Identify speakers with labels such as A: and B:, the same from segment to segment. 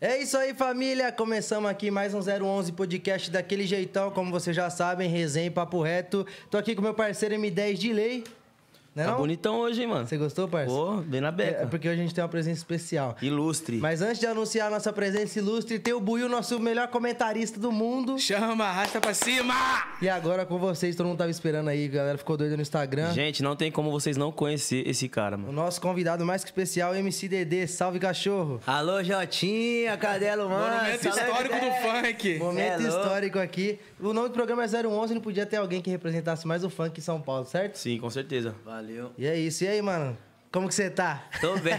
A: É isso aí, família. Começamos aqui mais um 011 podcast daquele jeitão, como vocês já sabem, resenha e papo reto. Tô aqui com meu parceiro M10 de lei. Né
B: Tá
A: não?
B: bonitão hoje, hein, mano?
A: Você gostou, parceiro?
B: Pô, bem na
A: É
B: beca.
A: porque hoje a gente tem uma presença especial.
B: Ilustre.
A: Mas antes de anunciar a nossa presença ilustre, tem o Buiu, nosso melhor comentarista do mundo.
C: Chama, arrasta pra cima!
A: E agora com vocês, todo mundo tava esperando aí, galera ficou doida no Instagram.
B: Gente, não tem como vocês não conhecer esse cara,
A: O
B: mano.
A: nosso convidado mais que especial, MCDD. Salve, cachorro!
D: Alô, Jotinha, Cadelo, mano?
C: Momento histórico do funk.
A: Momento
D: é louco.
A: histórico aqui. O nome do programa é 011, não podia ter alguém que representasse mais o funk em São Paulo, certo?
B: Sim, com certeza.
D: Valeu.
A: E é isso. E aí, mano? Como que você tá?
D: Tô bem.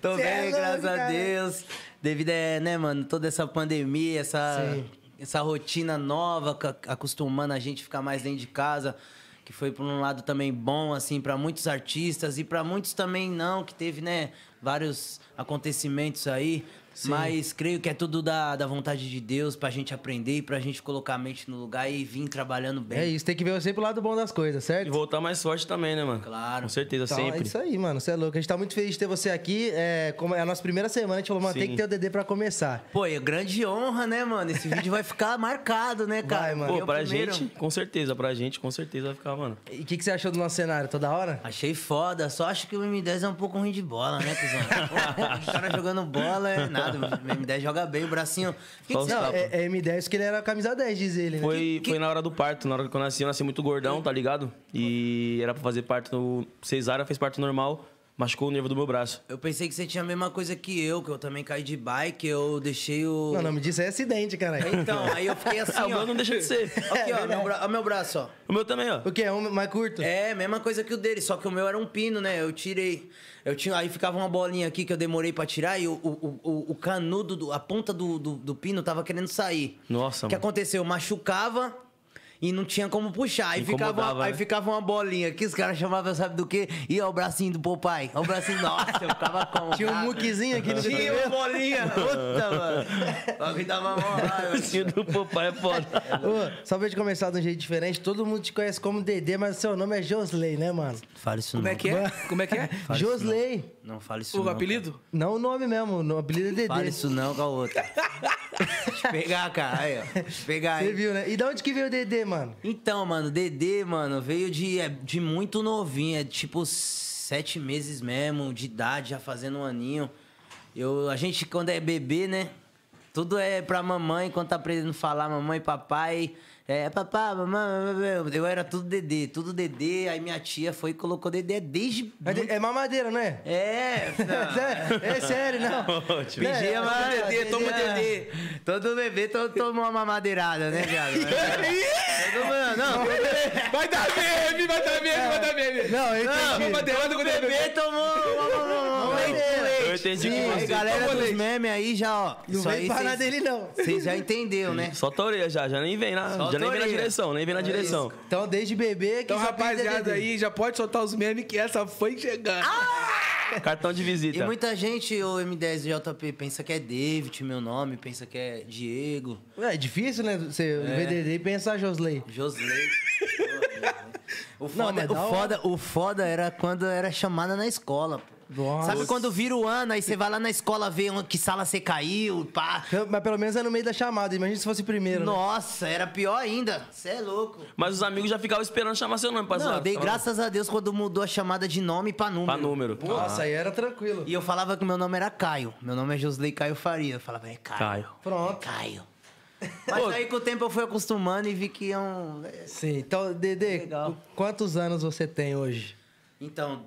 D: Tô
A: Cê
D: bem,
A: é louco,
D: graças
A: cara.
D: a Deus. Devido a, né, mano, toda essa pandemia, essa,
A: Sim.
D: essa rotina nova, ca- acostumando a gente a ficar mais dentro de casa, que foi por um lado também bom, assim, pra muitos artistas e pra muitos também não, que teve, né, vários acontecimentos aí. Mas creio que é tudo da, da vontade de Deus pra gente aprender e pra gente colocar a mente no lugar e vir trabalhando bem.
A: É isso, tem que ver sempre o lado bom das coisas, certo?
B: E voltar mais forte também, né, mano?
D: Claro.
B: Com certeza,
A: Então,
B: sempre.
A: É isso aí, mano. Você é louco. A gente tá muito feliz de ter você aqui. É, como é a nossa primeira semana, a gente falou, mano, tem
B: Sim.
A: que ter o DD pra começar.
D: Pô, é grande honra, né, mano? Esse vídeo vai ficar marcado, né, cara?
A: Vai, mano.
D: Porque
B: Pô,
D: o
B: pra
D: primeiro-
B: gente, com certeza. Pra gente, com certeza vai ficar, mano.
A: E o que, que você achou do nosso cenário? Toda hora?
D: Achei foda, só acho que o M10 é um pouco ruim de bola, né, cuzão? Pô, o cara jogando bola é nada. O M10 joga bem, o bracinho. O que que
B: Só os
D: você-
A: Não,
B: tapas.
A: é, é M10 que ele era a camisa 10, diz ele, né?
B: Foi,
D: que-
B: foi na hora do parto, na hora que eu nasci, eu nasci muito gordão, tá ligado? E era pra fazer parto no- cesárea, fez parto normal, machucou o nervo do meu braço.
D: Eu pensei que você tinha a mesma coisa que eu, que eu também caí de bike, eu deixei o.
A: Não, o nome disso é acidente, caralho.
D: Então, aí eu fiquei assim.
B: Ah, o meu
D: ó.
B: não deixa de ser. É
D: Aqui, ó, meu bra... ó, meu braço, ó.
B: O meu também, ó.
A: O que? É um mais curto?
D: É, mesma coisa que o dele, só que o meu era um pino, né? Eu tirei. Eu tinha, aí ficava uma bolinha aqui que eu demorei pra tirar e o, o, o, o canudo, do- a ponta do, do, do pino tava querendo sair.
B: Nossa,
D: O que
B: mano.
D: aconteceu? Machucava e não tinha como puxar. Aí ficava,
B: Incomodava,
D: uma, aí
B: né?
D: ficava uma bolinha aqui, os caras chamavam, sabe do quê? E ó, o bracinho do Popeye. Ó, o bracinho, nossa, eu ficava como.
A: Tinha um
D: cara?
A: muquezinho aqui no
D: Tinha uma bolinha. Puta, mano. Só que tava mó raiva.
B: O do papai é foda.
A: Ô, só pra gente começar de um jeito diferente, todo mundo te conhece como Dedê, mas o seu nome é Josley, né, mano?
D: Fala isso
C: Como
D: não.
C: é que é? Como é que é?
A: Josley.
D: Não fala isso
C: O
D: não.
C: apelido?
A: Não o nome mesmo, o apelido é Dedê.
D: Fala isso não com a outra. Deixa eu pegar, cara. Aí, ó. Deixa eu pegar
A: Você
D: aí.
A: viu, né? E de onde que veio o Dedê, mano?
D: Então, mano, Dedê, mano, veio de, é, de muito novinho. É tipo sete meses mesmo, de idade, já fazendo um aninho. Eu, a gente, quando é bebê, né? Tudo é pra mamãe, quando tá aprendendo a falar mamãe, papai. É, papá, mamãe, mamãe. Eu era tudo Dedê, tudo Dedê. Aí minha tia foi e colocou Dedê desde...
A: É de- É mamadeira, não é?
D: É, não.
A: É, é sério, não.
B: Ótimo.
A: Né?
D: Pedia
A: Toma
D: uma
A: dedê, toma
D: dedê. um Todo bebê to- toma uma mamadeirada, né, viado? Todo mundo- não,
C: Vai dar meme, vai dar meme, vai dar meme.
A: Não, eu
C: tá Não,
A: entendi.
C: vamos bater, manda com o
D: o bebê
C: bebê.
D: tomou uma- uma- uma- uma- leite com leite.
B: Eu entendi que
D: Aí,
B: você...
D: galera
C: tomou
D: dos
C: leite.
D: memes aí já, ó.
A: Não
D: isso
A: vem
D: aí
A: falar
D: vocês-
A: dele, não.
D: Vocês já entendeu, né?
B: Solta a orelha já, já nem vem na,
D: Solta
B: já nem vem na
D: a orelha.
B: direção, nem
D: É
B: vem na direção.
A: Então, desde bebê... Que
C: Então,
A: seu apelido Ah! é
C: rapaziada
A: Dedê.
C: aí, já pode soltar os memes que essa foi chegando.
B: Cartão de
D: E
B: visita.
D: muita gente, o M10 e JP, pensa que é David, meu nome, pensa que é Diego,
A: Ué, é difícil, né? Você ver Dedê e pensar Josley.
D: Josley. O
A: Não,
D: foda,
A: mas da
D: o, foda, o foda era quando era chamada na escola, pô.
A: Nossa.
D: Sabe quando vira o ano, aí você vai lá na escola ver onde- que sala você caiu, pá.
A: Mas pelo menos é no meio da chamada, imagina se fosse primeiro, né?
D: Nossa, era pior ainda. Você é louco.
B: Mas os amigos já ficavam esperando chamar seu nome pra
D: Não, eu dei graças a Deus quando mudou a chamada de nome pra número.
B: Pra número.
A: Nossa, aí era tranquilo.
D: E eu falava que meu nome era Caio. Meu nome é Josley Caio Faria. Eu falava, é Caio.
B: Ah, Caio.
A: Pronto.
D: Caio. Mas
B: Ô.
D: aí com o tempo eu fui acostumando e vi que é um. é-
A: Sim, então, Dedê,
D: Legal.
A: qu- quantos anos você tem hoje?
D: Então,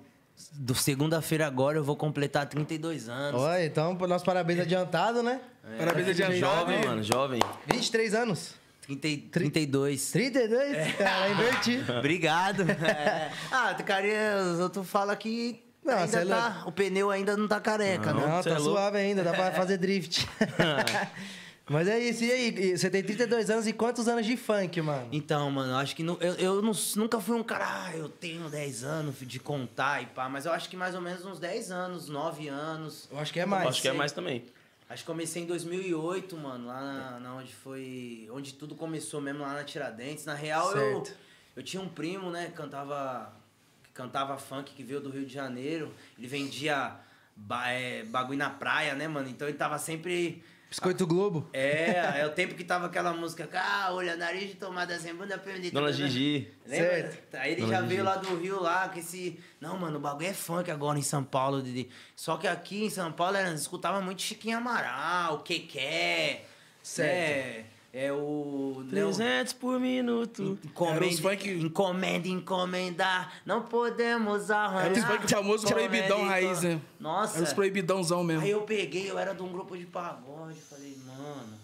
D: do segunda-feira agora eu vou completar 32 anos.
A: Olha, então, pô, nosso parabéns adiantado, né?
C: Parabéns, dia
B: Jovem,
C: jovem.
B: mano, jovem.
A: 23 anos?
D: 30 e- 32.
A: 32? Cara, inverti.
D: Obrigado. É. Ah, carinha, os outros falam que
A: Não, cê é
D: ainda tá, o pneu ainda não tá careca, né?
A: Não,
B: você
A: tá
B: é louco.
A: suave ainda, dá pra fazer drift. Mas é isso, e aí? E Você tem 32 anos e quantos anos de funk, mano?
D: Então, mano, eu acho que nu- eu, eu nu- nunca fui um cara, ah, eu tenho 10 anos de contar e pá, mas eu acho que mais ou menos uns 10 anos, 9 anos.
A: Eu acho que é mais.
B: Acho que é
D: sei.
B: mais também.
D: Acho que comecei em 2008, mano, lá
B: É.
D: na, na onde foi. onde tudo começou mesmo, lá na Tiradentes. Na real, eu,
A: Certo.
D: eu tinha um primo, né, que cantava, que cantava funk, que veio do Rio de Janeiro. Ele vendia ba- é, bagulho na praia, né, mano? Então ele tava sempre.
A: Biscoito Globo.
D: É, é o tempo que tava aquela música, ah, olha, nariz de tomada sem bunda prendida.
B: Dona Gigi.
D: Lembra?
A: Certo.
D: Aí ele
B: Dona
D: já
B: Gigi.
D: veio lá do Rio, lá, com esse... Não, mano, o bagulho é funk agora em São Paulo, Didi. Só que aqui em São Paulo, era- escutava muito Chiquinho Amaral, Keké...
A: Certo.
D: né? É o... né, o-
B: 300 por minuto.
D: Encomenda,
C: Era os funk-
D: encomenda, encomendar, não podemos arranjar.
C: Era os funk famoso
D: Encomenda,
C: proibidão
D: encom-
C: raiz, né?
D: Nossa.
C: Era os proibidãozão mesmo.
D: Aí eu peguei, eu era de um grupo de pagode, falei, mano.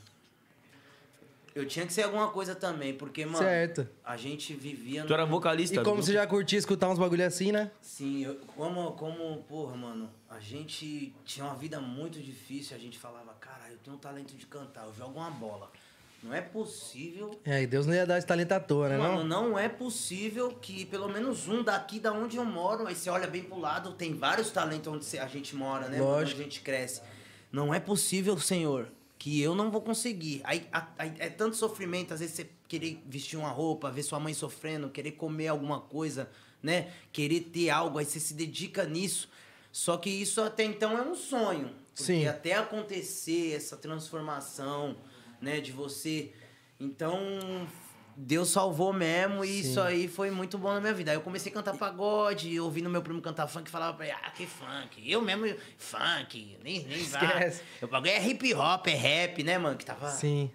D: Eu tinha que ser alguma coisa também, porque, mano,
A: Certo.
D: a gente vivia
B: Tu era
D: num-
B: vocalista.
A: E como
B: do-
A: você já curtia escutar uns bagulho assim, né?
D: Sim, eu, como, como, porra, mano, a gente tinha uma vida muito difícil, a gente falava, cara, eu tenho um talento de cantar, eu jogo uma bola. Não é possível
A: É, e Deus não ia dar esse talento à toa, né?
D: Mano,
A: não?
D: não? é possível que pelo menos um daqui da onde eu moro, aí você olha bem pro lado, tem vários talentos onde cê- a gente mora, né? mano?
A: Lógico.
D: Onde a gente cresce. Não é possível, senhor, que eu não vou conseguir. Aí, a- aí é tanto sofrimento, às vezes você querer vestir uma roupa, ver sua mãe sofrendo, querer comer alguma coisa, né? Querer ter algo, aí você se dedica nisso. Só que isso até então é um sonho. Porque
A: Sim.
D: até acontecer essa transformação, né, de você. Então, Deus salvou mesmo e isso aí foi muito bom na minha vida. Aí eu comecei a cantar pagode, ouvindo meu primo cantar funk, falava pra ele, ah, que funk. Eu mesmo, funk, nem, nem vai.
A: Esquece.
D: Eu paguei é hip hop, é rap, né, mano, que tava...
A: Sim.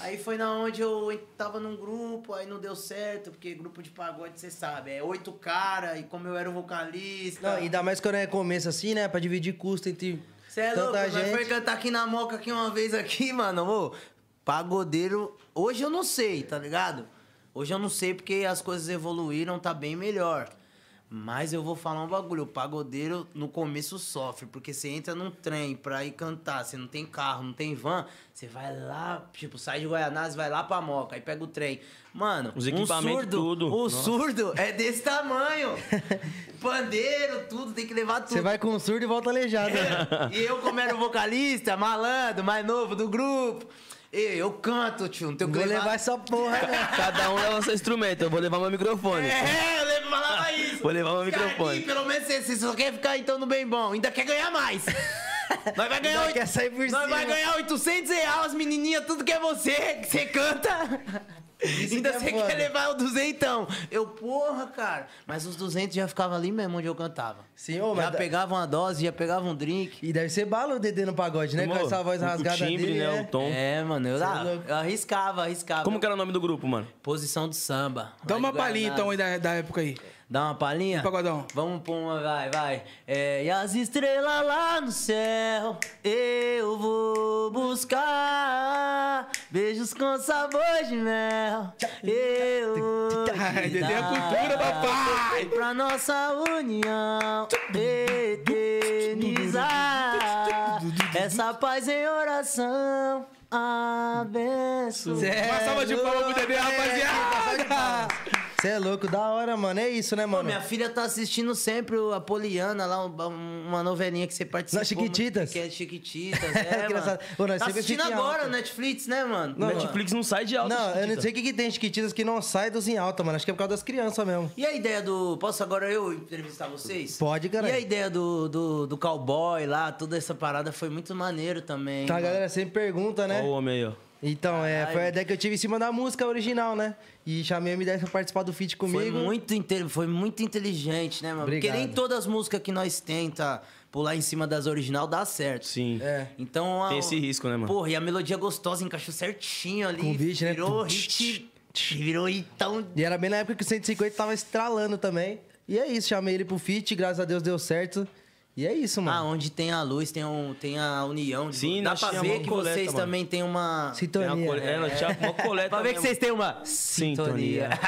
D: Aí foi na onde eu tava num grupo, aí não deu certo, porque grupo de pagode, você sabe, é oito cara, e como eu era o vocalista...
A: Não, ainda mais quando é começo assim, né? Pra dividir custo entre
D: Você é louco,
A: tanta
D: mas foi
A: gente.
D: cantar aqui na Moca aqui uma vez aqui, mano. Ô, pagodeiro, hoje eu não sei, tá ligado? Hoje eu não sei porque as coisas evoluíram, tá bem melhor. Mas eu vou falar um bagulho, o pagodeiro no começo sofre, porque você entra num trem pra ir cantar, você não tem carro, não tem van, você vai lá, tipo, sai de Goianás, vai lá pra Moca, aí pega o trem. Mano,
B: Os
D: um
B: equipamentos,
D: surdo,
B: tudo.
D: o
B: Nossa.
D: surdo é desse tamanho. Pandeiro, tudo, tem que levar tudo.
A: Você vai com um surdo e volta aleijado. né?
D: E eu, como era o vocalista, malandro, mais novo do grupo, e eu canto, tio, não tenho o que
A: Vou levar
D: levar.
A: essa porra, né?
B: Cada um leva seu instrumento. Eu vou levar meu microfone.
D: É, eu lembro, falava isso.
B: Vou levar meu
D: Fica
B: microfone.
D: Aqui, pelo menos você, você só quer ficar então no bem bom, ainda quer ganhar mais. Nós vai ganhar,
A: Ainda
D: oito-
A: quer é sair por
D: nós
A: cima.
D: vai ganhar 800 reais, as menininhas, tudo que é você, que você canta.
A: Isso
D: Ainda
A: que é
D: você
A: foda.
D: quer levar o 200. Eu, porra, cara. Mas os 200 já ficava ali mesmo onde eu cantava.
A: Sim, ô,
D: já
A: mas.
D: pegava uma dose, já pegava um drink.
A: E deve ser bala o Dedê no pagode, né?
B: Amor,
A: com essa voz
B: o-
A: rasgada
B: O timbre,
A: dele.
B: né? O tom.
D: É, mano, eu,
A: Cê é
D: ah,
A: louco.
D: eu arriscava, arriscava.
B: Como que era o nome do grupo, mano?
D: Posição do samba.
C: Dá
D: Lá
C: uma
D: de
C: palhinha
D: Guaraná.
C: então aí da, da época aí.
D: Dá uma palhinha?
C: pagodão.
D: Vamos pôr uma, vai, vai. É, e as estrelas lá no céu, eu vou buscar. Beijos com sabor de mel. Eu vou te
C: Ai, Dedê é
D: dar
C: cultura, papai!
D: Pra nossa união eternizar. Essa paz em oração. Abençoa.
A: Cê
C: Uma salva de
A: é
C: palmas pro
A: louco,
C: Dedê,
A: é,
C: rapaziada!
A: Você é louco, da hora, mano. É isso, né,
D: Pô,
A: mano?
D: minha filha tá assistindo sempre o Apoliana, lá um- uma novelinha que você participou.
A: Nas Chiquititas?
D: Que é Chiquititas, é, mano.
A: Engraçado. Ô, nós
D: tá
A: sempre
D: assistindo
A: fica em
D: agora
A: alta.
D: o Netflix, né, mano?
A: Não,
B: Netflix não sai de alta.
A: Não, eu
B: Chiquitita.
A: não sei o que, que tem chiquititas que não sai dos em alta, mano. Acho que é por causa das crianças mesmo.
D: E a ideia do... Posso agora eu entrevistar vocês?
A: Pode, cara.
D: E a ideia do, do, do cowboy lá, toda essa parada foi muito maneiro também.
A: Tá, a
D: mano.
A: galera sempre pergunta, né?
B: Olha o homem aí, ó.
A: Então, é,
D: Caralho.
A: foi a ideia que eu tive em cima da música original, né? E chamei o M10 pra participar do feat comigo.
D: Foi muito, inte- foi muito inteligente, né, mano?
A: Obrigado.
D: Porque nem todas as músicas que nós tenta pular em cima das original dá certo.
B: Sim.
A: É.
D: Então, a-
B: Tem esse risco, né, mano?
D: Porra, e a melodia gostosa encaixou certinho ali.
A: Com o beat, né?
D: virou
A: Tum,
D: hit. Virou hitão.
A: E era bem na época que o 150 tava estralando também. E é isso, chamei ele pro feat, graças a Deus deu certo. E é isso,
D: Ah,
A: mano.
D: onde tem a luz, tem, um, tem a união. de-
B: Sim,
D: Dá
B: nós
D: pra
B: tínhamos
D: ver
B: uma
D: que
B: coleta,
D: vocês
B: mano.
D: também têm Ah, uma.
B: Tem uma
A: Sintonia.
B: cole- É, nós tinha uma coleta.
D: Pra ver que
B: mesmo.
D: vocês têm uma
B: Sintonia.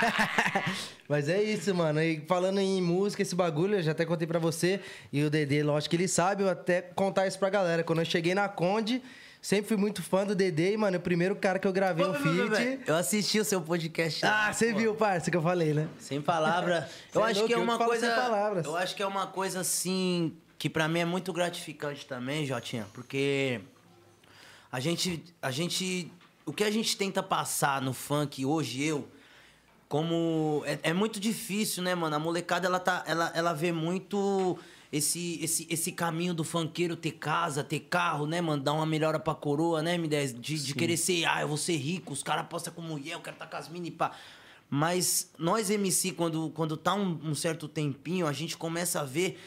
A: Mas é isso, mano. E falando em música, esse bagulho, eu já até contei pra você. E o Dedê, lógico que ele sabe, eu até contar isso pra galera. Quando eu cheguei na Conde, sempre fui muito fã do Dedê. E, mano, o primeiro cara que eu gravei um feat.
D: Eu assisti o seu podcast. lá,
A: Ah, você
D: pô.
A: viu, parça, que eu falei, né?
D: Sem palavra.
A: Cê
D: Eu
A: é
D: acho
A: louco,
D: que é
A: eu
D: uma
A: falo
D: coisa.
A: sem palavras.
D: Eu acho que é uma coisa assim que pra mim é muito gratificante também, Jotinha, porque a gente a gente o que a gente tenta passar no funk hoje eu como é, é muito difícil, né, mano? A molecada ela tá ela ela vê muito esse, esse, esse caminho do funkeiro ter casa, ter carro, né, mano? Dar uma melhora pra coroa, né, M10? De, de querer ser, ah, eu vou ser rico, os caras apostam com mulher, eu quero estar com as mini pá. Mas nós, MC, quando, quando tá um, um certo tempinho, a gente começa a ver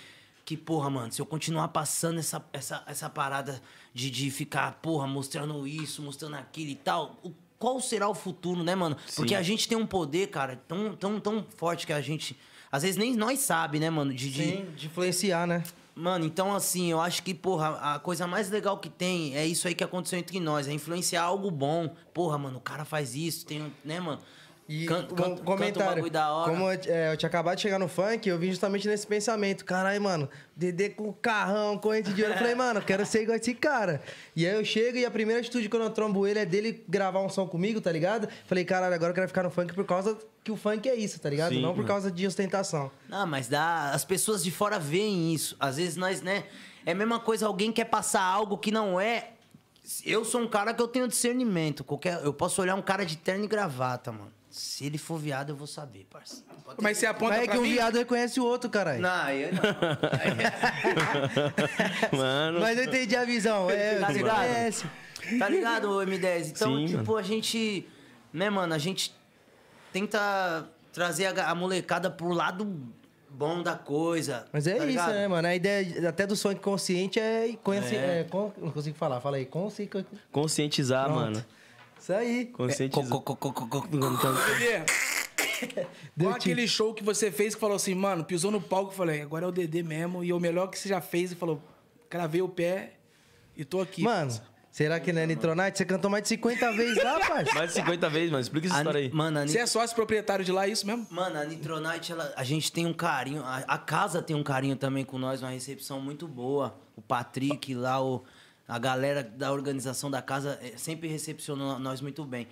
D: que, porra, mano, se eu continuar passando essa, essa, essa parada de, de ficar, porra, mostrando isso, mostrando aquilo e tal, o- qual será o futuro, né, mano? Porque a gente tem um poder, cara, tão, tão, tão forte que a gente. Às vezes nem nós sabe, né, mano? De, de-
A: Sim, de influenciar, né?
D: Mano, então assim, eu acho que, porra, a coisa mais legal que tem é isso aí que aconteceu entre nós, é influenciar algo bom. Porra, mano, o cara faz isso, tem, um- né, mano?
A: E
D: Can-
A: um
D: can- canta um
A: comentário.
D: bagulho da hora.
A: Como eu, t- é, eu tinha acabado de chegar no funk, eu vim justamente nesse pensamento. Caralho, mano, Dedê com carrão, corrente de ouro. Eu falei, mano, eu quero ser igual esse cara. E aí eu chego e a primeira atitude quando eu trombo ele é dele gravar um som comigo, tá ligado? Falei, caralho, agora eu quero ficar no funk por causa que o funk é isso, tá ligado?
B: Sim,
A: Não por
B: mano.
A: causa de ostentação.
D: Não, mas dá, as pessoas de fora veem isso. Às vezes nós, né? É a mesma coisa, alguém quer passar algo que não é. Eu sou um cara que eu tenho discernimento. Qualquer, eu posso olhar um cara de terno e gravata, mano. Se ele for viado, eu vou saber, parça. É. Pode-
C: Mas você aponta
A: Mas é
C: pra
A: que um
C: mim?
A: viado reconhece o outro, caralho.
D: Não, aí eu não.
B: Mano.
A: Mas eu entendi a visão. É,
D: Tá
A: você
D: ligado?
A: conhece.
D: Tá ligado, ô M10? Então,
B: Sim,
D: tipo,
B: mano.
D: a gente. Né, mano? A gente tenta trazer a, ga- a molecada pro lado bom da coisa.
A: Mas é
D: tá
A: isso,
D: ligado?
A: né, mano? A ideia de- até do funk consciente é. Conheci, é. con- não consigo falar, fala aí. Consci, con-
B: Conscientizar,
A: Pronto.
B: mano.
A: Isso aí.
D: É, Co-
B: Conscientizar.
D: co- co- co- co- co-
C: Dedê,
A: Deu
C: Qual aquele show que você fez que falou assim, mano, pisou no palco e falei, agora é o Dedê mesmo, e é o melhor que você já fez, e falou, cravei o pé e tô aqui.
A: Mano, será que não é Nitronite? Você cantou mais de 50 vezes lá, parça?
B: Mais de 50 vezes, mano. Explica essa
D: A
B: história
D: Ni-
B: aí.
D: Mano, a Ni-
C: Você é sócio proprietário de lá, é isso mesmo?
D: Mano, a Nitronite, ela, a gente tem um carinho, a, a casa tem um carinho também com nós, uma recepção muito boa. O Patrick lá, o, a galera da organização da casa eh, sempre recepcionou nós muito bem.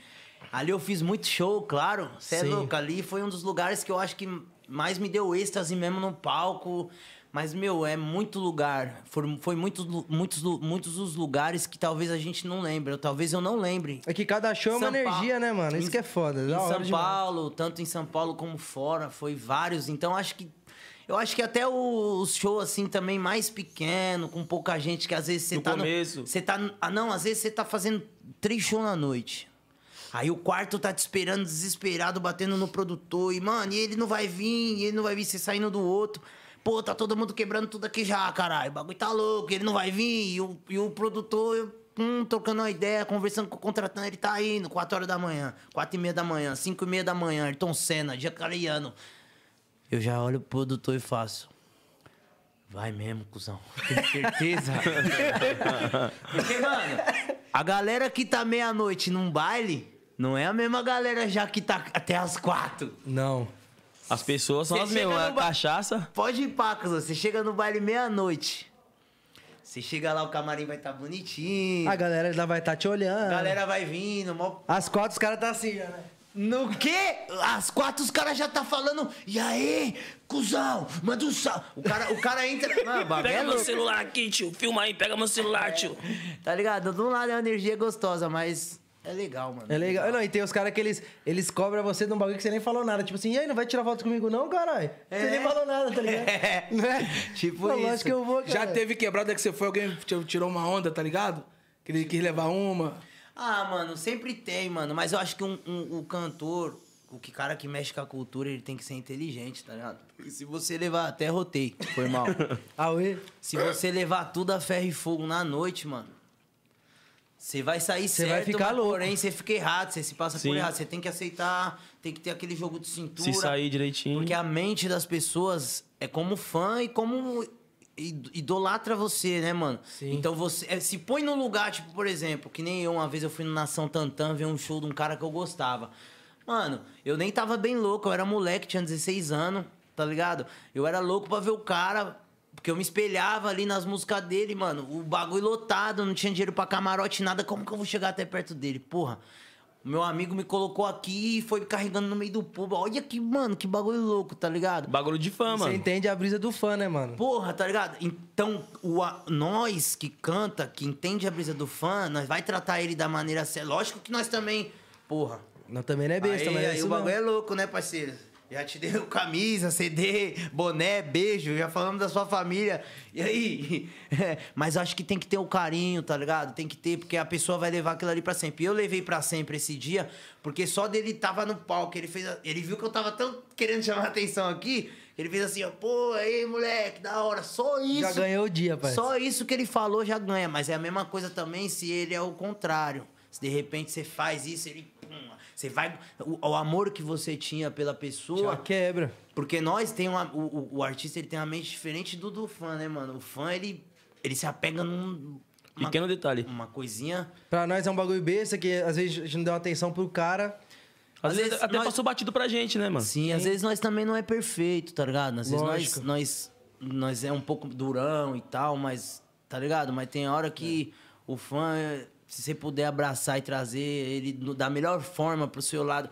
D: Ali eu fiz muito show, claro. Você é
A: Sim.
D: louco, ali foi um dos lugares que eu acho que mais me deu êxtase mesmo no palco. Mas, meu, é muito lugar. Foram, foi muitos, lu- muitos, lu- muitos os lugares que talvez a gente não lembre. ou Talvez eu não lembre.
A: É que cada show é uma
D: São Paulo.
A: energia, né, mano? Isso que é foda.
D: Em
A: da hora
D: São
A: demais.
D: Paulo, tanto em São Paulo como fora, foi vários. Então acho que eu acho que até o- os shows assim também mais pequeno, com pouca gente que às vezes você
B: No
D: tá
B: começo.
D: você tá ah, não, às vezes você tá fazendo três shows na noite. Aí o quarto tá te esperando desesperado, batendo no produtor e mano, e ele não vai vir, e ele não vai vir, você saindo do outro. Pô, tá todo mundo quebrando tudo aqui já, caralho. O bagulho tá louco, ele não vai vir. E o, e o produtor, hum, trocando uma ideia, conversando com o contratante, ele tá indo. 4 horas da manhã, 4 e meia da manhã, 5 e meia da manhã, Ayrton Senna, Jacariano. Eu já olho pro produtor e faço. Vai mesmo, cuzão. Tem certeza? Porque, mano, a galera que tá meia-noite num baile não é a mesma galera já que tá até as quatro.
A: Não.
B: As pessoas são
D: Você
B: as mesmas.
D: chega
B: A
D: no ba-
B: cachaça.
D: Pode ir pá, cuzão. Você chega no baile meia-noite. Você chega lá, o camarim vai estar tá bonitinho.
A: A
D: A
A: galera lá vai estar tá te olhando.
D: galera vai vindo, mó
A: As quatro, os caras tá assim, já, né?
D: No quê? Às quatro os caras já tá falando. E aí, cuzão, manda um sal. O cara, o cara entra. Mano, o bagulho é louco,
B: celular aqui, tio. Filma aí, pega meu celular, tio.
D: Tá ligado? Do lado é uma energia gostosa, mas é legal, mano.
A: É legal. Não, e tem os caras que eles, eles cobram você de um bagulho que você nem falou nada. Tipo assim, e aí, não vai tirar foto comigo não, caralho? Você
D: É.
A: nem falou nada, tá ligado?
D: É.
A: Não é?
D: Tipo
A: Não,
D: isso.
A: Lógico que eu vou, cara.
C: Já teve quebrada que você foi, alguém te- tirou uma onda, tá ligado? Que ele quis levar uma.
D: Ah, mano, sempre tem, mano. Mas eu acho que um, um- o cantor, o que cara que mexe com a cultura, ele tem que ser inteligente, tá ligado? E se você levar até rotei, foi mal.
A: Aue.
D: Se você levar tudo a ferro e fogo na noite, mano, você vai sair
A: Você
D: certo,
A: vai ficar
D: mas,
A: louco.
D: porém você fica errado, você se passa por
B: Sim.
D: errado. Você tem que aceitar, tem que ter aquele jogo de cintura.
B: Se sair direitinho.
D: Porque a mente das pessoas é como fã e como id- idolatra você, né, mano?
A: Sim.
D: Então você é, se põe num lugar, tipo, por exemplo, que nem eu, uma vez eu fui no Nação Tantan ver um show de um cara que eu gostava. Mano, eu nem tava bem louco, eu era moleque, tinha 16 anos, tá ligado? Eu era louco pra ver o cara, porque eu me espelhava ali nas músicas dele, mano. O bagulho lotado, não tinha dinheiro pra camarote, nada. Como que eu vou chegar até perto dele? Porra. O Meu amigo me colocou aqui e foi me carregando no meio do público. Olha que, mano, que bagulho louco, tá ligado?
B: Bagulho de fã,
A: Você
B: mano.
A: entende a brisa do fã, né, mano?
D: Porra, tá ligado? Então, o, a- nós que canta, que entende a brisa do fã, nós vai tratar ele da maneira certa. Lógico que nós também, porra.
A: Não, também não é besta,
D: aí,
A: mas é
D: aí
A: isso
D: o bagulho
A: mesmo.
D: é louco, né, parceiro? Já te deu camisa, CD, boné, beijo, já falamos da sua família. E aí? É, mas acho que tem que ter o carinho, tá ligado? Tem que ter, porque a pessoa vai levar aquilo ali pra sempre. E eu levei pra sempre esse dia, porque só dele tava no palco, ele fez. a- Ele viu que eu tava tão querendo chamar a atenção aqui, que ele fez assim, ó, pô, aí, moleque, da hora, só é isso.
A: Já ganhou o dia, pai.
D: Só isso que ele falou já ganha, mas é a mesma coisa também se ele é o contrário. Se de repente você faz isso, ele. pum, Você vai. O, o amor que você tinha pela
A: Já
D: pessoa.
A: quebra.
D: Porque nós tem uma. O, o- o artista ele tem uma mente diferente do do fã, né, mano? O fã, ele. Ele se apega num. uma-
B: Pequeno detalhe.
D: Uma coisinha.
A: Pra nós é um bagulho besta que às vezes a gente não deu atenção pro cara.
B: Às,
D: Às
B: vezes,
D: vezes
B: até
D: nós-
B: passou batido pra gente, né, mano?
D: Sim, às vezes nós também não é perfeito, tá ligado? Às vezes nós,
A: Lógico.
D: nós, nós é um pouco durão e tal, mas, tá ligado? Mas tem hora que
A: É.
D: o fã, se você puder abraçar e trazer ele no- da melhor forma pro seu lado.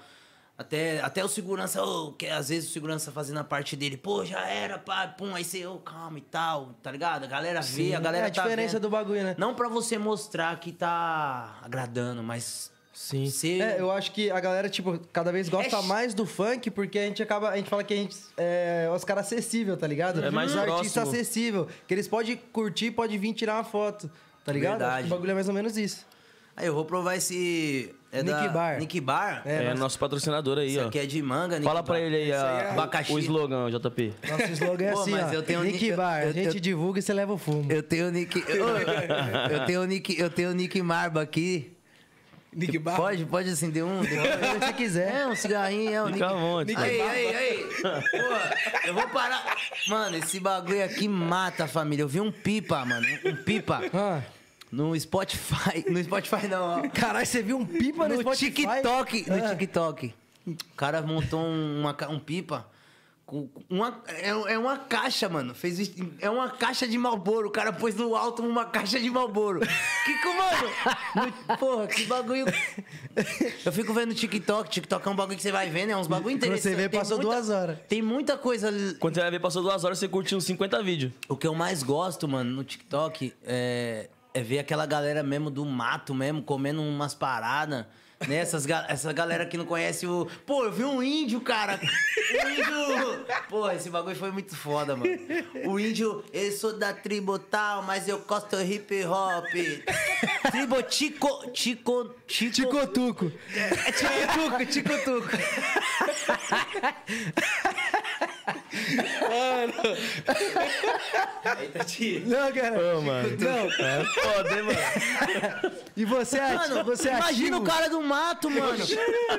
D: Até, até o segurança, ô, que às vezes o segurança tá fazendo a parte dele, pô, já era, pá, pum, aí você, ô, calma e tal, tá ligado? A galera vê, a galera
A: é a
D: tá
A: diferença
D: vendo.
A: do bagulho, né?
D: Não pra você mostrar que tá agradando, mas.
A: Sim.
D: Você-
A: É, eu acho que a galera, tipo, cada vez gosta
D: É ch-
A: mais do funk porque a gente acaba. A gente fala que a gente. É, os caras acessível, tá ligado?
B: É mais
A: Os artistas
B: próximo.
A: acessível. Que eles podem curtir, podem vir tirar uma foto. Tá ligado?
D: Verdade.
A: Acho que O bagulho é mais ou menos isso.
D: Aí eu vou provar esse. É
A: Nick
D: da...
A: Bar.
D: Nick Bar?
A: É,
B: É,
A: nós-
B: nosso patrocinador aí,
D: Isso
B: ó.
D: aqui é de manga, Nick
B: Fala pra
D: Bar.
B: ele aí,
D: Isso
B: a-
D: aí é abacaxi.
B: o slogan, JP.
A: Nosso slogan é
D: Pô,
A: assim,
D: mas
A: ó.
D: eu tenho-
A: Nick
D: eu-
A: Bar,
D: eu-
A: a gente
D: eu-
A: divulga e você leva o fumo.
D: Eu tenho o Nick. Ô, eu tenho o Nick, eu tenho o Nick Marba aqui.
C: Nick Bar.
D: Pode, pode acender um, depois se quiser. É, um cigarrinho, é o
B: Fica à vontade.
D: Nick. Aí, aí, aí. Pô, eu vou parar. Mano, esse bagulho aqui mata a família. Eu vi um pipa, mano, um pipa
A: Ah,
D: no Spotify, no Spotify não, ó.
A: caralho, você viu um pipa no,
D: no
A: Spotify?
D: TikTok. No
A: Ah.
D: TikTok. O cara montou um, uma ca- um pipa. com Uma, é, é uma caixa, mano. Fez, isso- é uma caixa de Malboro. O cara pôs no alto uma caixa de Malboro. Que que, mano? no- porra, que bagulho. Eu fico vendo TikTok. TikTok é um bagulho que você vai vendo, é uns bagulho
A: Quando
D: interessantes.
A: você vê,
D: Tem
A: passou
D: muita-
A: duas horas.
D: Tem muita coisa
B: Quando você vai ver, passou duas horas, você curtiu uns 50 vídeos.
D: o que eu mais gosto, mano, no TikTok é, é ver aquela galera mesmo do mato mesmo, comendo umas paradas. Né? Essas ga- essa galera que não conhece o. Pô, eu vi um índio, cara! Um índio! Pô, esse bagulho foi muito foda, mano. O índio, eu sou da tribo tal, mas eu gosto hip hop. Tribo Tico. Tico. Tico.
A: Ticotuco.
D: É Ticotuco, Ticotuco.
B: tá
A: Não, cara.
B: Ô, mano.
A: Não.
B: É foda, hein, mano?
A: E você, é ati-
D: Mano,
A: você é
D: imagina
A: ativo?
D: o cara do mato, mano.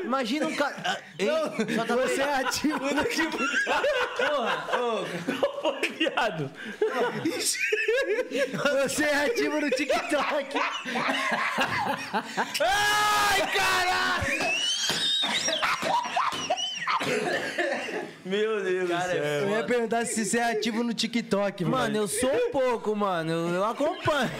D: Imagina um cara. Ah, Ei, só tá
A: Você é ativo.
B: Ô, viado.
A: Você é ativo no TikTok.
B: Meu Deus do céu.
A: Eu ia perguntar se você é ativo no TikTok, mano.
D: Mano, eu sou um pouco, mano. Eu, eu acompanho.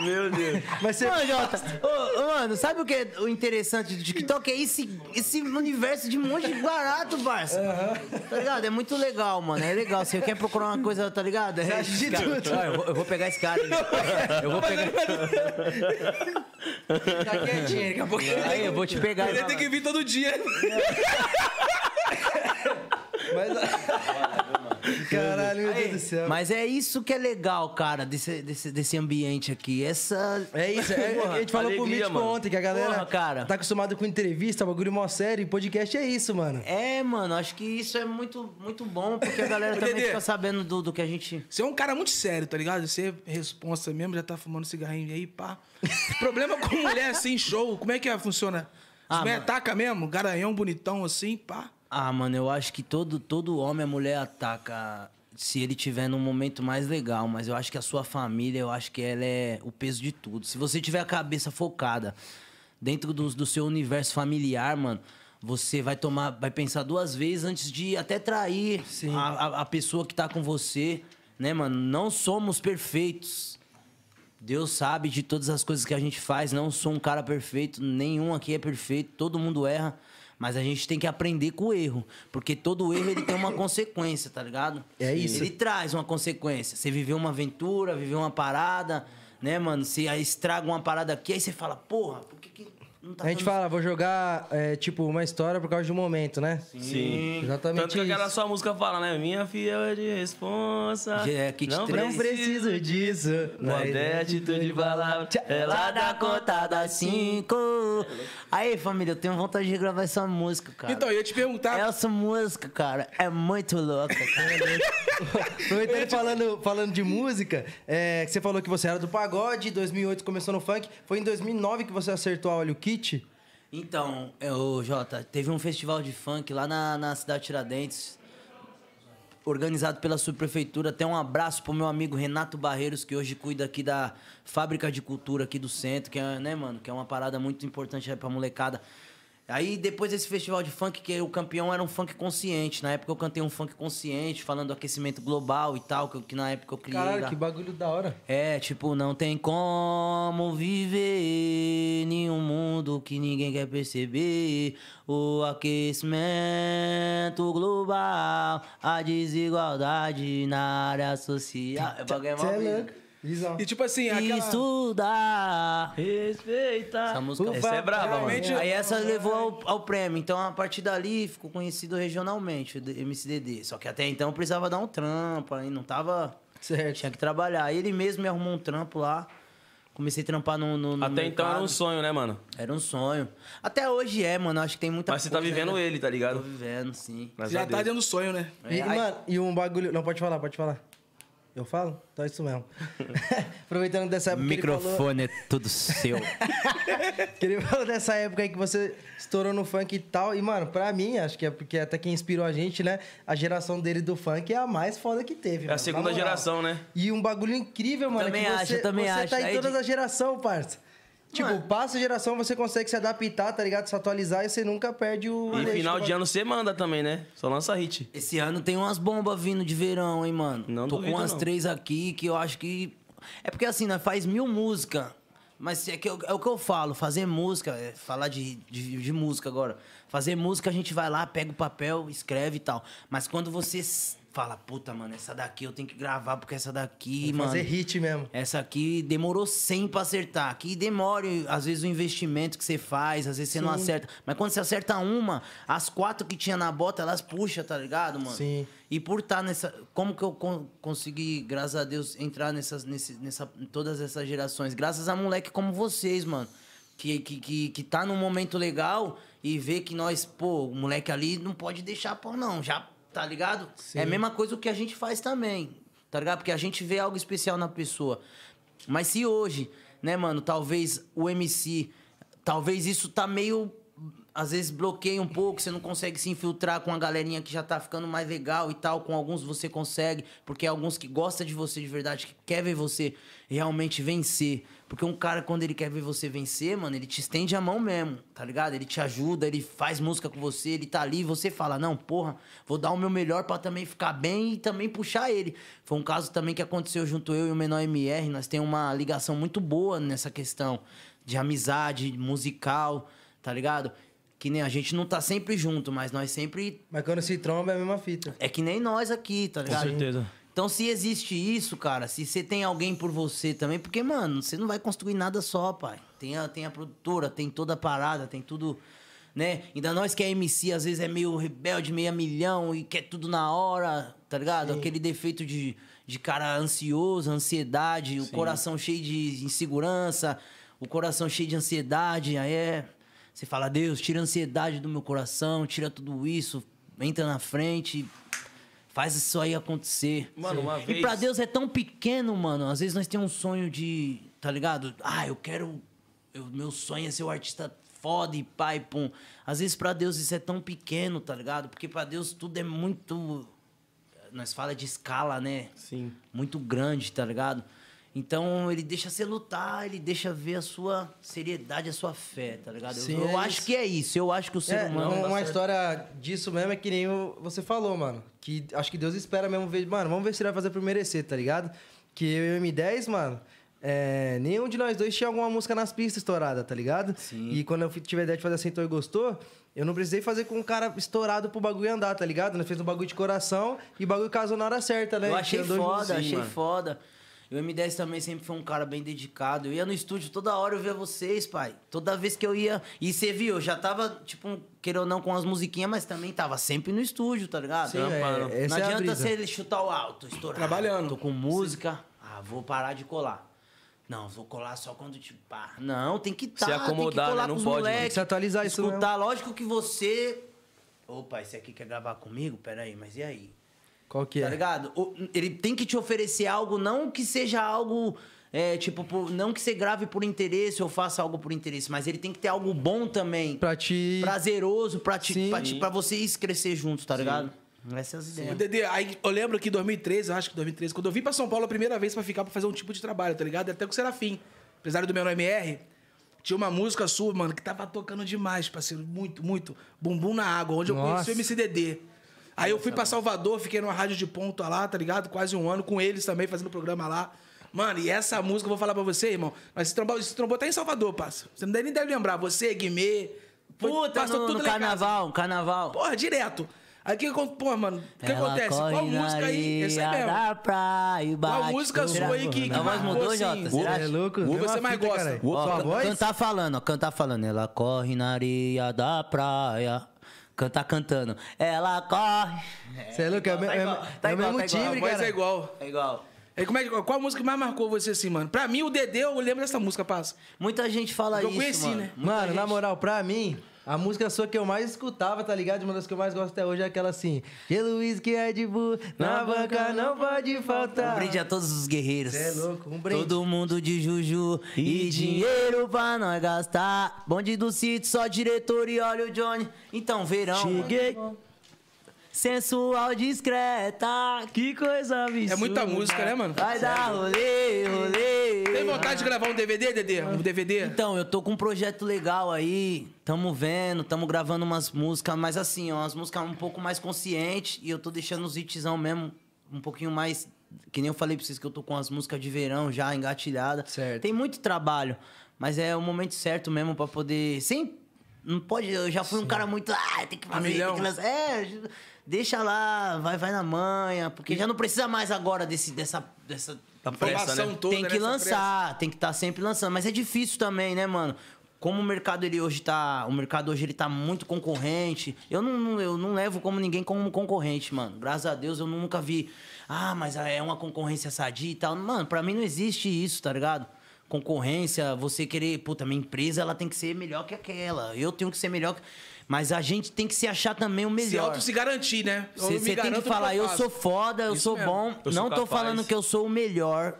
B: Meu Deus.
A: Mas você.
D: Mano, Jota, ô, ô, mano, sabe o que é o interessante do TikTok? É esse, esse universo de um monte de barato, parça. Tá ligado? É muito legal, mano. É legal. Você quer procurar uma coisa, tá ligado? É
A: acha de
D: esse cara.
A: tudo.
D: Ah, eu, vou, eu vou pegar esse cara. hein? Eu vou pegar.
C: Tá quietinho, daqui a pouco ele tem
D: Aí,
C: que-
D: eu vou te pegar.
C: Ele tem que vir todo dia.
A: Caralho, meu Deus do céu.
D: Mas é isso que é legal, cara, desse, desse, desse ambiente aqui. Essa.
A: É isso, é,
B: Porra,
A: a gente falou pro
B: alegria,
A: Mítico
B: mano.
A: ontem que a galera
D: Porra, cara.
A: tá acostumado com entrevista, bagulho mó sério, e podcast é isso, mano.
D: É, mano, acho que isso é muito, muito bom, porque a galera
C: Ô,
D: também
C: Dedê.
D: fica sabendo do, do que a gente.
C: Você é um cara muito sério, tá ligado? Você é responsa mesmo, já tá fumando cigarrinho aí, pá. Problema com mulher assim, show. Como é que é, funciona?
D: Ah,
C: As mulher
D: mano.
C: ataca mesmo? Garanhão bonitão assim, pá.
D: Ah, mano, eu acho que todo, todo homem, a mulher ataca se ele tiver num momento mais legal, mas eu acho que a sua família, eu acho que ela é o peso de tudo. Se você tiver a cabeça focada dentro do, do seu universo familiar, mano, você vai tomar, vai pensar duas vezes antes de até trair a, a- a pessoa que tá com você, né, mano? Não somos perfeitos. Deus sabe de todas as coisas que a gente faz. Não sou um cara perfeito, nenhum aqui é perfeito, todo mundo erra. Mas a gente tem que aprender com o erro, porque todo erro ele tem uma consequência, tá ligado?
A: É isso.
D: Ele traz uma consequência. Você viveu uma aventura, viveu uma parada, né, mano? Você aí estraga uma parada aqui, aí você fala, porra, por que, que não tá
A: A gente
D: dando
A: fala, vou jogar, é, tipo, uma história por causa de um momento, né?
B: Sim.
A: Exatamente
B: Tanto que aquela
A: isso.
B: sua música fala, né? Minha filha é de responsa.
D: É, Kit
B: não
D: três.
A: Não preciso disso.
B: Pode é atitude de palavra.
D: Lá
B: Ela
D: da conta das cinco. Aí, família, eu tenho vontade de gravar essa música, cara.
C: Então, eu ia te perguntar.
D: Essa música, cara, é muito louca, cara.
A: Aproveitando falando, falando de música, é, que você falou que você era do pagode, em 2008 começou no funk. Foi em 2009 que você acertou a Olho Kit?
D: Então, eu, Jota, teve um festival de funk lá na, na cidade de Tiradentes, organizado pela subprefeitura. Até um abraço pro meu amigo Renato Barreiros, que hoje cuida aqui da fábrica de cultura aqui do centro, que é, né, mano, que é uma parada muito importante aí pra molecada. Aí depois desse festival de funk, que o campeão era um funk consciente. Na época eu cantei um funk consciente, falando do aquecimento global e tal, que, eu- que na época eu criei.
A: Caralho,
D: lá.
A: que bagulho da hora.
D: É, tipo, não tem como viver em um mundo que ninguém quer perceber. O aquecimento global, a desigualdade na área social. É bagulho é mó
A: Você é
D: brisa.
A: louco. Visão.
C: E tipo assim, aquela...
D: Estudar.
B: respeita.
D: Essa música
A: Ufa,
B: Essa é braba, mano.
C: realmente-
D: Aí essa levou ao, ao prêmio. Então, a partir dali, ficou conhecido regionalmente, o D- MCDD. Só que até então eu precisava dar um trampo, aí não tava...
A: Certo.
D: Tinha que trabalhar. Aí Ele mesmo me arrumou um trampo lá. Comecei a trampar no. no- no
B: Até então
D: mercado.
B: era um sonho, né, mano?
D: Era um sonho. Até hoje é, mano. Acho que tem muita
B: Mas você tá
D: coisa
B: vivendo
D: ainda.
B: ele, tá ligado? é
D: Tô vivendo, sim.
B: Graças
C: já
B: a
C: tá
B: Deus.
C: dentro do sonho, né?
A: E,
D: É, aí-
A: mano, e um bagulho. Não, pode falar, pode falar. Eu falo? Então é isso mesmo. Aproveitando dessa época. que ele falou-
D: é tudo seu.
A: Que ele falou dessa época aí que você estourou no funk e tal. E, mano, pra mim, acho que é porque até quem inspirou a gente, né? A geração dele do funk é a mais foda que teve.
B: É
A: mano,
B: a
A: na
B: segunda
A: moral.
B: geração, né?
A: E um bagulho incrível, mano.
D: Também
A: é que
D: acho,
A: você,
D: eu também
A: você
D: acho.
A: tá em
D: Aí
A: todas
D: de-
A: as gerações, parça. Tipo,
D: Mano.
A: passa a geração, você consegue se adaptar, tá ligado? Se atualizar e você nunca perde o.
B: E
A: leite
B: final
A: do
B: de ano você manda também, né? Só lança hit.
D: Esse ano tem umas bombas vindo de verão, hein, mano.
B: Não
D: Tô
B: duvido,
D: com umas
B: não.
D: três aqui que eu acho que. É porque assim, nós faz mil música. Mas é, que eu- é o que eu falo, fazer música, é falar de, de, de música agora. Fazer música, a gente vai lá, pega o papel, escreve e tal. Mas quando você s- fala, puta, mano, essa daqui eu tenho que gravar, porque essa daqui, mano.
A: Fazer hit mesmo.
D: Essa aqui demorou 100 pra acertar. Aqui demora, às vezes, o investimento que você faz, às vezes você não acerta. Mas quando você acerta uma, as quatro que tinha na bota, elas puxam, tá ligado, mano?
A: Sim.
D: E por estar nessa. Como que eu con- consegui, graças a Deus, entrar nessas, nesse, nessa, em todas essas gerações? Graças a moleque como vocês, mano. Que, que, que, que tá num momento legal e vê que nós, pô, o moleque ali não pode deixar pô, não. Já, tá ligado? É a mesma coisa que a gente faz também, tá ligado? Porque a gente vê algo especial na pessoa. Mas se hoje, né, mano, talvez o MC, talvez isso tá meio às vezes bloqueia um pouco, você não consegue se infiltrar com a galerinha que já tá ficando mais legal e tal, com alguns você consegue, porque é alguns que gostam de você de verdade, que quer ver você realmente vencer. Porque um cara, quando ele quer ver você vencer, mano, ele te estende a mão mesmo, tá ligado? Ele te ajuda, ele faz música com você, ele tá ali, você fala, não, porra, vou dar o meu melhor pra também ficar bem e também puxar ele. Foi um caso também que aconteceu junto eu e o Menor MR, nós temos uma ligação muito boa nessa questão de amizade, musical, tá ligado? Que nem a gente não tá sempre junto, mas nós sempre.
A: Mas quando se tromba é a mesma fita.
D: É que nem nós aqui, tá
B: Com
D: ligado?
B: certeza.
D: Então, se existe isso, cara, se você tem alguém por você também, porque, mano, você não vai construir nada só, pai. Tem a, tem a produtora, tem toda a parada, tem tudo, né? Ainda nós que é MC, às vezes é meio rebelde, meia milhão e quer tudo na hora, tá ligado? Aquele defeito de, de cara ansioso, ansiedade, o coração cheio de insegurança, o coração cheio de ansiedade, aí é. Você fala, Deus, tira a ansiedade do meu coração, tira tudo isso, entra na frente, Faz isso aí acontecer.
B: Mano, uma
D: E
B: vez-
D: pra Deus é tão pequeno, mano. Às vezes nós temos um sonho de. Tá ligado? Ah, eu quero. Eu, meu sonho é ser um artista foda e pai, pum. Às vezes pra Deus isso é tão pequeno, tá ligado? Porque pra Deus tudo é muito. Nós fala de escala, né?
B: Sim.
D: muito grande, tá ligado? Então ele deixa você lutar, ele deixa ver a sua seriedade, a sua fé, tá ligado? Eu-
A: Sim,
D: eu
A: é
D: acho
A: isso.
D: que é isso, eu acho que o ser
A: É,
D: humano.
A: uma história disso mesmo é que nem o- você falou, mano. Que acho que Deus espera mesmo ver. Mano, vamos ver se ele vai fazer por merecer, tá ligado? Que eu e o M10, mano. é, nenhum de nós dois tinha alguma música nas pistas estourada, tá ligado? Sim. E quando eu fui- tive a ideia de fazer Sentou e Gostou, eu não precisei fazer com um cara estourado pro bagulho andar, tá ligado? Nós fez um bagulho de coração e o bagulho casou na hora certa, né?
D: Eu achei
A: Tinha dois
D: foda,
A: músicos.
D: achei
B: mano.
D: foda. E o M10 também sempre foi um cara bem dedicado. Eu ia no estúdio toda hora eu via vocês, pai. Toda vez que eu ia. E você viu, eu já tava, tipo, queira ou não, com as musiquinhas, mas também tava sempre no estúdio, tá ligado?
A: Sim, é, essa
D: não
A: é a
D: adianta
A: brisa.
D: você chutar o alto, estourar.
C: Trabalhando.
D: Tô com música. Ah, vou parar de colar. Não, vou colar só quando te pá. Não, tem que estar,
B: acomodar,
D: tem que colar
B: né? Não
D: com os
B: pode,
D: moleque,
B: tem
A: que se atualizar isso
D: escutar. Lógico que você... Opa, esse aqui quer gravar comigo? Pera aí, mas e aí?
A: Qual que é?
D: Tá ligado? O- ele tem que te oferecer algo, não que seja algo. é, tipo, por- não que você grave por interesse ou faça algo por interesse, mas ele tem que ter algo bom também.
A: Pra te-
D: Prazeroso, pra, te,
A: Sim.
D: pra, te- pra vocês crescer juntos, tá ligado? Essas
C: Ô,
D: ideias.
C: Dedê, aí eu lembro que em 2013, eu acho que 2013, quando eu vim pra São Paulo a primeira vez pra ficar pra fazer um tipo de trabalho, tá ligado? Até com o Serafim, empresário do meu MR, tinha uma música sua, mano, que tava tocando demais, parceiro, muito, muito. Bumbum na água, onde eu
A: Nossa.
C: conheci o MC Dedê. Aí eu fui pra Salvador, fiquei numa rádio de ponta lá, tá ligado? Quase um ano, com eles também, fazendo programa lá. Mano, e essa música, eu vou falar pra você, irmão, mas se trombou, se trombou até tá em Salvador, parça. Você nem deve lembrar, você, Guimê... foi-
D: Puta,
C: passou
D: no,
C: tudo
D: no
C: lá em casa.
D: carnaval, carnaval.
C: Porra, direto. Aí o que acontece? Porra, mano, o que
D: Ela
C: acontece?
D: corre
C: Qual
D: na
C: música aí?
D: areia
C: Esse aí mesmo.
D: da praia e
C: Qual
D: bate
C: música
D: no
C: sua
D: buraco.
C: aí que,
D: A
C: que
D: voz
C: marcou,
D: mudou,
C: assim?
D: Jota?
A: Você
D: Será?
A: é louco?
C: Ou
A: Tem
C: você
A: uma
C: mais
A: fita,
C: gosta?
A: caralho.
B: Ou-
D: Ó,
B: Sua
D: can-
A: voz?
D: Cantar falando, ó, cantar falando. Ela corre na areia da praia. Cantar cantando. Ela corre.
A: Você é louco? É o me-
D: Tá
A: é-
D: igual,
A: é
D: tá
A: o
D: igual,
A: mesmo
D: tá igual.
A: timbre,
C: A voz
A: cara.
C: é igual.
D: É igual.
C: Aí como é que- qual a música que mais marcou você assim, mano? Pra mim, o Dedê, eu lembro dessa música, passa.
D: Muita gente fala
C: Eu
D: isso.
C: conheci,
D: mano.
C: né?
D: Muita
A: Mano,
D: gente-
A: na moral, pra mim, a música sua que eu mais escutava, tá ligado? Uma das que eu mais gosto até hoje é aquela assim. Gelo, uísque, Red Bull, na banca não pode
D: Um
A: faltar.
D: brinde a todos os guerreiros.
A: Cê é louco, um brinde.
D: Todo mundo de juju e,
B: E
D: dinheiro pra nós gastar. Bonde do sítio, só diretor e olha o Johnny. Então, verão.
B: Cheguei.
D: Sensual, discreta.
B: Que coisa absurda.
C: É muita música, né, mano?
D: Vai dar rolê, rolê.
C: Tem vontade de gravar um DVD, Dedê? Um DVD?
D: Então, eu tô com um projeto legal aí, tamo vendo, tamo gravando umas músicas, mas assim, ó, umas músicas um pouco mais conscientes e eu tô deixando os hitzão mesmo um pouquinho mais. Que nem eu falei pra vocês que eu tô com as músicas de verão já engatilhada.
A: Certo.
D: Tem muito trabalho, mas é o momento certo mesmo pra poder. Sem. Não pode. Eu já fui um cara muito. Ah, tem que fazer, tem
C: milhão."
D: que lançar. É, deixa lá, vai, vai na manha, porque já não precisa mais agora desse, dessa. dessa
B: Tá pressa,
C: Informação
B: né?
C: toda
D: tem que
C: nessa
D: lançar, tem que estar sempre lançando. Mas é difícil também, né, mano? Como o mercado ele hoje tá. O mercado hoje ele tá muito concorrente. Eu não- não, eu não levo como ninguém como concorrente, mano. Graças a Deus eu nunca vi. Ah, mas é uma concorrência sadia e tal. Mano, pra mim não existe isso, tá ligado? Concorrência, você querer. Puta, minha empresa ela tem que ser melhor que aquela. Eu tenho que ser melhor. que- Mas a gente tem que se achar também o melhor.
C: Se auto se garantir, né? Eu me
D: Você tem
C: garanto
D: que
C: no
D: falar, eu
C: faço.
D: sou foda, eu
C: Isso
D: sou
C: mesmo.
D: bom.
B: Eu sou
D: não tô
B: capaz.
D: falando que eu sou o melhor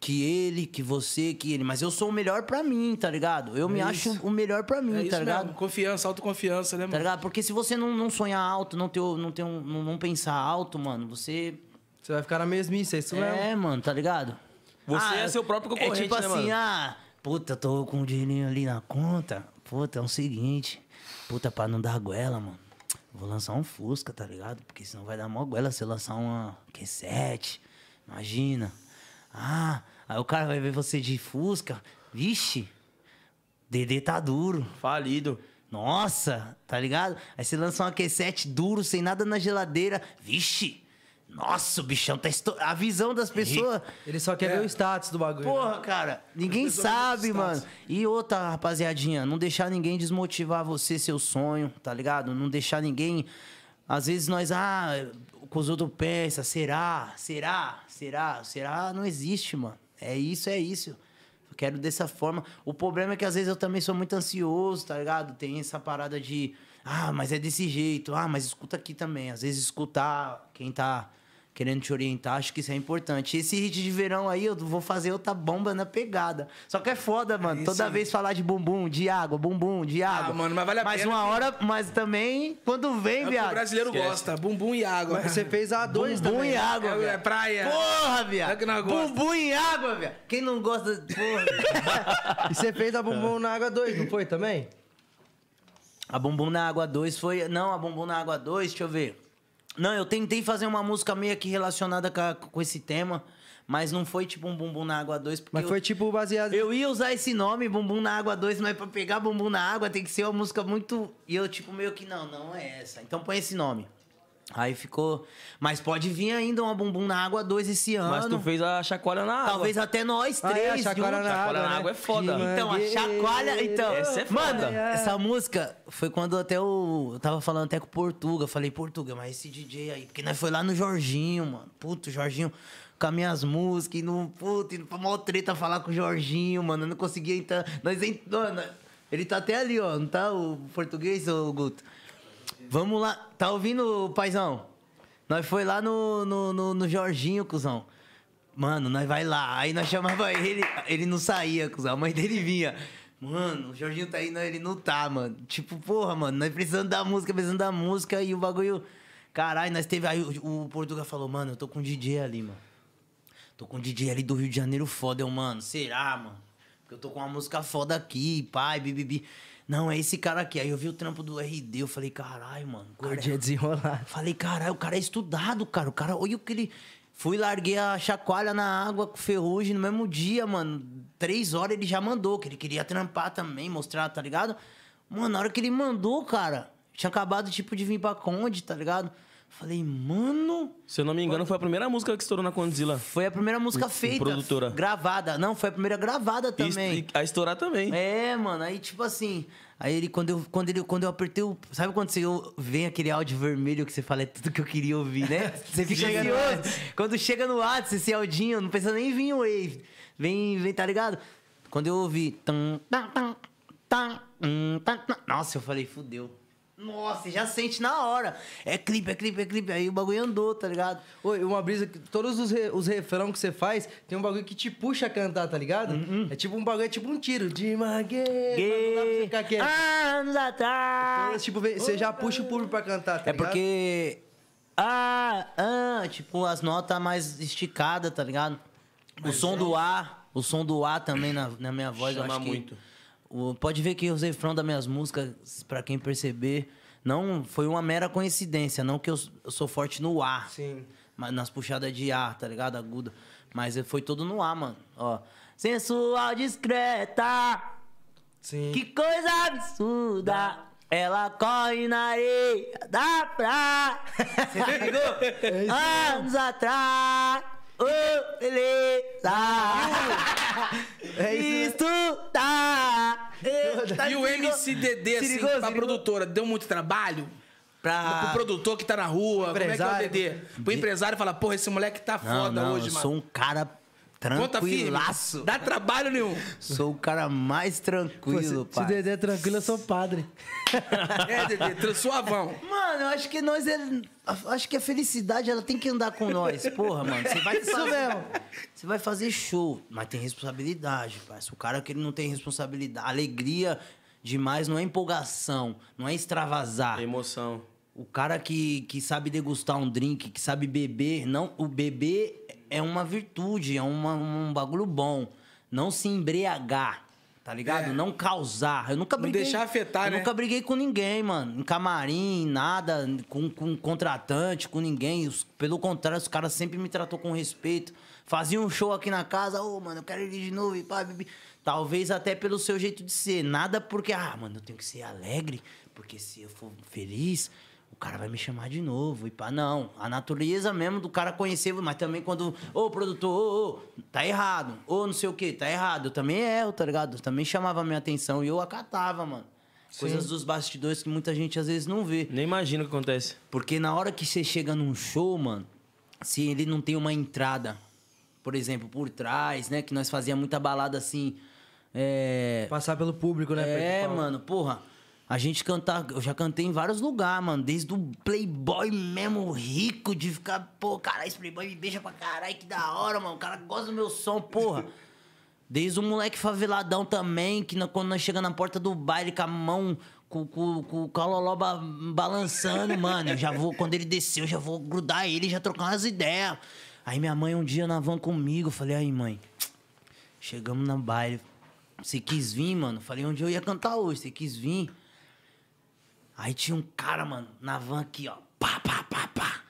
D: que ele, que você, que ele, mas eu sou o melhor pra mim, tá ligado? Eu me acho o melhor pra mim,
C: É isso
D: tá ligado?
C: mesmo. Confiança, autoconfiança, né,
D: Tá
C: mano?
D: ligado? Porque se você não, não sonhar alto, não, ter, o- não, ter um, não, não pensar alto, mano, você.
A: Você vai ficar na mesmice, é isso mesmo.
D: É, mano, tá ligado?
B: Você é seu próprio concorrente,
D: É tipo
B: né,
D: assim,
B: mano?
D: ah, puta, tô com um dinheirinho ali na conta. Puta, é o seguinte. Puta, pra não dar goela, mano. Vou lançar um Fusca, tá ligado? Porque senão vai dar mó goela se eu lançar uma Q7. Imagina. Ah, aí o cara vai ver você de Fusca. Vixe, Dedê tá duro.
B: Falido.
D: Nossa, tá ligado? Aí você lança um uma Q7 duro, sem nada na geladeira. Vixe, nossa, o bichão tá estourado. A visão das pessoas.
A: Ele só quer ver o status do bagulho.
D: Porra, cara, ninguém sabe, mano. E outra, rapaziadinha, não deixar ninguém desmotivar você, seu sonho, tá ligado? Não deixar ninguém. Às vezes nós, ah, o que os outros pensam, será, será, será, será, não existe, mano. É isso, é isso. Eu quero dessa forma. O problema é que às vezes eu também sou muito ansioso, tá ligado? Tem essa parada de, ah, mas é desse jeito, ah, mas escuta aqui também. Às vezes escutar quem tá querendo te orientar, acho que isso é importante. Esse hit de verão aí, eu vou fazer outra bomba na pegada. Só que é foda, mano. Toda vez falar de bumbum, de água, bumbum, de água.
C: Ah, mano, mas vale a
D: Mais
C: pena
D: uma
C: que-
D: hora, mas também quando vem,
C: É o que o
D: viado.
C: brasileiro
B: Esquece.
C: gosta. Bumbum e água.
A: Mas Você fez a
D: Bumbum
A: dois também.
D: em água,
C: É,
D: viado.
C: é praia.
D: Porra,
C: É que não
D: viado.
C: gosta.
D: Bumbum em água, viado. Quem não gosta... Porra.
A: E você fez a bumbum na água dois, não foi também?
D: A Bumbum na Água 2 foi. Não, a Bumbum na Água 2, deixa eu ver. Não, eu tentei fazer uma música meio que relacionada com, a- com esse tema, mas não foi tipo um Bumbum na Água 2. Porque
A: Mas foi tipo baseado.
D: eu, eu ia usar esse nome, Bumbum na Água 2, mas pra pegar Bumbum na Água tem que ser uma música muito. E eu, tipo, meio que não, não é essa. Então põe esse nome. Aí ficou. Mas pode vir ainda uma bumbum na água 2 esse ano.
B: Mas tu fez a chacoalha na água.
D: Talvez até nós
A: Ah,
D: três.
A: é, a chacoalha
D: juntos.
A: na
B: Chacoalha
A: água,
B: na
A: né?
B: água é foda.
A: De
D: Então, a chacoalha. Então,
B: Essa é foda.
D: mano,
A: É.
D: essa música foi quando até o. Eu tava falando até com o Portuga. eu Falei, Portuga, mas esse DJ aí. Porque nós foi lá no Jorginho, mano. Puto, Jorginho. Com as minhas músicas, e não. Puta, indo pra mó treta falar com o Jorginho, mano. Eu não conseguia entrar. Nós entramos. Ele tá até ali, ó. Não tá o português, ô Guto? Vamos lá. Tá ouvindo, paizão? Nós foi lá no, no, no, no Jorginho, cuzão. Mano, nós vai lá. Aí nós chamava ele, ele não saía, cuzão. A mãe dele vinha. Mano, o Jorginho tá aí, não, ele não tá, mano. Tipo, porra, mano, nós precisando da música, precisando da música e o bagulho. Caralho, nós teve. Aí o, o Portuga falou, mano, eu tô com um DJ ali, mano. Tô com um DJ ali do Rio de Janeiro foda, eu, mano. Será, mano? Porque eu tô com uma música foda aqui, pai, bibibi. Não, é esse cara aqui. Aí eu vi o trampo do RD, eu falei, caralho, mano. o cara é
A: Gordinha desenrolada.
D: Falei, caralho, o cara é estudado, cara. O cara, olha o que ele. Fui, larguei a chacoalha na água com ferrugem no mesmo dia, mano. Três horas ele já mandou, que ele queria trampar também, mostrar, tá ligado? Mano, na hora que ele mandou, cara, tinha acabado, tipo, de vir pra Conde, tá ligado? Falei, mano.
B: Se eu não me engano, foi a primeira música que estourou na Condzilla.
D: Foi a primeira música feita.
B: produtora.
D: Gravada. Não, foi a primeira gravada
B: E
D: também.
B: est- e a estourar também.
D: É, mano, aí tipo assim, aí ele quando eu quando ele quando eu apertei o, sabe quando você ou- vem aquele áudio vermelho que você fala é tudo que eu queria ouvir, né? Você fica
A: Chega no
D: ansioso. Quando chega no WhatsApp esse áudinho, não precisa nem vir o Wave. Vem, vem, tá ligado? Quando eu ouvi tan, tan, tan, tan, hum, tan, tan, nossa, eu falei, fudeu. Nossa, você já sente na hora. É clipe, é clipe, é clipe. Aí o bagulho andou, tá ligado?
A: Oi, uma brisa que todos os, re, os refrão que você faz tem um bagulho que te puxa a cantar, tá ligado? É tipo um bagulho, é tipo um tiro de magueira. Não dá pra você ficar
D: Ah,
A: quieto.
D: Anos atrás.
A: Então, Tipo, você já puxa o público pra cantar, tá
D: É
A: ligado?
D: porque. Ah, ah, tipo, as notas mais esticadas, tá ligado? o
A: é
D: som do A, o som do A também na, na minha voz, eu
B: Chama
D: acho que-
B: muito.
D: o- pode ver que os refrão das minhas músicas, pra quem perceber, não foi uma mera coincidência, não que eu, s- eu sou forte no A.
A: Sim.
D: Mas nas puxadas de ar, tá ligado? Aguda. Mas foi todo no ar, mano. Ó. Sensual discreta,
A: Sim.
D: que coisa absurda! Ela corre na areia da praia. Você pegou? Anos atrás. Ô, beleza!
A: É isso,
D: Estudar!
C: né?
D: Tá
C: e o MCDD, assim,
D: ligou,
C: pra
D: se ligou?
C: produtora, deu muito trabalho? Pro
D: Pra...
C: produtor que tá na rua, como é que é o
A: Empresário.
C: DD? Pro empresário fala, porra, esse moleque tá
D: Não,
C: foda
D: não,
C: hoje,
D: eu
C: mano.
D: sou um cara
C: Conta firme.
D: tranquilaço.
C: Dá trabalho nenhum.
D: Sou o cara mais
A: Pô,
D: tranquilo,
A: se, se o
D: pai.
A: Dedé é tranquilo, eu sou padre.
C: É, Dedê, suavão.
D: Mano, eu acho que nós. é- Acho que a felicidade ela tem que andar com nós. Porra, mano. Você vai Isso mesmo. Você vai fazer show, mas tem responsabilidade, parceiro. O cara que ele não tem responsabilidade. Alegria demais não é empolgação, não é extravasar.
B: A emoção.
D: O cara que, que sabe degustar um drink, que sabe beber, não, o beber é uma virtude, é uma- um bagulho bom. Não se embriagar, tá ligado? Não causar. Eu nunca
C: É. Não
D: briguei.
C: deixar afetar,
D: eu
C: né?
D: nunca briguei com ninguém, mano. Em camarim, nada, com, com um contratante, com ninguém. Os- pelo contrário, os caras sempre me tratou com respeito. Fazia um show aqui na casa, ô, mano, eu quero ir de novo e pá, bibi. Talvez até pelo seu jeito de ser. Nada porque, ah, mano, eu tenho que ser alegre, porque se eu for feliz, o cara vai me chamar de novo. E pá, não. A natureza mesmo do cara conhecer, mas também quando, ô produtor, ô, ô, tá errado. Ô, não sei o quê, tá errado. Eu também erro, tá ligado? Eu também chamava a minha atenção e eu acatava, mano. Coisas dos bastidores que muita gente às vezes não vê.
B: Nem imagino o que acontece.
D: Porque na hora que você chega num show, mano, se ele não tem uma entrada, por exemplo, por trás, né? Que nós fazia muita balada assim. É,
A: Passar pelo público, né?
D: é,
A: Pedro?
D: mano, porra. A gente cantar, eu já cantei em vários lugares, mano. Desde o Playboy mesmo, rico, de ficar, pô, caralho, esse Playboy me beija pra caralho, que da hora, mano. O cara gosta do meu som, porra. Desde o moleque faveladão também, que na- quando nós chega na porta do baile com a mão, com, com, com, com a loloba balançando, mano. Eu já vou, quando ele desceu, eu já vou grudar ele e já trocar umas ideias. Aí minha mãe um dia na van comigo, eu falei, aí, mãe, Chegamos na baile. Você quis vir, mano? Falei onde eu ia cantar hoje. Você quis vir? Aí tinha um cara, mano, na van aqui, ó. Pá, pá, pá, pá.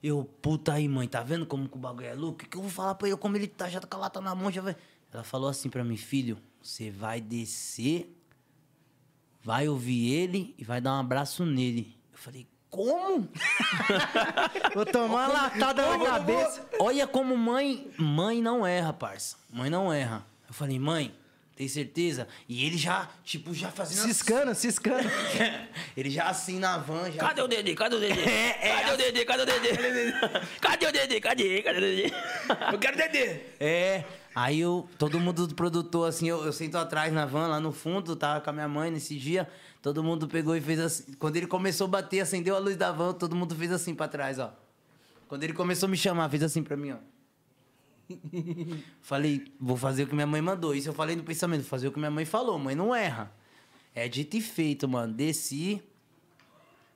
D: Eu, puta aí, mãe, tá vendo como que o bagulho é louco? O que, que eu vou falar pra ele? Como ele tá, já tá com a lata na mão, já vai. Ela falou assim pra mim, filho, você vai descer, vai ouvir ele e vai dar um abraço nele. Eu falei, como?
A: Vou tomar uma latada na cabeça.
D: Olha como mãe. Mãe não erra, parça. Mãe não erra. Eu falei, mãe, tem certeza? E ele já, tipo, já fazendo. assim-
A: Ciscando, ciscando.
D: ele já assim na van, já. É,
B: Cadê o Dedê? Cadê o Dedê? Cadê o Dedê? Cadê o Dedê? Cadê o Dedê? Cadê? Cadê o Dedê?
C: Eu quero Dedê.
D: É. Aí eu, todo mundo do produtor, assim, eu, eu sento atrás na van, lá no fundo, tava com a minha mãe nesse dia. Todo mundo pegou e fez assim. Quando ele começou a bater, acendeu a luz da van, todo mundo fez assim pra trás, ó. Quando ele começou a me chamar, fez assim pra mim, ó. Falei, vou fazer o que minha mãe mandou. Isso eu falei no pensamento, vou fazer o que minha mãe falou, mãe não erra. É dito e feito, mano. Desci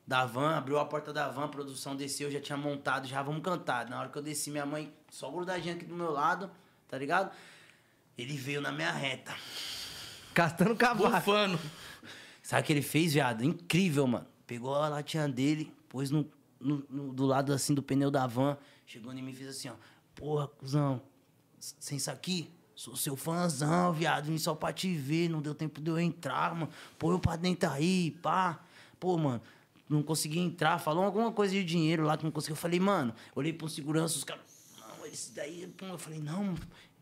D: da van, abriu a porta da van, a produção desceu, já tinha montado, já vamos cantar. Na hora que eu desci, minha mãe só grudadinha aqui do meu lado, tá ligado? Ele veio na minha reta.
A: Catando cavaco.
C: Bufano.
D: Sabe o que ele fez, viado? Incrível, mano. Pegou a latinha dele, pôs no, no- no- do lado assim do pneu da van, chegou em mim e fez assim, ó. Porra, cuzão, s- sem isso aqui? Sou seu fãzão, viado. Vim só pra te ver, não deu tempo de eu entrar, mano. Pô, eu pra dentro tá aí, pá. Pô, mano, não consegui entrar. Falou alguma coisa de dinheiro lá que não conseguiu. Eu falei, mano, olhei pro segurança, os caras. Não, esse daí. pum, Eu falei, não.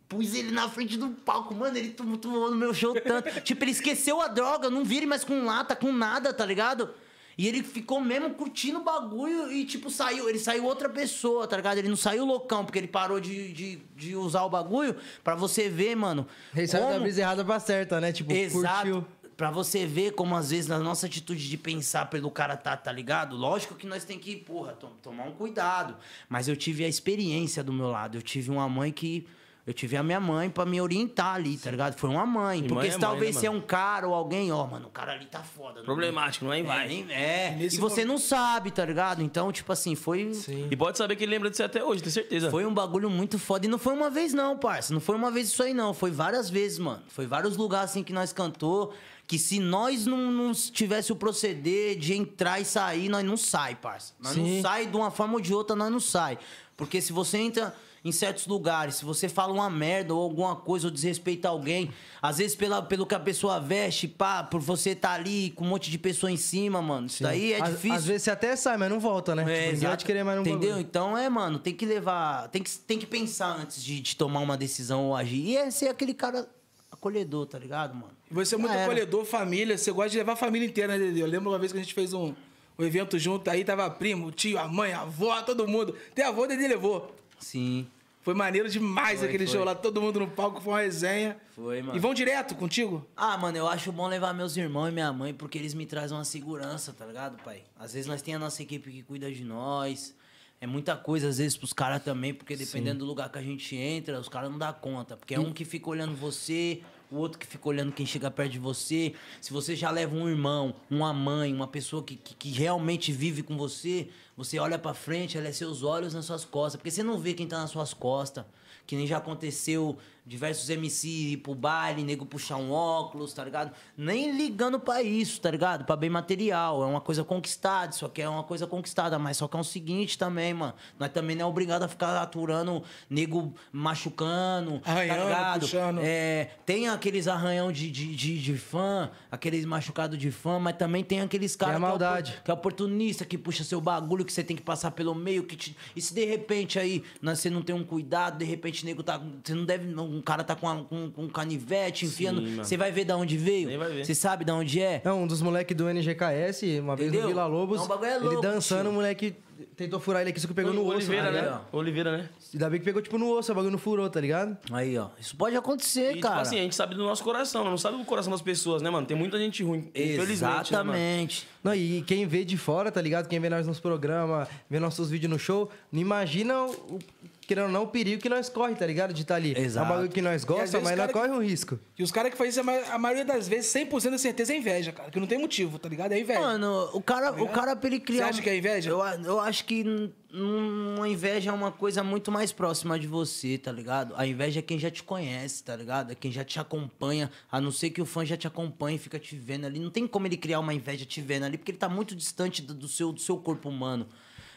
D: Pus ele na frente do palco, mano. Ele tumultuou no meu show tanto. tipo, ele esqueceu a droga, não vire mais com lata, com nada, tá ligado? E ele ficou mesmo curtindo o bagulho e, tipo, saiu. Ele saiu outra pessoa, tá ligado? Ele não saiu loucão, porque ele parou de, de, de usar o bagulho pra você ver, mano.
A: Ele saiu da
D: como-
A: brisa errada pra certa, né? Tipo,
D: Exato.
A: curtiu.
D: Pra você ver como, às vezes, na nossa atitude de pensar pelo cara tá, tá ligado? Lógico que nós tem que, porra, to- tomar um cuidado. Mas eu tive a experiência do meu lado. Eu tive uma mãe que. Eu tive a minha mãe pra me orientar ali, tá ligado? Foi uma mãe.
B: mãe
D: Porque
B: é
D: se
B: mãe,
D: talvez
B: né,
D: se é
B: mano?
D: um cara ou alguém, ó, mano, o cara ali tá foda. não-
B: Problemático, não é?
D: É,
B: Vai.
D: nem- é.
C: Nesse
D: e você não sabe, tá ligado? Então, tipo assim, foi.
B: E pode saber que ele lembra de você até hoje, tenho certeza.
D: Foi um bagulho muito foda. E não foi uma vez, não, parça. Não foi uma vez isso aí, não. Foi várias vezes, mano. Foi vários lugares assim que nós cantou. Que se nós não, não tivesse o proceder de entrar e sair, nós não sai, parça. Nós não sai de uma forma ou de outra, nós não sai. Porque se você entra em certos lugares, se você fala uma merda ou alguma coisa ou desrespeita alguém, às vezes pela, pelo que a pessoa veste, pá, por você estar tá ali com um monte de pessoa em cima, mano. Isso daí é
A: Às-
D: difícil.
A: Às vezes você até sai, mas não volta, né?
D: É,
A: tipo, ninguém vai
D: exato.
A: te querer mais no
D: Entendeu?
A: bagulho.
D: Então é, mano, tem que levar. Tem que, tem que pensar antes de, de tomar uma decisão ou agir. E é ser aquele cara acolhedor, tá ligado, mano?
C: Você é
D: Já
C: muito
D: era.
C: acolhedor, família. Você gosta de levar a família inteira, né, Dedê? Eu lembro uma vez que a gente fez um, um evento junto, aí tava primo, tio, a mãe, a avó, todo mundo. Até a avó, o Dedê levou.
D: Sim.
C: Foi maneiro demais
D: Foi,
C: aquele
D: foi.
C: show lá, todo mundo no palco, foi uma resenha.
D: Foi, mano.
C: E vão direto contigo?
D: Ah, mano, eu acho bom levar meus irmãos e minha mãe porque eles me trazem uma segurança, tá ligado, pai? Às vezes nós tem a nossa equipe que cuida de nós. É muita coisa, às vezes, pros caras também, porque dependendo do lugar que a gente entra, os caras não dão conta. Porque é um que fica olhando você, o outro que fica olhando quem chega perto de você. Se você já leva um irmão, uma mãe, uma pessoa que, que, que realmente vive com você, você olha pra frente, ela é seus olhos nas suas costas. Porque você não vê quem tá nas suas costas. Que nem já aconteceu diversos MC ir pro baile, nego puxar um óculos, tá ligado? Nem ligando pra isso, tá ligado? Pra bem material. É uma coisa conquistada, só que é uma coisa conquistada. Mas só que é o seguinte também, mano. Nós também não é obrigado a ficar aturando nego machucando,
C: Arranhando,
D: tá ligado?
C: puxando.
D: É, tem aqueles arranhão de, de, de, de fã, aqueles machucados de fã, mas também tem aqueles caras. que é
A: maldade.
D: opor- que é oportunista, que puxa seu bagulho, que você tem que passar pelo meio, que te- E se de repente aí né, você não tem um cuidado, de repente nego tá. com- Você não deve. não, Um cara tá com, a- com, com um canivete enfiando.
B: mano.
D: Você vai ver da onde veio?
B: Nem vai ver.
D: Você sabe da onde é?
A: Não, um dos moleques do NGKS, uma vez no
D: Entendeu?
A: Vila Lobos,
D: Não, o bagulho é
A: ele
D: louco,
A: dançando,
D: tio.
A: o moleque tentou furar ele aqui, só que pegou no osso.
B: Oliveira,
A: tá ligado?
B: né? Oliveira, né?
A: Ainda bem que pegou, tipo, no osso, o bagulho não furou, tá ligado?
D: Aí, ó. Isso pode
B: E,
D: acontecer,
B: tipo
D: cara.
B: assim, a gente sabe do nosso coração, não sabe do coração das pessoas, né, mano? Tem muita gente ruim, infelizmente, né, mano?
D: Exatamente.
A: Não, e quem vê de fora, tá ligado? Quem vê nós nos programas, vê nossos vídeos no show, não imagina, o, o- querendo ou não, o perigo que nós corre, tá ligado? De estar ali. É
D: Exato.
A: um bagulho que nós
C: E às
A: gosta,
C: vezes
A: mas nós
C: o cara que-
A: corre um risco.
C: E os caras que fazem isso, a ma- a maioria das vezes, 100% da certeza é inveja, cara. Que não tem motivo, tá ligado? É inveja. Tá
D: Mano, o cara, o cara pra ele criar. um
C: Você acha que é inveja?
D: Eu, a- eu acho que n- n- uma inveja é uma coisa muito mais próxima de você, tá ligado? A inveja é quem já te conhece, tá ligado? É quem já te acompanha. A não ser que o fã já te acompanhe e fica te vendo ali. Não tem como ele criar uma inveja te vendo ali, porque ele tá muito distante do, do seu, do seu corpo humano.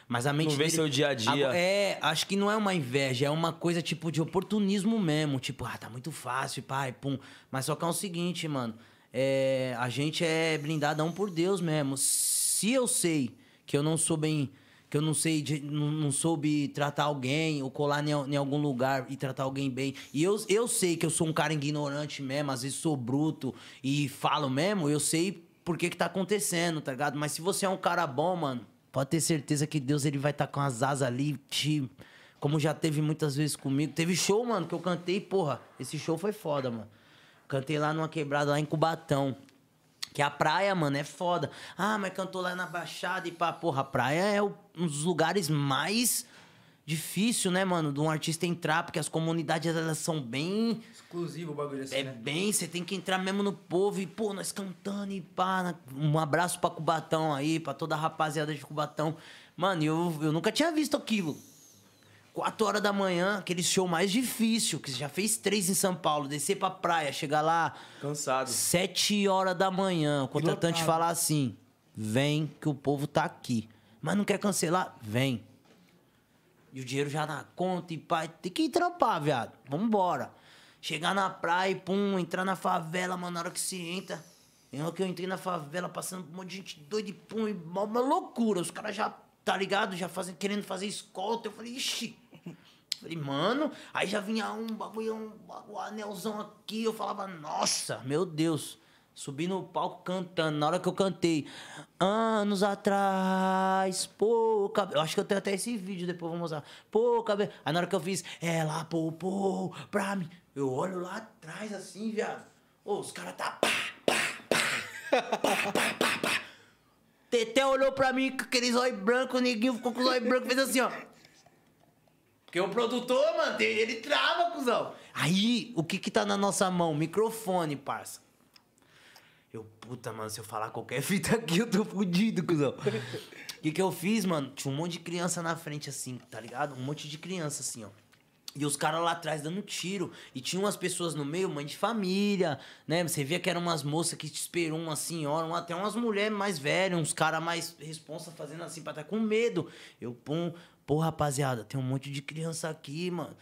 D: Mas a mente
B: vê
D: dele-
B: seu dia a dia.
D: Agora- é, acho que não é uma inveja, é uma coisa tipo de oportunismo mesmo. Tipo, ah, tá muito fácil, pai, pum. Mas só que é o seguinte, mano. é, a gente é blindadão por Deus mesmo. Se eu sei que eu não sou bem. Que eu não sei, de- não, não soube tratar alguém ou colar em, al- em algum lugar e tratar alguém bem. E eu, eu sei que eu sou um cara ignorante mesmo, às vezes sou bruto e falo mesmo, eu sei por que que tá acontecendo, tá ligado? Mas se você é um cara bom, mano, pode ter certeza que Deus ele vai estar com as asas ali te. Como já teve muitas vezes comigo. Teve show, mano, que eu cantei, porra. Esse show foi foda, mano. Cantei lá numa quebrada lá em Cubatão. Que a praia, mano, é foda. Ah, mas cantou lá na Baixada e pá, porra, a praia é o- um dos lugares mais difícil, né, mano, de um artista entrar, porque as comunidades elas são bem
E: Exclusivo o bagulho assim,
D: é
E: né?
D: bem, você tem que entrar mesmo no povo e, pô, nós cantando e pá. na- Um abraço pra Cubatão aí, pra toda a rapaziada de Cubatão. Mano, eu, eu nunca tinha visto aquilo. Quatro horas da manhã, aquele show mais difícil, que você já fez três em São Paulo, descer pra praia, chegar lá.
B: Cansado.
D: Sete horas da manhã, o contratante
C: Lotado.
D: falar assim: vem que o povo tá aqui. Mas não quer cancelar? Vem. E o dinheiro já na conta e pai, tem que ir trampar, viado. Vambora. Chegar na praia, e, pum, entrar na favela, mano, na hora que se entra. Eu hora que eu entrei na favela, passando por um monte de gente doida e pum, e uma, uma loucura. Os caras já, tá ligado? Já fazendo, querendo fazer escolta. Eu falei, ixi. Falei, mano, aí já vinha um bagulho, um bagulho, anelzão aqui. Eu falava, nossa, meu Deus. Subi no palco cantando. Na hora que eu cantei, anos atrás, pouca. Eu acho que eu tenho até esse vídeo, depois eu vou mostrar. Pouca vez. Aí na hora que eu fiz, ela poupou pra mim. Eu olho lá atrás assim, viado. Ô, os caras tá pá, pá, Teté olhou pra mim com aqueles olhos brancos, o neguinho ficou com os olhos brancos, fez assim, ó. Porque o produtor, mano, tem- ele trava, cuzão. Aí, o que que tá na nossa mão? Microfone, parça. Eu, puta, mano, se eu falar qualquer fita aqui, eu tô fudido, cuzão. O que que eu fiz, mano? Tinha um monte de criança na frente, assim, tá ligado? Um monte de criança, assim, ó. E os caras lá atrás dando tiro. E tinha umas pessoas no meio, mãe de família, né? Você via que eram umas moças que te esperou, uma senhora, um- até umas mulheres mais velhas, uns caras mais responsa fazendo assim pra estar com medo. Eu, pum, pô, rapaziada, tem um monte de criança aqui, mano.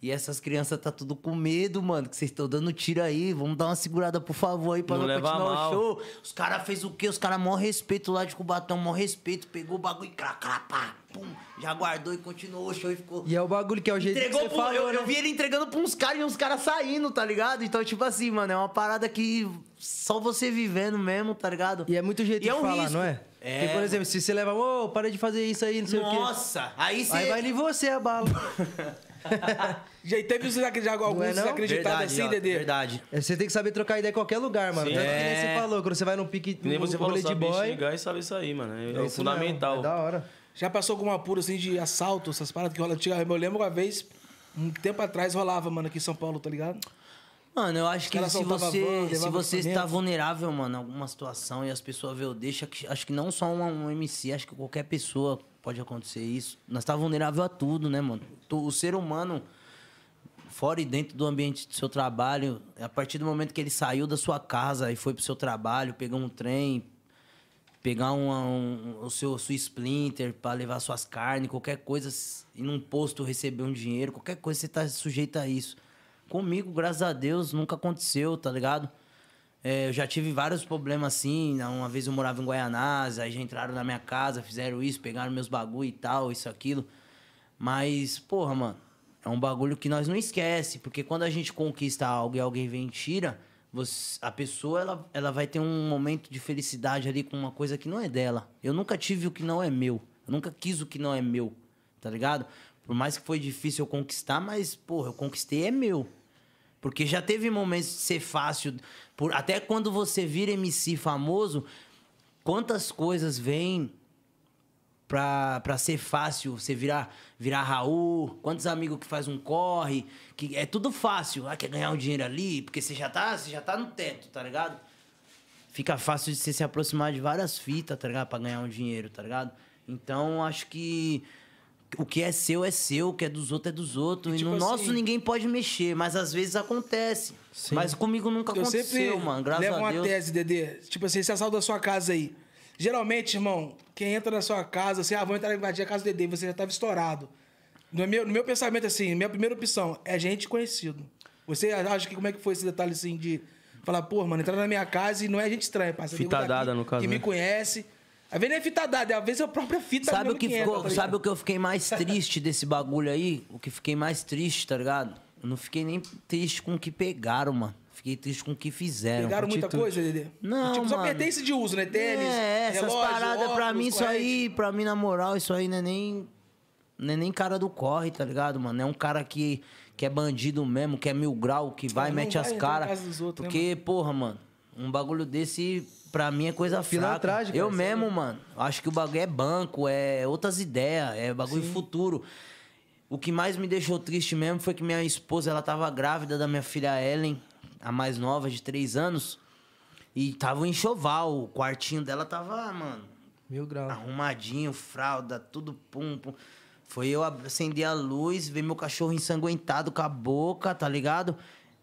D: E essas crianças tá tudo com medo, mano, que vocês estão dando tiro aí. Vamos dar uma segurada, por favor, aí, pra
B: Não
D: não,
B: leva
D: continuar
B: mal.
D: o show. Os caras fez o quê? Os caras, maior respeito lá de Cubatão, maior respeito. Pegou o bagulho e crá, crá, pá, pum. Já guardou e continuou o show e ficou...
A: E é o bagulho que é o jeito
D: Entregou
A: que você
D: pro-
A: falou,
D: eu,
A: né?
D: eu vi ele entregando pra uns caras e uns caras saindo, tá ligado? Então, tipo assim, mano, é uma parada que só você vivendo mesmo, tá ligado?
A: E é muito jeito
D: E
A: de
D: um
A: falar,
D: risco.
A: não é?
D: É.
A: Porque, por exemplo, se você leva, ô, para de fazer isso aí, não sei o quê.
D: Nossa, aí você...
A: Aí vai em você a bala.
C: Já teve os desacre- já alguns
A: Não é, não?
C: desacreditados assim,
D: ó,
C: Dedê?
D: Verdade.
A: É, Você tem que saber trocar ideia em qualquer lugar, mano.
B: Sim.
A: Tanto que
D: É.
A: nem você falou, quando você vai num pique
B: Que nem
A: num
B: você falou,
A: rolê de
B: sabe
A: boy.
B: enxergar e saber sair, mano. É,
A: é
B: o
A: isso
B: fundamental.
A: mesmo, é da hora.
C: Já passou algum apuro assim de assalto, essas paradas que rola antigamente? Eu lembro uma vez, um tempo atrás rolava, mano, aqui em São Paulo, tá ligado?
D: Mano, eu acho que
C: caras
D: se
C: soltavam a van,
D: você, se
C: levavam
D: você está
C: equipamento.
D: vulnerável, mano, a alguma situação e as pessoas vê o deixa, que- acho que não só um, um MC, acho que qualquer pessoa pode acontecer isso. Nós tá vulnerável a tudo, né, mano? Tu- O ser humano, fora e dentro do ambiente do seu trabalho, a partir do momento que ele saiu da sua casa e foi pro seu trabalho, pegou um trem, pegar um, um- o seu sua splinter pra levar suas carnes, qualquer coisa, s- ir num posto receber um dinheiro, qualquer coisa você tá sujeito a isso. Comigo, graças a Deus, nunca aconteceu, tá ligado? É, eu já tive vários problemas assim. na- Uma vez eu morava em Guaianás, aí já entraram na minha casa, fizeram isso, pegaram meus bagulho e tal, isso, aquilo. Mas, porra, mano, é um bagulho que nós não esquece, porque quando a gente conquista algo e alguém vem e tira, você- a pessoa ela, ela vai ter um momento de felicidade ali com uma coisa que não é dela. Eu nunca tive o que não é meu. Eu nunca quis o que não é meu, tá ligado? Por mais que foi difícil eu conquistar, mas, porra, eu conquistei é meu. Porque já teve momentos de ser fácil. Por, até quando você vira MC famoso, quantas coisas vêm pra, pra ser fácil você virar, virar Raul, quantos amigos que faz um corre, que é tudo fácil, ah, quer ganhar um dinheiro ali, porque você já tá, você já tá no teto, tá ligado? Fica fácil de você se aproximar de várias fitas, tá ligado? Pra ganhar um dinheiro, tá ligado? Então, acho que o que é seu é seu, o que é dos outros é dos outros. E,
C: tipo
D: no
C: assim-
D: nosso ninguém pode mexer, mas às vezes acontece. Mas comigo nunca
C: Eu
D: aconteceu,
C: sempre
D: mano. Graças
C: levo
D: a
C: uma
D: Deus.
C: tese, Dedê. Tipo assim, esse assalto da sua casa aí. Geralmente, irmão, quem entra na sua casa, assim, ah, vou entrar e invadir a casa do Dedê, você já tava estourado. No meu, no meu pensamento, assim, minha primeira opção é gente conhecido. Você acha que como é que foi esse detalhe, assim, de falar, pô, mano, entrar na minha casa e não é gente estranha, parceiro.
B: Fita
C: Nego daqui
B: dada, no caso,
C: Que me
B: né?
C: conhece. Às vezes nem é fita dada, às vezes é a própria fita
D: Sabe o que
C: 1500,
D: ficou,
C: tá ligado?
D: sabe o que eu fiquei mais triste desse bagulho aí? O que fiquei mais triste, tá ligado? Eu não fiquei nem triste com o que pegaram, mano. Fiquei triste com o que fizeram.
C: Pegaram
D: com a
C: muita
D: atitude.
C: coisa, Dedê?
D: Não,
C: Tipo, só
D: mano.
C: pertence de uso, né? Tênis,
D: É, essas
C: relógio,
D: paradas pra
C: óculos,
D: mim, isso
C: corrente.
D: aí, pra mim, na moral, isso aí não é nem. Não é nem cara do corre, tá ligado, mano? É um cara que, que é bandido mesmo, que é mil grau, que vai,
C: Não
D: mete
C: vai
D: as
C: entrar na
D: caras.
C: casa dos outros, né,
D: Porque, porra, mano, um bagulho desse, pra mim, é coisa fraca.
A: Pilantragem, cara,
D: Eu
A: isso
D: mesmo, mano, acho que o bagulho é banco, é outras ideias, é bagulho futuro. O que mais me deixou triste mesmo foi que minha esposa, ela tava grávida da minha filha Ellen, a mais nova, de três anos. E tava um enxoval, o quartinho dela tava, mano,
A: Mil
D: Ah,
A: graus.
D: arrumadinho, fralda, tudo pum, pum. Foi eu ab- acender a luz, ver meu cachorro ensanguentado com a boca, tá ligado?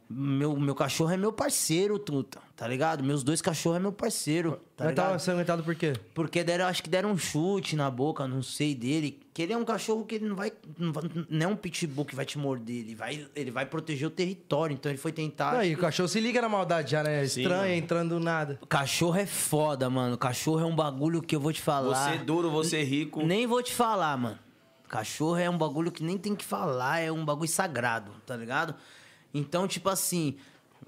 D: Meu, meu cachorro é meu parceiro, Tuta, tá ligado? Meus dois cachorros é meu parceiro, tá
A: Mas tava
D: ligado?
A: sanguentado por quê?
D: Porque deram, acho que deram um chute na boca, não sei dele. Que ele é um cachorro que ele não vai. Não, vai- não é um pitbull que vai te morder, ele vai, ele vai proteger o território. Então ele foi tentar.
A: Não, e o cachorro se liga na maldade já, né?
B: Sim,
A: Estranho,
B: mano.
A: entrando do nada.
D: Cachorro é foda, mano. Cachorro é um bagulho que eu vou te falar.
B: Você é duro, você rico.
D: Nem vou te falar, mano. Cachorro é um bagulho que nem tem que falar, é um bagulho sagrado, tá ligado? Então, tipo assim,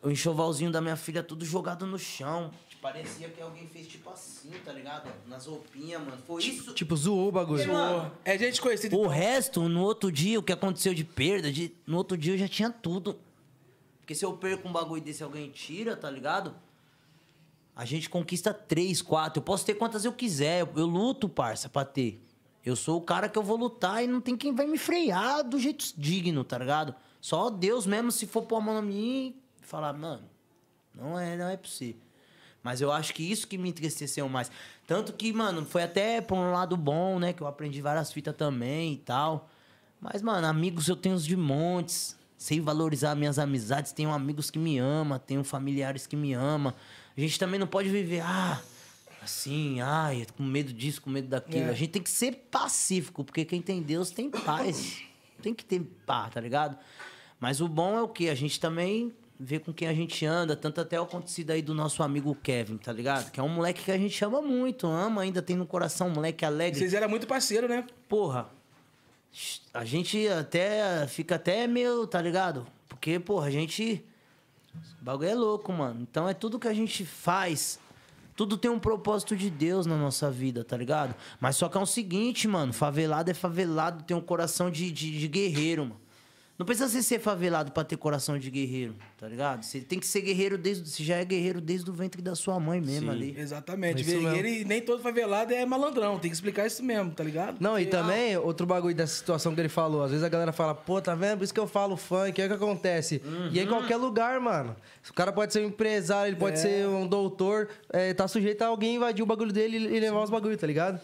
D: o enxovalzinho da minha filha é tudo jogado no chão. Tipo, Parecia que alguém fez tipo assim, tá ligado? Nas roupinhas, mano. Foi isso.
A: Tipo, zoou o bagulho.
C: Pô, É gente conhecida.
D: O resto, no outro dia, o que aconteceu de perda, de- no outro dia eu já tinha tudo. Porque se eu perco um bagulho desse, alguém tira, tá ligado? A gente conquista três, quatro. Eu posso ter quantas eu quiser. Eu, eu luto, parça, pra ter. Eu sou o cara que eu vou lutar e não tem quem vai me frear do jeito digno, tá ligado? Só Deus mesmo, se for pôr a mão na minha e falar, mano, não é, não é possível. Mas eu acho que isso que me entristeceu mais. Tanto que, mano, foi até por um lado bom, né? Que eu aprendi várias fitas também e tal. Mas, mano, amigos eu tenho os de montes. Sei valorizar minhas amizades. Tenho amigos que me amam, tenho familiares que me amam. A gente também não pode viver, ah, assim, ai, com medo disso, com medo daquilo.
C: É.
D: A gente tem que ser pacífico, porque quem tem Deus tem paz. Tem que ter paz, tá ligado? Mas o bom é o que? A gente também vê com quem a gente anda, tanto até o acontecido aí do nosso amigo Kevin, tá ligado? Que é um moleque que a gente ama muito, ama ainda, tem no coração um moleque alegre.
C: Vocês eram muito parceiro, né?
D: Porra, a gente até fica até meio, tá ligado? Porque, porra, a gente. O bagulho é louco, mano. Então é tudo que a gente faz. Tudo tem um propósito de Deus na nossa vida, tá ligado? Mas só que é o seguinte, mano. Favelado é favelado, tem um coração de, de, de guerreiro, mano. Não precisa você ser favelado pra ter coração de guerreiro, tá ligado? Você tem que ser guerreiro desde. Você já é guerreiro desde o ventre da sua mãe mesmo
B: Sim.
D: ali.
C: Exatamente.
A: Isso mesmo.
C: Ele, nem todo favelado é malandrão. Tem que explicar isso mesmo, tá ligado?
A: Não, e também, outro bagulho dessa situação que ele falou. Às vezes a galera fala, pô, tá vendo? Por isso que eu falo funk, é o que acontece. E é em
D: Uhum.
A: qualquer lugar, mano. O cara pode ser um empresário, ele pode
D: É.
A: ser um doutor, é, tá sujeito a alguém invadir o bagulho dele e levar os bagulhos, tá ligado?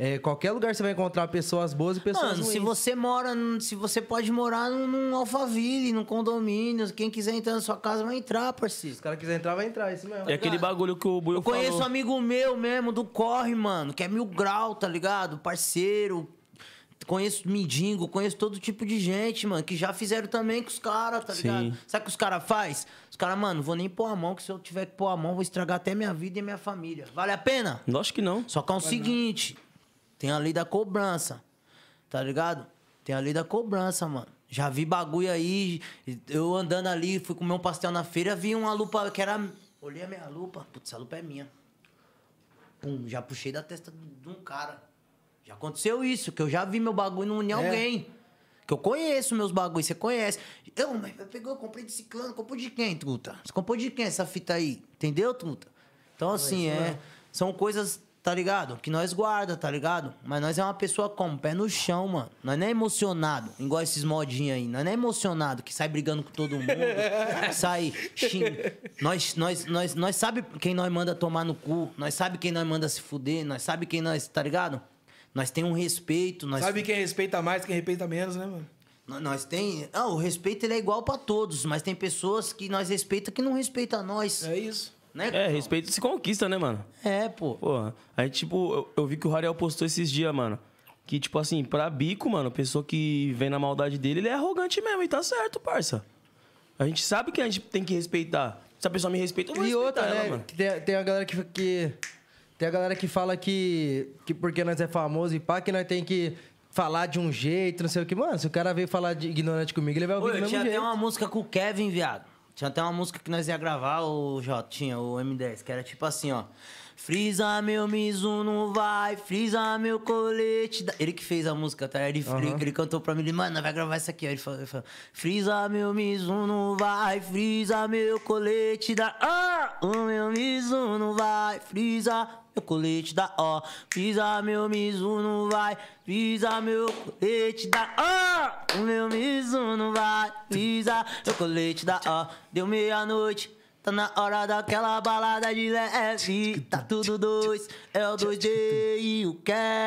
A: É, qualquer lugar você vai encontrar pessoas boas e pessoas
D: Mano,
A: ruins.
D: se você mora, num- se você pode morar num, num Alphaville, num condomínio, quem quiser entrar na sua casa vai entrar, parceiro.
A: Se o cara quiser entrar, vai entrar, é isso mesmo.
B: É aquele bagulho que o Buio
D: Eu conheço um
B: falou.
D: amigo meu mesmo, do Corre, mano, que é mil grau, tá ligado? Parceiro. Conheço mendigo, conheço todo tipo de gente, mano, que já fizeram também com os caras, tá
B: Sim.
D: ligado? Sabe o que os caras faz? Os caras, mano, vou nem pôr a mão, que se eu tiver que pôr a mão, vou estragar até minha vida e minha família. Vale a pena?
B: Lógico que não.
D: Só que é o seguinte, tem a lei da cobrança, tá ligado? Tem a lei da cobrança, mano. Já vi bagulho aí, eu andando ali, fui comer um pastel na feira, vi uma lupa que era... Olhei a minha lupa, putz, essa lupa é minha. Pum, já puxei da testa de de um cara. Já aconteceu isso, que eu já vi meu bagulho
B: É.
D: não unir alguém. Que eu conheço meus bagulhos, você conhece. Eu, mas pegou, eu comprei de ciclano, comprou de quem, truta? Você comprou de quem essa fita aí? Entendeu, truta? Então, assim, é. São coisas, tá ligado? Que nós guarda, tá ligado? Mas nós é uma pessoa com pé no chão, mano. Nós não é emocionado, igual esses modinhos aí. Nós não é emocionado que sai brigando com todo mundo, sai xing... nós, nós, nós, nós sabe quem nós manda tomar no cu, nós sabe quem nós manda se fuder, nós sabe quem nós, tá ligado? Nós tem um respeito, nós
C: Sabe quem respeita mais, quem respeita menos, né, mano?
D: Nó- Nós tem. Ah, o respeito ele é igual pra todos, mas tem pessoas que nós respeita que não respeita nós.
C: É isso.
D: Né?
B: É, respeito se conquista, né, mano?
D: É, pô.
B: Porra, a gente, tipo, eu, eu vi que o Rariel postou esses dias, mano. Que, tipo assim, pra bico, mano, pessoa que vem na maldade dele, ele é arrogante mesmo, e tá certo, parça. A gente sabe que a gente tem que respeitar. Se a pessoa me respeita, eu vou
A: E
B: respeitar
A: outra,
B: ela,
A: né?
B: mano.
A: que Tem, tem a galera que, que Tem a galera que fala que, que porque nós é famoso e pá, que nós tem que falar de um jeito, não sei o que. Mano, se o cara veio falar de ignorante comigo, ele vai
D: Ô,
A: ouvir do
D: eu
A: mesmo
D: tinha até
A: jeito.
D: uma música com o Kevin, viado. Tinha até uma música que nós ia gravar, o Jotinha, o M10, que era tipo assim, ó. Frisa meu Mizuno vai, frisa meu colete. da-" Ele que fez a música, tá? Ele, ele, ele cantou pra mim, ele, mano, vai gravar isso aqui. Aí ele falou, ele falou frisa meu Mizuno vai, frisa meu colete da... Ah, o meu Mizuno vai, frisa meu colete da ó. Pisa meu Mizuno vai, pisa meu colete da ó. O meu Mizuno vai, pisa meu colete da ó. Deu meia-noite, tá na hora daquela balada de leve. Tá tudo dois, é o 2D e o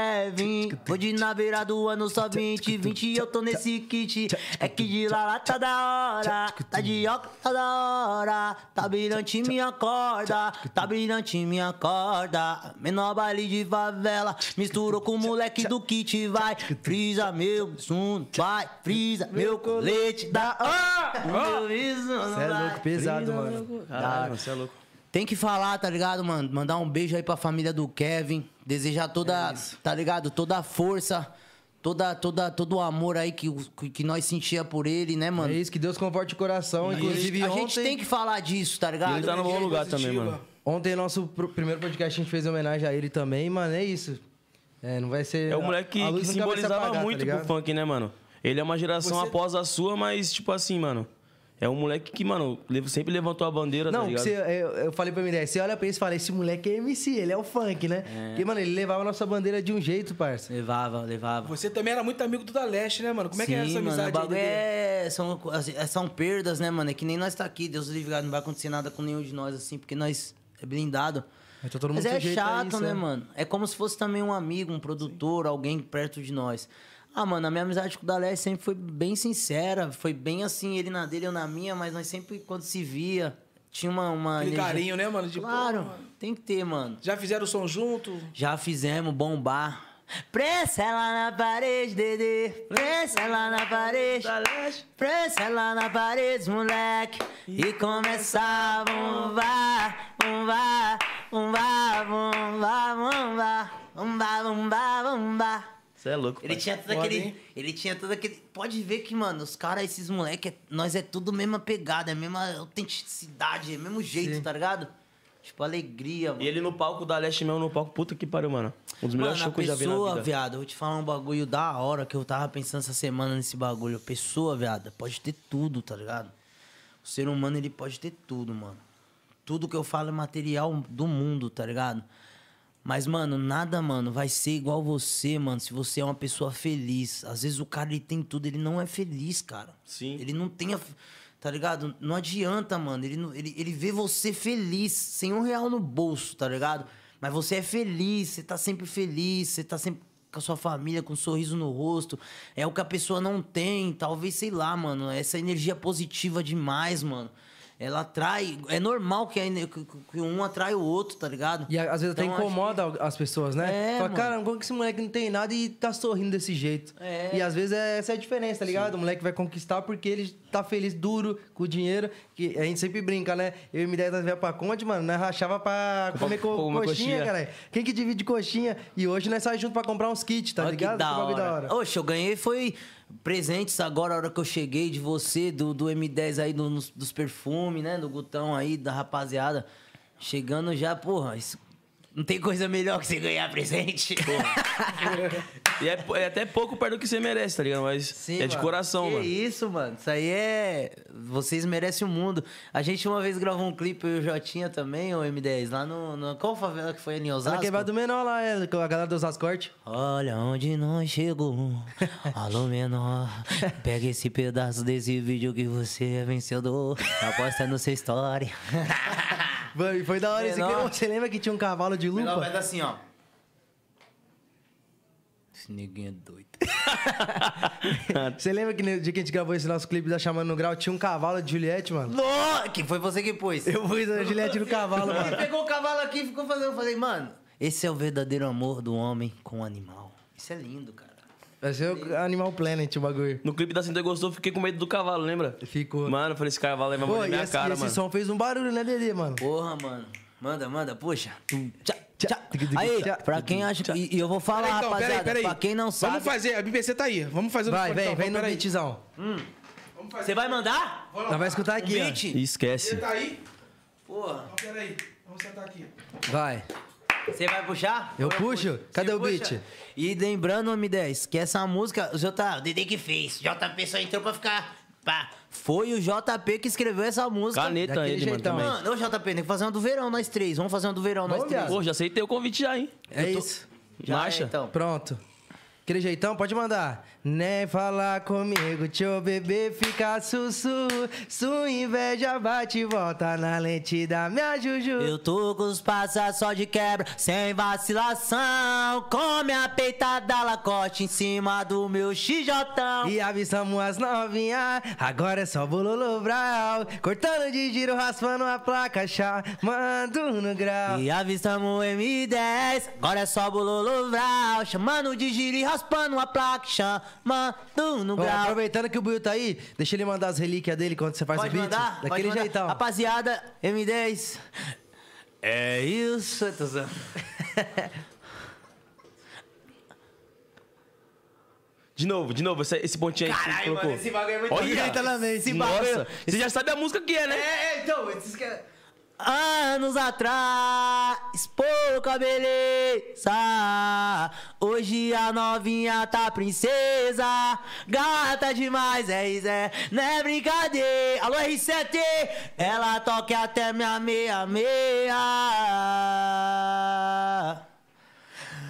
D: Kevin. Hoje na beira do ano só 20, 20 eu tô nesse kit. É que de lá lá tá da hora, tá de ó tá da hora. Tá brilhante minha corda, tá brilhante minha corda. Menor baile de favela, misturou com o moleque do kit, vai. Frisa meu zoom, vai. Frisa meu colete, ah! da hora.
A: Ah! Cê é louco, pesado, mano.
B: Caralho, você é louco.
D: Tem que falar, tá ligado, mano? Mandar um beijo aí pra família do Kevin. Desejar
A: É
D: toda, tá ligado? Toda a força, toda, toda, todo o amor aí que, o- que- que nós sentia por ele, né, mano?
A: É isso, que Deus conforte o coração. Inclusive,
D: a
A: ontem...
D: gente tem que falar disso, tá ligado?
B: E ele tá no bom lugar também,
C: Positiva.
B: mano.
A: Ontem, nosso pr- primeiro podcast, a gente fez homenagem a ele também, mano. É isso. É, não vai ser.
B: É um
A: a-
B: moleque
A: a
B: que,
A: luz
B: que
A: nunca vai se
B: simbolizava
A: apagar, tá
B: muito
A: ligado?
B: pro funk, né, mano? Ele é uma geração
C: Você-
B: após a sua, mas, tipo assim, mano. É um moleque que, mano, lev- sempre levantou a bandeira, tá
A: Não,
B: ligado?
A: você, é, eu, eu falei pra Mirella, você olha pra ele e fala, esse moleque é MC, ele é o funk, né? Porque, mano, ele levava a nossa bandeira de um jeito, parça.
D: Levava, levava.
C: Você também era muito amigo do da Leste, né, mano? Como é que é essa
D: Sim, mano,
C: amizade
D: o bagulho
C: aí, Dedê?
D: é, são, assim, é- são perdas, né, mano? É que nem nós tá aqui, Deus livre, não vai acontecer nada com nenhum de nós, assim, porque nós é blindado.
A: Mas tá todo
D: Mas
A: mundo
D: é
A: sujeito a
D: chato,
A: isso,
D: né,
A: né?
D: mano? É como se fosse também um amigo, um produtor, alguém perto de nós. Ah, mano, a minha amizade com o Dalé sempre foi bem sincera, foi bem assim, ele na dele, eu na minha, mas nós sempre, quando se via, tinha uma. uma
C: Aquele
D: energia-
C: carinho, né, mano? De, pô,
D: Claro,
C: mano.
D: tem que ter, mano.
C: Já fizeram o som junto?
D: Já fizemos bombar. Pressa ela na parede, Dedê. Pressa ela na parede. Pressa ela na parede, moleque. E começa a bombar, bombar, bombar, bombar, bombar, bombar, bombar, bombar.
B: Você é louco.
D: Ele
B: pai.
D: tinha todo
C: Foda,
D: aquele.
C: hein?
D: Ele tinha todo aquele. Pode ver que, mano, os caras, esses moleque, é- nós é tudo mesma pegada, é mesma autenticidade, é mesmo jeito, tá ligado? Tipo, alegria, mano.
B: E ele no palco da Leste mesmo, no palco, puta que pariu, mano. Um dos melhores
D: Mano,
B: shows que eu já vi na
D: pessoa,
B: vida.
D: viado, eu vou te falar um bagulho da hora que eu tava pensando essa semana nesse bagulho. Pessoa, viado, pode ter tudo, tá ligado? O ser humano, ele pode ter tudo, mano. Tudo que eu falo é material do mundo, tá ligado? Mas, mano, nada, mano, vai ser igual você, mano, se você é uma pessoa feliz. Às vezes o cara, ele tem tudo, ele não é feliz, cara.
B: Sim.
D: Ele não tem a... Tá ligado? Não adianta, mano. Ele, não- ele, ele vê você feliz, sem um real no bolso, tá ligado? Mas você é feliz, você tá sempre feliz, você tá sempre com a sua família, com um sorriso no rosto. É o que a pessoa não tem, talvez, sei lá, mano. Essa energia positiva demais, mano. Ela atrai. É normal que, a ener- que- que- que um atrai o outro, tá ligado?
A: E a- às vezes
D: Então,
A: até
D: acho
A: incomoda as pessoas, né?
D: É,
A: Fala,
D: mano.
A: caramba, como que esse moleque não tem nada e tá sorrindo desse jeito?
D: É.
A: E às vezes é, essa é a diferença, tá ligado? O moleque vai conquistar porque ele tá feliz, duro, com o dinheiro. Que a gente sempre brinca, né? Eu e me nós viemos pra Conde, mano, nós rachava pra comer co coxinha,
B: comer coxinha.
A: cara. Quem que divide coxinha? E hoje nós saímos junto pra comprar uns kits, tá
D: Olha
A: ligado?
D: Que da
A: bagulho
D: hora. Oxe, eu ganhei foi presentes agora, a hora que eu cheguei de você, do, do M10 aí, do- nos- dos perfumes, né? Do Gutão aí, da rapaziada. Chegando já, porra, isso- não tem coisa melhor que você ganhar presente.
B: E é, é até pouco perto do que você merece, tá ligado? Mas
D: Sim,
B: é de
D: mano.
B: coração,
D: que
B: mano.
D: isso, mano. Isso aí é. Vocês merecem o mundo. A gente uma vez gravou um clipe, eu e o Jotinha também, o M10, lá no. no- Qual favela que foi ali em
A: Na
D: Osasco?
A: quebrada do Tá menor lá, é, com a galera dos Ascorte.
D: Olha onde nós chegou. Alô, menor. Pega esse pedaço desse vídeo que você é vencedor. Aposta no seu story.
A: Foi, foi da hora esse
D: Menor.
A: clipe. Você lembra que tinha um cavalo de lupa?
D: assim, ó. Esse neguinho é doido.
A: Você lembra que no dia que a gente gravou esse nosso clipe da Chamando no Grau, tinha um cavalo de Juliette, mano?
D: Boa! Que foi você que pôs.
A: Eu pus a Juliette no cavalo,
D: Ele
A: mano.
D: pegou o cavalo aqui e ficou fazendo. Eu falei, mano, esse é o verdadeiro amor do homem com o animal. Isso é lindo, cara.
A: Vai ser o Animal Planet o bagulho.
B: No clipe da Cinta Gostou, eu fiquei com medo do cavalo, lembra?
A: Ficou.
B: Mano, eu falei, esse cavalo é uma
A: Pô,
B: na
A: e
B: minha
A: esse,
B: cara,
A: esse
B: mano.
A: som fez um barulho, né, Dedê, mano?
D: Porra, mano. Manda, manda, puxa. Tchá, Tchá. Aí, pra quem acha. E, e eu vou falar,
C: Peraí, então,
D: rapaziada.
C: peraí, peraí.
D: Pra quem não sabe.
C: Vamos fazer, a BBC tá aí. Vamos fazer o
A: Vai,
C: fone,
A: vem,
C: então,
A: vem no
C: peraí.
A: beatzão.
C: Vamos fazer.
D: Você vai mandar?
A: Nós vai escutar aqui,
D: Um
A: ó.
D: beat?
B: E esquece.
C: Você tá aí?
D: Porra.
C: Então, peraí. Vamos sentar aqui.
A: Vai.
D: Você vai puxar?
A: Eu
D: Ou
A: puxo? Cadê
D: Você
A: o beat?
D: puxa? E lembrando, M10, que essa música, o J, o Dede que fez. JP só entrou pra ficar. Pá. Foi o JP que escreveu essa música.
B: Caneta
A: Daquele
B: ele, mano,
A: jeitão.
B: também.
D: Mano, ô JP, tem que fazer uma do verão, nós três. Vamos fazer uma do verão, nós
A: Vamos,
D: três.
A: viado.
B: Pô, já aceitei o convite já, hein?
A: É isso.
D: Já é,
B: Marcha.
D: então.
A: Pronto. Aquele jeitão, pode mandar. Nem falar comigo, tio bebê fica sussu. Sua inveja bate e volta na lente da minha juju.
D: Eu tô com os passos só de quebra, sem vacilação. Come a peitada lacote em cima do meu xijotão.
A: E avisamos as novinha, agora é só bololo brau. Cortando de giro, raspando a placa, chamando no grau.
D: E avistamos o M10, agora é só bololo vral, chamando de giro e raspando a placa, chamando no
A: Ó,
D: grau.
A: aproveitando que o Buiu tá aí, deixa ele mandar as relíquias dele quando você faz o
D: Pode
A: beat.
D: mandar?
A: Daquele
D: Pode mandar.
A: jeitão.
D: Rapaziada, M10. É isso, eu tô zoando.
B: De novo, de novo, esse, esse pontinho aí que você
D: Caralho,
B: colocou.
D: mano, esse bagulho é muito
B: Olha,
D: Esse bagulho.
B: Nossa, você já sabe a música que é, né?
D: É, então, esses caras. Anos atrás, pouca beleza. Hoje a novinha tá princesa. Gata demais, é isso, é. Não é brincadeira. Alô, R7. Ela toca até minha meia-meia.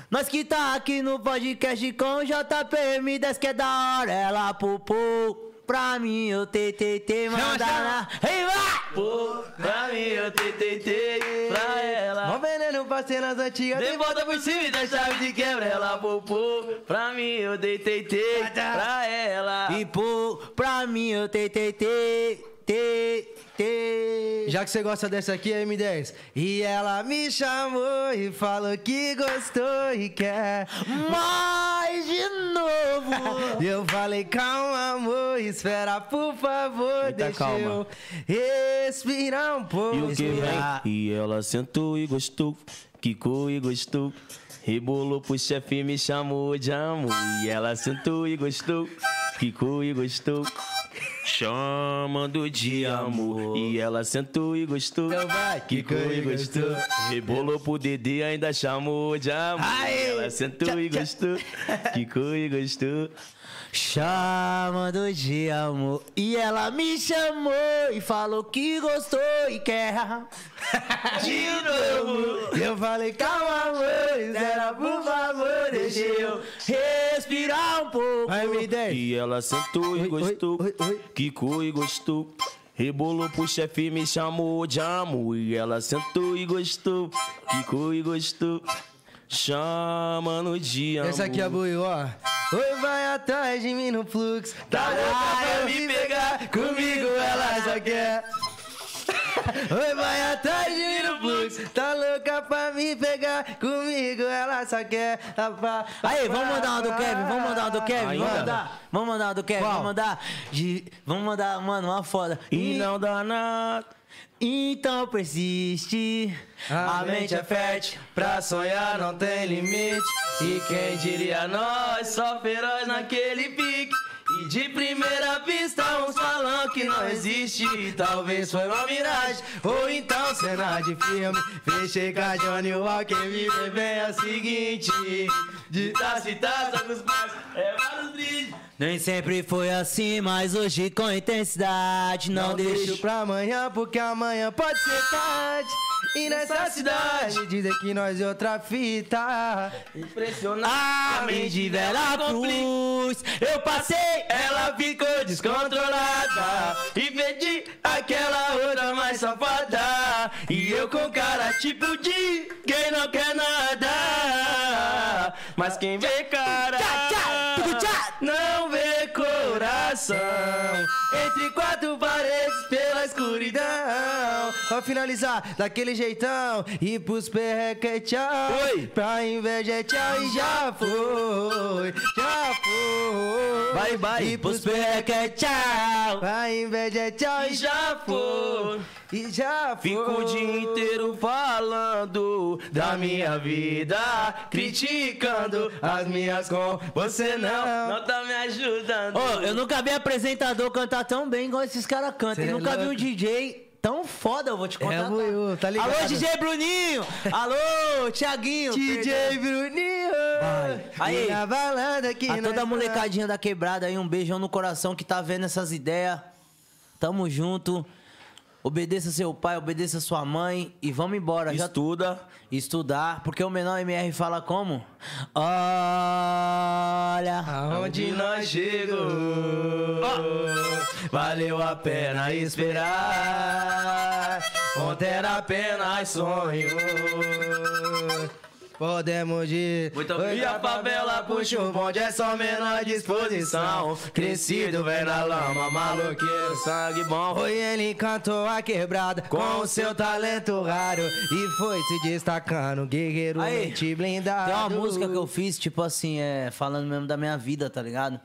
D: Nós que tá aqui no podcast com o JPM 10 que é da hora, ela popô. Pra mim eu TTT manda na. Ei, vai!
B: Pô, pra mim eu tentei, pra ela.
A: Mó veneno pra cenas antigas.
B: Dei volta por cima e da chave de quebra, ela popou. Pra mim eu deitei,
D: É, tá.
B: pra ela.
D: E pô, pra mim eu TTT. TT.
A: Já que você gosta dessa aqui, é M10. E ela me chamou e falou que gostou e quer.
D: Mais de novo.
A: E eu falei, calma, amor, espera, por favor,
B: Muita
A: deixa
B: calma.
A: eu respirar um pouco.
B: E o que
D: Respirar.
B: vem? E ela sentou e gostou, quicou e gostou. Rebolou pro chefe e me chamou de amor. E ela sentou e gostou, quicou e gostou. Chamando de amor. E ela sentou e gostou.
A: Então vai,
B: Quicou e gostou. Rebolou pro Dedê, ainda chamou de amor.
D: Aê!
B: E ela sentou e
D: Tchá, tchá.
B: gostou. Quicou e gostou.
D: Chamando de amor. E ela me chamou e falou que gostou e quer. De novo.
A: Eu falei, calma, amor, espera, por favor, deixa eu.
D: respirar um pouco.
A: Vai, M10.
B: E ela sentou e
A: Oi,
B: gostou,
A: oi, oi, oi.
B: quicou e gostou. Rebolou pro chefe e me chamou de amor. E ela sentou e gostou, quicou e gostou. Chamando de amor.
A: Essa aqui é a Buiu, ó. Oi, vai atrás de mim no fluxo. Tá louca pra me pegar, comigo ela só quer. Oi, vai atrás de mim no fluxo. Tá louca pra me pegar, comigo ela só quer. Rapá,
D: Aí, vamos mandar uma do Kevin, vamos mandar uma do Kevin, vamos
B: Ainda?
D: mandar. Vamos mandar uma do Kevin,
A: Qual?
D: vamos mandar. De, vamos mandar, mano, uma foda.
B: E não dá nada.
D: Então persiste.
A: A mente é fértil, pra sonhar não tem limite. E quem diria nós, só feroz naquele pique. E de primeira vista uns falam que não existe. Talvez foi uma miragem, ou então cena de filme. Vem chegar Johnny Walker, me vê bem é o seguinte. De tá taça em taça com os pais, é vários brindes.
D: Nem sempre foi assim, mas hoje com intensidade. Não,
A: Não
D: deixo
A: deixo pra amanhã, porque amanhã pode ser tarde. E nessa cidade dizem que nós é outra fita.
D: pra mim de Vera Cruz. Eu passei,
A: Ela ficou descontrolada E pedi aquela outra mais safada E eu com cara tipo de quem não quer nada Mas quem vê cara
D: Tchá, tchá, tucu, tchá.
A: Não vê coração Entre quatro paredes pela na escuridão. Pra finalizar daquele jeitão. E pros perreca é tchau.
B: Oi.
A: Pra inveja é tchau e já foi. Já foi.
B: Bye, bye.
A: E pros
B: Pros perreca é tchau.
A: Pra inveja é tchau e
B: E
A: já
B: já
A: foi.
B: foi.
A: E já foi.
B: Fico o dia inteiro falando da minha vida, criticando as minhas com você não, não tá me ajudando.
D: Ó, eu nunca vi apresentador cantar tão bem igual esses caras cantam.
A: Cê é
D: Eu nunca vi um
A: louco.
D: DJ tão foda, eu vou te contar.
A: Buiú, tá ligado?
D: Alô, DJ Bruninho! Alô, Thiaguinho!
A: DJ Bruninho.
D: Aí.
A: E na balada que
D: A
A: nós
D: toda
A: tá.
D: a molecadinha da quebrada aí, um beijão no coração que tá vendo essas ideias. Tamo junto. Obedeça seu pai, obedeça sua mãe e vamos embora. Já
B: Estuda.
D: estudar, porque o menor MR fala como? Olha.
A: Aonde nós chegou. É
B: Valeu a pena esperar. Ontem era apenas sonho.
A: Podemos ir.
D: Muito
A: Oi,
B: E a favela puxa o bonde, é só menor disposição. Crescido, velho na lama, maloqueiro, sangue bom.
A: Oi, ele encantou a quebrada com o seu talento raro e foi se destacando, guerreiro
D: Aí.
A: mente blindado.
D: Tem uma música que eu fiz, tipo assim, é falando mesmo da minha vida, tá ligado?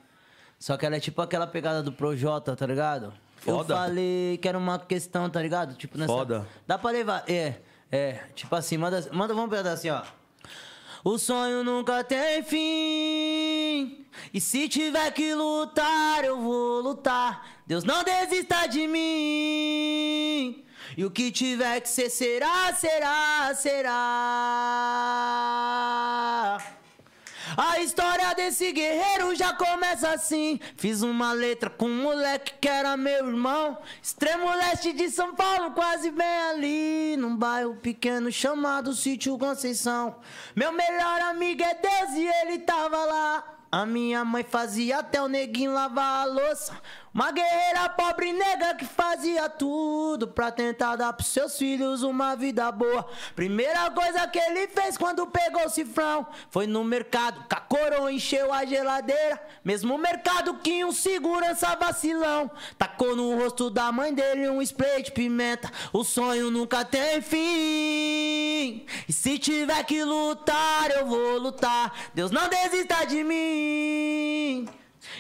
D: Só que ela é tipo aquela pegada do Projota, tá ligado?
B: Foda.
D: Eu falei que era uma questão, tá ligado? Tipo nessa.
B: Foda.
D: Dá pra levar. É, é. Tipo assim, manda, manda vamos pegar assim, ó. O sonho nunca tem fim. E se tiver que lutar, eu vou lutar. Deus não desista de mim. E o que tiver que ser, será, será, será. A história desse guerreiro já começa assim. Fiz uma letra com um moleque que era meu irmão. Extremo leste de São Paulo, quase bem ali. Num bairro pequeno chamado Sítio Conceição. Meu melhor amigo é Deus e ele tava lá. A minha mãe fazia até o neguinho lavar a louça. Uma guerreira pobre e negra que fazia tudo pra tentar dar pros seus filhos uma vida boa. Primeira coisa que ele fez quando pegou o cifrão foi no mercado. que a coroa encheu a geladeira. Mesmo mercado que um segurança vacilão. Tacou no rosto da mãe dele um spray de pimenta. O sonho nunca tem fim. E se tiver que lutar, eu vou lutar. Deus não desista de mim.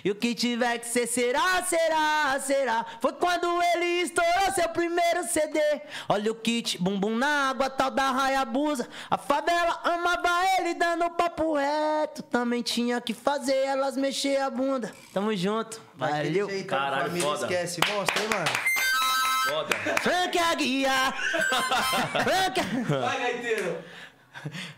D: E o que tiver que ser, será, será, será. Foi quando ele estourou seu primeiro CD. Olha o kit, bumbum na água, tal da Hayabusa. A favela amava ele, dando papo reto. Também tinha que fazer elas mexer a bunda. Tamo junto. Valeu.
B: Caralho,
A: Caralho,
B: foda.
A: esquece, monstro, hein, mano?
B: Foda.
D: Frank Aguiar. Frank Vai, gaiteiro.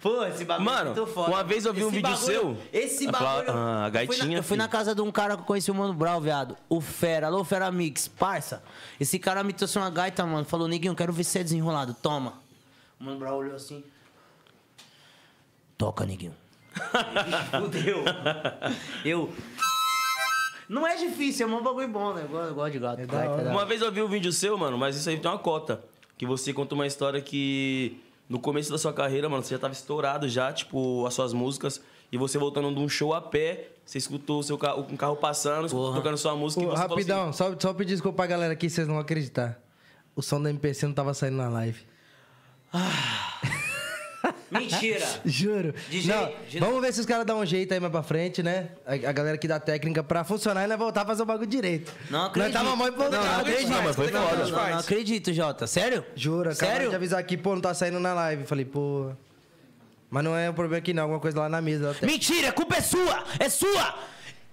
D: Pô, esse bagulho
B: Mano,
D: é muito foda.
B: uma vez eu vi um vídeo
D: bagulho-
B: seu.
D: Esse
B: A
D: bagulho...
B: pla- ah, a
D: Eu fui na- Eu fui,
B: gaitinha,
D: na,
B: filho.
D: casa de um cara que eu conheci o Mano Brown, viado. O Fera. Alô, Fera Mix. Parça, esse cara me trouxe uma gaita, mano. Falou, neguinho, quero ver você desenrolado. Toma. O Mano Brown olhou assim. Toca, neguinho. Fudeu. Eu... Não é difícil, é um bagulho bom, né? Eu gosto- eu gosto de gato. gaita,
A: hora.
D: da
B: Uma vez eu vi um vídeo seu, mano, mas isso aí tem uma cota. Que você conta uma história que no começo da sua carreira, mano, você já tava estourado já, tipo, as suas músicas. E você voltando de um show a pé, você escutou o seu ca- um carro passando, escutou tocando sua música. e
A: Ô,
B: você falou assim.
A: rapidão, só, só pedir desculpa pra galera aqui, vocês não vão acreditar. O som da MPC não tava saindo na live.
D: Mentira.
A: Juro.
D: DJ,
A: não,
D: de-
A: vamos ver se os caras dão um jeito aí mais pra frente, né? A, a galera aqui da técnica pra funcionar e nós voltar a fazer o bagulho direito.
D: Não
A: Nós
D: acredito.
A: tava mó empolgado.
D: Não, não acredito,
B: não, mas
A: é
B: foi
D: Não,
B: foda.
D: não, não, não acredito, Jota. Sério?
A: Jura, acabaram
D: Sério?
A: de avisar aqui, pô, não tá saindo na live. Falei, pô. Mas não é um problema aqui não, alguma coisa lá na mesa. Até.
D: Mentira, a culpa é sua! É sua!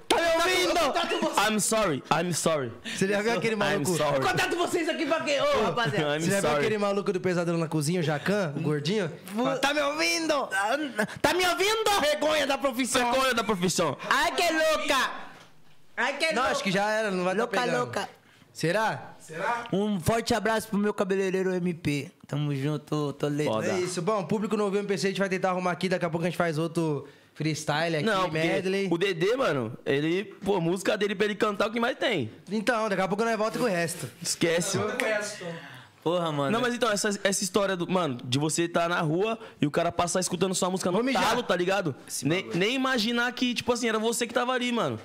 D: Tá me ouvindo?
B: assim, I'm sorry, I'm sorry.
A: Você já viu aquele
B: I'm
A: maluco?
B: sorry.
D: Contato vocês aqui pra quê? Ô, rapaziada.
A: Você já
B: I'm
A: viu aquele
B: sorry.
A: maluco do pesadelo na cozinha, o Jacan, o gordinho? Fala, Tá me ouvindo?
D: Tá, tá me ouvindo? Vergonha da profissão.
B: Vergonha da profissão.
D: Ai, que louca! Ai, que
A: Não,
D: louca!
A: acho que já era, não vai
D: Louca,
A: tá pegando.
D: louca.
A: Será?
D: Um forte abraço pro meu cabeleireiro MP. Tamo junto, Toledo.
B: Foda.
A: É isso. Bom, o público não ouviu o MPC, a gente vai tentar arrumar aqui, daqui a pouco a gente faz outro freestyle aqui,
B: Não, porque
A: medley.
B: o Dedê, mano, ele, pô, música dele pra ele cantar é o que mais tem.
A: Então, daqui a pouco nós volta com o resto.
B: Esquece.
C: então.
D: Porra, mano.
B: Não, mas então, essa, essa história do. Mano, de você estar tá na rua e o cara passar escutando sua música no
A: Vou mijar.
B: talo, tá ligado? Nem, nem imaginar que, tipo assim, era você que tava ali, mano.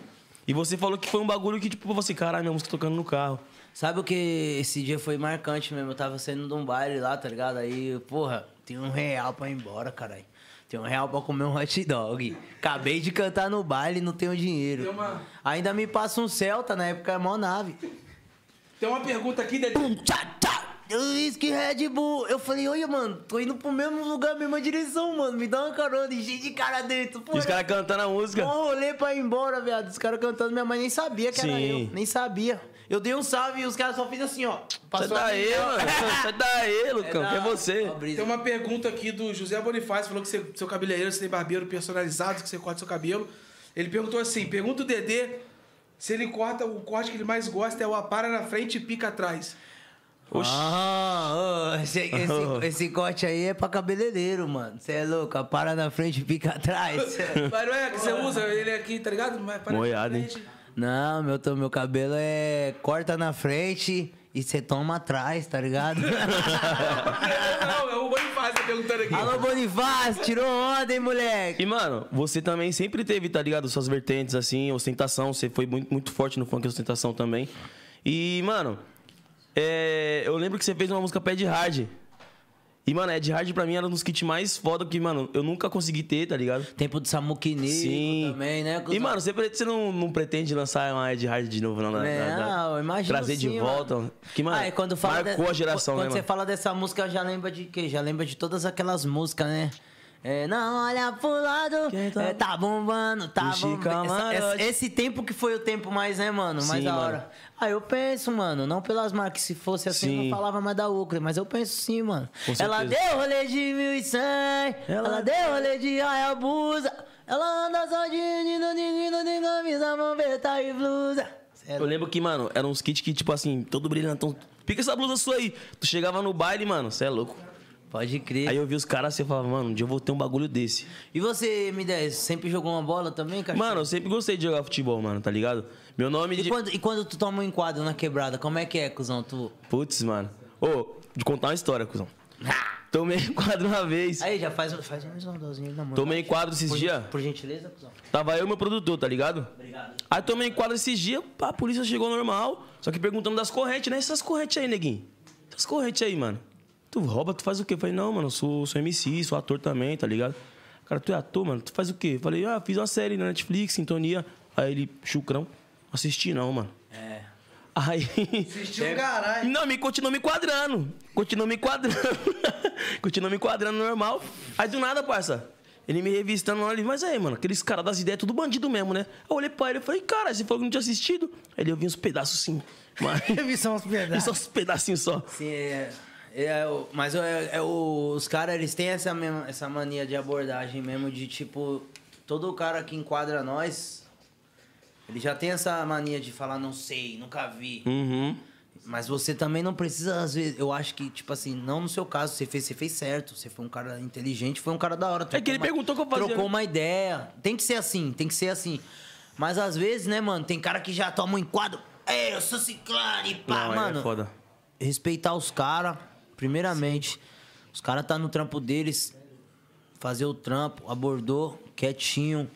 B: E você falou que foi um bagulho que, tipo, você, caralho, minha música tocando no carro.
D: Sabe o que esse dia foi marcante mesmo? Eu tava saindo de um baile lá, tá ligado? Aí, porra, tem um real pra ir embora, caralho. Tem um real pra comer um hot dog. Acabei de cantar no baile, não tenho dinheiro.
C: Tem uma-
D: Ainda me passa um Celta, na época é mó nave.
C: Tem uma pergunta aqui, Dedê.
D: Pum, tchá, tchá. Whisky Red Bull. Eu falei, olha, mano, tô indo pro mesmo lugar, mesma direção, mano. Me dá uma carona e cheio de cara dentro. Pô, é
B: E os caras cantando a música.
D: Mó rolê pra ir embora, viado. Os caras cantando, minha mãe nem sabia que era
B: Sim.
D: eu. Nem sabia. Eu dei um salve e os caras só fiz assim, ó.
B: Sai
D: Passou a
B: daí,
D: mão.
B: tá mano. Sai daí,
D: É
B: Lucão.
D: da-
B: Que é você.
D: Ó, brisa.
C: Tem uma pergunta aqui do José Bonifácio, falou que você, seu cabeleireiro, você tem barbeiro personalizado, que você corta seu cabelo. Ele perguntou assim: pergunta o Dedê se ele corta o corte que ele mais gosta, é o apara na frente e pica atrás.
D: Ah, ô, esse, esse, esse corte aí é pra cabeleireiro, mano. Você é louco, para na frente e fica atrás.
C: Mas não é que você usa ele aqui, tá ligado? Mas para
B: Moiado, hein?
D: Não, meu, to- meu cabelo é corta na frente e você toma atrás, tá ligado?
C: Não, é o Bonifácio tá perguntando aqui.
D: Alô, Bonifácio, tirou onda, hein, moleque?
B: E, mano, você também sempre teve, tá ligado? Suas vertentes, assim, ostentação. Você foi muito, muito forte no funk e ostentação também. E, mano, é, eu lembro que você fez uma música pé de hard. E, mano, é de hard pra mim era um dos kits mais foda que, mano, eu nunca consegui ter, tá ligado?
D: Tempo do Samuquini também, né?
B: E, mano, você, pre- você não, não pretende lançar uma Ed Hard de novo, não? Não,
D: Não, eu imagino
B: Trazer de
D: sim,
B: volta. um-
D: mano.
B: Que, mano,
D: Ah, e quando fala
B: marcou
D: de-
B: a geração,
D: Quando
B: né,
D: você
B: mano?
D: fala dessa música, já lembra de quê? Já lembra de todas aquelas músicas, né? É, não olha pro lado,
B: Quem tá-
D: é, tá bombando, tá
B: Puxa
D: bombando. Essa- essa-
B: camarote.
D: esse tempo que foi o tempo mais, né, mano? Mais
B: Sim,
D: da
B: mano.
D: hora. Ah, eu penso, mano, não pelas marcas, se fosse assim, eu
B: Sim.
D: não falava mais da Ucra, mas eu penso sim, mano.
B: Com
D: Ela
B: certeza.
D: deu rolê de 1100, ela,
B: Ela
D: deu rolê de Hayabusa, ela anda só de nino, nino, de camisa, bombeta e blusa. Cê é
B: Eu lembro que, mano, eram uns kits que, tipo assim, todo brilhantão. Pica essa blusa sua aí. Tu chegava no baile, mano, você é louco.
D: Pode crer.
B: Aí eu vi os caras e eu falava, mano, um dia eu vou ter um bagulho desse.
D: E você, M10, sempre jogou uma bola também, cara?
B: Mano, eu sempre gostei de jogar futebol, mano, tá ligado? Meu nome
D: e
B: de.
D: quando, e quando tu toma um enquadro na quebrada, como é que é, cuzão? Tu.
B: Putz, mano. Ô, de contar uma história, cuzão. Tomei um quadro uma vez.
D: Ah! Aí já faz, faz mais um dozinho da mão.
B: Tomei um quadro esses
D: por,
B: dias.
D: Por gentileza, cuzão.
B: Tava eu e meu produtor, tá ligado?
D: Obrigado.
B: Aí tomei um quadro esses dias, pá, a polícia chegou normal, só que perguntando das correntes, né? Essas correntes aí, neguinho. Essas correntes aí, mano. Tu rouba, tu faz o quê? Eu falei, não, mano, eu sou, sou MC, sou ator também, tá ligado? Cara, tu é ator, mano, tu faz o quê? Eu falei, ah, fiz uma série na Netflix, Sintonia. Aí ele, chucrão, não assisti não, mano.
D: É.
B: Aí.
A: Assistiu um caralho.
B: Não, me continua me enquadrando. Continua me enquadrando. continua me enquadrando normal. Aí do nada, parça. Ele me revistando lá, ele, mas aí, mano, aqueles caras das ideias, tudo bandido mesmo, né? Eu olhei pra ele e falei, cara, você falou que não tinha assistido? Aí ele, eu vi uns pedaços sim. Mas,
A: Teve só uns
B: vi
A: pedaços.
B: só uns pedacinhos só.
D: Sim, é. é o- mas é, é o- os caras, eles têm essa, mesma, essa mania de abordagem mesmo, de tipo, todo cara que enquadra nós, ele já tem essa mania de falar, não sei, nunca vi.
B: Uhum.
D: Mas você também não precisa, às vezes, eu acho que, tipo assim, não no seu caso, você fez, você fez certo, você foi um cara inteligente, foi um cara da hora.
B: É que ele
D: trocou
B: perguntou o que eu fazia,
D: Trocou
B: né?
D: uma ideia. Tem que ser assim, tem que ser assim. Mas às vezes, né, mano, tem cara que já toma um enquadro. Ei, eu sou ciclone, pá,
B: Não, aí é
D: Ah, mano.
B: foda.
D: Respeitar os caras, primeiramente. Os caras tá no trampo deles, fazer o trampo, abordou, quietinho,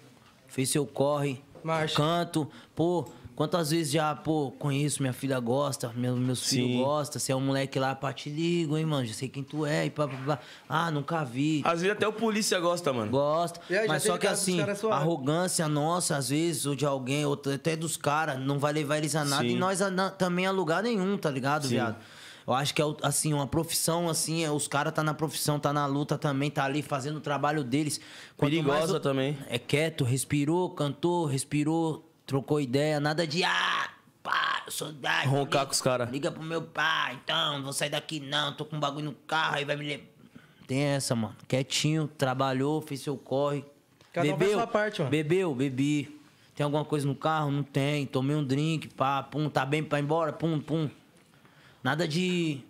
D: fez seu corre,
A: Marcha.
D: canto. Pô, quantas vezes já, pô, conheço, minha filha gosta, meu- meus
B: Sim.
D: filhos gostam, você é um moleque lá, pá, te ligo, hein, mano, já sei quem tu é, e pá, pá, pá. Ah, nunca vi.
B: Às vezes até o polícia gosta, mano.
D: Gosto,
A: E aí, já
D: mas
A: teve
D: só que
A: caso dos
D: assim,
A: caras
D: a
A: suave?
D: arrogância nossa, às vezes, ou de alguém, ou t- até dos caras, não vai levar eles a nada
B: Sim.
D: e nós a- na- também a lugar nenhum, tá ligado,
B: Sim.
D: viado? Eu acho que é o- assim, uma profissão, assim, é, os caras tá na profissão, tá na luta também, tá ali fazendo o trabalho deles. Quanto mais
B: Perigosa
D: o-
B: também.
D: É quieto, respirou, cantou, respirou, trocou ideia, nada de ah, pá, eu sou da.
B: Roncar
D: liga-
B: com os cara.
D: Liga pro meu pai, então, não vou sair daqui não, tô com um bagulho no carro, aí vai me levar. Tem essa, mano. Quietinho, trabalhou, fez seu corre.
A: Cada um faz
D: bebeu,
A: sua parte, mano.
D: Bebeu, bebi. Tem alguma coisa no carro? Não tem. Tomei um drink, pá, pum, tá bem pra ir embora, pum, pum. Nada de.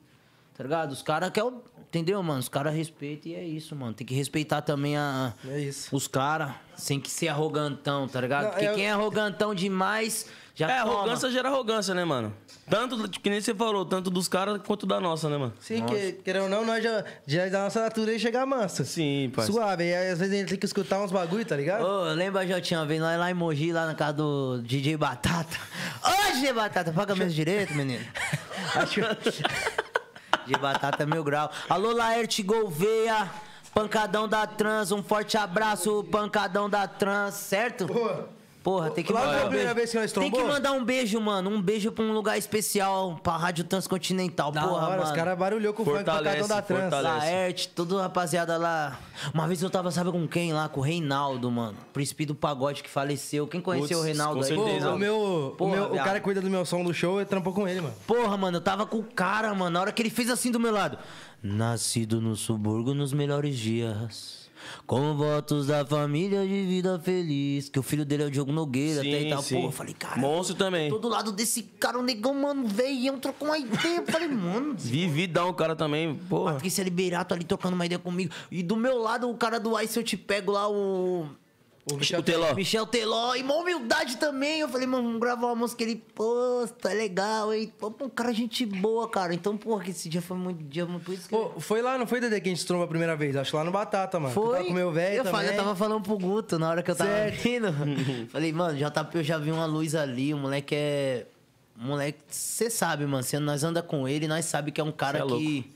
D: Tá ligado? Os caras querem. Entendeu, mano? Os caras respeitam e é isso, mano. Tem que respeitar também a,
A: É isso.
D: os caras, sem que ser arrogantão, tá ligado?
A: Não,
D: Porque
A: eu-
D: quem é arrogantão demais Já
B: é,
D: toma.
B: arrogância gera arrogância, né, mano? Tanto, que nem você falou, tanto dos caras quanto da nossa, né, mano?
A: Sim, que, querendo ou não, nós já, já da nossa natureza chegar manso.
B: Sim, parça.
A: Suave. E aí, às vezes a gente tem que escutar uns bagulho, tá ligado?
D: Ô, lembra, Jotinha, uma vez nós lá em Mogi, lá na casa do DJ Batata. Ô, DJ Batata, paga meus direitos, menino. Acho... DJ Batata, mil grau. Alô, Laerte Gouveia, pancadão da trans, um forte abraço, pancadão da trans, certo?
A: Boa.
D: Porra, tem que
A: Lá foi
D: mandar
A: a
D: um
A: primeira
D: beijo.
A: vez que nós
D: Tem que
A: trombou?
D: mandar um beijo, mano. Um beijo pra um lugar especial, pra Rádio Transcontinental,
A: Da
D: porra,
A: hora,
D: mano.
A: os caras barulhou com o funk do
B: Fortalece,
A: cadão da trança.
B: fortalece.
D: Laerte, toda a rapaziada lá. Uma vez eu tava, sabe com quem lá? Com o Reinaldo, mano. Príncipe do Pagode que faleceu. Quem conheceu
B: Putz,
D: o Reinaldo
B: com
D: aí?
A: Pô,
B: certeza.
D: Reinaldo?
A: o meu,
D: Porra,
A: o, meu o
D: viado.
A: cara que cuida do meu som do show, eu trampou com ele, mano.
D: Porra, mano, eu tava com o cara, mano. Na hora que ele fez assim do meu lado. Nascido no subúrbio nos melhores dias. Com votos da família de vida feliz. Que o filho dele é o Diogo Nogueira, até e
B: Sim,
D: tal.
B: sim.
D: Porra, eu falei, cara.
B: Monstro também.
D: Tô do lado desse cara, o negão, mano, veio, trocou uma ideia. Eu falei, mano,
B: Vividão, o cara também, porra.
D: Patrícia Liberato ali trocando uma ideia comigo. E do meu lado, o cara do Ai Se Eu Te Pego lá, o.
A: O tá
B: O Teló.
D: Michel Teló, e uma humildade também. Eu falei, mano, vamos gravar uma música. Ele, pô, tá legal, hein? Pô, um cara, gente boa, cara. Então, porra, que esse dia foi muito dia, muito- por isso que. eu-
A: Pô, foi lá, não foi, Dedê, que a gente trombou a primeira vez? Acho que lá no Batata, mano. Eu tava com o meu velho
D: eu,
A: também.
D: falei, eu tava falando pro Guto na hora que eu tava
A: Certo.
D: vindo. falei, mano, JP, eu já vi uma luz ali. O moleque é. O moleque, você sabe, mano. Cê, nós anda com ele, nós sabe que é um cara
B: Cê é
D: que.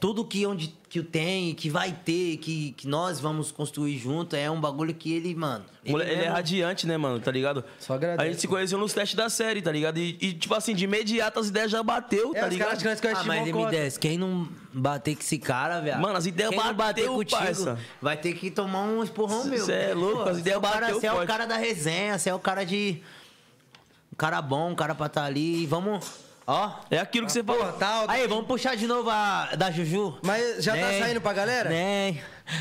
D: Tudo que, onde, que o tem, que vai ter, que, que nós vamos construir junto, é um bagulho que ele, mano.
B: Ele, ele é
D: mesmo-
B: radiante, né, mano? Tá ligado?
A: Só agradeço,
B: A gente se conheceu nos testes da série, tá ligado? E, e, tipo assim, de imediato as ideias já bateu,
A: É,
B: tá
A: os caras
B: ligado?
A: que nós
D: Ah, mas
A: conhecemos Mocota.
D: M10, quem não bater com esse cara, velho.
B: Mano, as ideias
D: quem não bater
B: bateu,
D: contigo,
B: parça.
D: vai ter que tomar um esporrão meu.
B: Cê é
D: velho.
B: louco,
D: Pô,
B: as ideias
D: cê é o cara-
B: bateu
D: Cê é o
B: forte.
D: cara da resenha, você é o cara de... Um cara bom, um cara pra tá ali. Vamos... Ó.
B: É aquilo que você
A: Pô,
B: falou.
A: tal.
D: Aí, vamos puxar de novo a da Juju.
A: Mas já tá
D: Nem,
A: saindo pra galera?
D: Nem.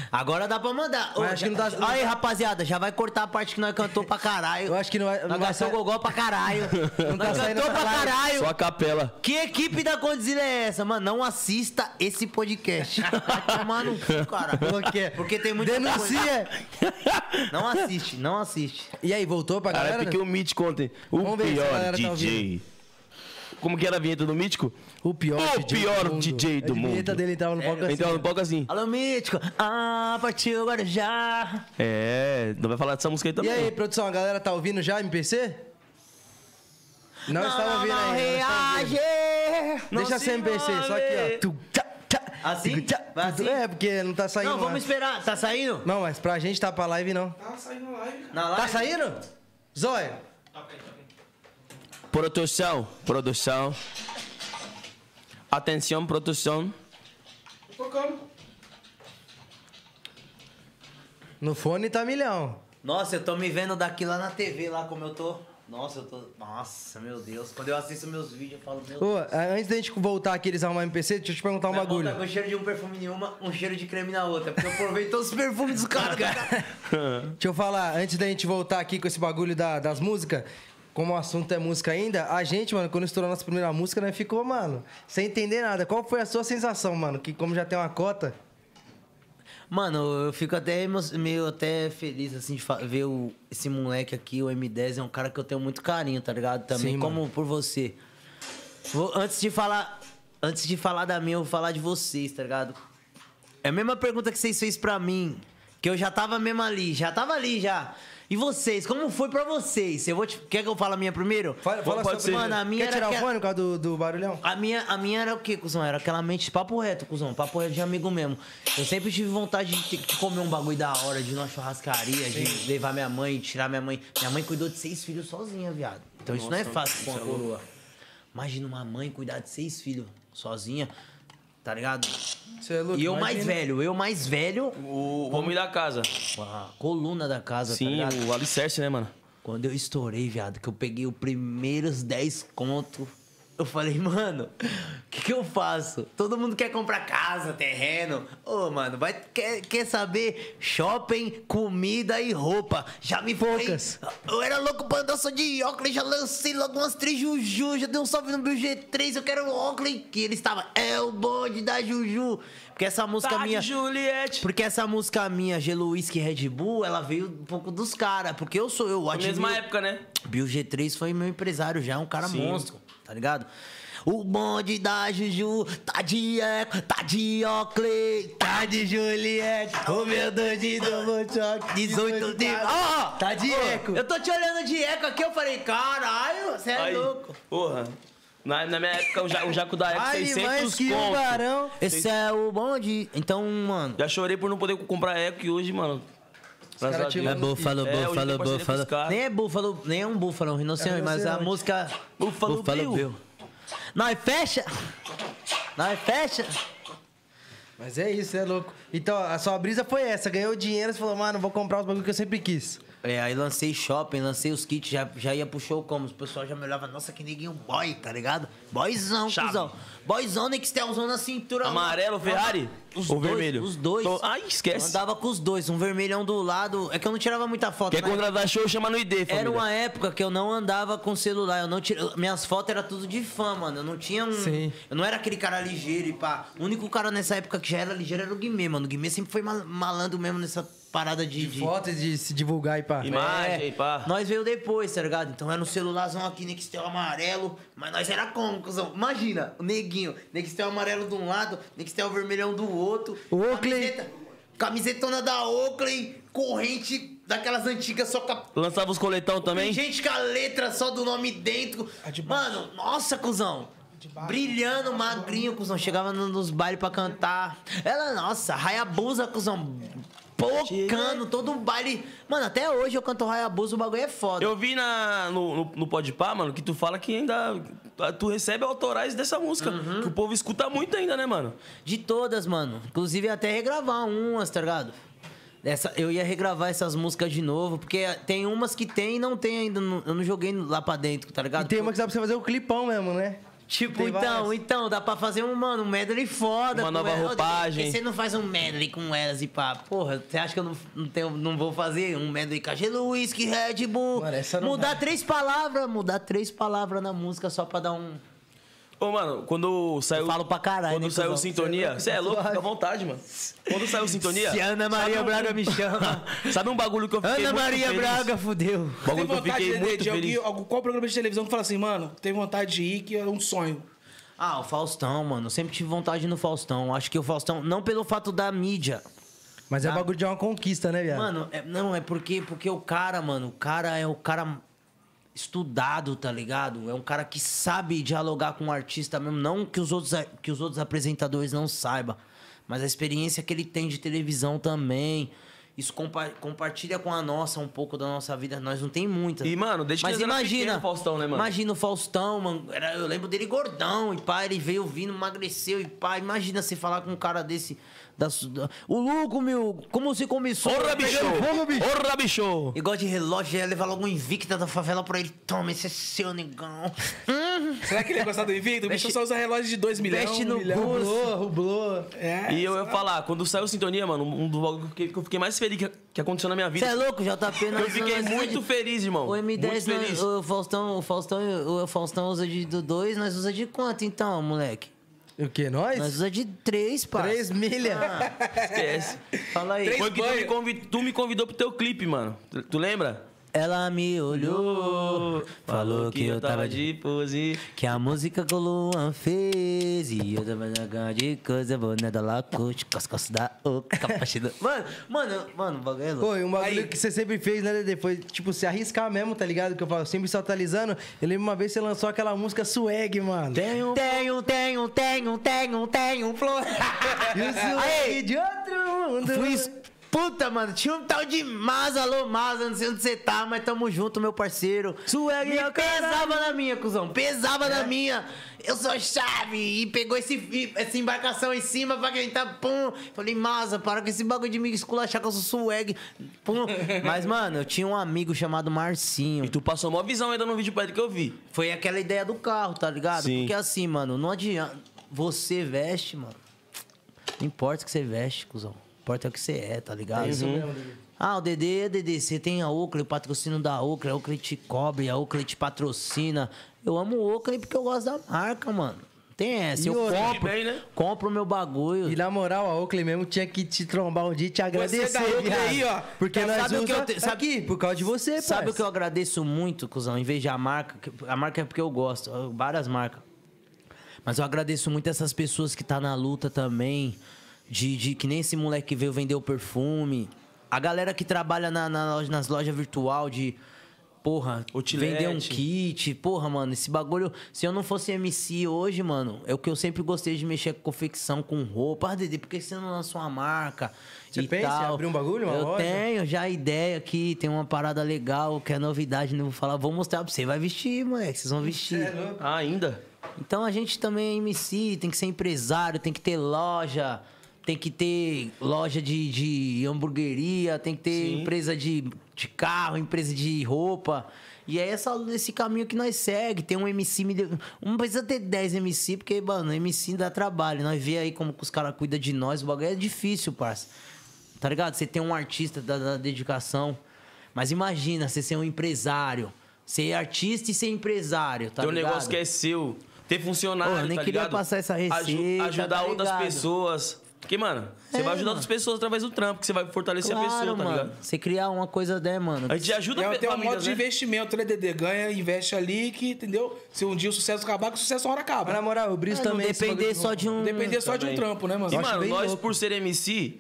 D: Agora dá pra mandar. Ô,
A: Mas acho
D: já-
A: que não tá-
D: Aí, rapaziada, já vai cortar a parte que nós cantou pra caralho.
A: Eu acho que não vai-
D: Nós
A: não vai
D: gastou
A: sair-
D: gogó pra caralho.
A: Não tá
D: nós
A: saindo
D: cantou
A: pra
D: pra
A: live.
D: caralho.
B: Só a capela.
D: Que equipe da Condzilla é essa, mano? Não assista esse podcast. Vai tomar no cu, cara.
A: Por quê?
D: Porque tem muita coisa.
A: Denuncia!
D: Não assiste, não assiste.
A: E aí, voltou pra
B: Cara, é
A: galera?
B: porque o Mítico ontem. O
A: Vamos ver se a
B: pior
A: galera tá
B: DJ. Como que era a vinheta do Mítico?
A: O pior
B: O pior
A: mundo.
B: DJ do
A: A vinheta
B: mundo.
A: dele tava no
D: É,
A: palco assim.
B: Então, um pouco assim.
D: Alô, Mítico. Ah, partiu Guarujá.
B: É, não vai falar dessa música aí
A: E
B: também.
A: aí, produção, a galera tá ouvindo já, MPC? Não, está
D: não,
A: ouvindo aí.
D: não
A: não está ouvindo.
D: reage.
B: Não
A: Deixa
B: se
A: sem MPC, só aqui, ó.
B: move.
A: Tu, tchá, tchá, tu,
D: Assim?
A: tchá,
D: Vai
A: tu,
D: assim?
A: É, porque não tá saindo.
D: Não,
A: lá.
D: vamos esperar. Tá saindo?
A: Não, mas pra gente tá pra live não.
C: Tá saindo live, cara.
D: Na live?
A: Tá saindo? Zóia.
B: Produção, produção. Atenção, produção.
C: Tô tocando.
A: No fone tá milhão.
D: Nossa, eu tô me vendo daqui lá na TV, lá como eu tô. Nossa, eu tô. Nossa, meu Deus. Quando eu assisto meus vídeos, eu falo, meu
A: Ô, um antes da gente voltar aqui, eles arrumar MPC, deixa eu te perguntar um
D: Minha mão
A: bagulho.
D: tá com cheiro de um perfume em uma, um cheiro de creme na outra. Porque eu provei todos os perfumes dos caras, cara.
A: Deixa eu falar, antes da gente voltar aqui com esse bagulho da- das músicas, como o assunto é música ainda, a gente, mano, quando estourou a nossa primeira música, nós ficou, mano, sem entender nada. Qual foi a sua sensação, mano? Que como já tem uma cota,
D: Mano, eu fico até emo- meio até feliz, assim, de fa- ver o, esse moleque aqui, o M10, é um cara que eu tenho muito carinho, tá ligado? Também,
A: Sim,
D: como por você. Vou- antes de falar. Antes de falar da minha, eu vou falar de vocês, tá ligado? É a mesma pergunta que vocês fez pra mim. Que eu já tava mesmo ali, já tava ali já. E vocês, como foi pra vocês? Eu vou te- Quer que eu fale a minha primeiro?
A: fala, fala
B: pode
A: sobre...
B: ser.
D: Mano, a minha
A: Quer
D: era
A: tirar
D: que-
A: o fone por causa do, do barulhão?
D: a minha, a minha era o quê, cuzão? Era aquela mente papo reto, cuzão. Papo reto de amigo mesmo. Eu sempre tive vontade de, ter- de comer um bagulho da hora, de ir numa churrascaria, de levar minha mãe, tirar minha mãe. Minha mãe cuidou de seis filhos sozinha, viado. Então isso não é fácil com uma coroa. Imagina uma mãe cuidar de seis filhos sozinha, tá ligado?
A: Você é louco,
D: E eu mais
A: imagina.
D: velho, eu mais velho,
B: O homem da casa.
D: a coluna da casa, tá
B: Sim,
D: ligado?
B: o alicerce, né, mano?
D: Quando eu estourei, viado, que eu peguei os primeiros 10 conto Eu falei, mano, o que, que eu faço? Todo mundo quer comprar casa, terreno. Ô, mano, vai, quer, quer saber? Shopping, comida e roupa. Já me
A: Poucas.
D: Falei, eu era louco pra andar só de óculos, já lancei logo umas três Juju, já dei um salve no meu G3, eu quero um óculos. Que ele estava, é o bonde da Juju. Porque essa música
B: Tarde,
D: minha.
B: Juliette.
D: Porque essa música minha, Gelo Whisky Red Bull, ela veio um pouco dos caras. Porque eu sou eu, admiro...
B: Mesma época, né?
D: Bill G3 foi meu empresário já, é um cara monstro, tá ligado? O bonde da Juju, tá de eco, tá de Oakley, tá de Juliette, o meu doidinho do Mochoque, 18 de... Ó,
A: Tá de
D: ó,
A: eco.
D: Eu tô te olhando de eco aqui, eu falei, caralho, você é
B: Aí,
D: louco.
B: Porra. Na, na minha época, o, ja, o Jaco da época,
A: Vale
B: 600
A: mais que um
B: conto.
A: barão.
D: Esse é o bonde. Então, mano,
B: Já chorei por não poder comprar eco e hoje, mano.
A: caras
B: Graças a
A: te
B: Deus.
A: mandam- É
D: Búfalo,
B: É, hoje tem
D: búfalo,
B: parceria com
D: búfalo.
B: os caras.
D: Nem é búfalo, nem é um búfalo, um rinoceronte, mas a
A: rinoceronte.
D: música.
B: Búfalo Bill.
D: Nós fecha! Nós fecha!
A: Mas é isso, é louco. Então, a sua brisa foi essa. Ganhou dinheiro, você falou, mano, vou comprar os bagulho que eu sempre quis.
D: É, aí lancei shopping, lancei os kits, já, já ia pro show como? O pessoal já me olhava, nossa, que neguinho boy, tá ligado? Boyzão,
B: Chave.
D: cuzão. Boyzão, nem que estelzão na cintura.
B: Amarelo, Ferrari?
D: Os
B: Ou
D: dois,
B: vermelho?
D: Os dois.
B: Tô- Ai, esquece.
D: Eu andava com os dois, um vermelhão do lado. É que eu não tirava muita foto.
B: Quer
D: né?
B: contratar show, chama no ID, família.
D: Era uma época que eu não andava com celular, eu não tira... minhas fotos era tudo de fã, mano. Eu não tinha um,
A: Sim.
D: eu não era aquele cara ligeiro e pá. O único cara nessa época que já era ligeiro era o Guimê, mano. O Guimê sempre foi mal- malandro mesmo nessa parada de, de-
A: Fotos de se divulgar e pá. É,
B: E
D: É.
B: Imagem, pá.
D: Nós veio depois, tá ligado? Então era no celularzão aqui, Nextel amarelo, mas nós era como, cuzão? Imagina, o neguinho, Nextel amarelo de um lado, Nextel vermelhão do outro.
A: O Oakley.
D: Camiseta, camisetona da Oakley, corrente daquelas antigas só com a
B: Lançava os coletão também?
D: tem gente com a letra só do nome dentro. Mano, nossa, cuzão. Brilhando, magrinho, cuzão. Chegava no- nos bailes pra cantar. Ela, nossa, Hayabusa, cuzão. Pocando, todo um baile. Mano, até hoje eu canto Hayabusa, o bagulho é foda.
B: Eu vi na, no, no, no Podpah, mano, que tu fala que ainda... Tu recebe autorais dessa música.
D: Uhum.
B: Que o povo escuta muito ainda, né, mano?
D: De todas, mano. Inclusive, ia até regravar umas, tá ligado? Essa, eu ia regravar essas músicas de novo, porque tem umas que tem e não tem ainda. não- Eu não joguei lá pra dentro, tá ligado?
A: E tem uma que dá pra você fazer o clipão mesmo, né?
D: Tipo,
A: Tem
D: então,
A: várias.
D: então, dá pra fazer um, mano, um medley foda.
B: Uma
D: com
B: nova
D: elas.
B: roupagem.
D: Por que você não faz um medley com elas e pá? Porra, você acha que eu não, não, tenho, não vou fazer um medley com a Gelo, Whisky, Red Bull?
A: Mano, essa não
D: mudar
A: vai.
D: três palavras, mudar três palavras na música só pra dar um...
B: Ô, mano, quando saiu...
D: Eu falo pra caralho,
B: Quando
D: hein,
B: saiu
D: cuzão?
B: Sintonia... Você é louco, fica à vontade, mano. Quando saiu Sintonia...
D: Se Ana Maria
B: um
D: Braga me chama...
B: Sabe um bagulho que eu fiquei
D: Ana
B: muito
D: Maria
B: feliz?
D: Braga, fudeu.
B: Um bagulho que eu
C: vontade
B: fiquei
C: de,
B: muito
C: de alguém,
B: feliz.
C: algum, qual programa de televisão que fala assim, mano, tem vontade de ir, que é um sonho.
D: Ah, o Faustão, mano. Eu sempre tive vontade no Faustão. Acho que o Faustão, não pelo fato da mídia,
A: Mas é bagulho de uma conquista, né, viado?
D: Ah. Mano, é- não, é porque, porque o cara, mano, o cara é o cara estudado, tá ligado? É um cara que sabe dialogar com o artista mesmo, não que os outros, a- que os outros apresentadores não saibam, mas a experiência que ele tem de televisão também. Isso compa- compartilha com a nossa um pouco da nossa vida. Nós não tem muita.
B: E, mano, desde que
D: Mas
B: nós era
D: imagina,
B: pequeno, Faustão, né, mano?
D: Imagina o Faustão, mano. Era- eu lembro dele gordão e pá, ele veio vindo, emagreceu e pá. Imagina você falar com um cara desse. Da, su- da- o Luco, meu, como se começou?
B: Porra, bicho!
A: fogo, bicho.
B: Porra, bicho!
D: Igual de relógio, ia levar logo um Invicta da favela pra ele. Toma, esse é seu, negão. Hum,
C: Será que ele ia gostar do Invicto? O bicho só usa relógio de 2
A: é
C: milhões.
A: um
D: Veste no curso.
A: Rublou, rublou.
C: É.
B: E eu ia falar, quando saiu Sintonia, mano, um dos bagulhos que- que eu fiquei mais feliz que, que aconteceu na minha
D: Você
B: vida.
D: é louco, JP?
B: Eu fiquei muito feliz, irmão.
D: O M10,
B: muito feliz.
D: nós, o, Faustão, o, Faustão, o Faustão usa de 2, nós usa de quanto então, moleque?
A: O que, nós?
D: Nós usa de Ah, 3, pá.
A: Três milha.
B: Esquece.
D: Fala aí.
C: Três
B: Foi que tu me,
C: banhos.
B: convi- tu me convidou pro teu clipe, mano. Tu, tu lembra?
D: Ela me olhou, falou que eu tava de...
B: pose.
D: Que a música que o Luan fez E eu tava jogando de coisa bonita Lá curte, coscos da oca capacida. Mano, mano, mano, o bagulho é louco.
A: Pô, e um bagulho
C: Aí.
A: que você sempre fez, né, Dedê? Foi, tipo, se arriscar mesmo, tá ligado? Que eu falo, sempre se atualizando. Eu lembro uma vez que você lançou aquela música swag, mano.
D: Tenho, tenho, tenho, tenho, tenho, tenho flor.
A: E o swag
D: Aí.
A: de outro mundo.
D: Fui, es- Puta, mano, tinha um tal de Maza, alô, Maza, não sei onde você tá, mas tamo junto, meu parceiro.
B: Swag é
D: E
B: o
D: pesava na minha, cuzão, pesava na minha. Eu sou chave e pegou esse, fi- essa embarcação em cima pra quem tá, pum. Falei, Maza, para com esse bagulho de me esculachar que eu sou swag. Pum. Mas, mano, eu tinha um amigo chamado Marcinho.
B: E tu passou mó visão ainda no vídeo pra ele que eu vi.
D: Foi aquela ideia do carro, tá ligado?
B: Sim.
D: Porque assim, mano, não adianta. Você veste, mano. Não importa o que você veste, cuzão. Importa é o que você é, tá ligado? Ah, o Dedê, Dedê, você tem a Oakley, o patrocínio da Oakley, a Oakley te cobre, a Oakley te patrocina. Eu amo o Oakley porque eu gosto da marca, mano. Tem essa,
A: E
D: eu
A: outra,
D: compro,
B: bem, né?
D: compro o meu bagulho.
A: E na moral, a Oakley mesmo tinha que te trombar um dia e
D: é
A: te agradecer,
C: da Oakley
A: viado.
C: aí, ó.
A: Porque
D: Então,
A: nós tá
D: sabe o que eu te- sabe-
A: aqui, por causa de você,
D: Sabe
A: parça.
D: o que eu agradeço muito, cuzão? Em vez de a marca, que- a marca é porque eu gosto, eu- várias marcas. Mas eu agradeço muito essas pessoas que tá na luta também, de, de- que nem esse moleque que veio vender o perfume. A galera que trabalha na, na loja- nas lojas virtual de. Porra,
B: Outlet.
D: vender um kit. Porra, mano, esse bagulho. Se eu não fosse MC hoje, mano, é o que eu sempre gostei de mexer com confecção, com roupa. Ah, Dede, por que você não lança uma marca?
A: Você
D: e
A: pensa em
D: tal?
A: abrir um bagulho, uma
D: eu
A: loja?
D: Tenho, tenho já a ideia aqui, tem uma parada legal, que é novidade, não vou falar, vou mostrar pra você. Vai vestir, moleque, vocês vão
A: É
D: vestir.
B: Ah, ainda?
D: Então a gente também é MC, tem que ser empresário, tem que ter loja, tem que ter loja de, de hamburgueria, tem que ter empresa de, de carro, empresa de roupa. E é essa, esse caminho que nós segue. Tem um MC. milho- Não precisa ter 10 MC, porque, mano, MC dá trabalho. Nós vê aí como que os caras cuidam de nós, o bagulho é difícil, parça. Tá ligado? Você tem um artista da, da dedicação. Mas imagina você ser um empresário. Ser artista e ser empresário, tá
B: Tem um
D: ligado?
B: negócio que é seu. Ter funcionário,
D: Ô, eu nem
B: tá
D: queria
B: ligado?
D: passar essa receita, tá
B: ajudar outras
D: ligado?
B: pessoas. Porque, mano, você
D: É,
B: vai ajudar
D: mano.
B: outras pessoas através do trampo, que você vai fortalecer a pessoa, tá ligado?
D: Você criar uma coisa dessa, mano.
B: A gente ajuda
C: É, tem um modo
B: famílias,
C: de
B: né?
C: investimento, né, Dedê? Ganha, investe ali, que, entendeu? Se um dia o sucesso acabar, que o sucesso uma hora
A: Mas na
C: acaba.
A: moral, o Brito
D: É, não
A: também...
D: depender só de um.
C: Depender só de um trampo, né, mano?
B: E,
A: acho
B: mano,
A: bem
B: nós
A: louco.
B: por ser MC,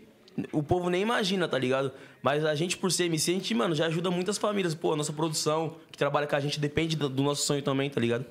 B: o povo nem imagina, tá ligado? Mas a gente por ser MC, a gente, mano, já ajuda muitas famílias. Pô, a nossa produção, que trabalha com a gente, depende do, do nosso sonho também, tá ligado?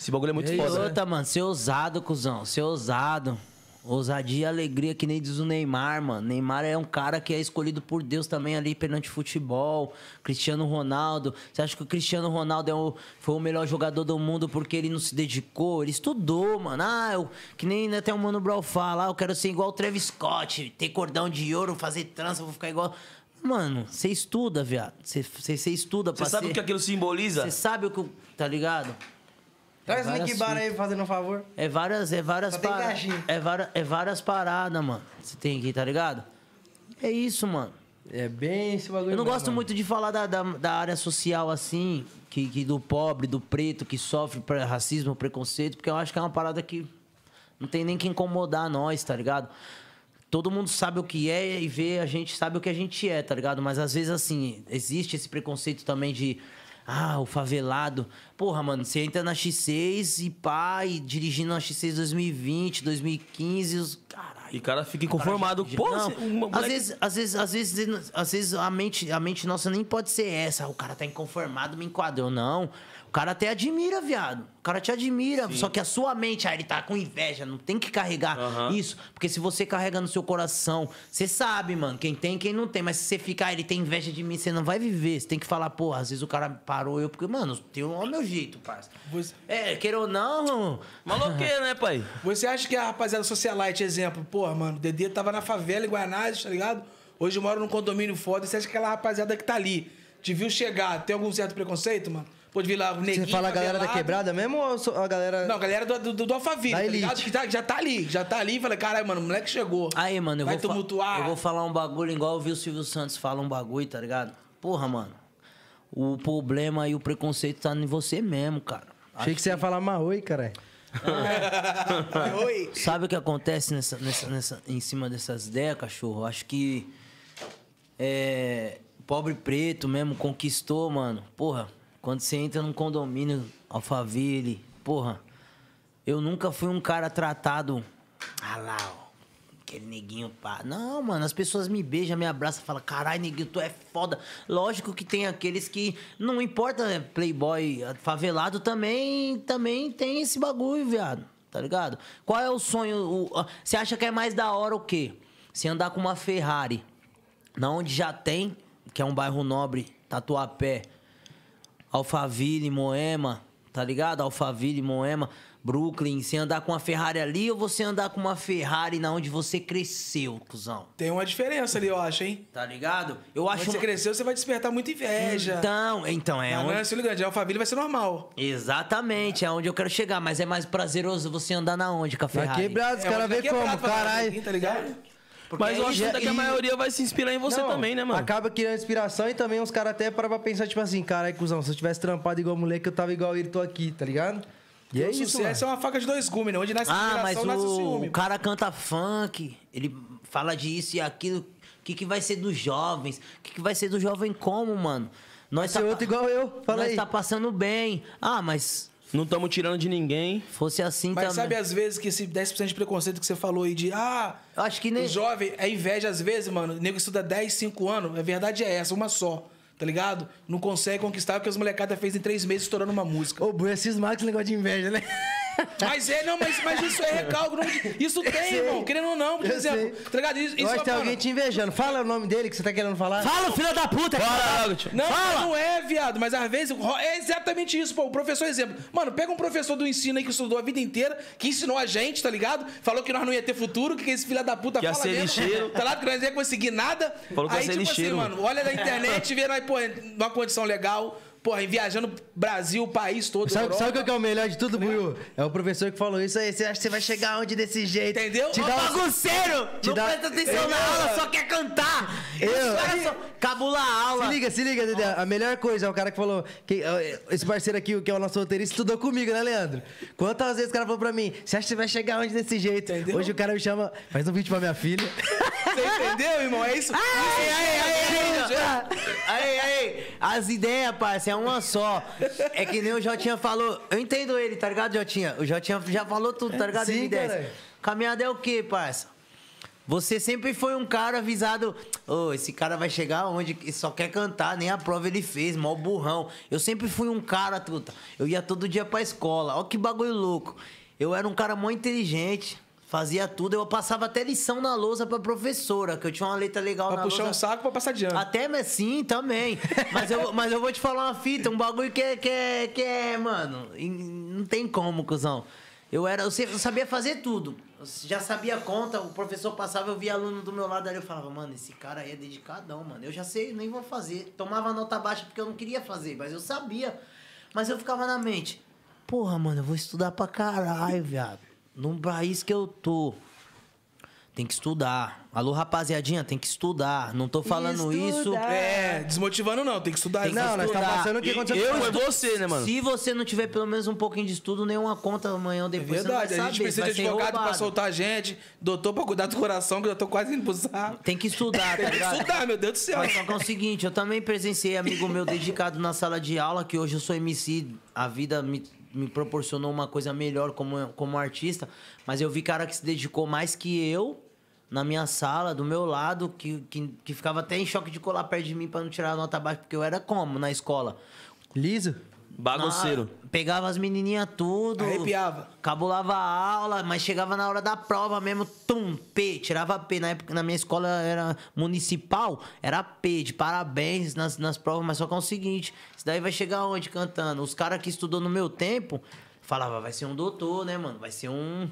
B: Esse bagulho é muito
D: E
B: foda. né?
D: outra, tá, mano, ser ousado, cuzão. Ser ousado. Ousadia e alegria, que nem diz o Neymar, mano. Neymar é um cara que é escolhido por Deus também ali perante o futebol. Cristiano Ronaldo. Você acha que o Cristiano Ronaldo é o- foi o melhor jogador do mundo porque ele não se dedicou? Ele estudou, mano. Ah, eu, que nem né, até o Mano Brown fala, ah, eu quero ser igual o Travis Scott, ter cordão de ouro, fazer trança, vou ficar igual. Mano, você estuda, viado. Você- Você você estuda pra
B: Você sabe
D: ser-
B: o que aquilo simboliza?
D: Você sabe o que. eu- Tá ligado?
A: Traz o Nick
D: Várias
A: Bar aí, fazendo um favor.
D: É várias, é várias
A: Só tem
D: paradas.
A: gajinho.
D: É, vara- é várias paradas, mano. Você tem aqui, tá ligado? É isso, mano.
A: É bem esse bagulho.
D: Eu não
A: mesmo,
D: gosto
A: mano.
D: muito de falar da, da, da área social assim, que, que do pobre, do preto, que sofre pra racismo, preconceito, porque eu acho que é uma parada que não tem nem que incomodar nós, tá ligado? Todo mundo sabe o que é e vê, a gente sabe o que a gente é, tá ligado? Mas às vezes, assim, existe esse preconceito também de. Ah, o favelado. Porra, mano, você entra na X6 e pá, e dirigindo na X6 2020, 2015, os. Caralho.
B: E o cara fica inconformado.
D: Cara,
B: Pô,
D: não,
B: você- um
D: às,
B: moleque-
D: vezes, às vezes, às vezes, às vezes a mente, a mente nossa nem pode ser essa. O cara tá inconformado, me enquadrou. Não. O cara até admira, viado. O cara te admira. Só que a sua mente, ah, ele tá com inveja. Não tem que carregar
B: Aham.
D: isso. Porque se você carrega no seu coração, você sabe, mano, quem tem e quem não tem. Mas se você ficar, ah, ele tem inveja de mim, você não vai viver. Você tem que falar, pô, às vezes o cara parou eu, porque, mano, tem o meu jeito, parça.
C: Você-
D: É, queira ou não,
B: Maloqueiro, né, pai?
C: Você acha que a rapaziada socialite, exemplo, porra, mano, o Dedê tava na favela em Guanás, tá ligado? Hoje mora num condomínio foda. Você acha que aquela rapaziada que tá ali, te viu chegar, tem algum certo preconceito, mano? Pode vir lá, o neguinho.
A: Você fala a galera da
C: favelado.
A: quebrada mesmo ou só a galera...
C: Não, a galera do, do, do Alphaville,
A: Da
C: tá ligado?
A: elite.
C: Que tá- já tá ali, já tá ali e fala, caralho, mano, o moleque chegou.
D: Aí, mano, eu
C: Vai
D: vou fa-
C: tumultuar.
D: Eu vou falar um bagulho igual eu vi o Silvio Santos falar um bagulho, tá ligado? Porra, mano. O problema e o preconceito tá em você mesmo, cara.
A: Achei que você ia falar Maui, caralho.
C: Oi.
D: Sabe o que acontece nessa, nessa, nessa, em cima dessas ideias, cachorro? Acho que. É. Pobre preto mesmo conquistou, mano. Porra, quando você entra num condomínio Alphaville, porra. Eu nunca fui um cara tratado. Ah lá, ó. Aquele neguinho pá. Não, mano, as pessoas me beijam, me abraçam, falam, caralho, neguinho, tu é foda. Lógico que tem aqueles que. Não importa, né? Playboy favelado também, também tem esse bagulho, viado. Tá ligado? Qual é o sonho? o- a- Você acha que é mais da hora o quê? Você andar com uma Ferrari. Na onde já tem, que é um bairro nobre, Tatuapé, Alphaville, Moema, tá ligado? Alphaville, Moema, Brooklyn. Você andar com uma Ferrari ali ou você andar com uma Ferrari na onde você cresceu, cuzão?
C: Tem uma diferença ali, eu acho, hein?
D: Tá ligado? Eu
C: Quando
D: acho
C: você
D: uma...
C: cresceu, você vai despertar muita inveja.
D: Então, então é
C: Mas não
D: onde...
C: é Cílio Grande, Alphaville vai ser normal.
D: Exatamente, é onde eu quero chegar, mas é mais prazeroso você andar na onde com a
A: Tá
D: Ferrari?
A: quebrado, os
C: É,
A: caras
C: mas
A: vê
C: daqui é
A: como,
C: prato pra
A: caralho.
C: Aqui,
D: Então
C: tá ligado?
B: Mas eu
D: é
B: acho
A: isso,
B: até que
A: e-
B: a maioria vai se inspirar em você
A: Não,
B: também, né, mano?
A: Acaba criando inspiração e também os caras até param pra pensar, tipo assim, caralho, cuzão, se eu tivesse trampado igual moleque, eu tava igual ele, tô aqui, tá ligado? E é
C: o
A: isso,
C: sucesso
A: mano.
C: é uma faca de dois gumes, né? Onde nasce
D: Ah,
C: inspiração,
D: mas
C: nasce o
D: o,
C: ciúme.
D: o cara canta funk, ele fala disso e aquilo. O que, que vai ser dos jovens? O que, que vai ser do jovem como, mano? Nós
A: Ser
D: pa-
A: é outro igual eu, fala
D: nós
A: aí.
D: tá passando bem. Ah, mas
B: Não estamos tirando de ninguém.
D: fosse assim
C: Mas sabe,
D: também.
C: às vezes, que esse 10% de preconceito que você falou aí de... Ah,
D: Eu acho que nem.
C: O jovem, é inveja às vezes, mano. O nego estuda 10, 5 anos. A verdade é essa, uma só. Tá ligado? Não consegue conquistar o que as molecadas fez em três meses estourando uma música.
A: Ô, Bruno, esses marcos negócio de inveja, né?
C: Mas é, não, mas, mas isso é recalque. não- isso tem,
A: sei.
C: irmão. Querendo ou não, por
A: Eu
C: exemplo.
A: sei.
C: Tá ligado? Isso,
A: eu
C: isso
A: acho que tem
C: mano,
A: alguém te invejando. Fala o nome dele que você tá querendo falar.
D: Fala, filha da puta!
B: Bora logo, tio.
C: Não, não é, viado, mas às vezes ro- é exatamente isso, pô. O professor, exemplo. Mano, pega um professor do ensino aí que estudou a vida inteira, que ensinou a gente, tá ligado? Falou que nós não ia ter futuro, que esse filho da puta
B: Que ia
C: fala
B: ser
C: mesmo,
B: lixeiro.
C: Tá ligado? Que nós não ia conseguir nada.
B: Falou que
C: aí,
B: ia ser
C: tipo
B: lixeiro.
C: assim, mano, olha na internet, vê nós, pô, numa condição legal, porra, viajando Brasil, país todo.
A: Sabe,
C: Europa.
A: sabe qual que é o melhor de tudo, Buiu? É o professor que falou isso aí. Você acha que você vai chegar onde desse jeito?
C: Entendeu?
A: Te
C: Ó,
A: dá um-
D: Bagunceiro!
A: Te
D: não
A: dá-
D: presta atenção na aula, só quer cantar!
A: Eu-
D: Os caras só... Cabula a aula!
A: Se liga, se liga, Dedé. A melhor coisa é o cara que falou. que, eh, esse parceiro aqui, que é o nosso roteirista, estudou comigo, né, Leandro? Quantas vezes o cara falou pra mim: Você acha que você vai chegar onde desse jeito?
C: Entendeu?
A: Hoje o cara me chama, faz um vídeo pra minha filha.
C: Você entendeu, irmão? É isso.
D: Aí, aí,
C: Isso,
D: aí,
C: gente.
D: aí, aí, aí. As ideias, parça, é uma só. É que nem o Jotinha falou. Eu entendo ele, tá ligado, Jotinha? O Jotinha já falou tudo, tá ligado?
A: Sim,
D: M10.
A: caralho.
D: Caminhada é o quê, parça? Você sempre foi um cara avisado, ô, esse cara vai chegar onde que só quer cantar, nem a prova ele fez, mó burrão. Eu sempre fui um cara, truta. Eu ia todo dia pra escola, ó que bagulho louco. Eu era um cara mó inteligente, fazia tudo. Eu passava até lição na lousa pra professora, que eu tinha uma letra legal
C: Pra
D: na
C: puxar
D: lousa.
C: um saco pra passar de ano.
D: Até, mas sim, também. Mas eu, mas eu vou te falar uma fita, um bagulho que é, que é, que é mano, in- não tem como, cuzão. Eu era, eu, sempre, eu sabia fazer tudo. Eu já sabia a conta, o professor passava, eu via aluno do meu lado ali, eu falava, mano, esse cara aí é dedicadão, mano. Eu já sei, nem vou fazer. Tomava nota baixa porque eu não queria fazer, mas eu sabia. Mas eu ficava na mente, porra, mano, eu vou estudar pra caralho, viado. Num país que eu tô. Tem que estudar. Alô, rapaziadinha, tem que estudar. Não tô falando isso.
C: É, desmotivando não, tem que estudar.
D: Tem que
A: Não, nós tá
D: estudar.
A: passando o que
B: E-
A: aconteceu
B: eu
A: com
B: é você, né, mano?
D: Se você não tiver pelo menos um pouquinho de estudo, nenhuma conta amanhã ou depois,
C: É Verdade,
D: você não
C: a
D: vai saber.
C: gente
D: você
C: precisa
D: vai
C: de
D: ser
C: advogado pra
D: roubado.
C: soltar a gente, doutor pra cuidar do coração, que eu tô quase indo pro saco.
D: Tem que estudar, tá
C: Tem que
D: ligado?
C: estudar, meu Deus do céu.
D: Mas só que é o seguinte, eu também presenciei amigo meu dedicado na sala de aula, que hoje eu sou MC, a vida me, me proporcionou uma coisa melhor como, como artista, mas eu vi cara que se dedicou mais que eu na minha sala, do meu lado, que, que, que ficava até em choque de colar perto de mim pra não tirar a nota baixa, porque eu era como na escola?
A: Liso?
B: Bagunceiro.
D: Na- pegava as menininhas tudo.
C: Arrepiava.
D: Cabulava a aula, mas chegava na hora da prova mesmo, tum, P, tirava P. Na época, na minha escola era municipal, era P, de parabéns nas, nas provas, mas só que é o seguinte, isso daí vai chegar onde cantando? Os caras que estudou no meu tempo, falava, vai ser um doutor, né, mano? Vai ser um...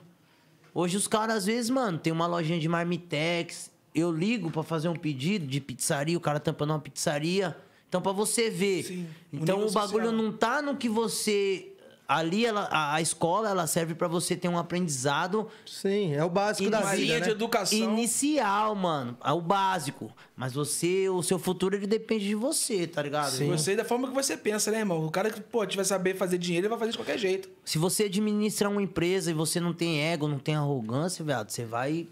D: Hoje os caras, às vezes, mano, tem uma lojinha de marmitex. Eu ligo pra fazer um pedido de pizzaria, o cara tampando uma pizzaria. Então, pra você ver.
C: Sim, o
D: então,
C: nível
D: o bagulho
C: social.
D: não tá no que você. Ali, ela, a, a escola, ela serve pra você ter um aprendizado
A: Sim, é o básico da
C: Marinha
A: vida.
C: de
A: Né?
C: educação.
D: inicial, mano. É o básico. Mas você, o seu futuro, ele depende de você, tá ligado?
C: Você da forma que você pensa, né, irmão? O cara que, pô, tiver saber fazer dinheiro, ele vai fazer de qualquer jeito.
D: Se você administra uma empresa e você não tem ego, não tem arrogância, viado, você vai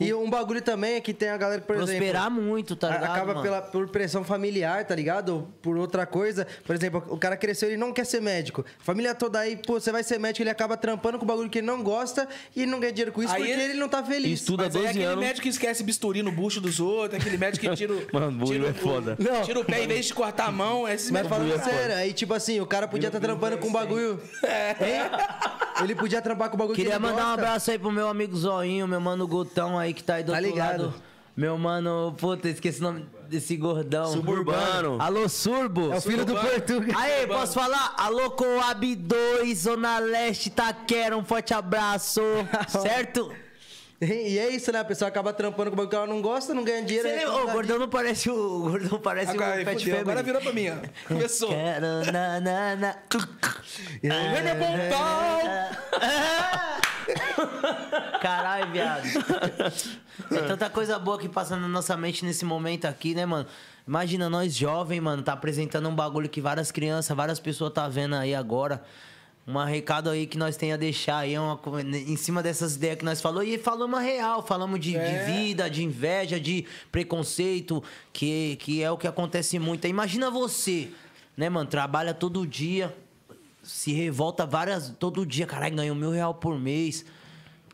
A: E um bagulho também é que tem a galera que, por exemplo.
D: prosperar muito, tá
A: A-
D: ligado?
A: acaba
D: mano?
A: pela, por pressão familiar, tá ligado? Ou Por outra coisa. Por exemplo, o cara cresceu, ele não quer ser médico. A família toda aí, pô, você vai ser médico, ele acaba trampando com o bagulho que ele não gosta e não ganha dinheiro com isso
C: Aí
A: porque
C: ele-
A: ele não tá feliz.
B: Estuda
C: Mas aí é
B: 12
C: aquele
B: anos.
C: médico que esquece bisturi no bucho dos outros, é aquele médico que tira, o-
B: Mano, bullying
C: tira, o-
B: é foda.
A: Não.
C: tira o pé em vez de cortar a mão. É esse
A: Mas
C: médico.
A: falando
B: Buiu é
A: sério, aí tipo assim, o cara podia estar trampando com um bagulho. Hein? Ele podia trampar com o bagulho
D: Queria
A: que ele
D: mandar um
A: gosta.
D: abraço aí pro meu amigo Zoinho, meu mano Gutão aí que tá aí do
A: Tá
D: outro
A: ligado.
D: lado. Meu mano, puta, esqueci o nome desse gordão.
B: Suburbano.
D: Alô, Surbo.
A: É o filho do Portuga.
D: Aê, posso falar? Alô, Coab 2, Zona Leste, Taquera, um forte abraço. certo?
A: E é isso, né? A pessoa acaba trampando com o banco que ela não gosta, não ganha dinheiro.
D: Você
A: aí
D: lembra?
A: fala,
D: Ô, o gordão não parece o. O gordão parece
C: Agora,
D: o
C: aí,
D: Fat
C: fudeu, agora
D: Family.
C: virou pra mim, ó. Começou.
D: Quero na, na, na.
A: "Ah,
C: Lembra Pontal?
D: Caralho, viado. Tem tanta coisa boa que passa na nossa mente nesse momento aqui, né, mano? Imagina nós jovem, mano, tá apresentando um bagulho que várias crianças, várias pessoas tá vendo aí agora. Um recado aí que nós tem a deixar aí, é uma, co- em cima dessas ideias que nós falou. E falamos a real, falamos de, de vida, de inveja, de preconceito, que, que é o que acontece muito. Imagina você, né, mano, trabalha todo dia, se revolta várias. Todo dia, caralho, ganhou mil real por mês.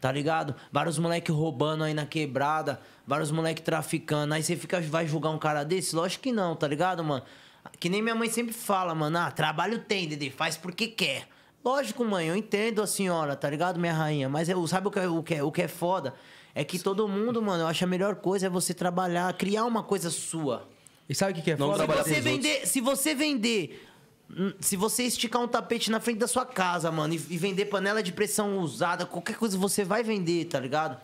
D: Tá ligado? Vários moleque roubando aí na quebrada, vários moleque traficando. Aí você fica, vai julgar um cara desse? Lógico que não, tá ligado, mano? Que nem minha mãe sempre fala, mano. Ah, trabalho tem, Dede, faz porque quer. Lógico, mãe, eu entendo a senhora, tá ligado, minha rainha? Mas eu, sabe o que, é- o, que é, o que é foda? É que todo mundo, mano, eu acho a melhor coisa é você trabalhar, criar uma coisa sua,
A: E sabe o que, que é
B: Não
A: foda?
B: trabalhar
A: Você
D: você
B: pros
A: vende-
D: vender, se você vender, hum, se você esticar um tapete na frente da sua casa, mano, e, e vender panela de pressão usada, qualquer coisa você vai vender, tá ligado?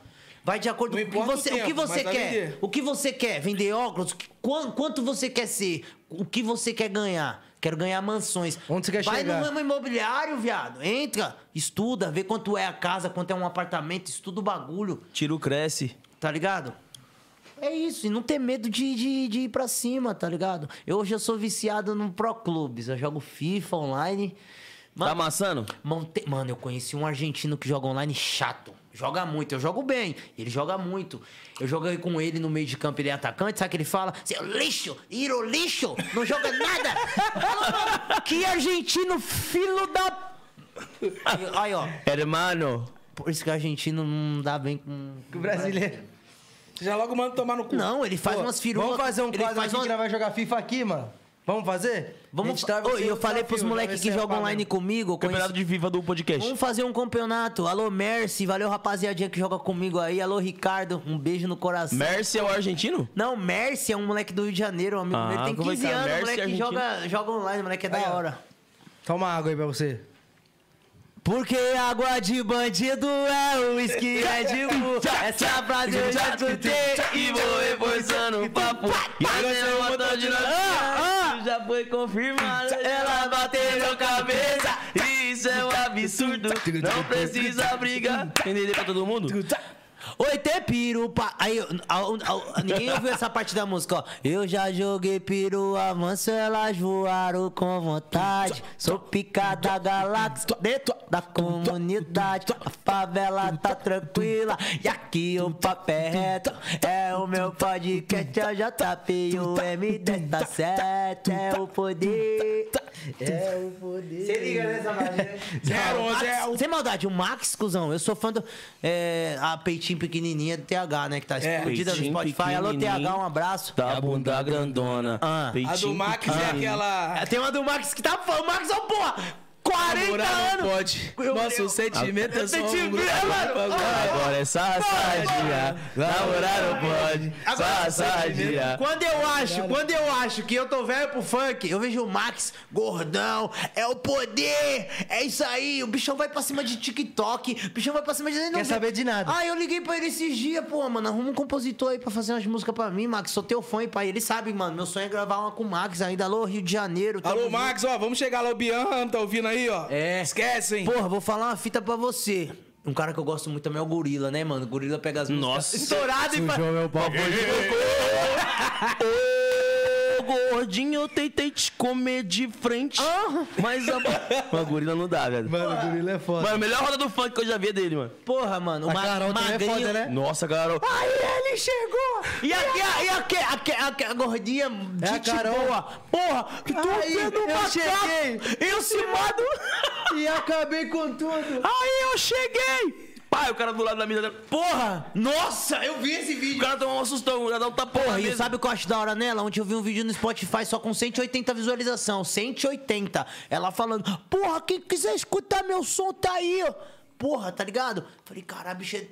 D: Vai de acordo
C: Não
D: com o que
C: importa o
D: você, o
C: tempo,
D: que
C: mas
D: você
C: vai
D: quer.
C: vender.
D: O que você quer? Vender óculos? Qu- quan- Quanto você quer ser? O que você quer ganhar? Quero ganhar mansões.
A: Onde você quer
D: Vai
A: chegar?
D: no ramo imobiliário, viado. Entra, estuda, vê quanto é a casa, quanto é um apartamento, estuda o bagulho.
B: Tiro cresce.
D: Tá ligado? É isso, e não ter medo de, de, de ir pra cima, tá ligado? Eu, hoje eu sou viciado no Pro Clubes, eu jogo FIFA online.
B: Tá
D: Mano,
B: amassando?
D: monte- mano, eu conheci um argentino que joga online chato. Joga muito, eu jogo bem, ele joga muito. Eu joguei com ele no meio de campo, ele é atacante, sabe o que ele fala? Seu lixo, iro lixo, não joga nada. Fala, mano, que argentino filho da... Aí, ó,
B: Hermano.
D: por isso que argentino não dá bem com...
A: O brasileiro.
C: Você já logo manda tomar no cu.
D: Não, ele faz
A: Pô,
D: umas firulas.
A: Vamos fazer um
D: ele
A: quadro
D: faz
A: aqui
D: uma-
A: que nós vai jogar FIFA aqui, mano? Vamos fazer? tá
D: Vamos fa... Ô, e eu falei pros moleques que jogam online comigo, eu conheci-
B: Campeonato de FIFA do podcast.
D: Vamos fazer um campeonato. Alô, Mercy, valeu rapaziadinha que joga comigo aí. Alô, Ricardo, um beijo no coração.
B: Mercy é o argentino?
D: Não, Mercy é um moleque do Rio de Janeiro, um amigo
B: Ah,
D: meu. Ele tem
B: como é que
D: 15
B: é?
D: anos,
B: Mercy
D: o moleque que
B: argentino.
D: joga, joga online, o moleque é
A: Aí,
D: da
A: ó.
D: hora.
A: Toma água aí pra você.
D: Porque água de bandido é o uísque, é de burro. Essa frase eu já escutei
B: E vou reforçando o papo. E você é um botão de
D: Ah,
B: notícia. Já foi confirmado. Ela bateu cabeça. Isso é um absurdo. Não precisa brigar. Entendeu pra todo mundo?
D: Oi, tem pirupa. Aí, eu- au- au- ninguém ouviu essa parte da música, ó. Eu já joguei piru avanço, elas voaram com vontade. Sou picada da galáxia, dentro da comunidade. A favela tá tranquila e aqui o papel é reto. É o meu podcast, é o JP e o M10 tá certo. É o poder.
A: É o poder. Você liga nessa
C: né, Zero, é
D: Max-
C: zero.
D: Sem maldade, o Max, cuzão, eu sou fã do. é, a Peitinho Pequenininha do TH, né? Que tá explodida no
B: Peitinho
D: Spotify. Alô, TH, um abraço.
B: Tá bunda grandona.
D: Ah.
C: A do Max é aquela.
D: É, Tem uma do Max que tá fã. O Max, ó, porra! 40
C: Morar não
D: anos!
C: pode.
D: Meu
C: Nosso
D: Deus.
C: sentimento é só um
D: Sentimento,
C: grupo.
D: é, mano.
B: Agora é só sadia. Namorar não pode. Só sadia.
D: tá Quando eu acho, quando eu acho que eu tô velho pro funk, eu vejo o Max gordão, é o poder, é isso aí, o bichão vai pra cima de TikTok, o bichão vai pra cima de... ele não
A: Quer
D: vê-
A: saber de nada.
D: Ah, eu liguei pra ele esses dias, pô, mano, arruma um compositor aí pra fazer umas músicas pra mim, Max, sou teu fã e pai, ele sabe, mano, meu sonho é gravar uma com o Max ainda, alô, Rio de Janeiro. tamo
C: Alô,
D: junto.
C: Max, ó, vamos chegar lá, o Bian, tá ouvindo aí, ó.
D: É.
C: Esquece, hein?
D: Porra, vou falar uma fita pra você. Um cara que eu gosto muito também é o Gorila, né, mano? O Gorila pega as músicas
B: Nossa.
D: estourado e faz...
A: meu pau.
B: Ô, gordinho, eu tentei te comer de frente. Mas a. Mas gorila não dá, velho.
A: Mano, o gorila é foda.
B: Mano, a melhor roda do funk que eu já vi é dele, mano.
D: Porra, mano, o
A: A Carol
D: ma
A: também é
D: magrinho...
A: foda, né?
B: Nossa, Carol.
D: Aí ele chegou! E a, e a, e a, que- a, que- a, que- a gordinha de
A: É a Carol.
D: boa! Porra! Tu
A: Aí,
D: sendo um
A: eu
D: macaco!
A: cheguei.
D: Eu se mado!
A: E acabei com tudo.
B: Aí eu cheguei! Pai, o cara do lado da mesa.
D: Ah.
B: Porra!
D: Nossa, eu vi esse
B: O
D: vídeo!
B: cara tomou um sustão, já dá um tapão na
D: Porra, e
B: mesa.
D: sabe o que eu acho da hora nela? Ontem eu vi um vídeo no Spotify só com 180 visualização. 180. Ela falando, porra, quem quiser escutar meu som tá aí, ó. Porra, tá ligado? Falei, caralho, bicho. é-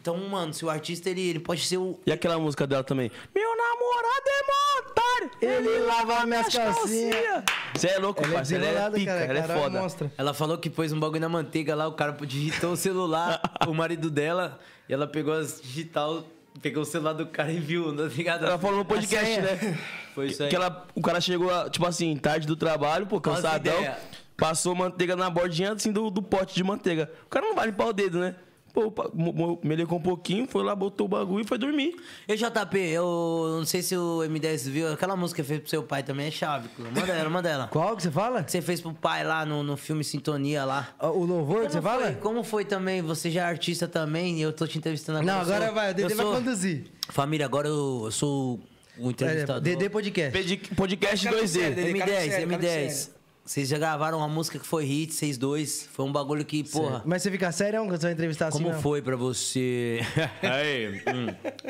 D: Então, mano, se o artista, ele, ele pode ser o...
B: E aquela música dela também. Meu namorado é montário, ele lava minhas calcinhas. Você é louco,
A: Ela é
B: parceiro. Ela é
A: desenrolada,
B: pica,
A: cara.
B: ela é
A: Caralho,
B: foda.
A: monstra.
D: Ela falou que pôs um bagulho na manteiga lá, o cara digitou o celular, o marido dela, e ela pegou as digital, pegou o celular do cara e viu, tá ligado? é.
B: Ela falou no podcast, né?
D: Foi isso aí.
B: Que ela, o cara chegou, tipo assim, tarde do trabalho, pô,
D: é. Nossa
B: cansadão.
D: ideia.
B: Passou manteiga na bordinha, assim, do, do pote de manteiga. O cara não vai limpar o dedo, né? Pô, pa- mo- mo- melecou um pouquinho, foi lá, botou o bagulho e foi dormir.
D: E JP, eu não sei se o M10 viu, aquela música que fez pro seu pai também é chave, cuzão. manda ela, manda ela.
A: Qual que você fala?
D: Que você fez pro pai lá no, no filme Sintonia lá.
A: Ah, O louvor que você
D: Como
A: fala?
D: foi- como foi também? Você já é artista também e eu tô te entrevistando agora.
A: Não,
D: eu sou-
A: agora vai, o Dedê
D: eu
A: vai
D: sou-
A: conduzir.
D: Família, agora eu, eu sou o
A: É,
D: entrevistador.
A: DD Podcast.
B: Pedi- Podcast
C: Cara, sério,
B: 2D.
C: Dedê, cara de
D: M10,
C: sério, cara de
D: M10.
C: sério.
D: Vocês já gravaram uma música que foi hit, vocês dois. Foi um bagulho que, porra.
A: Mas você fica sério quando você vai entrevistar assim?
D: Como
A: não?
D: foi pra você?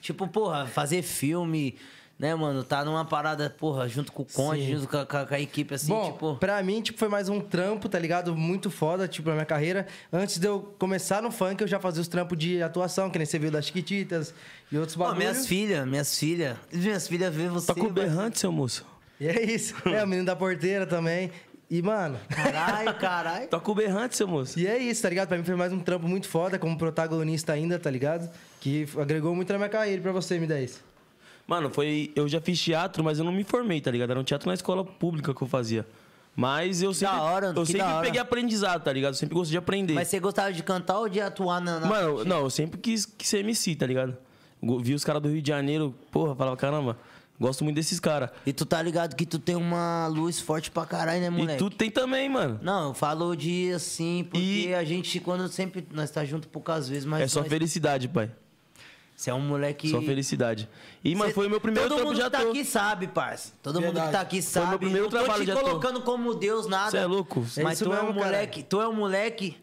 D: Tipo, porra, fazer filme, né, mano? Tá numa parada, porra, junto com o Conde, junto com a, com a- com a equipe, assim,
A: Bom,
D: tipo.
A: pra mim, tipo, foi mais um trampo, tá ligado? Muito foda, tipo, na minha carreira. Antes de eu começar no funk, eu já fazia os trampos de atuação, que nem você viu das Chiquititas e outros
D: Pô,
A: bagulhos.
D: minhas filhas, minhas filhas. Minhas filhas vê você.
B: Tá com o berrante, seu moço.
A: E é isso. É, o menino da porteira também. E, mano.
D: Caralho, caralho.
B: Tá com o berrante, seu moço.
A: E é isso, tá ligado? Pra mim foi mais um trampo muito foda, como protagonista ainda, tá ligado? Que agregou muito na minha carreira. E pra você, me dá isso.
B: Mano, foi. Eu já fiz teatro, mas eu não me formei, tá ligado? Era um teatro na escola pública que eu fazia. Mas eu sempre.
D: hora,
B: eu
D: que
B: sempre
D: da hora.
B: peguei aprendizado, tá ligado? Eu sempre gostei de aprender.
D: Mas você gostava de cantar ou de atuar na. na-
B: Mano, eu- não, eu sempre quis, quis ser MC, tá ligado? Go- Vi os caras do Rio de Janeiro, porra, falava, caramba, gosto muito desses caras.
D: E tu tá ligado que tu tem uma luz forte pra caralho, né,
B: E
D: moleque?
B: tu tem também, mano.
D: Não, eu falo de assim, porque
B: E-
D: a gente, quando sempre. Nós tá junto poucas vezes, mas.
B: É só
D: nós-
B: felicidade, pai.
D: Você é um moleque.
B: Só felicidade. E, mano,
D: Cê-
B: foi o meu primeiro
D: Todo
B: trampo
D: mundo
B: de
D: que tá
B: ator.
D: aqui sabe, parça. Todo mundo
C: Verdade.
D: que tá aqui sabe.
B: meu primeiro
D: não tô
B: trabalho
D: te
B: de ator.
D: colocando como Deus, nada.
B: Cê é louco.
D: Mas
B: É
A: isso
D: tu é um
A: mesmo,
D: moleque. Tu é um moleque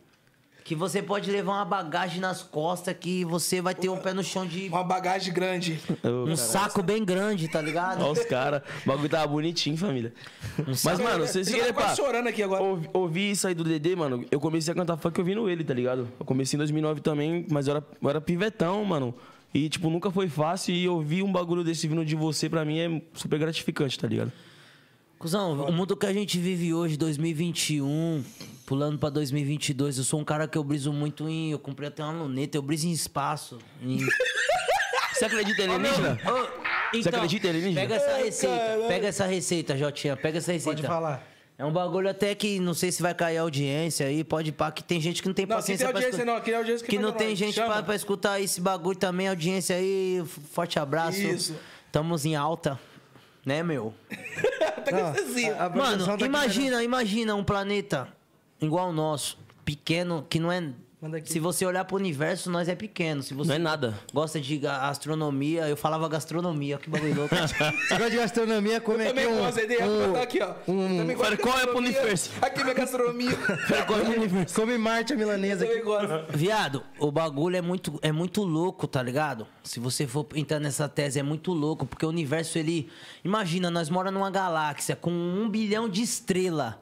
D: que você pode levar uma bagagem nas costas que você vai ter um pé no chão de.
C: Uma bagagem grande.
B: Ô,
D: Um saco bem grande, tá ligado?
B: Olha os caras. O bagulho tava bonitinho, família. Mas,
D: né?
B: mano, você
C: Você
B: se
C: tá
B: quer
C: quase
B: pá,
C: chorando aqui agora.
B: ouvi- Ouvi isso aí do Dedê, mano. Eu comecei a cantar funk ouvindo ele, tá ligado? Eu comecei em 2009 também, mas eu era, eu era pivetão, mano. E, tipo, nunca foi fácil. E ouvir um bagulho desse vindo de você, pra mim, é super gratificante, tá ligado?
D: Cusão, o mundo que a gente vive hoje, 2021, pulando pra 2022, eu sou um cara que eu briso muito em. Eu comprei até uma luneta, eu briso em espaço. Em...
B: Você acredita em alienígena? Você acredita em alienígena?
D: então, Pega essa receita, pega essa receita, Jotinha, pega essa receita.
A: Pode falar.
D: É um bagulho até que não sei se vai cair a audiência aí, pode pá, que tem gente que não tem
C: Não, se
D: paciência
C: tem
D: pra
C: audiência,
D: escutar.
C: não. Aqui é audiência que
D: Que não
C: manda
D: tem
C: nós.
D: gente
C: Chama.
D: pra, pra escutar esse bagulho também, audiência aí, f- forte abraço.
C: Isso.
D: Estamos em alta, né, meu?
C: Tá
A: Ó,
C: gostosinho.
A: a- a
D: Mano,
A: produção tá aqui,
D: imagina, imagina um planeta igual o nosso, pequeno, que não é.
A: Manda aqui.
D: Se você olhar pro universo, nós é pequeno. Se você
B: Não é nada.
D: gosta de ga- astronomia, eu falava gastronomia, ó, que bagulho louco.
A: Você gosta de gastronomia, come aqui
C: Também
A: um...
C: gosto, Dedê.
A: um-
C: Tá aqui, ó.
A: um-
C: Também gosto de
B: Qual é pro
C: gastronomia.
B: universo?
C: Aqui minha gastronomia.
A: Come Marte a milanesa aqui.
C: Também gosto.
D: Viado, o bagulho é muito, é muito louco, tá ligado? Se você for entrar nessa tese, é muito louco, porque o universo, ele. Imagina, nós moramos numa galáxia com um bilhão de estrela.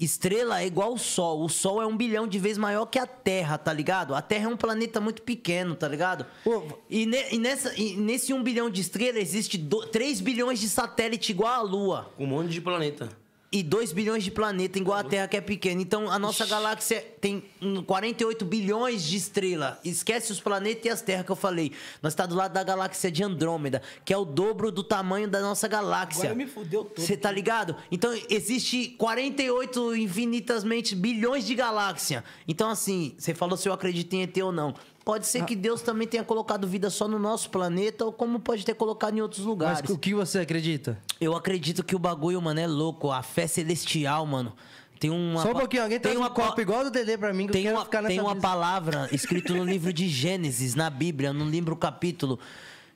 D: Estrela é igual o Sol. O Sol é um bilhão de vezes maior que a Terra, tá ligado? A Terra é um planeta muito pequeno, tá ligado?
A: Pô,
D: E, ne- e nessa, e nesse um bilhão de estrela existe 3 bilhões de satélite igual a Lua.
B: Um monte de planeta.
D: E 2 bilhões de planeta, igual a Terra que é pequena. Então a nossa galáxia tem hum, 48 bilhões de estrelas. Esquece os planetas e as terras que eu falei. Nós está do lado da galáxia de Andrômeda, que é o dobro do tamanho da nossa galáxia.
C: Agora me fudeu todo.
D: Você tá ligado? Então existe 48 infinitamente bilhões de galáxias. Então assim, você falou se eu acredito em ET ou não. Pode
C: Ah.
D: ser que Deus também tenha colocado vida só no nosso planeta, ou como pode ter colocado em outros lugares.
A: Mas o que você acredita?
D: Eu acredito que o bagulho, mano, é louco. A fé celestial, mano. Tem uma.
A: Só um pouquinho, alguém tem,
D: tem
A: um
D: uma
A: copo
D: pa-
A: igual do Dedê pra mim, que eu
D: Tem
A: quero
D: uma,
A: ficar nessa tá
D: tem uma
A: brisa.
D: palavra escrita no livro de Gênesis, na Bíblia, no livro capítulo,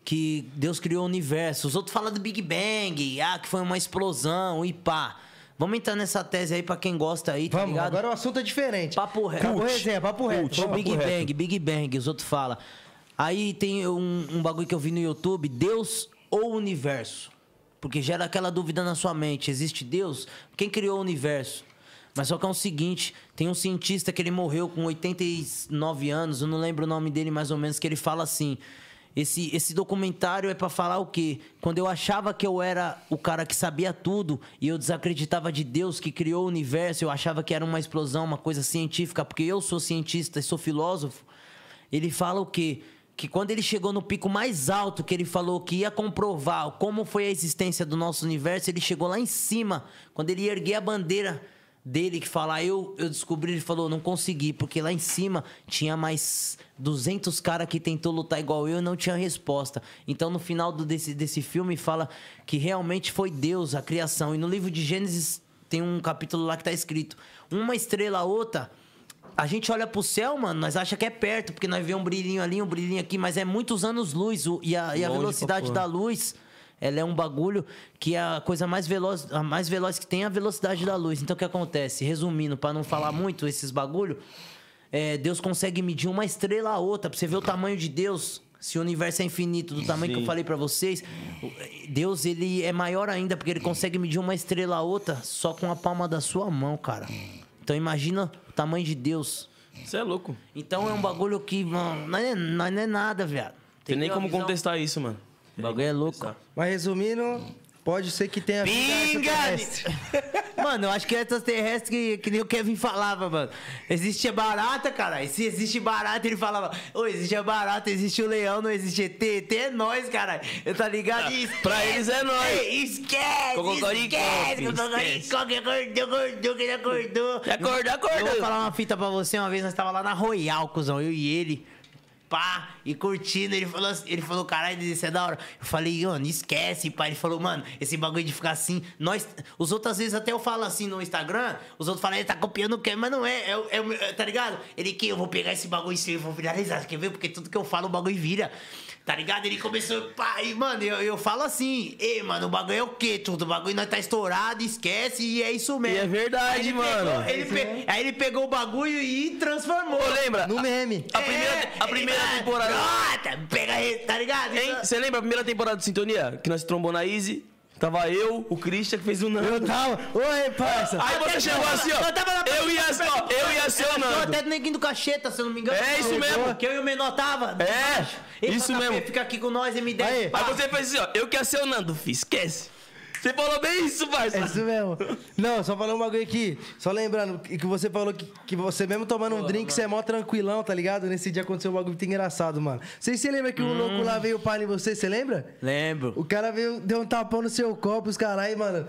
D: que Deus criou o universo. Os outros falam do Big Bang, ah, que foi uma explosão e pá. Vamos entrar nessa tese aí pra quem gosta aí, tá
A: Vamos,
D: ligado?
A: agora o assunto é diferente.
D: Papo reto.
A: Acabou a resenha, papo reto.
D: Bom,
A: Vamos.
D: Big Bang, Big Bang, os outros falam. Aí tem um, um bagulho que eu vi no YouTube, Deus ou universo? Porque gera aquela dúvida na sua mente, existe Deus? Quem criou o universo? Mas só que é o seguinte, tem um cientista que ele morreu com 89 anos, eu não lembro o nome dele mais ou menos, que ele fala assim: esse, esse documentário é pra falar o quê? Quando eu achava que eu era o cara que sabia tudo e eu desacreditava de Deus que criou o universo, eu achava que era uma explosão, uma coisa científica, porque eu sou cientista e sou filósofo. Ele fala o quê? Que quando ele chegou no pico mais alto, que ele falou que ia comprovar como foi a existência do nosso universo, ele chegou lá em cima. Quando ele ia erguer a bandeira dele, que fala, "Ah, eu, eu descobri, ele falou, não consegui, porque lá em cima tinha mais 200 caras que tentou lutar igual eu e não tinha resposta. Então, no final do- desse, desse filme, fala que realmente foi Deus a criação. E no livro de Gênesis tem um capítulo lá que tá escrito: uma estrela, a outra. A gente olha pro céu, mano, nós acha que é perto, porque nós vê um brilhinho ali, um brilhinho aqui, mas é muitos anos luz. o- E a, e a
A: Longe
D: velocidade
A: pra
D: da luz, ela é um bagulho que é a coisa mais veloz, a mais veloz que tem é a velocidade da luz. Então o que acontece? Resumindo, pra não falar muito esses bagulho, é, Deus consegue medir uma estrela a outra, pra você ver o tamanho de Deus. Se o universo é infinito, do tamanho que eu
B: Sim.
D: falei pra vocês, o- Deus ele é maior ainda, porque ele consegue medir uma estrela a outra só com a palma da sua mão, cara. Então imagina o tamanho de Deus.
B: Você é louco.
D: Então é um bagulho que, mano, não é, não é nada, viado.
B: Tem nem
D: Entendeu?
B: como
D: A visão-
B: contestar isso, mano.
D: O bagulho é louco.
A: Mas resumindo, pode ser que tenha vida extraterrestre.
D: Mano, eu acho que é extraterrestre que, que nem o Kevin falava, mano. Existe a barata, cara. E se existe barata, ele falava, ô, existe a barata, existe o leão, não existe ET. ET é nós, cara. Tá ligado?
B: pra eles é nóis.
D: Ei, Esquece!
B: Cococorico,
D: Esquece!
B: filho, esquece.
D: Cococorico, que acordou, acordou, que ele acordou.
B: Acordou,
D: Eu
B: acordou.
D: vou falar uma fita pra você. Uma vez nós tava lá na Royal, cuzão, eu e ele. Pá, e curtindo, ele falou, assim- ele falou, caralho, isso é da hora. Eu falei, mano, esquece, pai. Ele falou, mano, esse bagulho de ficar assim, nós. Os outros, às vezes, até eu falo assim no Instagram, os outros falam, ele tá copiando o Kevin, mas não é, é, o- é o meu- tá ligado? Ele que eu vou pegar esse bagulho e eu vou viralizar, quer ver? Porque tudo que eu falo, o bagulho vira. Tá ligado? Ele começou, pá, e, mano, eu, eu falo assim, ei, mano, o bagulho é o quê, tudo? O bagulho nós tá estourado, esquece, e é isso mesmo.
B: E é verdade,
D: Aí ele
B: mano.
D: pegou- ele pe- Aí ele pegou o bagulho e transformou. É,
B: Ô, lembra?
A: No meme.
B: A primeira, a primeira temporada. É
D: Brota, pega ele, tá ligado?
B: Hein? Você lembra a primeira temporada de Sintonia? Que nós trombou na Easy? Tava eu, o Christian, que fez o Nando.
A: Eu tava. Oi, parça.
B: Aí você chegou assim, ó.
D: Eu tava na
B: Eu ia ser, ó. Eu ia ser o
D: Tô então até
B: Nando.
D: do neguinho do cacheta, se eu não me engano.
B: É isso mesmo.
D: Que eu e o menor tava.
B: É,
D: Ele
B: isso
D: fala, "Fê,
B: mesmo.
D: Fica aqui com nós, M10.
A: Aí.
D: pá."
B: Aí você fez assim, ó. Eu que ia ser o Nando, fi. Esquece. Você falou bem isso, parça.
A: É isso mesmo. Não, só falando um bagulho aqui. Só lembrando que que você falou que, que você mesmo tomando um drink, você é mó tranquilão, tá ligado? Nesse dia aconteceu um bagulho muito engraçado, mano. Vocês se lembram que um louco lá veio par em você, você lembra?
D: Lembro.
A: O cara veio, deu um tapão no seu copo, os caras mano.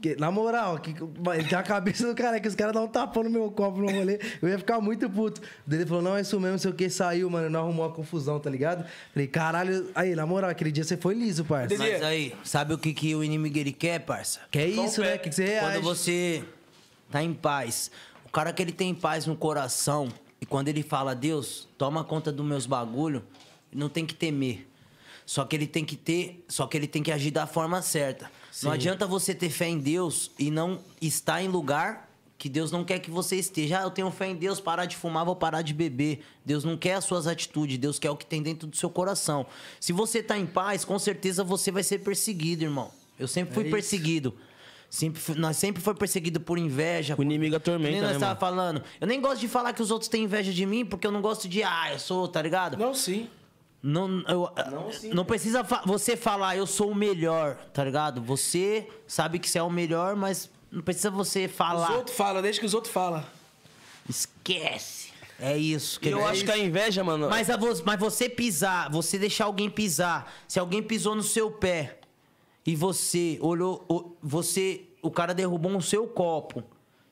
A: que- Na moral, que, mano, tem a cabeça do cara que os caras dão um tapão no meu copo no rolê. Eu ia ficar muito puto. Daí Ele falou, não, é isso mesmo, não sei o que, saiu, mano. Não arrumou a confusão, tá ligado? Falei, caralho. Aí, na moral, aquele dia você foi liso, parça.
D: Mas aí, sabe o que, que o inimigo ele quer, parça?
A: Que é isso, né? Que você reage.
D: Quando você tá em paz, o cara que ele tem paz no coração e quando ele fala, Deus, toma conta dos meus bagulho, não tem que temer. Só que ele tem que ter, só que ele tem que agir da forma certa. Não adianta você ter fé em Deus e não estar em lugar que Deus não quer que você esteja. Ah, eu tenho fé em Deus, parar de fumar, vou parar de beber. Deus não quer as suas atitudes, Deus quer o que tem dentro do seu coração. Se você tá em paz, com certeza você vai ser perseguido, irmão. Eu sempre fui perseguido. Sempre fui- nós sempre foi perseguido por inveja.
B: O inimigo
D: Que nem
B: atormenta,
D: nós
B: né,
D: tava
B: mano?
D: falando. Eu nem gosto de falar que os outros têm inveja de mim, porque eu não gosto de, ah, eu sou, tá ligado?
C: Não, sim.
D: Não, eu- não precisa fa- você falar, eu sou o melhor, tá ligado? Você sabe que você é o melhor, mas não precisa você
C: Os
D: falar.
C: outros falam, deixa que os outros falam.
D: Esquece. É isso.
B: E
D: quer
B: eu
D: dizer,
B: acho que a inveja, mano...
D: mas, a vo- mas você pisar, você deixar alguém pisar, se alguém pisou no seu pé e você olhou, o- você, o cara derrubou o seu copo.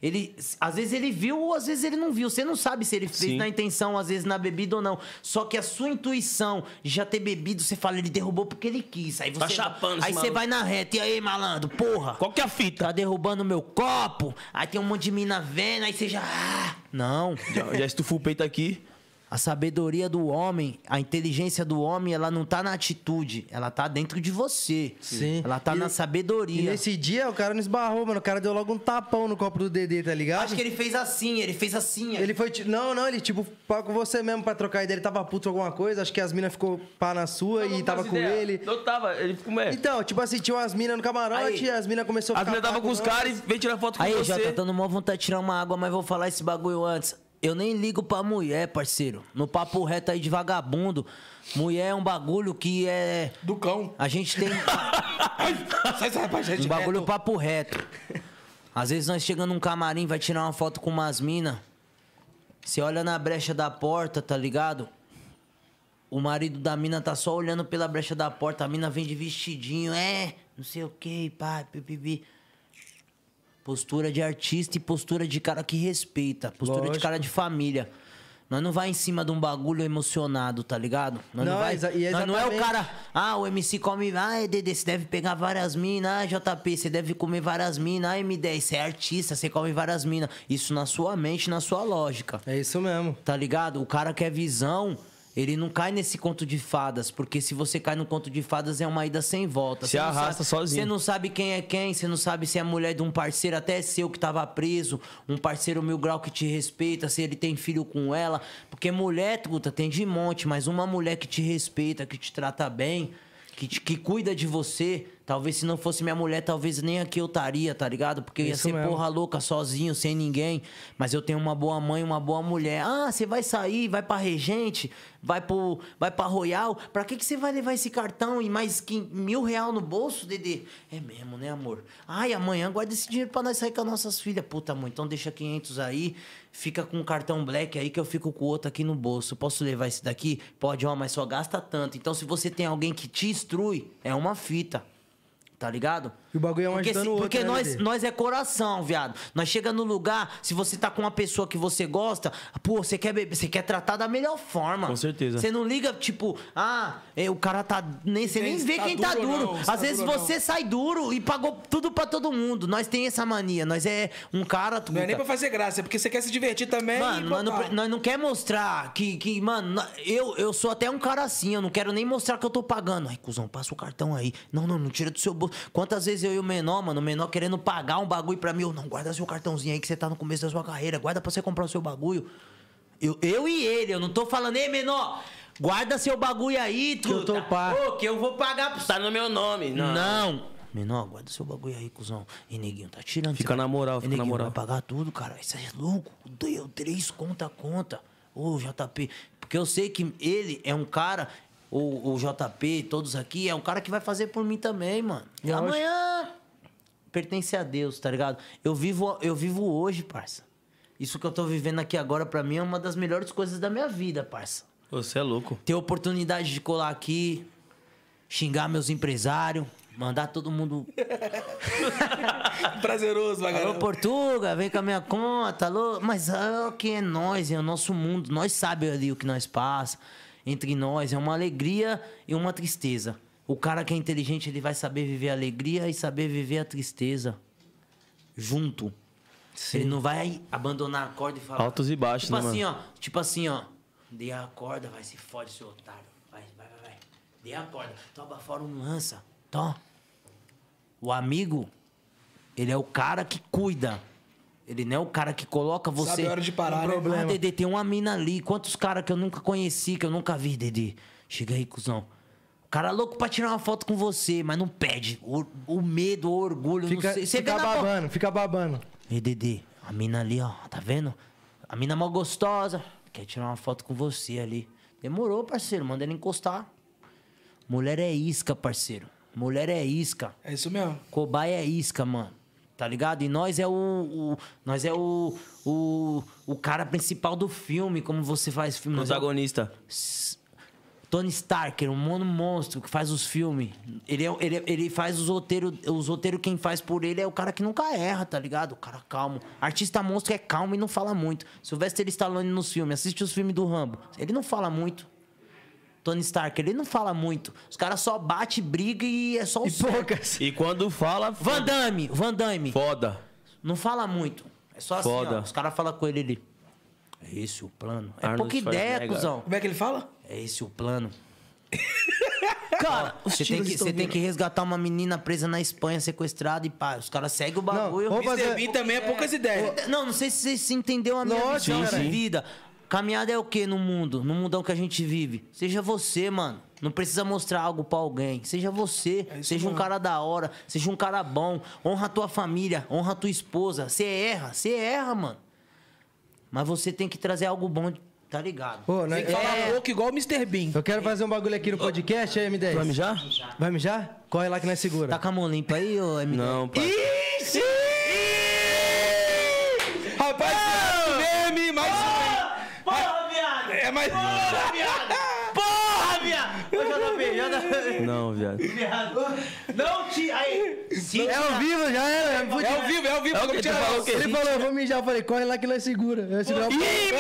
D: Ele, às vezes ele viu ou às vezes ele não viu. Você não sabe se ele fez
B: Sim.
D: na intenção, às vezes na bebida ou não. Só que a sua intuição de já ter bebido, você fala, ele derrubou porque ele quis. Aí você,
B: Tá chapando esse
D: aí você
B: maluco.
D: vai na reta. E aí, malandro, porra?
B: Qual que é a fita?
D: Tá derrubando meu copo? Aí tem um monte de mina vendo, aí você já. ah, Não.
B: Já, já estufou o peito aqui.
D: A sabedoria do homem, a inteligência do homem, ela não tá na atitude, ela tá dentro de você.
A: Sim.
D: Ela tá
A: E-
D: na
A: E
D: sabedoria.
A: nesse dia o cara não esbarrou, mano. O cara deu logo um tapão no copo do Dedê, tá ligado?
D: Acho que ele fez assim, ele fez assim.
A: Ele foi. ti- Não, não, ele tipo, pá com você mesmo pra trocar ideia. Ele tava puto com alguma coisa, acho que as minas ficou pá na sua e tava com ele.
B: Eu tava, ele como é?
A: Então, tipo assim, tinha umas minas no camarote,
D: Aí.
A: as minas começou a
B: As
A: ficar.
B: meninas tava
A: pá
B: com os
A: nós.
B: caras e veio tirar foto com
D: Aí,
B: você.
D: já tá dando mó vontade de tirar uma água, mas vou falar esse bagulho antes. Eu nem ligo pra mulher, parceiro. No papo reto aí de vagabundo. Mulher é um bagulho que é.
C: Do cão.
D: A gente tem.
C: Ai, sai essa rapaz, É,
D: Um bagulho papo reto. Às vezes nós chegamos num camarim, vai tirar uma foto com umas mina. Você olha na brecha da porta, tá ligado? O marido da mina tá só olhando pela brecha da porta. A mina vem de vestidinho, é, não sei o que, pá, pipipi. Postura de artista e postura de cara que respeita. Postura de
A: Lógico.
D: cara de família. Nós não vai em cima de um bagulho emocionado, tá ligado? Nós não,
A: Não,
D: vai,
A: exa- e
D: nós não é o
A: exatamente.
D: cara ah, o MC come. Ah, Dedê, você deve pegar várias minas. Ah, JP, você deve comer várias minas. Ah, M10, você é artista, você come várias minas. Isso na sua mente, na sua lógica.
A: É isso mesmo.
D: Tá ligado? O cara que é visão, ele não cai nesse conto de fadas. Porque se você cai no conto de fadas, é uma ida sem volta.
B: Se
D: Você não
B: arrasta
D: sabe-
B: sozinho.
D: Você não sabe quem é quem, você não sabe se é a mulher de um parceiro, até seu que tava preso, um parceiro mil grau que te respeita, se ele tem filho com ela. Porque mulher, truta, tem de monte, mas uma mulher que te respeita, que te trata bem, que, te- que cuida de você. Talvez se não fosse minha mulher, talvez nem aqui eu estaria, tá ligado? Porque eu ia
A: Isso
D: ser
A: mesmo.
D: porra louca, sozinho, sem ninguém. Mas eu tenho uma boa mãe, uma boa mulher. Ah, você vai sair, vai pra Regente, vai, pro, vai pra Royal. Pra que que você vai levar esse cartão e mais quin- mil real no bolso, Dedê? É mesmo, né, amor? Ai, amanhã guarda esse dinheiro pra nós sair com as nossas filhas. Puta, amor, então deixa 500 aí. Fica com o cartão black aí que eu fico com o outro aqui no bolso. Posso levar esse daqui? Pode, ó, mas só gasta tanto. Então, se você tem alguém que te instrui, é uma fita. Tá ligado?
A: E o bagulho é um
D: porque
A: ajudando o outro,
D: Porque
A: né,
D: nós,
A: Dedê?
D: nós é coração, viado. Nós chega no lugar, se você tá com uma pessoa que você gosta, pô, você quer beber, você quer tratar da melhor forma.
B: Com certeza.
D: Você não liga, tipo, ah, é, o cara tá. Nem, você
C: Quem
D: nem vê
C: tá
D: quem tá
C: duro ou
D: duro.
C: não, se
D: Às
C: tá
D: vezes
C: duro ou
D: você sai duro e pagou tudo pra todo mundo. Nós tem essa mania. Nós é um cara.
C: Não é
D: truta.
C: nem pra fazer graça, é porque você quer se divertir também.
D: Mano,
C: e
D: nós não,
C: botar.
D: pre- nós não quer mostrar que, que mano, nó- eu, eu sou até um cara assim, eu não quero nem mostrar que eu tô pagando. Ai, cuzão, passa o cartão aí. Não, não, não tira do seu bolso. Quantas vezes eu e o menor, mano, o menor querendo pagar um bagulho pra mim, eu não, guarda seu cartãozinho aí que você tá no começo da sua carreira, guarda pra você comprar o seu bagulho. Eu, eu e ele, eu não tô falando, ei, menor, guarda seu bagulho aí, tu. tá
A: eu tô pá."
D: que eu vou pagar pro.
B: Tá no meu nome,
D: Não. Menor, guarda seu bagulho aí, cuzão. E neguinho, tá tirando.
B: Fica
D: você
B: na
D: vai-
B: moral,
D: E
B: fica na
D: neguinho,
B: moral.
D: Vai pagar tudo, cara. Isso aí é louco. Deu três conta a conta. Ô, JP. Porque eu sei que ele é um cara, ou o JP, todos aqui, é um cara que vai fazer por mim também, mano. E
A: Lógico.
D: amanhã pertence a Deus, tá ligado? Eu vivo, eu vivo hoje, parça. Isso que eu tô vivendo aqui agora, pra mim, é uma das melhores coisas da minha vida, parça
B: Você é louco.
D: ter oportunidade de colar aqui, xingar meus empresários, mandar todo mundo.
C: Prazeroso,
D: Alô,
C: vagabundo.
D: Portuga, vem com a minha conta, alô. Mas ah, quem é nós, é o nosso mundo. Nós sabemos ali o que nós passa entre nós. É uma alegria e uma tristeza. O cara que é inteligente, ele vai saber viver a alegria e saber viver a tristeza. Junto. Ele não vai abandonar a corda e falar.
B: Altos e baixos,
D: tipo
B: né,
D: assim, ó. Tipo assim, ó. Dei a corda, vai se fode, seu otário. Vai, vai, vai, vai. Dei a corda. Toma fora um lança. Toma. O amigo, ele é o cara que cuida. Ele não é o cara que coloca você.
C: Sabe a hora de parar, né?
D: Ah, Dedê, tem uma mina ali. Quantos caras que eu nunca conheci, que eu nunca vi, Dedê? Chega aí, cuzão. O cara é louco pra tirar uma foto com você, mas não pede. O, o medo, o orgulho,
A: Fica,
D: não sei. Você
A: fica
D: vê na porta.
A: babando, fica babando.
D: Ei, Dedê, a mina ali, ó, tá vendo? A mina é mó gostosa. Quer tirar uma foto com você ali. Demorou, parceiro, manda ele encostar. Mulher é isca, parceiro. Mulher é isca.
C: É isso mesmo.
D: Cobaia é isca, mano. Tá ligado? E nós é o. o- nós é o, o. O cara principal do filme, como você faz filme. Nós é o
B: Protagonista.
D: Tony Stark, um mono monstro que faz os filmes. Ele, é- ele, é- ele faz os roteiros. Os roteiros, quem faz por ele é o cara que nunca erra, tá ligado? O cara calmo. Artista monstro é calmo e não fala muito. Sylvester Stallone nos filmes, assiste os filmes do Rambo. Ele não fala muito. Tony Stark, ele não fala muito. Os caras só bate, briga e é só o
A: E
D: soco.
A: poucas.
B: E quando fala,
D: Van Damme, Van Damme.
B: foda.
D: Não fala muito. É só
B: Foda.
D: assim, ó, os caras falam com ele ali. É esse o plano. É
B: Arnold
D: pouca ideia,
B: Schwarzenegger.
D: cuzão.
C: Como é que ele fala?
D: É esse o plano. Cara, você tem, que, você tem que resgatar uma menina presa na Espanha, sequestrada e pá. Os caras seguem o bagulho.
A: vamos fazer-
C: Mr. Bean também é poucas ideias.
D: Não, não sei se vocês se entenderam a minha
A: Lógico,
D: visão
A: cara.
D: de vida. Caminhada é o que no mundo? No mundão que a gente vive? Seja você, mano. Não precisa mostrar algo pra alguém. Seja você.
C: isso
D: seja um
C: mesmo.
D: cara da hora. Seja um cara bom. Honra a tua família. Honra a tua esposa. Você erra. Você erra, mano. Mas você tem que trazer algo bom, tá ligado?
A: Pô, né?
C: Tem que falar
D: É.
C: pouco igual o Mr. Bean.
A: Eu quero fazer um bagulho aqui no podcast, aí, M10.
B: Vai mijar?
A: Vai mijar? Corre lá que nós segura.
D: Tá com a mão limpa aí, ô MD?
B: Não, pai.
A: Ixi!
C: Rapaz, mais um meme, mais um
D: Porra, viado!
C: meme. É mais
D: Porra, viado! Porra, viado! Ô, JP, JP,
B: Não, viado.
D: viado. Não te... Aí, se
A: É
D: tirar-
A: ao vivo, já era. já me fudi.
C: É ao vivo, é ao vivo.
B: É o que tu falou o quê?
A: Ele falou, eu vou mijar. Eu falei, corre lá que nós segura. Eu segura
B: Ih,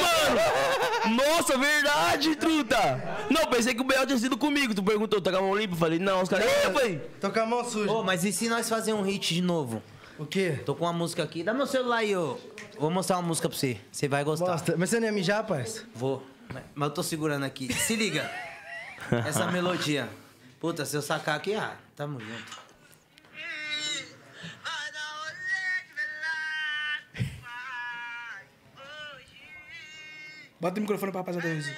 B: mano! Nossa, verdade, truta! Não, pensei que o Biel tinha sido comigo. Tu perguntou, tá com a mão limpa? Eu Falei, não, os caras. Ih, falei.
A: Tô com a mão suja.
D: Ô, mas e se nós fazer um hit de novo?
A: O quê?
D: Tô com uma música aqui. Dá meu celular aí, ô. Vou mostrar uma música pra você. Você vai gostar.
A: Bosta. Mas você não ia mijar, parça?
D: Vou. Mas- Mas eu tô segurando aqui. Se liga. Essa melodia. Puta, se eu sacar aqui, ah, tamo junto.
C: Bota o microfone pra rapaziada ouvir.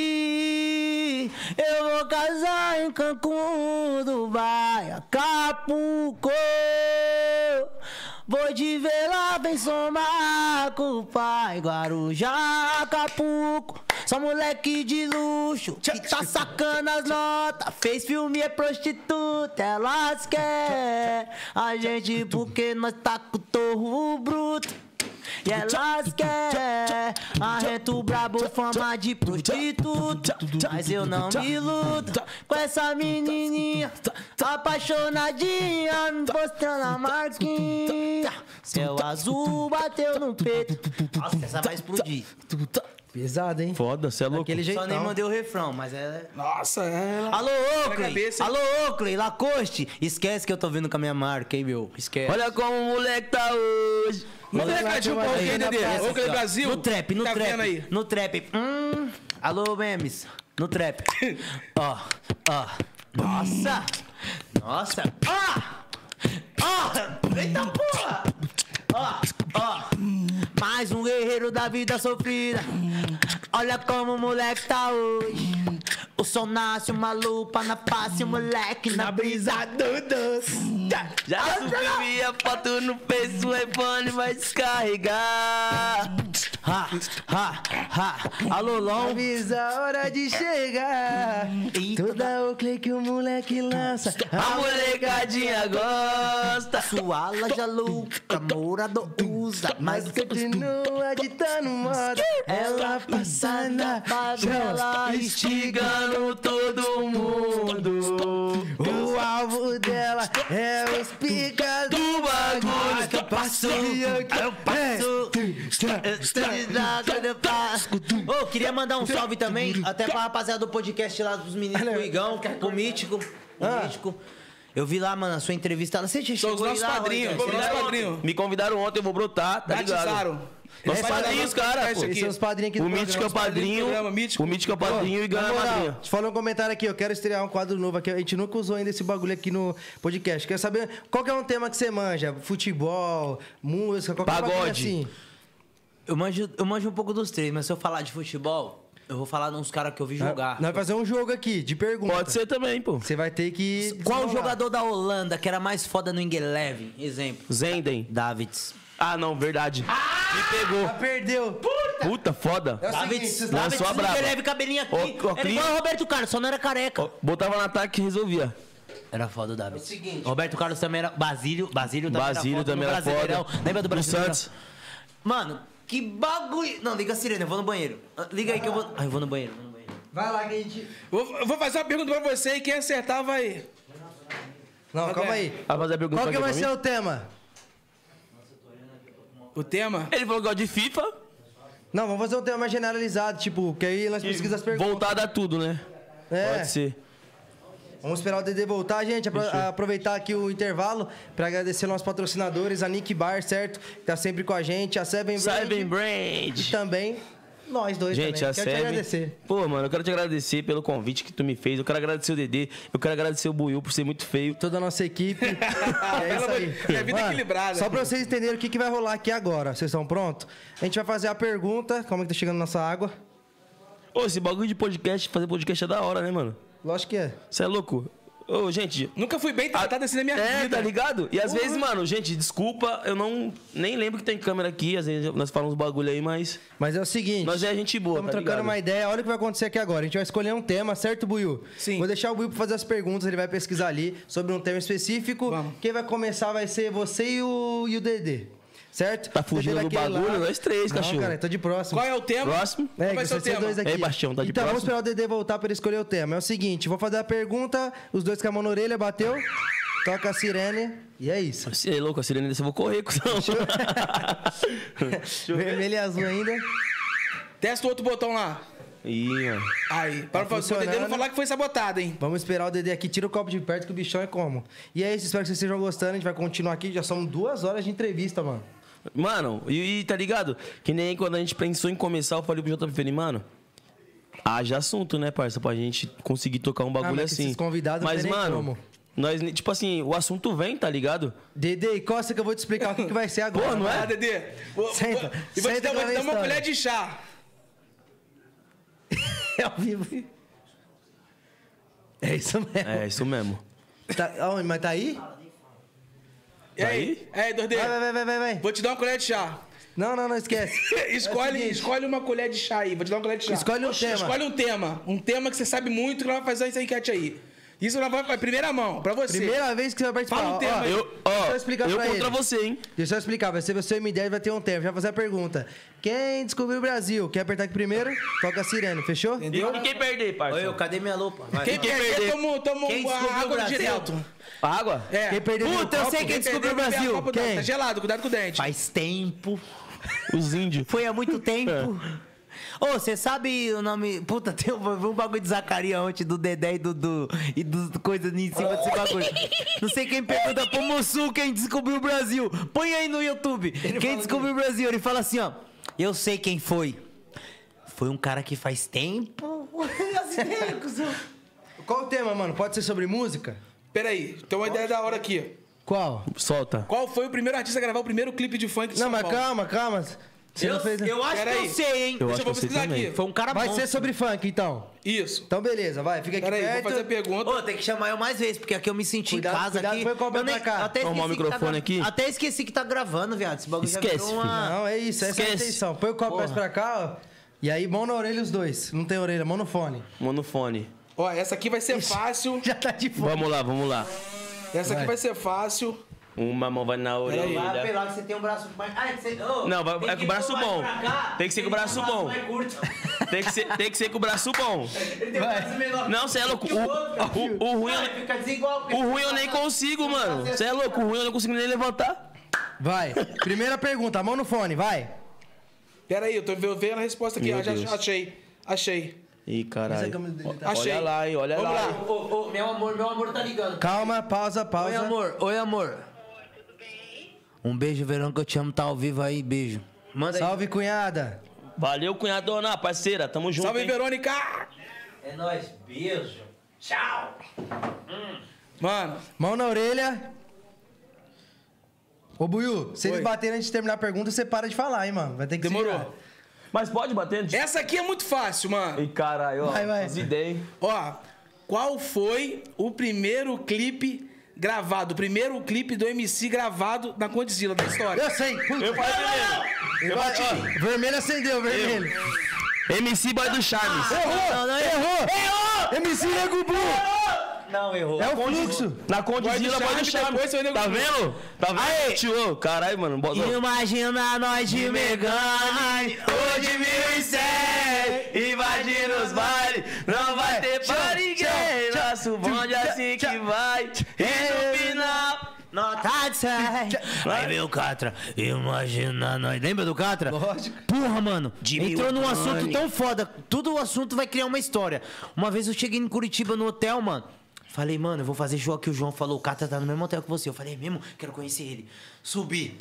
D: Hoje eu vou casar em Cancún, Dubai, Acapulco. Vou te ver lá, vem somar com o pai, Guarujá, Acapulco. Só moleque de luxo, que tá sacando as notas. Fez filme, é prostituta, elas quer. A gente, porque nós tá com o torro bruto. E elas querem Arreto brabo, fama de prostituta Mas eu não me iludo Com essa menininha Apaixonadinha Me mostrando a marquinha Céu azul bateu no peito Nossa, essa vai explodir
A: Pesado, hein?
B: Foda, você é louco.
A: Aquele jeitão.
D: Só nem mandei o refrão, mas é...
C: Nossa, é...
D: Alô, Oakley!
C: cabeça, hein?
D: Alô, Oakley! Lacoste! Esquece que eu tô vindo com a minha marca, hein, meu? Esquece.
B: Olha como o moleque tá hoje.
C: Não tem
A: Olha lá,
C: um recadinho
A: tem
C: pra
A: uma-
C: alguém,
A: aí, na
C: Dedê.
A: praça,
C: Ô, Cleber
D: Aqui, ó.
C: Brasil.
D: No trap, no
C: tá
D: trap.
C: Vendo aí?
D: No trap. Hum. Alô, memes. No trap. Ó, ó. Nossa! Nossa! Ó! Ó! Eita porra! Ó, ó. Mais um guerreiro da vida sofrida. Olha como o moleque tá hoje. O sol nasce, uma lupa na face, o moleque Hum. na brisa do doce. Ah,
B: Já subi minha foto no Face, o iPhone vai descarregar.
D: Ha, ha, ha. Alô, Lon.
A: Avisa a hora de chegar.
D: Eita.
A: Toda o clique que o moleque lança.
B: A molecadinha gosta.
D: Sua laja louca, morador usa, mas
A: Mas continua ditando moda. Ela passa na
D: favela
A: chão.
B: Instigando todo mundo.
A: O alvo dela é os picas
B: Do bagulho que eu passo.
A: Eu É,
D: passo. né, Ô, queria mandar um salve também, até pra rapaziada do podcast lá dos meninos do Igão, que é com o Mítico. O Mítico. Eu vi lá, mano, a sua entrevista lá. Você já
C: São os
D: chegou aí
C: nossos
D: lá,
C: padrinhos.
D: Rogério?
C: São os nossos padrinhos.
B: Me convidaram ontem, eu vou brotar, tá ligado?
C: Batizaram.
B: Nossos
C: Vai dar
B: padrinhos,
C: nosso
B: cara,
C: podcast
B: pô.
C: aqui.
A: Esses são os padrinhos aqui do
B: O Mítico é o
A: programa.
B: padrinho.
C: programa, Mítico.
B: O Mítico é o padrinho
A: Na
B: e ganha a
A: moral,
B: madrinha.
A: te falou um comentário aqui, eu quero estrear um quadro novo aqui. A gente nunca usou ainda esse bagulho aqui no podcast. Quero saber qual que é um tema que você manja? Futebol, música, qualquer
B: Pagode.
A: bagulho assim.
D: Eu manjo, eu manjo um pouco dos três, mas se eu falar de futebol, eu vou falar de uns caras que eu vi jogar.
A: Nós vamos fazer um jogo aqui de pergunta.
B: Pode ser também, pô.
A: Você vai ter que.
D: Qual
A: desenrolar.
D: jogador da Holanda que era mais foda no Ingeleven? Exemplo.
B: Zenden.
D: Davids.
B: Ah, não, verdade. Me
A: Já
B: pegou.
A: perdeu.
B: Puta, foda.
A: É o
D: Davids,
A: seguinte,
B: Lançou
D: Davids
B: a
D: no
B: braba.
D: Ingeleven, cabelinho aqui.
B: Ô, ô,
D: era
B: Cris.
D: igual o Roberto Carlos, só não era careca.
B: Ó, Botava no ataque e resolvia.
D: Era foda É o Davids. Roberto Carlos também era... Basílio, Basílio também
B: Basílio
D: era foda.
B: também
D: no
B: era foda.
D: Brasileirão. Lembra do
B: No
D: Brasileirão?
B: Santos.
D: Mano, que bagulho... Não, liga a sirene, eu vou no banheiro. Ah, Liga aí que eu vou... Ah, eu vou no banheiro, vou no banheiro.
A: Vai lá que a gente.
C: Vou, eu vou fazer uma pergunta pra você e quem acertar vai...
A: Não, calma aí.
B: Vai fazer a pergunta
A: Qual que
B: aqui
A: vai
B: pra
A: ser
B: mim?
A: o tema?
C: O tema...
B: Ele falou que gosta de FIFA,
A: Não, vamos fazer um tema mais generalizado, tipo, que aí nós pesquisamos as perguntas.
B: voltado a tudo, né?
A: É.
B: Pode ser.
A: Vamos esperar o Dedê voltar, gente. Apro- Aproveitar aqui o intervalo para agradecer nossos patrocinadores, a Nick Bar, certo? Que tá sempre com a gente, a Seven Brand.
B: Cyber
A: E
B: Brand.
A: também nós dois
B: Gente,
A: também.
B: a
A: Quero te
B: Seven.
A: agradecer.
B: Pô, mano, eu quero te agradecer pelo convite que tu me fez. Eu quero agradecer o Dedê. Eu quero agradecer o Buiu por ser muito feio.
A: Toda a nossa equipe. é isso aí.
C: Minha vida equilibrada.
A: Só pra vocês entenderem o que, que vai rolar aqui agora. Vocês estão prontos? A gente vai fazer a pergunta. Como é que tá chegando nossa água?
B: Ô, esse bagulho de podcast, fazer podcast é da hora, né, mano?
A: Lógico que é.
B: Você é louco? Ô, gente.
C: Nunca fui bem tratado assim na minha
B: É,
C: vida.
B: tá ligado? E
A: Uhum.
B: às vezes, mano, gente, desculpa, eu não nem lembro que tem câmera aqui, às vezes nós falamos uns bagulho aí, mas
A: Mas é o seguinte.
B: nós é gente boa,
A: Estamos
B: tá
A: trocando
B: ligado?
A: uma ideia. Olha o que vai acontecer aqui agora. A gente vai escolher um tema, certo, Buiu?
C: Sim.
A: Vou deixar o Buiu pra fazer as perguntas. Ele vai pesquisar ali sobre um tema específico.
C: Vamos.
A: Quem vai começar vai ser você e o, e o Dedê. Certo?
B: Tá fugindo
A: Dedê
B: do
A: daquele
B: bagulho? Nós três,
A: Não,
B: cachorro.
A: cara, tô de próximo.
C: Qual é o tema?
B: Próximo.
A: É,
C: Qual
A: que
C: vai ser o
A: vocês
C: tema?
A: dois aqui.
B: Ei, Bastião, tá de
A: Então vamos esperar
B: próximo?
A: o Dedê voltar pra ele escolher o tema. É o seguinte, vou fazer a pergunta, os dois com a mão na orelha, bateu, toca a sirene e é isso.
B: Você é louco, a sirene dessa eu vou correr, cuzão.
A: Vermelho e azul ainda.
C: Testa o outro botão lá.
B: Ih, mano.
C: Aí, para o
A: funcionando.
C: Dedê não falar que foi sabotado, hein?
A: Vamos esperar o Dedê aqui, tira o copo de perto que o bichão é como. E é isso, espero que vocês estejam gostando, a gente vai continuar aqui, já são duas horas de entrevista, mano.
B: Mano, e, e tá ligado? Que nem quando a gente pensou em começar, eu falei pro JP Felipe, mano. Haja assunto, né, parça? Pra gente conseguir tocar um bagulho
A: Ah, mas que
B: assim.
A: esses convidados não
B: mas,
A: tem nem
B: mano,
A: como.
B: nós, nem- tipo assim, o assunto vem, tá ligado?
A: Dedê, costa que eu vou te explicar o que, que vai ser agora.
B: Pô, não
A: vai.
B: é?
C: Ah, Dedê. Vou,
A: Senta,
C: vou- e vou te
A: senta
C: dar,
A: que lá vem
C: vou te dar uma
A: história.
C: colher de chá.
A: É ao vivo. É isso mesmo.
B: É, isso mesmo.
A: Tá, aonde, mas tá aí?
C: E aí? É, aí, Dedê.
A: Vai, vai, vai, vai, vai, vai.
C: Vou te dar uma colher de chá.
A: Não, não, não esquece.
C: escolhe, escolhe uma colher de chá aí. Vou te dar uma colher de chá.
A: Escolhe um tema.
C: Escolhe um tema. Um tema que você sabe muito que nós vamos fazer essa enquete aí. Isso nós vamos. Primeira mão, pra você.
A: Primeira vez que você vai participar.
C: Fala um
A: Ó,
C: tema aí.
B: Eu, ó,
A: Deixa eu explicar
B: eu
A: pra
B: contra
A: ele.
B: você, hein?
A: Deixa eu explicar, vai ser você e M10 vai ter um tempo. Já fazer a pergunta. Quem descobriu o Brasil? Quer apertar aqui primeiro? Toca a sirene, fechou?
B: Eu e quem perder, parça?
D: Olha eu, cadê minha lupa? Vai.
C: Quem
B: Quem
C: perder,
B: perder?
C: toma, toma
D: Quem
C: uma
D: descobriu o
C: água
D: Brasil?
C: direto.
B: Água?
C: É.
A: Quem perdeu
D: Puta,
A: meu
D: eu sei
A: copo?
D: quem descobriu o
C: perder, bebe a
D: Brasil?
C: copa d'água.
A: Quem?
C: Tá gelado, cuidado com o dente.
D: Faz tempo.
B: Os índios.
D: Foi há
A: É.
D: muito tempo. Ô, você sabe o nome. Puta, tem um, eu vi um bagulho de Zacarias ontem, do Dedé e do. do e do coisa em cima desse bagulho. Não sei quem pergunta pro Mussu quem descobriu o Brasil. Põe aí no YouTube. quem descobriu o Brasil? Ele fala assim, ó. Eu sei quem foi. Foi um cara que faz tempo.
A: Qual o tema, mano? Pode ser sobre música?
C: Peraí, tem uma ideia é da hora aqui.
A: Qual?
B: Solta.
C: Qual foi o primeiro artista a gravar o primeiro clipe de funk de
A: Não,
C: São
A: mas
C: Paulo?
A: calma, calma. Você
D: Eu,
A: não fez...
D: eu acho
C: Pera
D: que
C: aí.
D: eu sei, hein?
B: Eu acho
C: Deixa eu
B: que eu
C: vou
B: sei
C: pesquisar
B: também.
C: aqui.
D: Foi um cara
A: Vai
D: bom.
A: ser sobre funk, então.
C: Isso.
A: Então, beleza, vai. Fica aqui
C: Peraí, vou
A: perto.
C: fazer a pergunta.
D: Ô, tem que chamar eu mais vezes, porque aqui eu me senti
A: Cuidado,
D: em casa
A: cuidado,
D: aqui.
A: foi com a
D: eu
A: pra cá.
D: até
B: Tomar o
D: esqueci que tá
B: microfone
D: gra-
B: aqui.
D: Até esqueci que tá gravando, viado. Esse bagulho já
B: Esquece,
D: virou uma...
A: Não, é isso. Essa é a
B: Esquece.
A: intenção. Põe o copo mais pra cá, ó. E aí, mão na orelha os dois. Não tem orelha, mão no fone.
B: Monofone.
C: Ó, essa aqui vai ser fácil.
A: Já tá de fone.
B: Vamos lá, vamos lá.
C: Essa
A: Vai.
C: aqui vai ser fácil.
B: Uma mão vai na
C: Peraí.
D: Vai
B: orelha.
D: apelar que você tem um braço mais... Ah, você... ô,
B: é Não, vai-
D: tem
B: é com
D: que
B: o braço
D: pôr mais
B: bom.
D: pra cá,
B: Tem que ser com o braço
D: um
B: bom.
D: mais curto.
B: Tem que, ser, tem que ser com o braço bom.
D: Ele tem um braço menor
B: Não, você é louco.
D: que o outro.
B: O, o, o ruim,
D: Vai,
B: eu-
D: fica desigual. porque
B: o ruim eu
D: você
B: nem
D: tá-
B: consigo, mano. Você é louco. O ruim eu não consigo nem levantar.
A: Vai. Primeira pergunta, mão no fone, vai.
C: Peraí, eu tô ve- vendo a resposta aqui.
B: Meu
C: Ah, já
B: Deus.
C: achei. Achei.
A: Essa
B: Ih,
A: é
B: caralho.
A: a câmera dele, tá?
C: Achei.
B: Olha lá, hein, olha
C: Vamos
B: lá.
C: lá.
D: Ô, ô, meu amor, meu amor tá ligando.
A: Calma, pausa,
D: Oi,
A: pausa.
D: amor. Oi, amor. Um beijo, Verão, que eu te amo. Tá ao vivo aí. Beijo. Manda aí.
A: Salve, cunhada.
B: Valeu, cunhadona, parceira. Tamo junto.
C: Salve,
B: hein?
C: Verônica!
D: É nóis. Beijo. Tchau.
C: Mano,
A: Mão na orelha. Ô, Buiu, se eles
C: Oi.
A: baterem antes de terminar a pergunta, você para de falar, hein, mano. Vai ter que se virar.
C: demorou.
B: Mas pode bater antes?
C: Essa aqui é muito fácil, mano.
B: Ih, caralho, ó.
A: Vai, vai.
B: As ideias, hein?
C: Ó, qual foi o primeiro clipe gravado? O primeiro clipe do MC gravado na Condizila da história?
A: Eu sei. Puta.
B: Eu falei primeiro.
A: Eu
B: bati.
A: ó, Vermelho acendeu, vermelho.
B: MC Boy do Charles.
A: Errou!
D: Não, não,
A: errou! MC Nego Bu!
D: Não, errou.
A: É o fluxo.
B: Na Condizila,
C: Boy do
B: Boy do
C: Charles,
B: Charles.
C: depois foi o nego
B: Tá
C: do-
B: vendo? Tá vendo? Tio, caralho, mano. Bota.
D: Imagina nós de Megane,
B: Hoje me segue, invadindo os bares, não vai ter pra ninguém. Nosso bonde assim que vai, e no final.
D: nota de 100. Aí veio o Catra, imagina nós. Lembra do Catra?
A: Lógico.
D: Porra, mano, entrou num assunto tão foda. Todo o assunto vai criar uma história. Uma vez eu cheguei em Curitiba no hotel, mano. Falei, mano, eu vou fazer show aqui. O João falou, o Cata tá no mesmo hotel que você. Eu falei, é mesmo? Quero conhecer ele. Subi.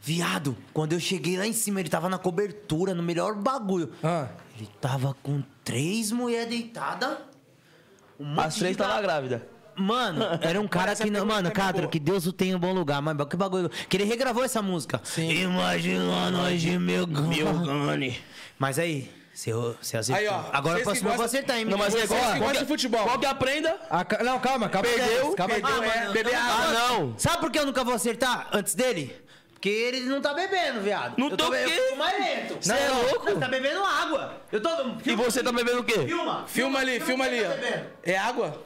D: Viado, quando eu cheguei lá em cima, ele tava na cobertura, no melhor bagulho.
A: Ah.
D: Ele tava com três mulheres deitadas. Um monte
B: As
D: de
B: três
D: ga-
B: tava grávida.
D: Mano, era um cara
C: Essa
D: que não.
C: pergunta
D: Mano,
C: é boa.
D: Catra, que Deus o tenha em bom lugar. Mas que bagulho. Que ele regravou essa música. Sim. Imagina nós de meu
B: Milgani.
D: Mas aí, você você acertou.
C: Aí, ó,
D: Agora
C: vocês
D: o próximo
C: que
D: eu vou
C: gostam-
D: acertar, hein?
B: Não, mas
D: menino?
B: é igual.
C: Vocês que
B: qual
C: gostam de futebol.
B: Qual que é aprenda?
A: Ah, ca- Não, calma, calma.
B: Perdeu,
A: Calma.
C: perdeu.
D: Ah,
C: é,
D: mano,
C: beber
D: eu nunca-
B: água. Ah, não.
D: Sabe por que eu nunca vou acertar antes dele? Porque ele não tá bebendo, viado.
B: Não
D: eu
B: tô o
D: be-
B: quê?
D: Eu fico mais lento.
B: Cê é louco?
D: Não, tá bebendo água. Eu tô.
B: E
D: Filma,
B: você tá bebendo o quê?
D: filma.
C: Filma ali, filma
D: quem
C: ali,
D: tá
C: ó.
D: bebendo.
C: É água?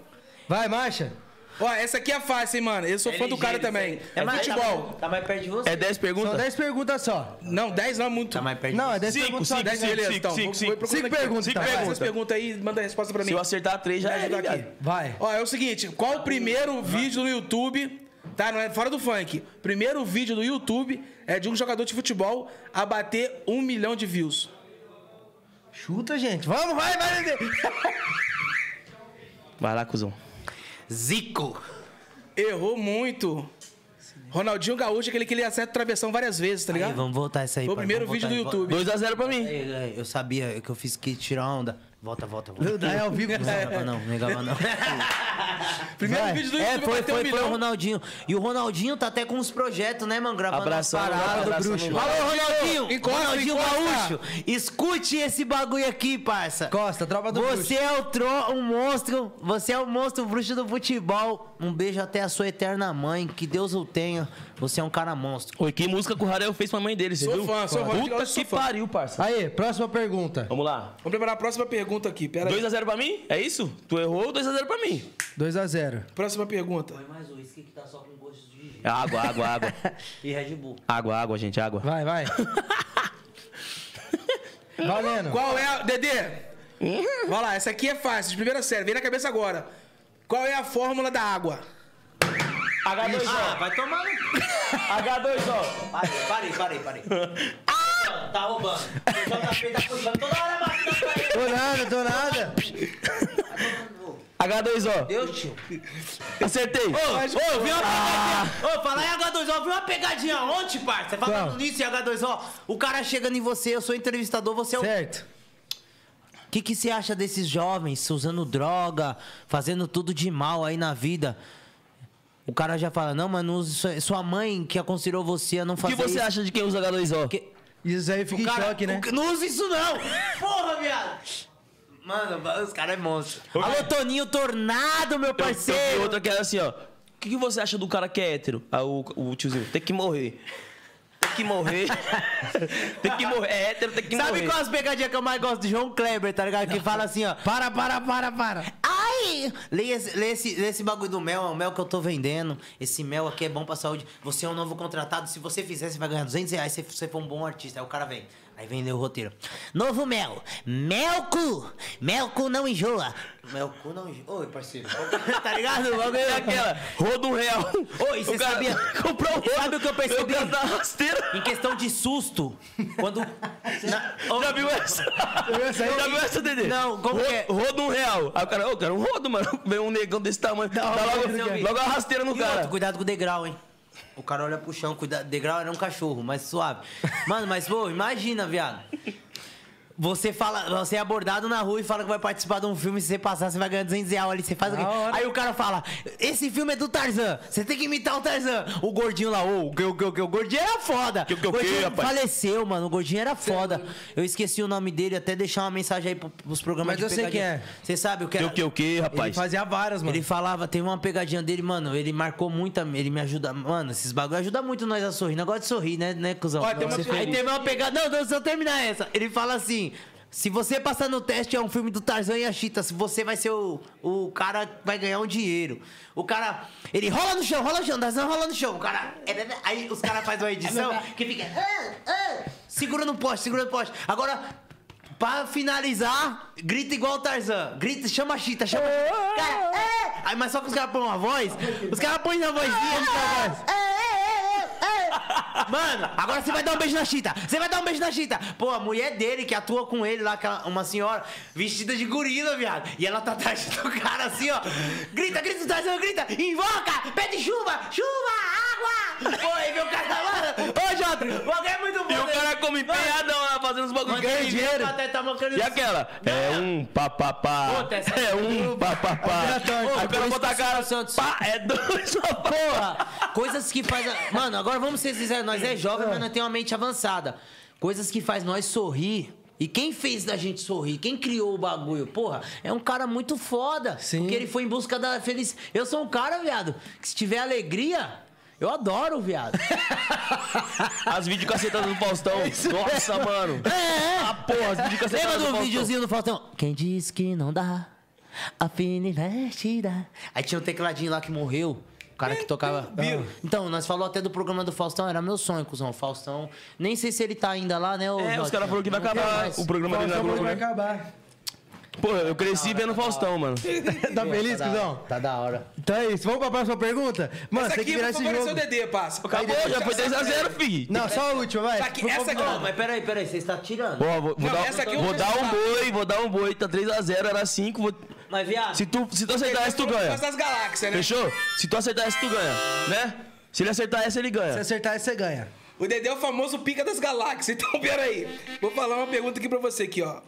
A: Vai, marcha.
C: Ó, essa aqui é fácil, hein, mano. Eu sou fã do cara também. É
D: mais-
C: futebol.
D: Tá mais perto de você.
B: É 10
A: São
B: perguntas?
A: 10 perguntas só.
C: Não, 10 não é muito.
D: Tá mais perto
A: Não,
D: de
A: é 10
B: Cinco,
A: perguntas só.
B: cinco,
A: dez
B: cinco,
A: beleza,
B: cinco,
A: então.
B: cinco,
A: Vou-
B: cinco.
A: vou procurando
B: Cinco
A: aqui.
B: perguntas,
A: Cinco
B: tá?
C: Faz
A: perguntas.
C: essas perguntas aí, manda a resposta pra mim.
B: Se eu acertar três, já
C: Vai
B: é,
C: ajudar
B: ligado?
C: aqui.
A: Vai.
C: Ó, é o seguinte, qual o primeiro vídeo no YouTube, tá? Não é fora do funk. Primeiro vídeo do YouTube é de um jogador de futebol a bater um milhão de views.
A: Chuta, gente. Vamos, vai, vai. Dedê.
B: Vai lá, cuzão.
D: você. Zico.
C: Errou muito. Ronaldinho Gaúcho, é aquele que ele acerta o travessão várias vezes, tá ligado?
D: Aí, vamos voltar isso aí.
C: Foi o
D: pai,
C: primeiro
D: vamos
C: vídeo do
D: voltar,
C: YouTube.
B: 2x0 pra mim.
D: Ei, ei, É, Eu sabia que eu fiz que tirar onda. Volta, volta, volta.
A: Meu Deus, é ao vivo.
D: Não negava não, não negava não.
C: Primeiro
A: Vai.
C: vídeo do
D: É,
C: YouTube
D: foi,
C: bateu um
D: foi, foi o
C: milhão.
D: Ronaldinho. E o Ronaldinho tá até com uns projetos, né, mano? Gravando
B: Abração,
D: umas paradas.
B: abração,
D: bruxo.
B: mano.
D: Alô, Ronaldinho!
C: Encosta,
D: Ronaldinho
C: encosta.
D: Gaúcho, escute esse bagulho aqui, parça.
A: Costa, tropa do
D: Você é o tro, um monstro, você é o monstro bruxo do futebol. Um beijo até a sua eterna mãe, que Deus o tenha. Você é um cara monstro.
B: Oi, que música que o Rarel fez pra mãe dele, você
C: Sou
B: viu?
C: fã, sou fã.
B: Puta
C: Sou
B: que
C: fã.
B: pariu, parça.
A: Aí, próxima pergunta.
B: Vamos lá.
C: Vamos preparar a próxima pergunta aqui, pera aí.
B: 2x0 pra mim? É isso? Tu errou 2x0 pra mim.
A: 2 a 0
C: Próxima pergunta.
D: Mais o uísque que tá só com gosto de gin
B: Água, água, água.
D: e Red Bull.
B: Água, água, gente, água.
A: Vai, vai. Valendo.
C: Qual é a... Dedê! Vai lá, essa aqui é fácil, de primeira série. Vem na cabeça agora. Qual é a fórmula da água?
B: H2O.
D: Ah, vai tomar no
B: H2O.
D: Parei, parei, parei, parei. Ah! Tá roubando. O JP tá puxando toda hora tá batendo na parede.
A: Do nada, do nada.
B: H2O.
D: Deus, tio.
B: Acertei.
D: Ô, viu uma pegadinha? Ô, fala em H2O, viu uma pegadinha ontem, parça? Falando
A: Qual?
D: nisso em H2O, o cara chegando em você, eu sou entrevistador, você é o.
A: Certo.
D: O que, que você acha desses jovens usando droga, fazendo tudo de mal aí na vida? O cara já fala, não, mano, sua- sua mãe que aconselhou você a não
B: O
D: fazer
B: que você
D: isso.
B: acha de quem usa H2O?
D: Que-
A: Isso aí fica em
D: Cara,
A: choque, né?
D: o- Não usa isso não! Porra, viado! Mano, os caras é monstro. Alô, Toninho Tornado, meu
B: Eu- eu vi
D: parceiro!
B: outra que era assim, ó. O que, que você acha do cara que é hétero? Ah, o, o tiozinho, tem que morrer. Tem que morrer. tem que morrer. É hétero, tem que
D: Sabe
B: morrer.
D: qual as pegadinhas que eu mais gosto? De João Kleber, tá ligado? Que fala assim, ó.
A: Para, para, para, para.
D: Ai! Lê esse, lê, esse, lê esse bagulho do mel, é o mel que eu tô vendendo. Esse mel aqui é bom pra saúde. Você é um novo contratado. Se você fizer, você vai ganhar 200 reais se você for um bom artista. Aí o cara vem. Aí vem ler o roteiro. Novo mel. Melco! Melco não enjoa. Melco não enjoa. Oi, parceiro. tá ligado? O bagulho é aquela.
B: Aquela, rodo um real.
D: Oi, você
B: O cara
D: sabia?
B: Comprou um rodo.
D: Sabe o que eu percebi?
B: O cara tá na rasteira.
D: Em questão de susto, quando. Na- Ô,
B: Já viu essa? Já viu essa, Dedê?
D: Não, como que é?
B: Rodo um real. Aí o cara, ô, cara, um rodo, mano. Vem um negão desse tamanho. Dá
D: eu vi, eu vi.
B: logo, logo a rasteira no
D: E
B: cara.
D: outro, cuidado com o degrau, hein? O cara olha pro chão, cuidado. Degrau era um cachorro, mas suave. Mano, mas pô, imagina, viado. Você fala, você é abordado na rua e fala que vai participar de um filme, se você passar, você vai ganhar 200 reais ali, você faz o quê?
A: Da hora.
D: Aí o cara fala, esse filme é do Tarzan, você tem que imitar o Tarzan. O gordinho lá, ô, o que, o que, o que, o gordinho era foda.
B: Que, o que, o que,
D: gordinho
B: rapaz?
D: faleceu, mano, o gordinho era foda. Eu esqueci o nome dele, até deixar uma mensagem aí pro- pros programas
A: Mas
D: de
A: eu sei
D: pegadinha.
A: quem é.
D: Você sabe o que
B: Que
D: era?
B: o que, o que,
A: Ele
B: rapaz?
A: fazia várias, mano.
D: Ele falava, teve uma pegadinha dele, mano, ele marcou muito, a- ele me ajuda, mano, esses bagulho ajuda muito nós a sorrir, negócio de sorrir, né, né, cuzão?
C: Ó, tem uma
D: Você-
C: pergunta.
D: Aí teve uma pegada, não, não, se eu terminar essa, ele fala assim, se você passar no teste é um filme do Tarzan e a Chita, se você vai ser o, o cara que vai ganhar um dinheiro. O cara, ele rola no chão, rola no chão, Tarzan rola no chão, o cara, é, aí os caras fazem uma edição que fica, ah, ah, segura no poste, segura no poste. Agora... Pra finalizar, grita igual o Tarzan. Grita, chama a Chita, chama a Chita. Cara, é! Aí, mas só que os caras põem uma voz, os caras põem na vozinha, eles põem a voz. Mano, agora você vai dar um beijo na chita. Você vai dar um beijo na chita. Pô, a mulher dele que atua com ele lá, aquela- uma senhora vestida de gorila, viado. E ela tá atrás do cara assim, ó. Grita, grita, situação, grita. Invoca, pede chuva, chuva, água. Pô, aí vê o cara lá. mano. Ô, Jota, o bagulho é muito bom.
B: E o
D: né?
B: cara como empenhadão lá, fazendo uns bagulho
D: Mano,
B: ganhando
D: ele veio
B: dinheiro.
D: pra até tá mancando
B: E aquela? É um papapá.
D: Puta, essa
B: É um papapá.
D: é
A: Aleatório.
B: Aí o cara bota a cara.
D: Santos.
B: Pá, é dois
D: Porra! Coisas que faz. a- Mano, agora vamos ser sinceros, nós é jovem, mas nós temos uma mente avançada. Coisas que faz nós sorrir. E quem fez da gente sorrir? Quem criou o bagulho? Porra, é um cara muito foda.
A: Sim.
D: Porque ele foi em busca da felicidade. Eu sou um cara, viado, que se tiver alegria, eu adoro, viado.
B: As vídeo cacetadas do Faustão. Nossa, mano.
D: É, é.
B: Ah, porra, as vídeo
D: Lembra
B: cacetadas do
D: do
B: Faustão.
D: videozinho do Faustão? Quem diz que não dá, a fina investida. Aí tinha um tecladinho lá que morreu. O cara que tocava. Então, nós falou até do programa do Faustão, era meu sonho, cuzão. Faustão. Nem sei se ele tá ainda lá, né? ô
B: É, os
D: Jotinha?
B: caras falaram que vai
D: Não tem
B: acabar
D: mais.
B: o programa dele na
A: Faustão
B: Globo,
A: vai
B: né?
A: acabar.
B: Porra, eu cresci vendo Faustão, mano.
A: Tá feliz,
D: Tá da-
A: cuzão?
D: Tá da hora.
A: Então é isso. Vamos pra próxima pergunta?
B: Ah,
A: Mano,
C: essa
A: tem que
C: aqui
A: virar esse
C: favoreceu o
A: jogo.
C: Dedê, passa.
B: Acabou, já foi 3x0, fi.
A: Não, só a última, vai.
C: Essa Tá aqui, essa aqui,
D: Não, mas peraí, peraí, você está tirando.
B: Ó, vou, vou
C: Não,
B: dar,
C: essa aqui eu
B: vou
C: vou
B: dar um
C: testar.
B: boi, vou dar um boi. Tá 3x0, era 5. Vou...
D: Mas, viado.
B: Se tu, se tu acertar essa, tu ganha.
C: Mas das galáxias, né?
B: Fechou? Se tu acertar essa, tu ganha, né? Se ele acertar essa, ele
A: Se
B: ganha.
A: acertar, essa, você ganha.
C: O Dedê é o famoso pica das galáxias. Então, peraí. Vou falar uma pergunta aqui pra você aqui, ó.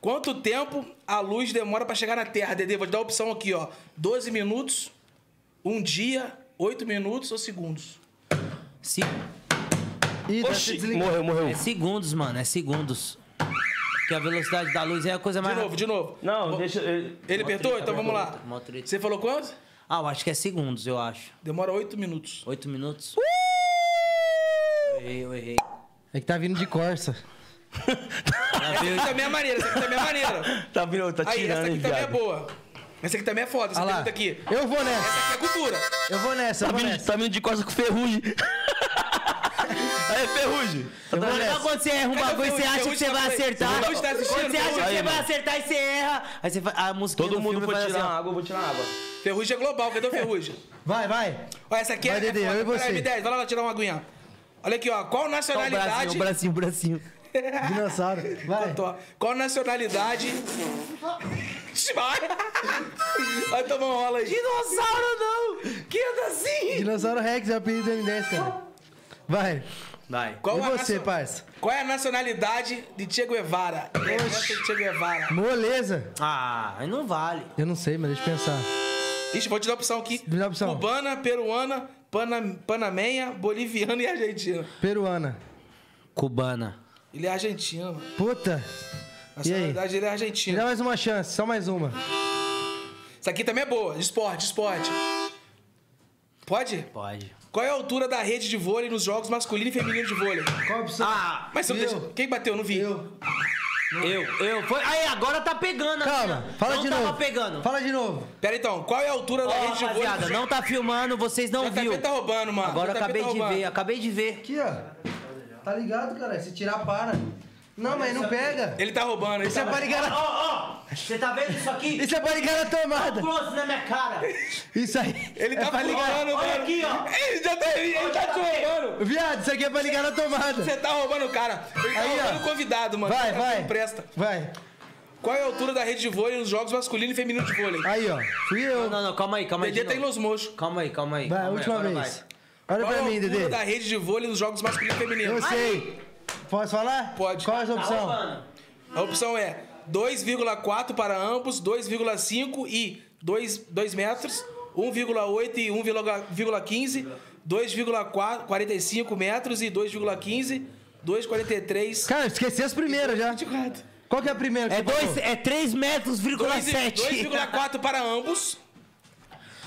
C: Quanto tempo a luz demora pra chegar na Terra, Dedê? Vou te dar a opção aqui, ó. 12 minutos, um dia, 8 minutos ou segundos?
D: Se...
A: Ih, tá deve ter
B: Oxi,
A: desligado.
B: morreu,
D: É
B: morreu.
D: segundos, mano, é segundos. Porque a velocidade da luz é a coisa
C: De
D: mais.
C: novo, de novo.
B: Não, deixa. eu-
C: Ele
D: Mó
C: apertou?
D: treta,
C: Então
D: mó
C: vamos lá.
D: treta, mó treta.
C: Você falou quanto?
D: Ah, eu acho que é segundos, eu acho.
C: Demora 8 minutos.
D: Oito
B: Uh!
D: minutos? Eu errei, eu errei.
A: É que tá vindo de Corsa.
D: Ela
C: Essa
D: veio-
C: aqui também é maneira, essa aqui também é maneira.
B: Tá virando, tá
C: Aí, essa
B: tirando, hein,
C: aqui também é
B: viado.
C: boa. Essa aqui também é foda, essa
A: Olha Ah lá.
C: pergunta aqui.
A: Eu vou nessa.
C: Essa aqui é cultura.
A: Eu vou nessa,
B: Tá
A: eu vou
B: vindo,
A: nessa.
B: tá vindo de costa com ferrugem. Aí, ferrugem.
D: Tá vendo quando você erra um
C: Cadê o
D: bagulho, você
C: Ferrugem?
D: acha que você vai
C: Ferrugem
D: acertar.
C: tá-
D: Quando
C: Ferrugem
D: você
C: tá
D: acha que
C: assistindo,
B: Ferrugem.
D: você
B: Aí,
D: vai
B: mano.
D: acertar e você erra. Aí você fa- a música
B: Todo mundo foi
D: faz
B: tirar a
D: assim, ó.
B: água, eu vou tirar a água.
C: Ferrugem é global, cadê o ferrugem?
A: Vai, vai.
C: Ó, essa aqui
A: Vai,
C: é.
A: Dedê,
C: é foda.
A: eu e você.
C: Peraí, M10, vai lá, lá tirar uma aguinha. Olha aqui, ó. Qual
B: um
D: Ó, O bracinho,
C: nacionalidade.
D: o bracinho, o bracinho.
A: Dinossauro. Vai.
C: Tô. Qual nacionalidade. Vai. Vai tomar uma rola aí.
D: Dinossauro não! Queda assim!
A: Dinossauro Rex é o apelido do M10, cara. Vai.
D: Vai.
C: Qual
A: e
C: a
A: você,
C: nacio-
A: parça?
C: Qual é a nacionalidade de Che Guevara? Essa de Che Guevara.
A: Moleza.
D: Ah, aí não vale.
A: Eu não sei, mas deixa eu pensar.
C: Ixi, vou te dar a opção aqui.
A: Me dá a opção.
C: Cubana, peruana, pana, panameia, boliviana e argentina.
A: Peruana.
D: Cubana.
C: Ele é argentino. mano.
A: Puta. E aí?
C: Nacionalidade, ele é
A: Me
C: argentino.
A: dá mais uma chance, só mais uma.
C: Isso aqui também é boa. Esporte, esporte. Pode?
D: Pode.
C: Qual é a altura da rede de vôlei nos jogos masculino e feminino de vôlei?
A: Qual a opção?
D: Ah,
C: Mas você não
A: Eu.
C: deixa... Quem bateu? Eu Não vi.
A: Eu.
D: eu, eu. Foi. Aí, agora tá pegando.
A: Calma,
D: assim, ó.
A: fala
D: não
A: de
D: tava
A: novo.
D: pegando.
A: Fala de novo.
C: Pera então, qual é a altura
D: Ó,
C: da rede de vôlei?
D: rapaziada, não tá filmando, vocês não
C: JP
D: viu.
C: tá roubando, mano.
D: Agora eu
C: JP
D: acabei
C: tá
D: de
C: roubando.
D: ver, acabei de ver.
A: Aqui, ó. Tá ligado, cara? Se tirar, para. Não, mas não pega.
C: Ele tá roubando. Ele
A: Isso é
C: tá...
A: barigara.
D: Ó, ó, você tá vendo isso aqui?
A: Isso é barigara tomada.
D: Close na minha cara.
A: Isso aí.
C: Ele
A: é
C: tá
A: pra ligar-
C: roubando,
D: Olha
C: mano.
D: aqui, ó.
C: Ele já tá, ele tá te roubando.
A: Viado, isso aqui é pra ligar na tomada.
C: Você tá roubando o cara. Ele tá
A: Aí, ó.
C: roubando o convidado, mano.
A: Vai,
C: Tá
A: vai.
C: Não presta.
A: Vai.
C: Qual é a altura da rede de vôlei nos jogos masculino e feminino de vôlei?
A: Aí, ó. Fui eu.
D: Não, não, não, calma aí, calma aí.
C: Dedê
D: de
C: tá em
D: novo.
C: Los Mochos.
D: Calma aí, calma aí.
A: Vai,
D: calma aí,
A: última
D: agora
A: vez.
D: vai.
A: Olha
C: Qual é a
A: pra mim,
C: altura
A: Dedê.
C: da rede de vôlei nos jogos masculino e feminino?
A: Eu sei. Posso falar?
C: Pode.
A: Qual é a sua
D: Tá
A: opção?
D: roubando.
C: A opção é 2,4 para ambos, 2,5 e 2, 2 metros, 1,8 e 1,15, 2,45 metros e 2,15, 2,43.
A: Cara, eu esqueci as primeiras já. Qual que é a primeira? que você
D: É dois,
A: falou?
D: é 3 metros, vírgula
C: 2 e-
D: 7.
C: 2,4 para ambos.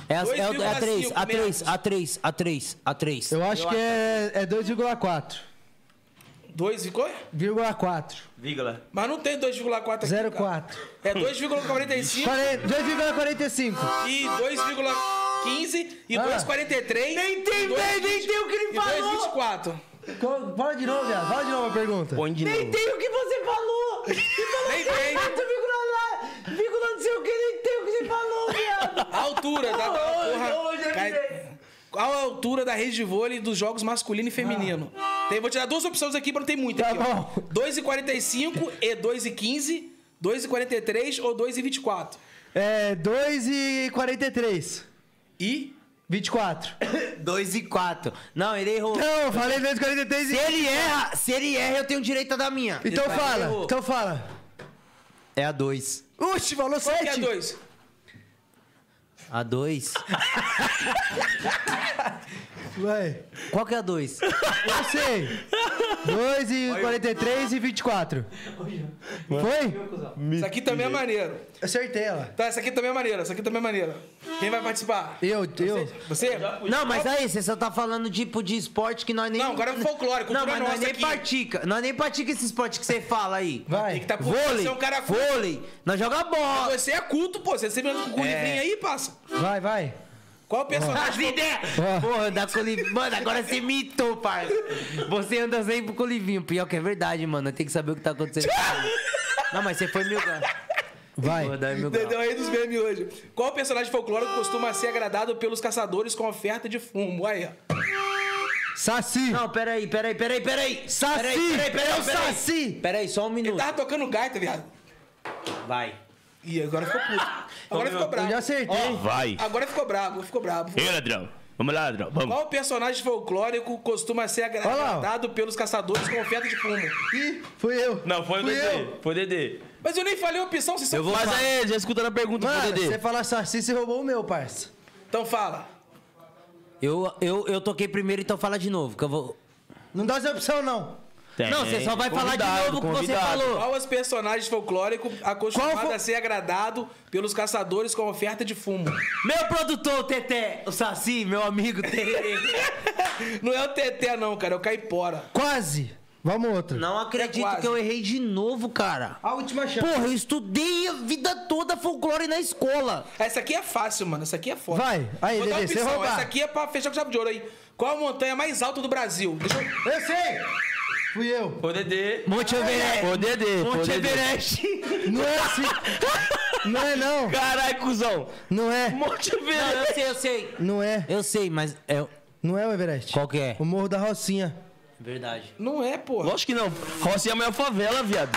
D: É, a- é, o- é a 3,
C: 2,5
D: a 3, a 3, a 3, a 3.
A: Eu acho que é, é 2,4.
C: 2, ficou?
A: 0,4.
B: Vírgula.
C: Mas não tem 2,4 aqui. cara.
A: 0,4.
C: É 2,45
A: Quare- 2,45.
C: e 2,15 e
A: Ah.
C: 2,43. Nem
D: tem, nem tem o que ele
C: E
D: falou.
C: 2,24.
A: Co- Fala de novo, viado. Fala de novo a pergunta.
B: Põe de
D: Nem
B: novo.
D: tem o que você falou! Você falou assim,
C: Nem tem.
D: 4, vírgula lá, vírgula não sei o que, nem tem o que você falou, viado!
C: A altura da, da
D: Hoje,
C: porra.
D: hoje eu
C: Cai-
D: virei.
C: Qual a altura da rede de vôlei dos jogos masculino e feminino.
D: Ah.
C: Tem, vou tirar duas opções aqui, mas não tem muita
E: Tá
C: aqui, ó.
E: bom.
C: 2,45 e 2,15, 2,43 ou 2,24.
E: É, 2 e 43.
C: E
E: 24.
D: 2 e 4. Não, ele errou.
E: Não, eu falei 2 e 43
D: Se
E: e...
D: ele erra, se ele erra, eu tenho direito a dar minha.
E: Então
D: Ele
E: fala,
D: errou.
E: então fala.
D: É a 2.
E: Uxi, falou
C: qual que é a
E: 7.
C: 2?
D: A 2?
E: Vai.
D: Qual que é a 2?
E: Eu sei. 2 e 43 e 24. Foi?
C: Isso aqui também é maneiro.
A: Acertei ela.
C: Tá, essa aqui também é maneira, essa aqui também é maneira. Quem vai participar?
E: Eu, eu.
C: Você?
D: Não, mas aí, você só tá falando tipo de esporte que nós nem.
C: Não, agora é folclore, cultura
D: Não, mas nós
C: nossa
D: nem
C: aqui.
D: pratica. Nós nem pratica esse esporte que você fala aí.
A: Vai.
C: Tem que tá por
D: Vôlei.
C: Você é um cara culto.
D: vôlei. Nós joga bola.
C: Você é culto, pô. Você sempre anda com o livrinho aí, passa.
E: Vai, vai.
C: Qual o
D: As
C: personagem?
D: ideias!
E: Ó.
D: Porra, da colivinha. Mano, agora você mitou, pai. Você anda sempre com o colivinho. Pior que é verdade, mano. Tem que saber o que tá acontecendo. Não, mas você foi mil grau.
E: Vai.
D: Porra, daí mil grau.
C: Entendeu aí dos memes hoje? Qual personagem folclórico costuma ser agradado pelos caçadores com oferta de fumo? Aí, ó.
E: Saci.
D: Não, peraí, peraí, peraí, peraí.
E: Saci.
D: Peraí, peraí, peraí,
E: É o
D: peraí.
E: Saci.
D: Peraí, só um
C: Ele
D: minuto.
C: tava tocando gaita, viado.
D: Vai.
C: Ih, agora ficou puto.
E: Eu
C: Agora ficou
E: já
C: brabo.
E: acertei.
B: Vai.
C: Agora ficou brabo, ficou brabo.
B: Ei, ladrão. Vamos lá, ladrão. Vamos.
C: Qual personagem folclórico costuma ser agra-
E: Olha lá, ó.
C: agradado pelos caçadores com oferta de fumo?
A: Ih, fui eu.
B: Não, foi o
A: fui
B: Dedê. Foi o Dedê.
C: Mas eu nem falei a opção, vocês são
B: Mas aí, já escutando a pergunta
A: Mano,
B: pro
A: você
B: Dedê.
A: falar Saci, você roubou o meu, parça.
C: Então fala.
D: Eu, eu, eu toquei primeiro, então fala de novo. Que eu vou...
A: Não dá essa opção, não.
B: Tem.
D: Não, você só vai falar de
B: É, Convidado,
D: novo o que você
B: convidado.
D: falou.
C: Qual os personagens folclóricos
E: Qual
C: acostumados
E: fo-
C: a ser agradado pelos caçadores com oferta de fumo?
D: Meu produtor, o Teté, o Saci, meu amigo Tererê.
C: Não é o Teté, não, cara, é o Caipora.
E: Quase. Vamos outro.
D: Não acredito
C: quase.
D: que eu errei de novo, cara.
A: É A última chance.
D: Porra, eu estudei a vida toda folclore na escola.
C: Essa aqui é fácil, mano. Essa aqui é foda.
E: Vai, aí,
C: Vou dar
E: Dedê, você
C: opção.
E: roubar.
C: Essa aqui é pra fechar com chave de ouro aí. Qual a montanha mais alta do Brasil? Deixa eu...
A: Eu sei! Fui eu.
B: Foi o Dedê.
D: Monte Everest.
B: Foi o Dedê. Foi o
D: Monte
B: Dedê.
D: Everest.
E: Não é assim. Não é, não.
B: Caralho, cuzão.
E: Não é.
B: Monte
D: Não,
B: Everest.
D: eu sei, eu sei.
E: Não é.
D: Eu sei, mas é...
E: Não é o Everest.
D: Qual que é?
E: O Morro da Rocinha.
D: Verdade.
C: Não é, porra.
B: Lógico que não. Rocinha é a maior favela, viado.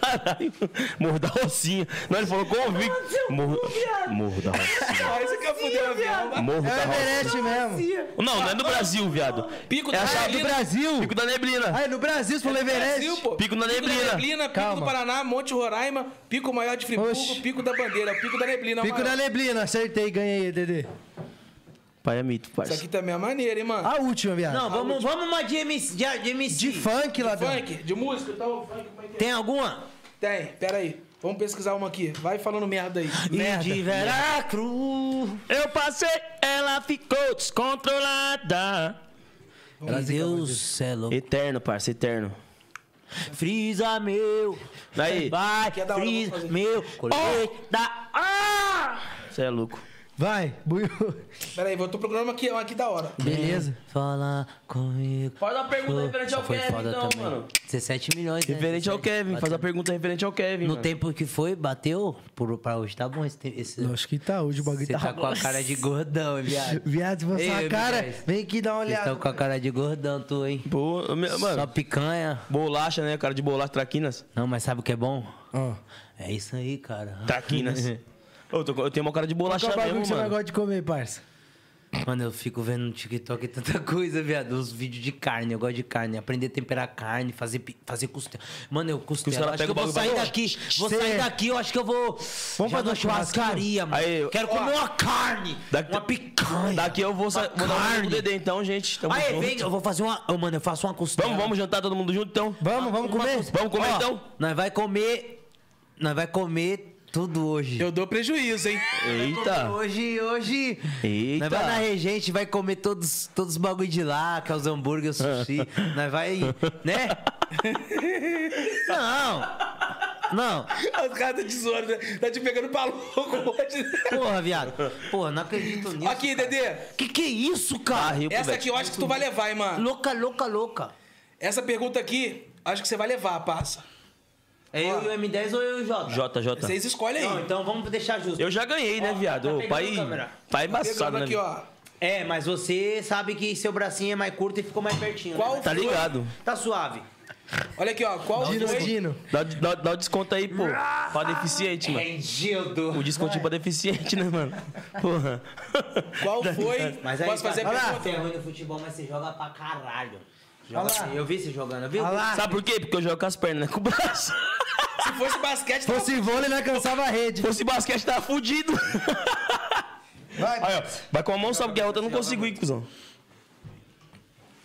B: Caralho. Morro da Rocinha. Não, ele falou convicto. Morro, Morro da Rocinha.
C: Ah, Isso aqui é fudeu a vida.
B: Morro
E: É o
B: da Rocinha.
E: Everest mesmo.
B: Não, não é do Brasil, viado.
C: Pico
B: É
C: da
B: a
E: É
B: chave
E: do
C: Neblina.
E: Brasil.
B: Pico da Neblina.
E: Ah, é no Brasil, né? você falou
C: Brasil,
E: Everest.
C: pô.
B: Pico da
C: Pico,
B: Neblina.
C: da Neblina, pico do
E: Calma.
C: Paraná, Monte Roraima, Pico Maior de Friburgo,
E: Oxi.
C: Pico da Bandeira, Pico da Neblina.
E: Pico da
C: Amaral.
E: Neblina. Acertei, ganhei, Dedê.
B: Pai é mito,
C: Isso
B: parça.
C: aqui também é maneiro, hein, mano.
E: A última, viado.
D: Não, vamos, vamos uma de MC. De, de MC.
E: De funk, ladrão.
C: Funk, de música, então. Funk, como é que é?
D: Tem alguma?
C: Tem, pera aí. Vamos pesquisar uma aqui. Vai falando merda aí.
D: E de Veracruz.
B: Eu passei, ela ficou descontrolada.
D: E Deus é louco.
B: Eterno, parça, eterno.
D: Frisa meu.
B: Daí.
D: Vai,
C: é da hora, eu vou
D: frisa
C: fazer.
D: meu. Colete da. Ah!
B: Você é louco.
E: Vai, Buiu.
C: Pera aí, vou tô procurando uma aqui, uma aqui da hora.
E: Beleza.
D: Fala comigo.
B: Faz uma pergunta referente ao
D: Foi
B: Kevin,
D: foda
B: então,
D: também.
B: mano.
D: 17 milhões. né?
B: Referente ao
D: 17.
B: Kevin. Faz a
D: Bateu.
B: pergunta referente ao Kevin.
D: No
B: mano.
D: tempo que foi, bateu por, pra hoje. Tá bom esse tempo. Esse,
E: Acho que tá hoje o bagulho
D: você tá
E: tá...
D: com a cara de gordão, hein, viado.
E: Viado, você
D: Ei,
E: a cara.
D: Everest.
E: Vem aqui dar uma
D: Vocês
E: olhada.
D: estão com a cara de gordão, tu, hein?
B: Boa, meu- mano.
D: Só picanha.
B: Bolacha, né? Cara de bolacha, traquinas.
D: Não, mas sabe o que é bom?
E: Ó.
D: É isso aí, cara.
B: Traquinas. eu, tô, com- eu tenho uma cara de bolacha
E: Qual é o bagulho que
B: mesmo,
E: você não
B: mano.
E: gosta de comer, parça?
D: Mano, eu fico vendo no TikTok tanta coisa, viado. Os vídeos de carne, eu gosto de carne. Aprender a temperar carne, fazer, pi- fazer costela. Mano, eu costela.
B: caras
D: Acho que
B: pegam
D: eu vou
B: o bagulho
D: sair
B: pra-
D: daqui. Vou
E: Cê-
D: sair daqui, eu acho que eu vou. Vamos
E: fazer um
D: churrascaria, mano.
B: Aí,
D: Quero
B: ó,
D: comer uma carne.
B: daqui-
D: uma picanha.
B: Daqui eu vou, sa- vou dar um
D: carne.
B: beijo pro Dedê, então, gente. Tamo
D: Aí,
B: junto.
D: vem, eu vou fazer uma. Ô, mano, eu faço uma costela.
B: Vamos, vamos jantar todo mundo junto, então?
E: Vamos, vamos comer?
B: Vamos comer,
D: Ó,
B: então?
D: Nós vai comer. Nós vai comer tudo hoje.
C: Eu dou prejuízo, hein?
B: Eita.
D: Hoje, hoje.
B: Eita.
D: Nós vai na Regente, vai comer todos, todos os bagulho de lá, que é os hambúrguer, o sushi. nós vai. Né? Não! Não!
C: Os caras tá te zoando, né? tá te pegando pra louco hoje.
D: Porra, viado! Porra, não acredito nisso.
C: Aqui, Dedê.
D: Que que é isso, cara?
B: Rio,
C: Essa
B: pivete.
C: aqui eu acho que tu vai levar, hein, mano.
D: Louca, louca, louca.
C: Essa pergunta aqui, acho que você vai levar, passa.
D: É eu e o M10 ou eu e o Jota?
B: JJ.
C: Vocês escolhem aí.
D: Não, então vamos deixar justo.
B: Eu já ganhei, né, viado?
D: tá
B: Ô,
D: pegando
B: pai.
D: a câmera.
C: tá
B: Pai embaçado,
C: Pegando
B: né?
C: aqui, ó.
D: É, mas você sabe que seu bracinho é mais curto e ficou mais pertinho. né?
C: Qual
D: Mas
B: Tá ligado?
D: Tá suave.
C: Olha aqui, ó. Qual
E: Dino,
C: foi?
E: Dino.
B: Dá, dá, dá o desconto aí, pô. Pra deficiente,
D: É
B: mano.
D: Rendido.
B: O descontinho pra deficiente, né, mano? Porra.
C: Qual foi?
D: Mas aí,
C: Posso fazer
D: cara,
C: a
D: Você é
C: pergunta?
D: ruim no futebol, mas você joga pra caralho. Joga
E: Olha lá.
D: assim, Eu vi você jogando, viu?
E: Olha lá.
B: Sabe por quê? Porque eu jogo com as pernas, né? com o braço.
C: Se fosse basquete,
E: Se fosse vôlei, não alcançava a rede.
B: Se fosse basquete, tava fudido. Aí, ó. Vai com a mão, só porque a outra eu não consigo ir, cuzão.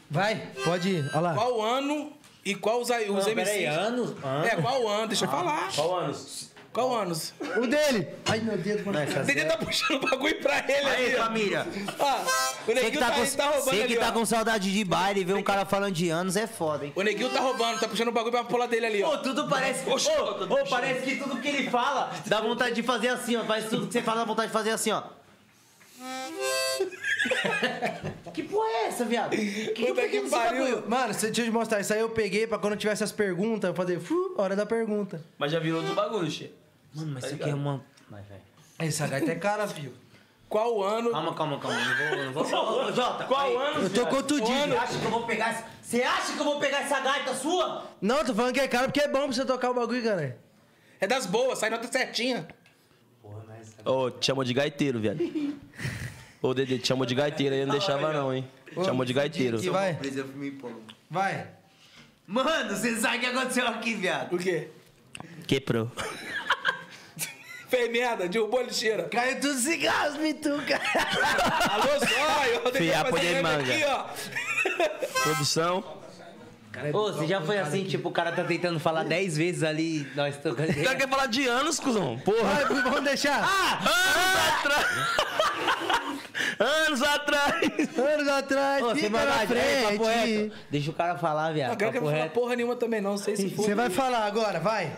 E: Vai, pode ir. Olha lá.
C: tá. qual ano e qual os, os
D: Não, peraí,
C: MCs?
D: anos? anos.
C: É, qual ano? Deixa eu falar.
B: Qual ano?
C: Qual ano?
E: O dele. Ai, meu Dedo. mano.
D: Essa-
C: Dedê tá puxando o bagulho pra ele
D: Aí,
C: ali, ó.
D: família.
C: Ó, o
D: Você que
C: Neguinho
D: tá
C: tá,
D: com,
C: ele tá roubando
D: você que
C: ali,
D: tá
C: ó.
D: com saudade de baile e ver um cara falando de anos é foda, hein?
C: O Neguinho tá roubando, tá puxando o bagulho pra pular dele ali, ó.
D: Pô, tudo parece. Ô, ô, parece que tudo que ele fala dá vontade de fazer assim, ó. Parece tudo que você fala dá vontade de fazer assim, ó. que porra é essa, viado? Que que eu
C: Puta
D: peguei
C: que
D: nesse
C: pariu.
D: bagulho?
A: Mano, cê- deixa eu te mostrar. Isso aí eu peguei pra quando tivesse as perguntas, eu fazer "Fu, hora da pergunta.
B: Mas já virou outro bagulho, che.
D: Mano, mas isso aqui é uma. Vai, vai.
A: Essa gaita é cara, filho.
C: Qual ano?
D: Calma, calma, calma. Não vou. Não vou. Ô, ô, Jota,
B: Qual
D: aí.
B: ano?
E: Eu tô contundido.
D: Você acha que eu vou pegar essa. Você acha que eu vou pegar essa gaita sua?
A: Não, tô falando que é cara porque é bom pra você tocar o bagulho, cara.
C: É das boas, sai nota certinha.
B: Ô, te chamou de gaiteiro, viado. Ô, Dedê, te chamou de gaiteiro aí, não deixava não, hein? Te chamou de gaiteiro.
A: Que vai,
D: Mas eu me empolgo.
A: vai.
D: Mano, você sabe o que aconteceu aqui, viado.
C: O quê?
B: Quebrou.
C: Fez merda, derrubou a lixeira.
A: Caiu é tudo cigarros, me tu, cara.
C: Alô, zóio. Deixa eu
B: Fiar
C: fazer
B: poder
C: lembra
B: manga.
C: Aqui, ó.
D: Tá
B: Produção.
D: Ô, você já foi assim, tipo, o cara tá tentando falar 10 vezes ali, nós tocando.
B: O cara quer falar de anos, cuzão. Porra.
A: Vai, vamos deixar.
D: Ah!
B: Anos atrás. Anos atrás.
A: Anos atrás,
D: Ô, você
A: fica
D: vai
A: na
D: lá, é, papo
A: frente.
D: reto. Deixa o cara falar, viado.
C: Não, eu quero que eu
D: papo
C: não falar
D: reto.
C: porra nenhuma também, não. Sei se for.
A: Você vai falar agora, vai.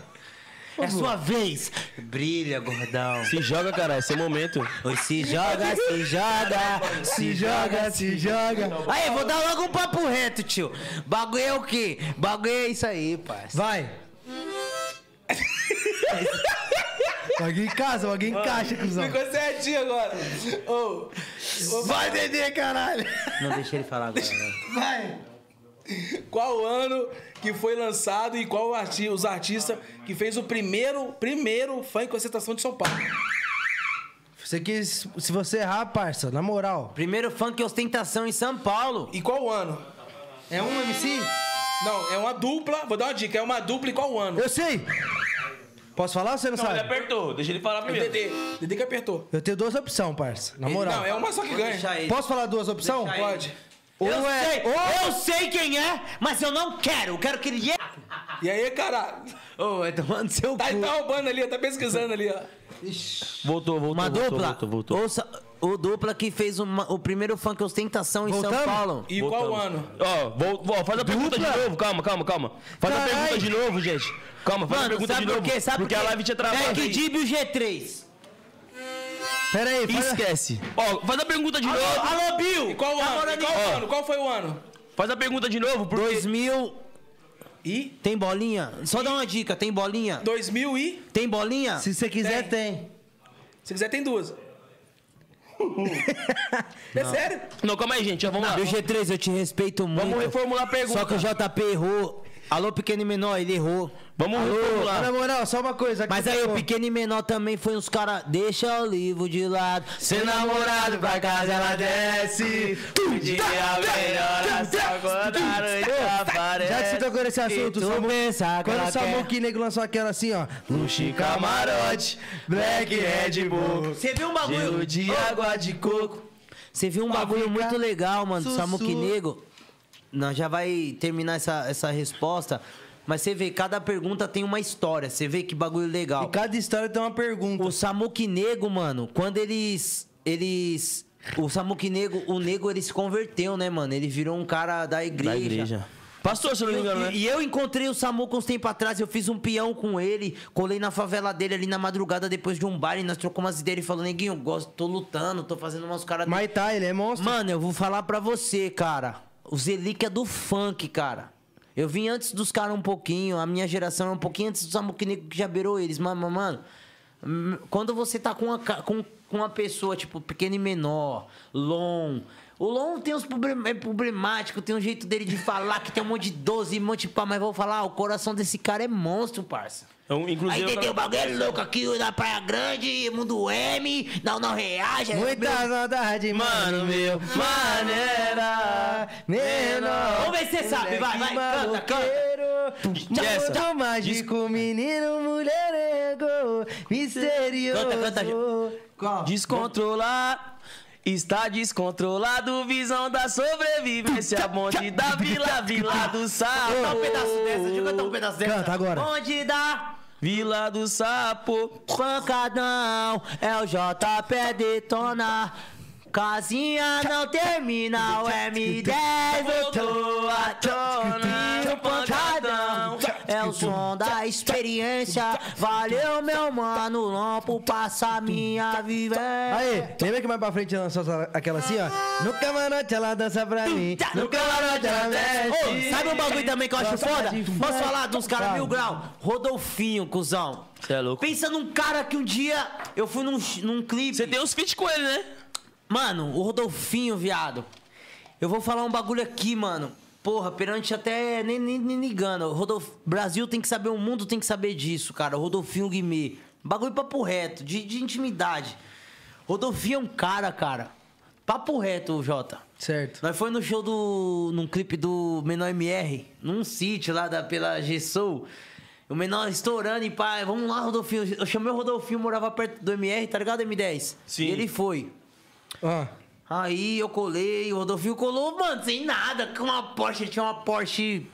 D: É sua vez. Brilha, gordão.
B: Se joga, cara. Esse é o momento.
D: Oi, se joga, se joga, se joga, se joga. Aí, vou dar logo um papo reto, tio. Bagulho é o quê? Bagulho é isso aí, parça.
A: Vai. Alguém em casa, alguém em caixa, cuzão.
C: Ficou certinho agora. Ô,
A: Vai, Dedê, caralho.
D: Não deixa ele falar agora, né?
A: Vai.
C: qual ano que foi lançado e qual arti os artistas que fez o primeiro, primeiro fã em concentração de São Paulo?
A: Você quis, se você errar, parça, na moral.
D: Primeiro funk ostentação em São Paulo.
C: E qual ano?
A: É um MC?
C: Não, é uma dupla. Vou dar uma dica. É uma dupla e qual ano?
A: Eu sei. Posso falar ou você não, sabe?
B: apertou. Deixa ele falar
C: É o Dedê. Dedê que apertou.
A: Eu tenho duas opções, parça, na moral.
C: Não, é uma só que
D: Vou
C: ganha.
D: deixar ele.
A: Posso falar duas opções?
D: Deixa aí.
C: Pode.
A: Ou
D: eu,
A: é...
D: sei, eu sei quem é, mas eu não quero. Eu quero que ele...
C: E aí, caralho?
D: Ô, é tomando seu
C: Tá,
D: cu.
C: tá roubando ali, tá pesquisando ali, ó.
B: Voltou, voltou.
D: Uma
B: voltou,
D: dupla.
B: Voltou, voltou.
D: Ouça, o dupla que fez uma- o primeiro funk ostentação em São
A: Voltamos?
D: Paulo.
C: E qual
B: Voltamos.
C: ano?
B: Ó, vol- vol- faz a pergunta
A: Dupla?
B: de novo. Calma, calma, calma. Faz
A: Caralho.
B: a pergunta de novo, gente. Calma, faz a
D: Mano,
B: pergunta
D: sabe
B: de novo.
D: por quê? Sabe
B: porque
D: por quê? É
B: a live tinha travado.
D: Back
B: aí.
D: Dib e o G3.
A: Pera aí, faz...
B: Esquece. Ó, faz a pergunta de
D: Alô,
B: novo.
D: alô, Bill!
C: E qual
D: Tá
C: ano? E
D: morando em-
C: qual
B: Ó.
C: ano? Qual foi o ano?
B: Faz a pergunta de novo, porque
D: 2000...
C: E
D: Tem bolinha? Só dá uma dica, tem bolinha?
C: 2000 e...
D: Tem bolinha?
A: Se você quiser, tem.
C: Se quiser, tem duas. É sério?
B: Não, calma aí, gente. Ó, vamos lá.
D: Meu G3, eu te respeito muito.
B: Vamos reformular a pergunta.
D: Só que o JP errou. Alô, pequeno e menor, ele errou.
B: Vamos
A: Mas Na
B: reformular.
A: moral, só uma coisa. que
D: Mas
B: Tá
A: você
D: aí o
A: falou.
D: pequeno e menor também foi uns cara. Deixa o livro de lado. Seu namorado pra casa ela desce. O
B: Um
D: dia melhora só quando aparece.
A: Já que você tocou nesse assunto, Samu- Quando o Samu que Negro lançou aquela assim, ó.
B: Luxo e camarote, Um black Red Bull,
D: Você viu um bagulho?
B: gelo de água de coco.
D: Você viu um bagulho muito legal, mano, do Samuque Negro. Nós já vai terminar essa, essa resposta. Mas você vê, cada pergunta tem uma história. Você vê que bagulho
A: E
D: legal.
A: cada história tem uma pergunta.
D: O Samuque Negro, mano, quando eles. Eles. O Samuque Negro, o Negro, ele se converteu, né, mano? Ele virou um cara da igreja.
B: Da igreja. Pastor, se eu não me
D: Eu-
B: engano, né?
D: E eu encontrei o Samuca uns tempos atrás, eu fiz um peão com ele, colei na favela dele ali na madrugada depois de um bar e nós trocamos umas ideias e falou, neguinho, gosto, tô lutando, tô fazendo umas caras... de-"
A: Mas tá, ele é monstro.
D: Mano, eu vou falar pra você, cara, os relíquia do funk, cara. Eu vim antes dos caras um pouquinho, a minha geração é um pouquinho antes do Samuca Negro que já beirou eles, mas, mas, mano... Hum, Quando você tá com uma, ca- com, com uma pessoa, tipo, pequeno e menor, Lon. O Lon tem uns problem, é problemático, tem um jeito dele de falar, que tem um monte de 12, um monte de pá, mas vou falar, o coração desse cara é monstro, parça.
B: Então,
D: Aí
B: inclusive, eu
D: tem
B: tava-
D: o bagulho é louco aqui na Praia Grande, Mundo M, não, não reage. é
A: Muita saudade, mano, meu. Maneira, menor.
D: Vamos ver se você sabe, vai, vai, canta,
A: canta.
B: Jessa,
A: Mundo mágico, menino, mulherengo, misterioso.
D: Canta, canta, Jé.
A: Qual?
B: Descontrolar. Está descontrolado, visão da sobrevivência. Bonde da vila, vila do sapo.
D: Dá um pedaço dessa, deixa eu cantar um pedaço dessa.
A: Canta agora.
D: Onde dá?
B: Vila do sapo.
D: Pancadão é o JP detona. Casinha não termina, o M10 voltou à tona. O pancadão é o som da experiência. Valeu, meu mano, lompo, passa minha vivência.
A: Aí, lembra que mais pra frente lançou essa- aquela assim, ó? No camarote ela dança pra mim. No camarote ela
D: Ô,
A: mexe.
D: sabe um bagulho também que eu acho foda?
A: de
D: Posso
A: funk.
D: falar de uns caras mil grau? Rodolfinho, cuzão.
B: Cê é louco.
D: Pensa num cara que um dia eu fui num, num clipe.
B: Você tem uns feats com ele, né?
D: Mano, o Rodolfinho, viado. Eu vou falar um bagulho aqui, mano. Porra, perante até nem, nem, nem ligando. O Rodolf... Brasil tem que saber, o mundo tem que saber disso, cara. O Rodolfinho Guimê. Bagulho papo reto, de, de intimidade. Rodolfinho é um cara, cara. Papo reto, Jota.
A: Certo.
D: Nós foi no show do. num clipe do Menor MR, num sítio lá da, pela G-Soul. O menor estourando e pá, vamos lá, Rodolfinho. Eu chamei o Rodolfinho, morava perto do MR, tá ligado, M10?
B: Sim.
D: E ele foi.
A: Ó,
D: Aí eu colei, o Rodolfinho colou, mano, sem nada, com uma Porsche, ele tinha uma Porsche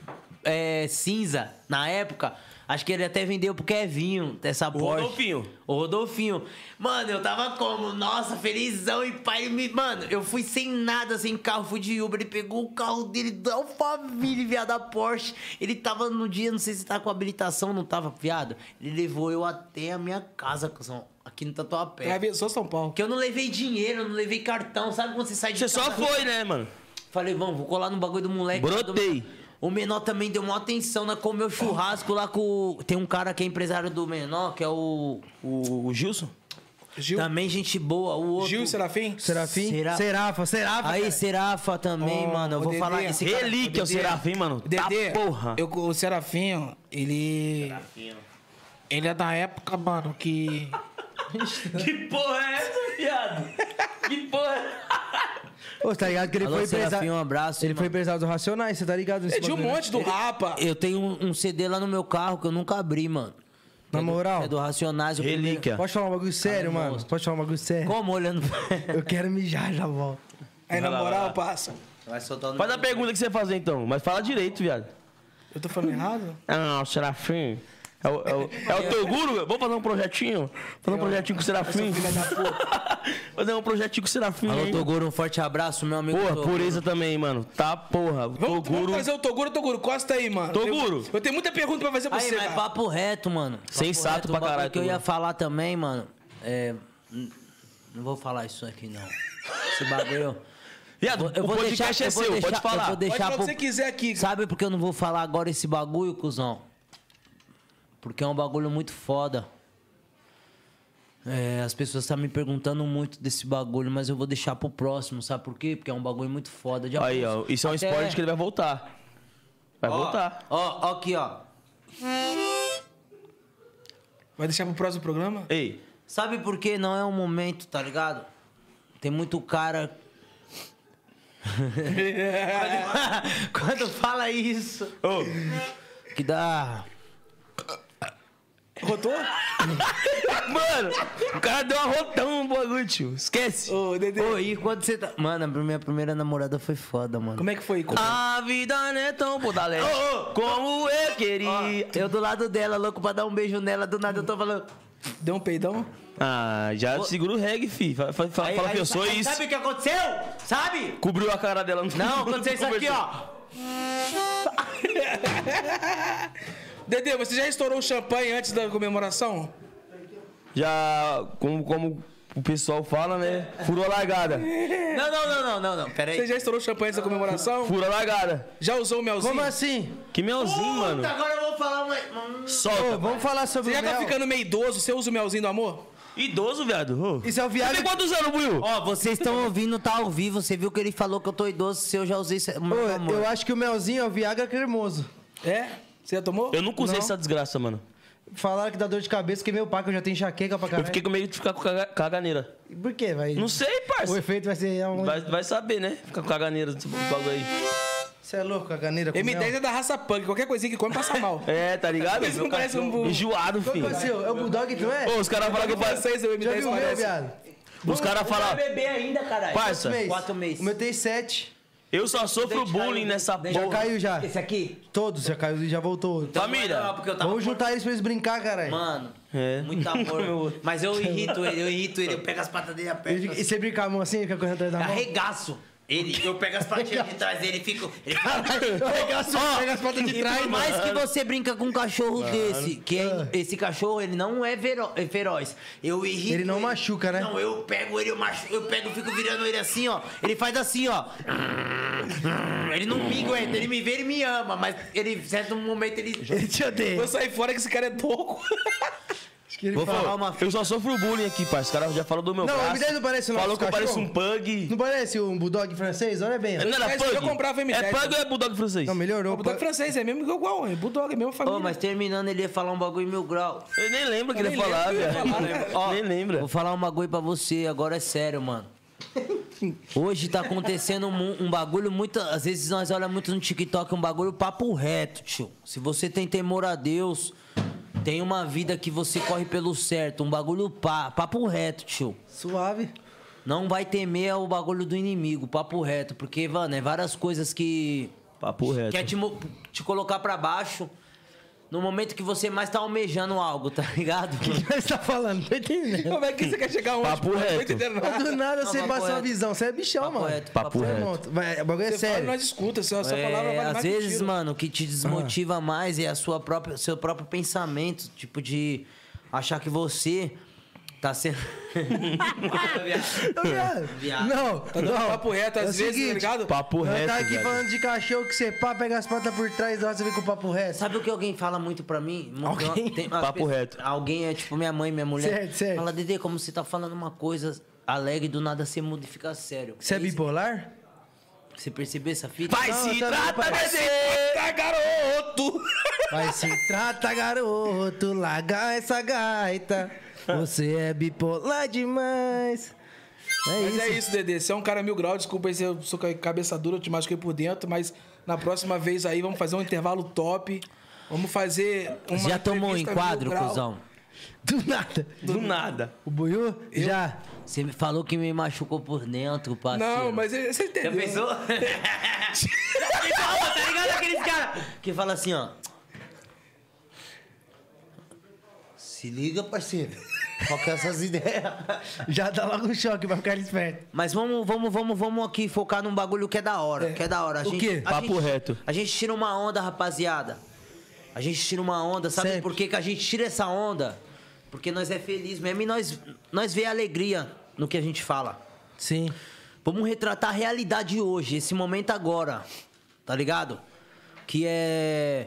D: é, cinza na época. Acho que ele até vendeu pro Kevinho essa Porsche.
B: Rodolfinho.
D: O Rodolfinho. Mano, eu tava como? Nossa, felizão e pai. ele Me... Mano, eu fui sem nada, sem carro, fui de Uber. Ele pegou o carro dele do Alphaville, viado, da Porsche. Ele tava no dia, não sei se tá com habilitação, não tava, viado. Ele levou eu até a minha casa, cuzão, aqui no Tatuapé.
C: Atravessou São Paulo.
D: Porque eu não levei dinheiro, eu não levei cartão. Sabe quando você sai de
B: Você só
D: casa?
B: foi, né, mano?
D: Falei, vamos, vou colar no bagulho do moleque.
B: Brotei.
D: O menor também deu uma atenção, né? Comeu churrasco lá com... o- Tem um cara que é empresário do menor, que é o...
B: O, o Gilson?
C: Gil,
B: Tá
D: Também gente boa, o outro...
C: Gil e Serafim?
A: Serafim?
D: Será-
A: Serafa, Serafa.
D: Aí, Serafa também,
C: é? Ó,
D: mano. Eu
C: o
D: vou
C: Dedê.
D: falar esse cara...
B: Relíquia, é o
C: Dedê.
B: Serafim, mano.
C: Dedê,
B: Tá porra.
C: Eu, o Serafinho, ele. Ele é da época, mano, que.
B: Que porra é essa, viado? Que porra
A: Ô, tá ligado que ele
D: Alô,
A: foi
D: Serafim, um
A: empresário...
D: abraço,
A: Ele foi
D: mano.
A: empresário do Racionais, você tá ligado? nesse
C: É de um
A: bagulho, né?
C: monte do Rapa.
D: Eu tenho um, um CD lá no meu carro que eu nunca abri, mano.
A: Na
D: É do-
A: moral?
D: É do Racionais. o primeiro-
B: Relíquia.
A: Pode falar um bagulho sério, mano? Pode falar um bagulho sério?
D: Como olhando...
A: Eu quero mijar, já volto.
C: Aí, na
B: Vai lá, vai
C: moral,
B: lá.
C: passa.
D: Vai soltar no...
B: Faz a pergunta que você ia fazer, então. Mas fala direito, viado.
C: Eu tô falando errado?
B: Ah, o Serafim. É o, é o, é o teu guru? Vamos fazer um projetinho? Fazer um projetinho com o Serafim? fazer um projetinho com o Serafim,
D: Alô,
B: hein?
D: Toguro, um forte abraço, meu amigo.
B: Porra,
D: Toguro.
B: pureza também, mano. Tá, porra.
C: Vamos, vamos
B: Toguro
C: trazer o Toguro, Toguro. Costa aí, mano.
B: Toguro.
C: Eu, eu tenho muita pergunta pra fazer pra
D: Aí,
C: você,
D: mas
C: cara.
D: papo reto, mano. Papo
B: Sensato
D: reto,
B: pra
D: o bagulho
B: caralho,
D: que eu ia
B: Toguro.
D: falar também, mano. É. n- Não vou falar isso aqui, não. Esse bagulho.
B: Viado, o podcast é
D: eu vou
B: seu,
D: deixar-
B: pode falar.
D: Eu vou
C: Pode
D: deixar
C: falar o que
D: pro-
C: você quiser aqui. cara.
D: Sabe por que eu não vou falar agora esse bagulho, cuzão? Porque é um bagulho muito foda. É, as pessoas estão me perguntando muito desse bagulho, mas eu vou deixar pro próximo, sabe por quê? Porque é um bagulho muito foda. Já
B: Aí, ó. Isso é um
D: Até-
B: spoiler de que ele vai voltar. Vai
D: Ó,
B: voltar.
D: Ó, ó aqui, ó.
C: Vai deixar pro próximo programa?
B: Ei,
D: Sabe por que não é o momento, tá ligado? Tem muito cara. quando, quando fala isso. Que dá.
C: Rotou?
B: Mano, o cara deu um arrotão no bagulho, tio. Esquece.
C: Ô, Dedê.
D: Ô, e quando você tá. Mano, a minha primeira namorada foi foda, mano.
C: Como é que foi? Como-
D: Ah.
B: A vida não é tão puta leve como eu queria.
D: Eu do lado dela, louco pra dar um beijo nela, do nada eu tô falando.
C: Deu um peidão?
B: Ah, já segura o reggae, fi. Fa- fa- Fala,
D: Aí-
B: fala que
D: aí
B: eu sou
D: sabe-
B: isso.
D: Sabe o que aconteceu? Sabe?
B: Cobriu a cara dela no
D: Não, aconteceu isso aqui, ó.
C: Dedê, você já estourou o champanhe antes da comemoração?
B: Já, como, como o pessoal fala, né? Furou a largada.
D: Não, não, não, não, não, não. Pera
C: Você
D: aí.
C: já estourou o champanhe antes da comemoração?
B: Furou a largada.
C: Já usou o melzinho?
A: Como assim?
B: Que melzinho, mano.
D: Puta, agora eu vou vou falar uma.
B: Solta.
A: Vamos falar sobre
C: Você já
A: o
C: tá
A: mel.
C: ficando meio idoso, você usa o melzinho do amor?
B: Idoso, viado. Ô.
A: Isso é o
B: Você
A: viagem...
B: tem quantos anos, Buiu?
D: Ó, vocês estão ouvindo, tá ao vivo. Você viu que ele falou que eu tô idoso, se eu já usei esse-
A: Pô,
D: meu amor.
A: eu acho que o melzinho é o Viagra cremoso.
C: É? Você já tomou?
B: Eu nunca usei essa desgraça, mano.
A: Falaram que dá dor de cabeça, que meu pai, que eu já tenho enxaqueca pra
B: Eu
A: caralho.
B: fiquei com medo de ficar com caga- caganeira.
A: Por quê, vai?
B: Não sei,
A: O
B: parça.
A: efeito vai ser... aonde?
B: Vai, vai saber, né? Ficar com caganeira desse bagulho aí.
A: Você é louco, a ganeira com
C: M10
A: mel?
C: é da raça punk, qualquer coisinha que come passa mal.
B: É, tá ligado?
C: Mas não parece um burro.
B: Enjoado,
A: Qual que
B: filho.
A: é o seu? É o Bulldog, não é?
B: Ô, os caras falam que eu pareço.
C: Vocês, o
A: já
C: M10
A: viu o meu,
C: parece.
A: viado?
B: Os caras falam.
D: bebê ainda, caralho.
B: Parça,
A: Mês.
D: Quatro meses.
A: O meu tem sete.
B: eu só sofro
D: Deixa
B: bullying
D: caiu,
B: nessa
D: deixa
B: porra. Então,
A: Caiu já.
D: Esse aqui?
A: Todos, já caiu e já voltou.
B: Família.
D: Não, porque eu tava
A: Vamos
D: com-
A: juntar eles pra eles brincar, caralho.
D: Mano,
B: É.
D: muito
B: Meu
D: amor.
B: outro.
D: Mas eu irrito ele, eu irrito ele. Eu pego as patas dele e aperto.
A: E você brincar a mão assim, fica correndo atrás da mão?
D: Arregaço. Ele, eu pego as patinhas de trás dele e fico. Ele fica
A: Ó, Pega as patas de trás. Ah.
D: Por mais que você brinca com um cachorro desse, que é- esse cachorro, ele não é vero- é feroz. Eu irrito
A: Ele não machuca, né?
D: Não, eu pego ele, eu machuco, eu pego, fico virando ele assim, ó. Ele faz assim, ó. Ele não me aguenta, ele me vê, ele me ama, mas ele, certo momento, ele...
A: Ele te odeia.
C: Vou sair fora que esse cara é louco.
A: Acho que ele
B: Vou
A: fala-
B: falar uma... Eu só sofro bullying aqui, parça. Os caras já falam do meu
A: Não, o
B: braço.
A: M10 não parece o nosso
B: Falou que eu
A: cachorro?
B: pareço um pug.
A: Não parece um bulldog francês? Olha bem. ó.
B: Não era
C: Mas eu
B: pug?
C: comprava M10,
B: é pug
C: né?
B: ou é bulldog francês?
A: Não, melhorou.
C: O Bulldog francês é mesmo igual, é Bulldog, é mesma família.
D: Ô, mas terminando, ele ia falar um bagulho mil grau.
B: Eu nem lembro o que
C: Eu
B: ele ia
C: nem
B: falar,
C: lembro o que eu ia falar,
B: velho. Ó, Nem lembra.
D: Vou falar um bagulho pra você, agora é sério, mano. Hoje tá acontecendo um, um bagulho muito. Às vezes nós olhamos muito no TikTok um bagulho papo reto, tio. Se você tem temor a Deus, tem uma vida que você corre pelo certo. Um bagulho pá, papo reto, tio.
A: Suave.
D: Não vai temer o bagulho do inimigo, papo reto. Porque, mano, é várias coisas que.
B: Papo reto.
D: Quer te, mo- te colocar pra baixo no momento que você mais tá almejando algo, tá ligado?
A: O que você tá falando? Não tô entendendo.
C: Como é que você quer chegar onde?
B: Papo
C: pô? Não tô
B: reto.
C: entendendo nada.
A: Do nada você
D: papo
A: passa uma
D: reto.
A: visão. Você é bichão,
D: Papo
A: mano.
D: reto,
B: Papo
D: papo
B: reto.
D: reto.
A: Pronto. Vai, o bagulho é
C: Você fala e
A: sério.
C: nós escuta, essa, essa
D: É,
C: palavra vale
D: às
C: mais
D: vezes,
C: mentira.
D: mano, o que te desmotiva mais é a sua própria, seu próprio pensamento, tipo de achar que você tá sendo
A: Ô, viado.
D: Viado.
A: Não,
C: Tá dando
A: não.
C: papo reto, às
A: É o
C: vezes,
A: seguinte,
C: tá ligado?
B: Papo
A: Nós
B: reto,
A: tá aqui
B: velho.
A: falando de cachorro que você pá, pega as patas por trás, nossa, você vem com o papo reto.
D: Sabe o que alguém fala muito pra mim? Alguém?
B: Papo reto.
D: Alguém é tipo minha mãe, minha mulher.
A: Certo, certo.
D: Fala, Dede, como você tá falando uma coisa alegre do nada você muda e fica sério.
A: Você é
D: isso?
A: bipolar?
D: Você percebeu essa fita?
B: Vai
A: Não,
B: se
A: tá bem,
B: trata,
A: parça.
B: vai se trata, garoto.
A: Vai se trata, garoto, larga essa gaita. Você é bipolar demais. É
C: Mas
A: isso.
C: é isso, Dedê. Você é um cara mil grau, desculpa aí se eu sou ca- cabeça dura, eu te machuquei por dentro, mas na próxima vez aí vamos fazer um intervalo top. Vamos fazer uma
D: Já tomou em
C: entrevista mil
D: quadro,
C: grau.
D: cuzão?
A: Do nada.
B: Do nada.
A: O Buiu? Já.
D: Você me falou que me machucou por dentro, parceiro.
C: Não, mas você entendeu. É,
D: Já pensou? Ele fala, tá ligado? Aqueles caras que fala assim, ó. Se liga, parceiro. Qual que é essas ideias?
A: Já dá logo um choque pra ficar esperto.
D: Mas vamos, vamos, vamos, vamos aqui focar num bagulho que é da hora. Que é da hora. A
A: O quê?
D: a
B: Papo
D: gente-
B: reto.
D: A gente tira uma onda, rapaziada. A gente tira uma onda. Sabe
A: Sempre.
D: por que, que a gente tira essa onda? Porque nós é feliz mesmo e nós, nós vê a alegria no que a gente fala.
A: Sim.
D: Vamos retratar a realidade hoje, esse momento agora, tá ligado? Que é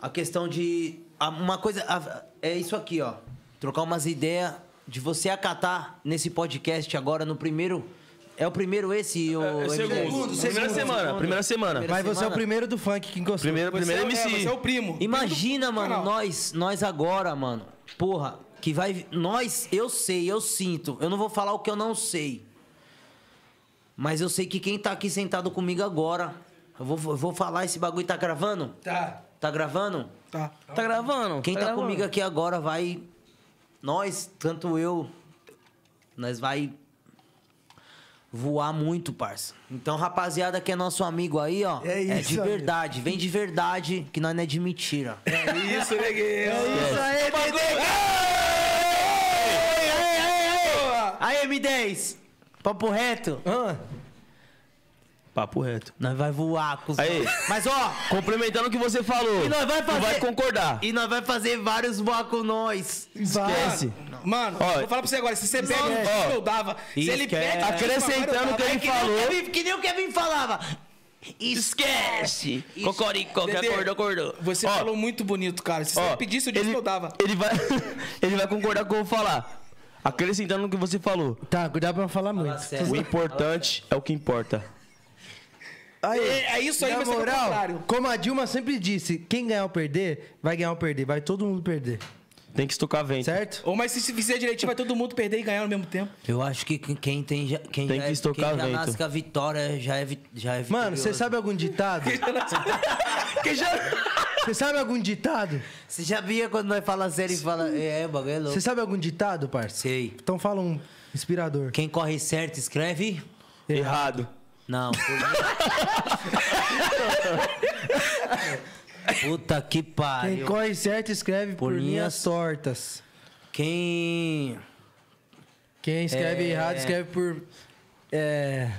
D: a questão de a- uma coisa a- é isso aqui, ó. Trocar umas ideias de você acatar nesse podcast agora no primeiro é o primeiro esse o
B: É segundo.
D: Primeira
B: Primeira semana, primeira semana.
A: Mas você é o primeiro do funk que encostou.
B: Primeiro,
C: Você,
B: primeiro
C: é,
B: MC.
C: é, você é o primo.
D: Imagina,
C: Primo do
D: mano,
C: canal.
D: nós, nós agora, mano. Porra, que vai. Nós, eu sei, eu sinto. Eu não vou falar o que eu não sei. Mas eu sei que quem tá aqui sentado comigo agora. Eu vou, eu vou falar esse bagulho. Tá gravando?
C: Tá,
D: Tá gravando?
C: tá.
B: Tá gravando?
D: Quem tá
B: gravando.
D: comigo aqui agora vai. Nós, tanto eu, nós vai voar muito, parça. Então, rapaziada que é nosso amigo aí, ó,
A: É isso,
D: de
A: amigo.
D: verdade. Vem de verdade, que nós não é de mentira.
C: É isso, neguinho.
D: É
A: Isso aí, Dedê.
D: Aí, M10! Papo reto!
A: Ah,
B: Papo reto.
D: Nós vai voar, cuzão.
B: Aí.
D: Mas ó,
B: Complementando o que você falou.
D: E nós vai
B: Tu vai
D: fazer-
B: concordar.
D: e nós vai fazer vários voar com nós.
B: Esquece.
C: Mano,
B: Ó,
C: vou falar pra você agora. Se você pede um
B: esquece.
C: tiro, eu dava. Se ele
B: Esquece. Tá
C: pede. um tiro, eu dava, eu
B: Acrescentando o que
C: dava.
B: ele
C: É
D: Que nem o
B: falou.
D: Kevin- que nem o Kevin falava.
B: Esquece! Cocorico, que
C: Dedê,
B: acordou, acordou.
C: Você
B: Ó,
C: falou muito bonito, cara. Se você
B: ó,
C: pedisse, eu disse
B: ele-
C: que eu dava.
B: Ele vai, ele vai concordar com o que eu vou falar. Acrescentando no que você falou.
A: Tá, cuidado pra não falar muito.
D: sério.
B: O importante é o que importa.
A: Aí,
C: É- é isso aí,
A: na
C: mas é o contrário.
A: moral, como a Dilma sempre disse, quem ganhar ou perder, vai ganhar ou perder, vai todo mundo perder,
B: Tem que estocar vento.
A: certo?
C: Ou mas se se fizer direitinho, vai todo mundo perder e ganhar ao mesmo tempo.
D: Eu acho que quem- quem tem já, quem
B: Tem
D: já,
B: que
D: é-
B: estocar
D: quem já
B: vento.
D: nasce com a vitória já é, vi- já é
A: Mano, você
D: vitorioso.
A: sabe algum ditado?
C: Porque já.
A: Você sabe algum ditado?
D: Você já via quando nós fala sério e fala, é, o bagulho é louco.
A: Você sabe algum ditado, parça?
D: Sei.
A: Então fala um inspirador.
D: Quem corre certo escreve?
B: Errado.
D: Não. por- Puta que
A: Quem
D: pariu.
A: corre certo escreve por,
D: Por
A: linhas
D: linhas-
A: tortas.
D: Quem.
A: Quem escreve
D: É.
A: errado escreve por. É.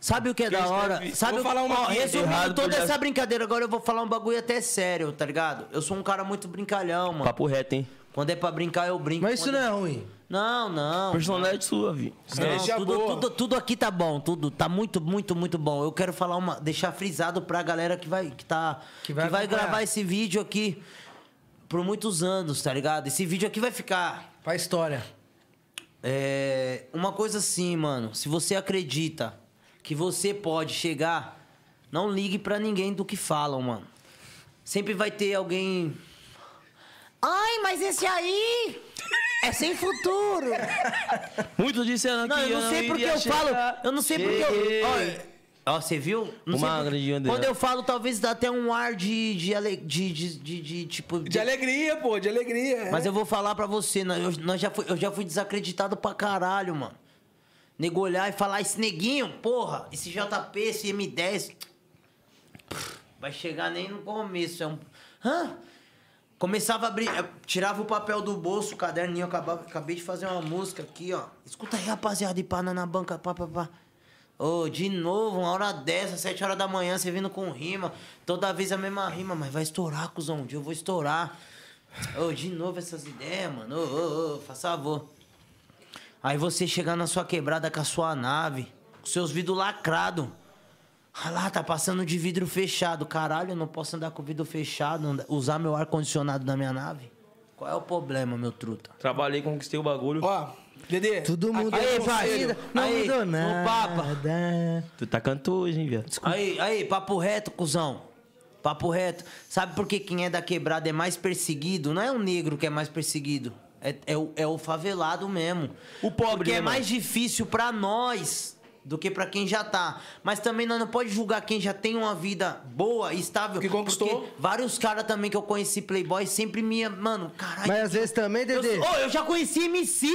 D: Sabe o que é da hora? Sabe
C: Vou
D: o...
C: falar uma
D: Ó,
C: aqui,
D: resumindo
B: errado,
D: toda
B: porque-
D: essa brincadeira, agora eu vou falar um bagulho até sério, tá ligado? Eu sou um cara muito brincalhão, mano.
B: Papo reto, hein?
D: Quando é pra brincar, eu brinco.
A: Mas isso
D: Quando-
A: não é ruim.
D: Não, não.
B: Personalidade sua, vi.
D: Não,
C: Deixa
D: tudo,
C: boa.
D: tudo- tudo aqui tá bom, tudo tá muito, muito, muito bom. Eu quero falar uma, deixar frisado pra galera que vai, que tá,
A: Que
D: que
A: vai
D: vai,
A: acompanhar.
D: gravar esse vídeo aqui por muitos anos, tá ligado? Esse vídeo aqui vai ficar
A: Faz história.
D: é, uma coisa assim, mano. Se você acredita que você pode chegar, não ligue pra ninguém do que falam, mano. Sempre vai ter alguém. Ai, mas esse aí é sem futuro.
B: Muitos disseram
D: Não,
B: que
D: eu não sei porque
B: iria
D: eu falo.
B: chegar.
D: Eu não sei porque
B: Cheguei.
D: eu. Olha, Ó, você viu? Não
B: Uma grande
D: sei porque,
B: bandeira.
D: Quando eu falo, talvez dá até um ar de. de, ale- de, de, de- de, tipo.
C: De alegria, pô, de alegria. é.
D: Mas eu vou falar pra você, nós- eu, nós já fui, eu já fui desacreditado pra caralho, mano. Nego olhar e falar, esse neguinho, porra, esse JP, esse M10. Vai chegar nem no começo. É um. Hã? Começava a abrir. eu Tirava o papel do bolso, o caderninho, eu acabava, acabei de fazer uma música aqui, ó. Escuta aí, rapaziada, e pá, na- na banca, pá, pá, pá. Ô, de novo, uma hora dessa, sete horas da manhã, você vindo com rima. Toda vez a mesma rima, mas vai estourar, cuzão. Um dia eu vou estourar. Ô, de novo essas ideias, mano. Ô, ô, ô, faz favor. Aí você chegar na sua quebrada com a sua nave, com seus vidros lacrados. Ah lá, tá passando de vidro fechado. Caralho, eu não posso andar com o vidro fechado, andar- usar meu ar-condicionado na minha nave? Qual é o problema, meu truta?
B: Trabalhei, conquistei o bagulho.
C: Ó, Dedê.
A: Todo mundo um
C: aqui é
D: Aí,
C: conselho.
D: parceiro.
A: Não
D: Aí,
A: mudou
D: ô,
A: nada.
B: Tu tá canto hoje, hein, viado?
D: Aí, aí, papo reto, cuzão. Papo reto. Sabe por que quem é da quebrada é mais perseguido? Não é o negro que é mais perseguido. É, é o, é o favelado mesmo.
B: O pobre,
D: Porque
B: né,
D: é
B: mano?
D: mais difícil pra nós do que pra quem já tá. Mas também nós não pode julgar quem já tem uma vida boa, estável.
C: Que conquistou.
D: porque vários caras também que eu conheci, Playboy, sempre me. Mano, caralho.
A: Mas às vezes também,
D: Eu,
A: Dedê.
D: Ô, eu já conheci MC,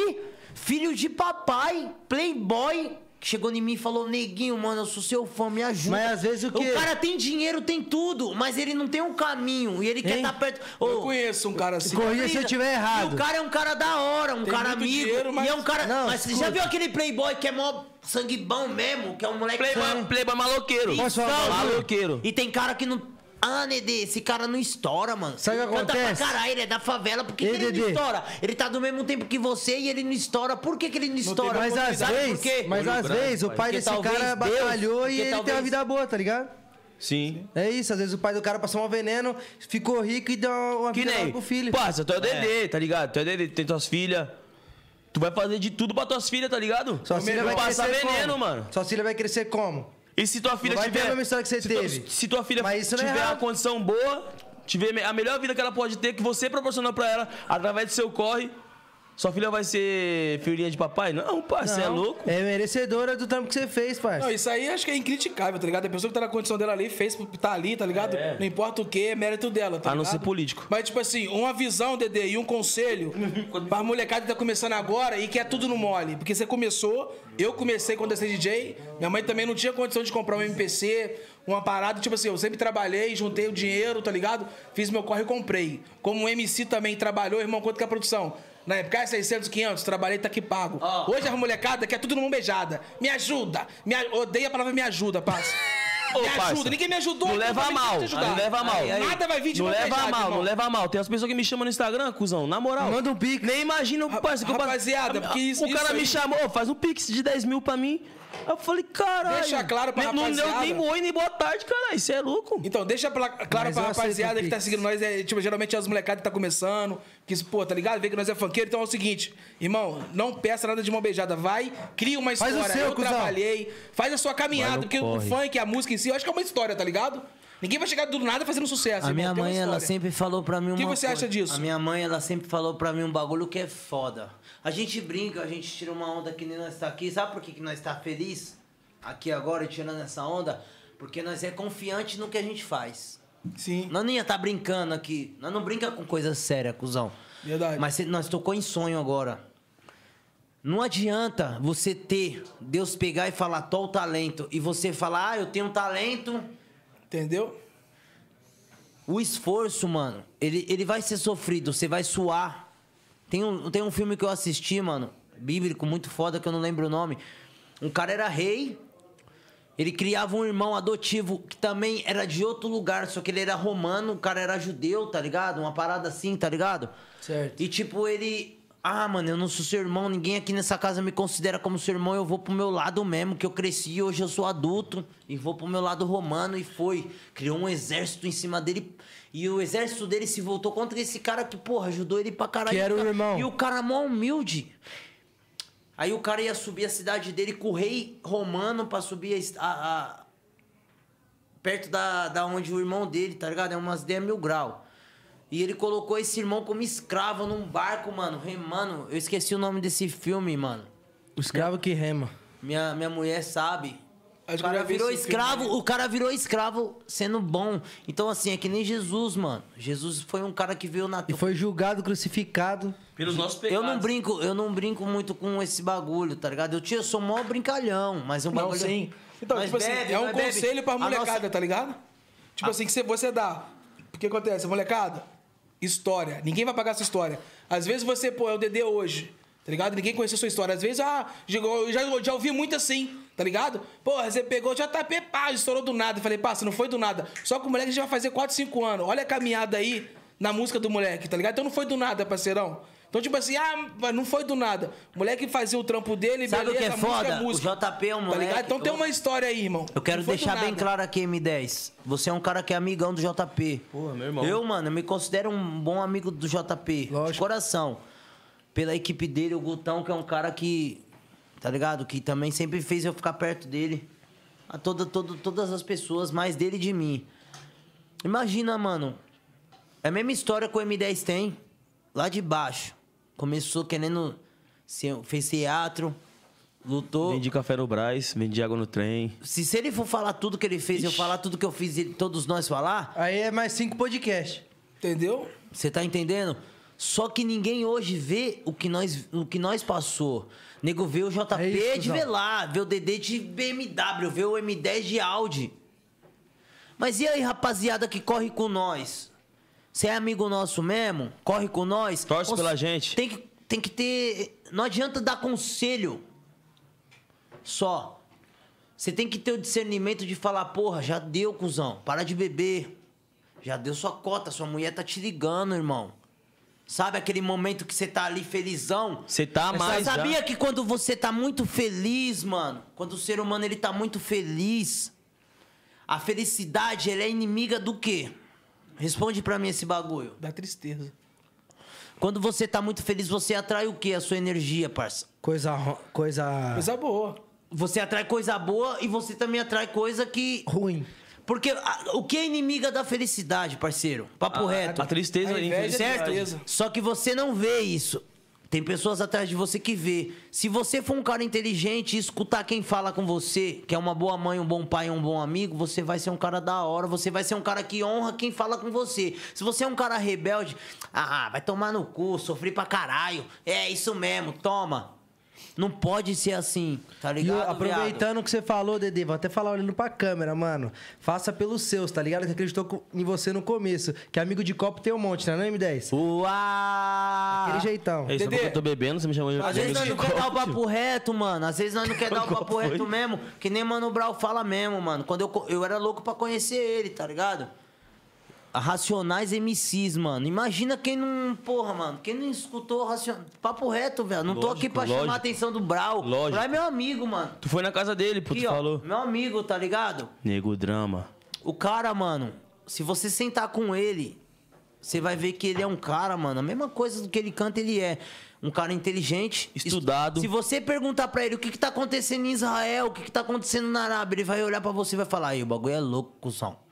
D: filho de papai, playboy, que chegou em mim e falou, neguinho, mano, eu sou seu fã, me ajuda.
A: Mas às vezes o quê?
D: O cara tem dinheiro, tem tudo, mas ele não tem um caminho e ele quer
A: Hein?
D: estar perto...
C: Eu
D: Ô,
C: conheço um cara assim.
A: Corrija se eu
D: Brilha.
A: tiver
D: E
A: errado.
D: o cara é um cara da hora, um
C: Tem
D: cara
C: muito
D: amigo.
C: dinheiro, mas-
D: E é um cara.
A: Não,
D: mas você já
A: escuta.
D: viu aquele playboy que é mó sanguibão mesmo? Que é um moleque.
B: Playboy, playboy maloqueiro.
A: Posso falar?
B: Maloqueiro.
D: E tem cara que não. Ah, Nedê, esse cara não estoura, mano.
A: Sabe o que
D: Ele canta
A: acontece?
D: Pra caralho, ele é da favela, por que,
A: Ei,
D: que ele
A: Dedê.
D: não estoura? Ele tá do mesmo tempo que você e ele não estoura. Por que, que ele não estoura?
A: Mas às
D: Sabe por quê?
A: vezes, mas às vezes o pai
D: Porque
A: desse
D: talvez
A: cara
D: Deus-
A: batalhou e
D: porque
A: ele tem uma
D: talvez-
A: vida boa, tá ligado?
B: Sim.
A: É isso, às vezes o pai do cara passou um veneno, ficou rico e deu uma
B: Que
A: vida
B: nem.
A: boa pro filho.
B: Parça, tu é o Dedê, tá ligado? Tu é o Dedê, tem tuas filhas. Tu vai fazer de tudo pra tuas filhas, tá ligado?
A: Sua
B: Tu
A: filha vai
B: passar
A: crescer
B: veneno,
A: como?
B: mano.
A: Sua filha vai crescer como?
B: E se tua filha
A: vai ter
B: tiver.
A: a mesma história que você
B: se tua-
A: teve.
B: se tua filha
A: Mas isso não é
B: tiver uma
A: errado.
B: condição boa, tiver me- a melhor vida que ela pode ter, que você proporcionou pra ela através do seu corre, sua filha vai ser filhinha de papai? Não, parça, é
A: Não,
B: louco.
A: É merecedora do trampo que você fez,
C: Não,
A: parça.
C: isso aí acho que é incriticável, tá ligado? A pessoa que tá na condição dela ali fez, tá ali, tá ligado? Não importa o que, é mérito dela, tá
B: A não
C: ligado?
B: ser político.
C: Mas, tipo assim, uma visão, Dedê, e um conselho pra molecada que tá começando agora e que é tudo no mole. Porque você começou, eu comecei quando eu ser DJ, minha mãe também não tinha condição de comprar um MPC, uma parada, tipo assim, eu sempre trabalhei, juntei o dinheiro, tá ligado? Fiz meu corre e comprei. Como o MC também trabalhou, irmão, quanto que é a produção? Na época, é 600, 500, trabalhei, tá aqui pago. Hoje as molecada quer tudo numa beijada. Me ajuda. Me a- Odeio a palavra me ajuda, parça. Me ajuda, ninguém me ajudou,
B: Não
C: então
B: leva a
C: também
B: mal,
C: tem que te ajudar.
B: não leva a mal.
C: Aí, aí. Nada vai vir de
B: Não
C: boa
B: leva a
C: vontade,
B: mal,
C: irmão.
B: não leva a mal. Tem as pessoas que me chamam no Instagram, cuzão, na moral.
A: Manda um pix.
B: Nem imagina o parceiro que eu passo-
C: rapaziada, porque isso-
B: O cara
C: isso
B: me
C: aí-
B: chamou, "Ô, faz um pix de 10 mil pra mim. Eu falei, caralho.
C: Deixa claro pra
B: nem- Não deu
C: rapaziada.
B: nem boi, nem boa tarde, caralho. Isso é louco.
C: Então, deixa pra- claro
A: Mas
C: pra
A: eu aceito
C: rapaziada
A: o
C: que tá
A: Pix.
C: seguindo nós, é, tipo, geralmente é os molecados que tá começando, que, pô, tá ligado? Vê que nós é funkeiro, então é o seguinte, irmão, não peça nada de mão beijada, vai, cria uma
A: Faz
C: história,
A: o seu,
C: eu
A: cuzão.
C: trabalhei, faz a sua caminhada,
B: Vai no
C: porque
B: corre.
C: o funk, a música em si, eu acho que é uma história, tá ligado? Ninguém vai chegar do nada fazendo sucesso,
D: A
C: irmão,
D: minha
C: tem uma
D: mãe, ela
C: história.
D: sempre falou pra mim uma
C: que você acha disso?
D: A minha mãe, ela sempre falou pra mim um bagulho que é foda. A gente brinca, a gente tira uma onda que nem nós tá aqui. Sabe por que, que nós tá feliz? Aqui agora, e tirando essa onda? Porque nós é confiante no que a gente faz.
C: Sim.
D: Nós não ia tá brincando aqui. Nós não brinca com coisa séria, cuzão.
C: Verdade.
D: Mas cê- nós tocou em sonho agora. Não adianta você ter, Deus pegar e falar, tô o talento. E você falar, ah, eu tenho um talento,
C: Entendeu?
D: o esforço, mano, ele, ele vai ser sofrido, você vai suar. Tem um, tem um filme que eu assisti, mano, bíblico, muito foda, que eu não lembro o nome. Um cara era rei, ele criava um irmão adotivo que também era de outro lugar, só que ele era romano, o cara era judeu, tá ligado? Uma parada assim, tá ligado?
A: Certo.
D: E tipo, ele. Ah, mano, eu não sou seu irmão, ninguém aqui nessa casa me considera como seu irmão, eu vou pro meu lado mesmo, que eu cresci, hoje eu sou adulto, e vou pro meu lado romano, e foi. Criou um exército em cima dele, e o exército dele se voltou contra esse cara que, porra, ajudou ele pra caralho.
A: Que era o
D: E ca-
A: irmão.
D: E o cara mó humilde. Aí o cara ia subir a cidade dele com o rei romano pra subir a est- a- a, perto da, da onde o irmão dele, tá ligado? É umas 10 mil graus. E ele colocou esse irmão como escravo num barco, mano, remando. Eu esqueci o nome desse filme, mano.
A: O escravo que rema.
D: Minha, minha mulher sabe.
C: Acho que
D: o cara
C: eu já vi
D: virou
C: esse
D: escravo,
C: filme. né?
D: o cara virou escravo sendo bom. Então, assim, é que nem Jesus, mano. Jesus foi um cara que veio na
A: E foi julgado, crucificado.
B: Pelos nossos
D: eu não brinco, eu não brinco muito com esse bagulho, tá ligado? Eu, tio, eu sou mó brincalhão, mas é um
C: Não,
D: bagulho.
C: sim. Então,
D: Nós
C: tipo assim,
D: bebe,
C: é um
D: nós bebe.
C: conselho pra
D: A nossa-
C: molecada, tá ligado? Tipo assim, que você, você dá. Porque acontece, molecada, história. Ninguém vai pagar essa história. Às vezes você, pô, é o Dedê hoje, tá ligado? Ninguém conheceu sua história. Às vezes, ah, chegou- eu já, já ouvi muito assim, tá ligado? Porra, você pegou o JP, pá, estourou do nada. Eu falei, pá, você não foi do nada. Só que o moleque já vai fazer 4, 5 anos. Olha a caminhada aí na música do moleque, tá ligado? Então não foi do nada, parceirão. Então, tipo assim, ah, mas não foi do nada. O moleque fazia o trampo dele,
D: Sabe o que é
C: beleza, a música
D: foda? O JP é um
C: Tá
D: moleque,
C: ligado? Então tem
D: eu-
C: uma história aí, irmão.
D: Eu quero
C: Não foi do
D: deixar bem
C: nada.
D: claro aqui, M10. Você é um cara que é amigão do JP. Porra, meu irmão. Eu, mano, eu me considero um bom amigo do JP. De
A: Lógico.
D: coração. Pela equipe dele, o Gutão, que é um cara que. Tá ligado? Que também sempre fez eu ficar perto dele. A toda, todo, todas as pessoas, mais dele e de mim. Imagina, mano. É a mesma história que o M10 tem. Lá de baixo. Começou querendo. ser- Fez teatro. Lutou.
B: Vendi café no Brás, vendi água no trem.
D: Se, se ele for falar tudo que ele fez, eu falar tudo que eu fiz e todos nós falar,
A: Aí é mais cinco podcasts.
C: Entendeu?
D: você tá entendendo? Só que ninguém hoje vê o que nós, o que nós passou. Nego vê o JP
A: É isso,
D: de
A: cuzão.
D: Velar, vê o DD de BMW, vê o M10 de Audi. Mas e aí, rapaziada que corre com nós? Você é amigo nosso mesmo? Corre com nós?
B: Torce
D: Cons-
B: pela gente.
D: Tem que, tem que ter. Não adianta dar conselho só. Você tem que ter o discernimento de falar, porra, já deu, cuzão. Para de beber. Já deu sua cota, sua mulher tá te ligando, irmão. Sabe aquele momento que você tá ali felizão?
B: Você tá mais
D: Você
B: já.
D: sabia que quando você tá muito feliz, mano, quando o ser humano ele tá muito feliz, a felicidade ela é inimiga do quê? Responde pra mim esse bagulho.
C: Dá tristeza.
D: Quando você tá muito feliz, você atrai o quê? A sua energia, parça.
A: Coisa. ro- Coisa.
C: Coisa boa.
D: Você atrai coisa boa e você também atrai coisa que
A: ruim.
D: Porque a- o que é inimiga da felicidade, parceiro? Papo
A: Ah, é
D: reto.
B: A tristeza
C: A
B: aí,
C: inveja
B: infeliz-
C: é
D: certo?
C: tristeza.
D: Só que você não vê isso. Tem pessoas atrás de você que vê. Se você for um cara inteligente e escutar quem fala com você, que é uma boa mãe, um bom pai, um bom amigo, você vai ser um cara da hora, você vai ser um cara que honra quem fala com você. Se você é um cara rebelde, ah, vai tomar no cu, sofri pra caralho. É isso mesmo, toma. Não pode ser assim, tá
A: E
D: ligado? viado?
A: aproveitando o que você falou, Dedê, vou até falar olhando pra câmera, mano. Faça pelos seus, tá ligado? Que acreditou co- em você no começo. Que amigo de copo tem um monte, né, não é, M10?
D: Uau!
A: Aquele jeitão.
B: É isso,
C: Dedê.
B: porque eu tô bebendo, você me chamou de
D: Às vezes nós não quer dar o
B: copo.
D: papo reto, mano. Às vezes nós não quer dar o
B: Qual
D: papo
B: foi?
D: reto mesmo. Que nem Mano Brau fala mesmo, mano. Quando eu, co- eu era louco pra conhecer ele, tá ligado? Racionais MCs, mano. Imagina quem não. Porra, mano. Quem não escutou Racionais. Papo reto, velho. Não tô aqui
B: Lógico,
D: pra chamar a
B: lógico.
D: atenção do Brau.
B: Lógico.
D: Brau é meu amigo, mano.
B: Tu foi na casa dele, pô, tu
D: Aqui, ó.
B: falou.
D: Meu amigo, tá ligado?
B: Nego drama.
D: O cara, mano, se você sentar com ele, você vai ver que ele é um cara, mano. A mesma coisa do que ele canta, ele é. Um cara inteligente.
B: Estudado.
D: Estu- Se você perguntar pra ele o que, que tá acontecendo em Israel, o que, que tá acontecendo na Arábia, ele vai olhar pra você e vai falar: aí, o bagulho é louco, cuzão.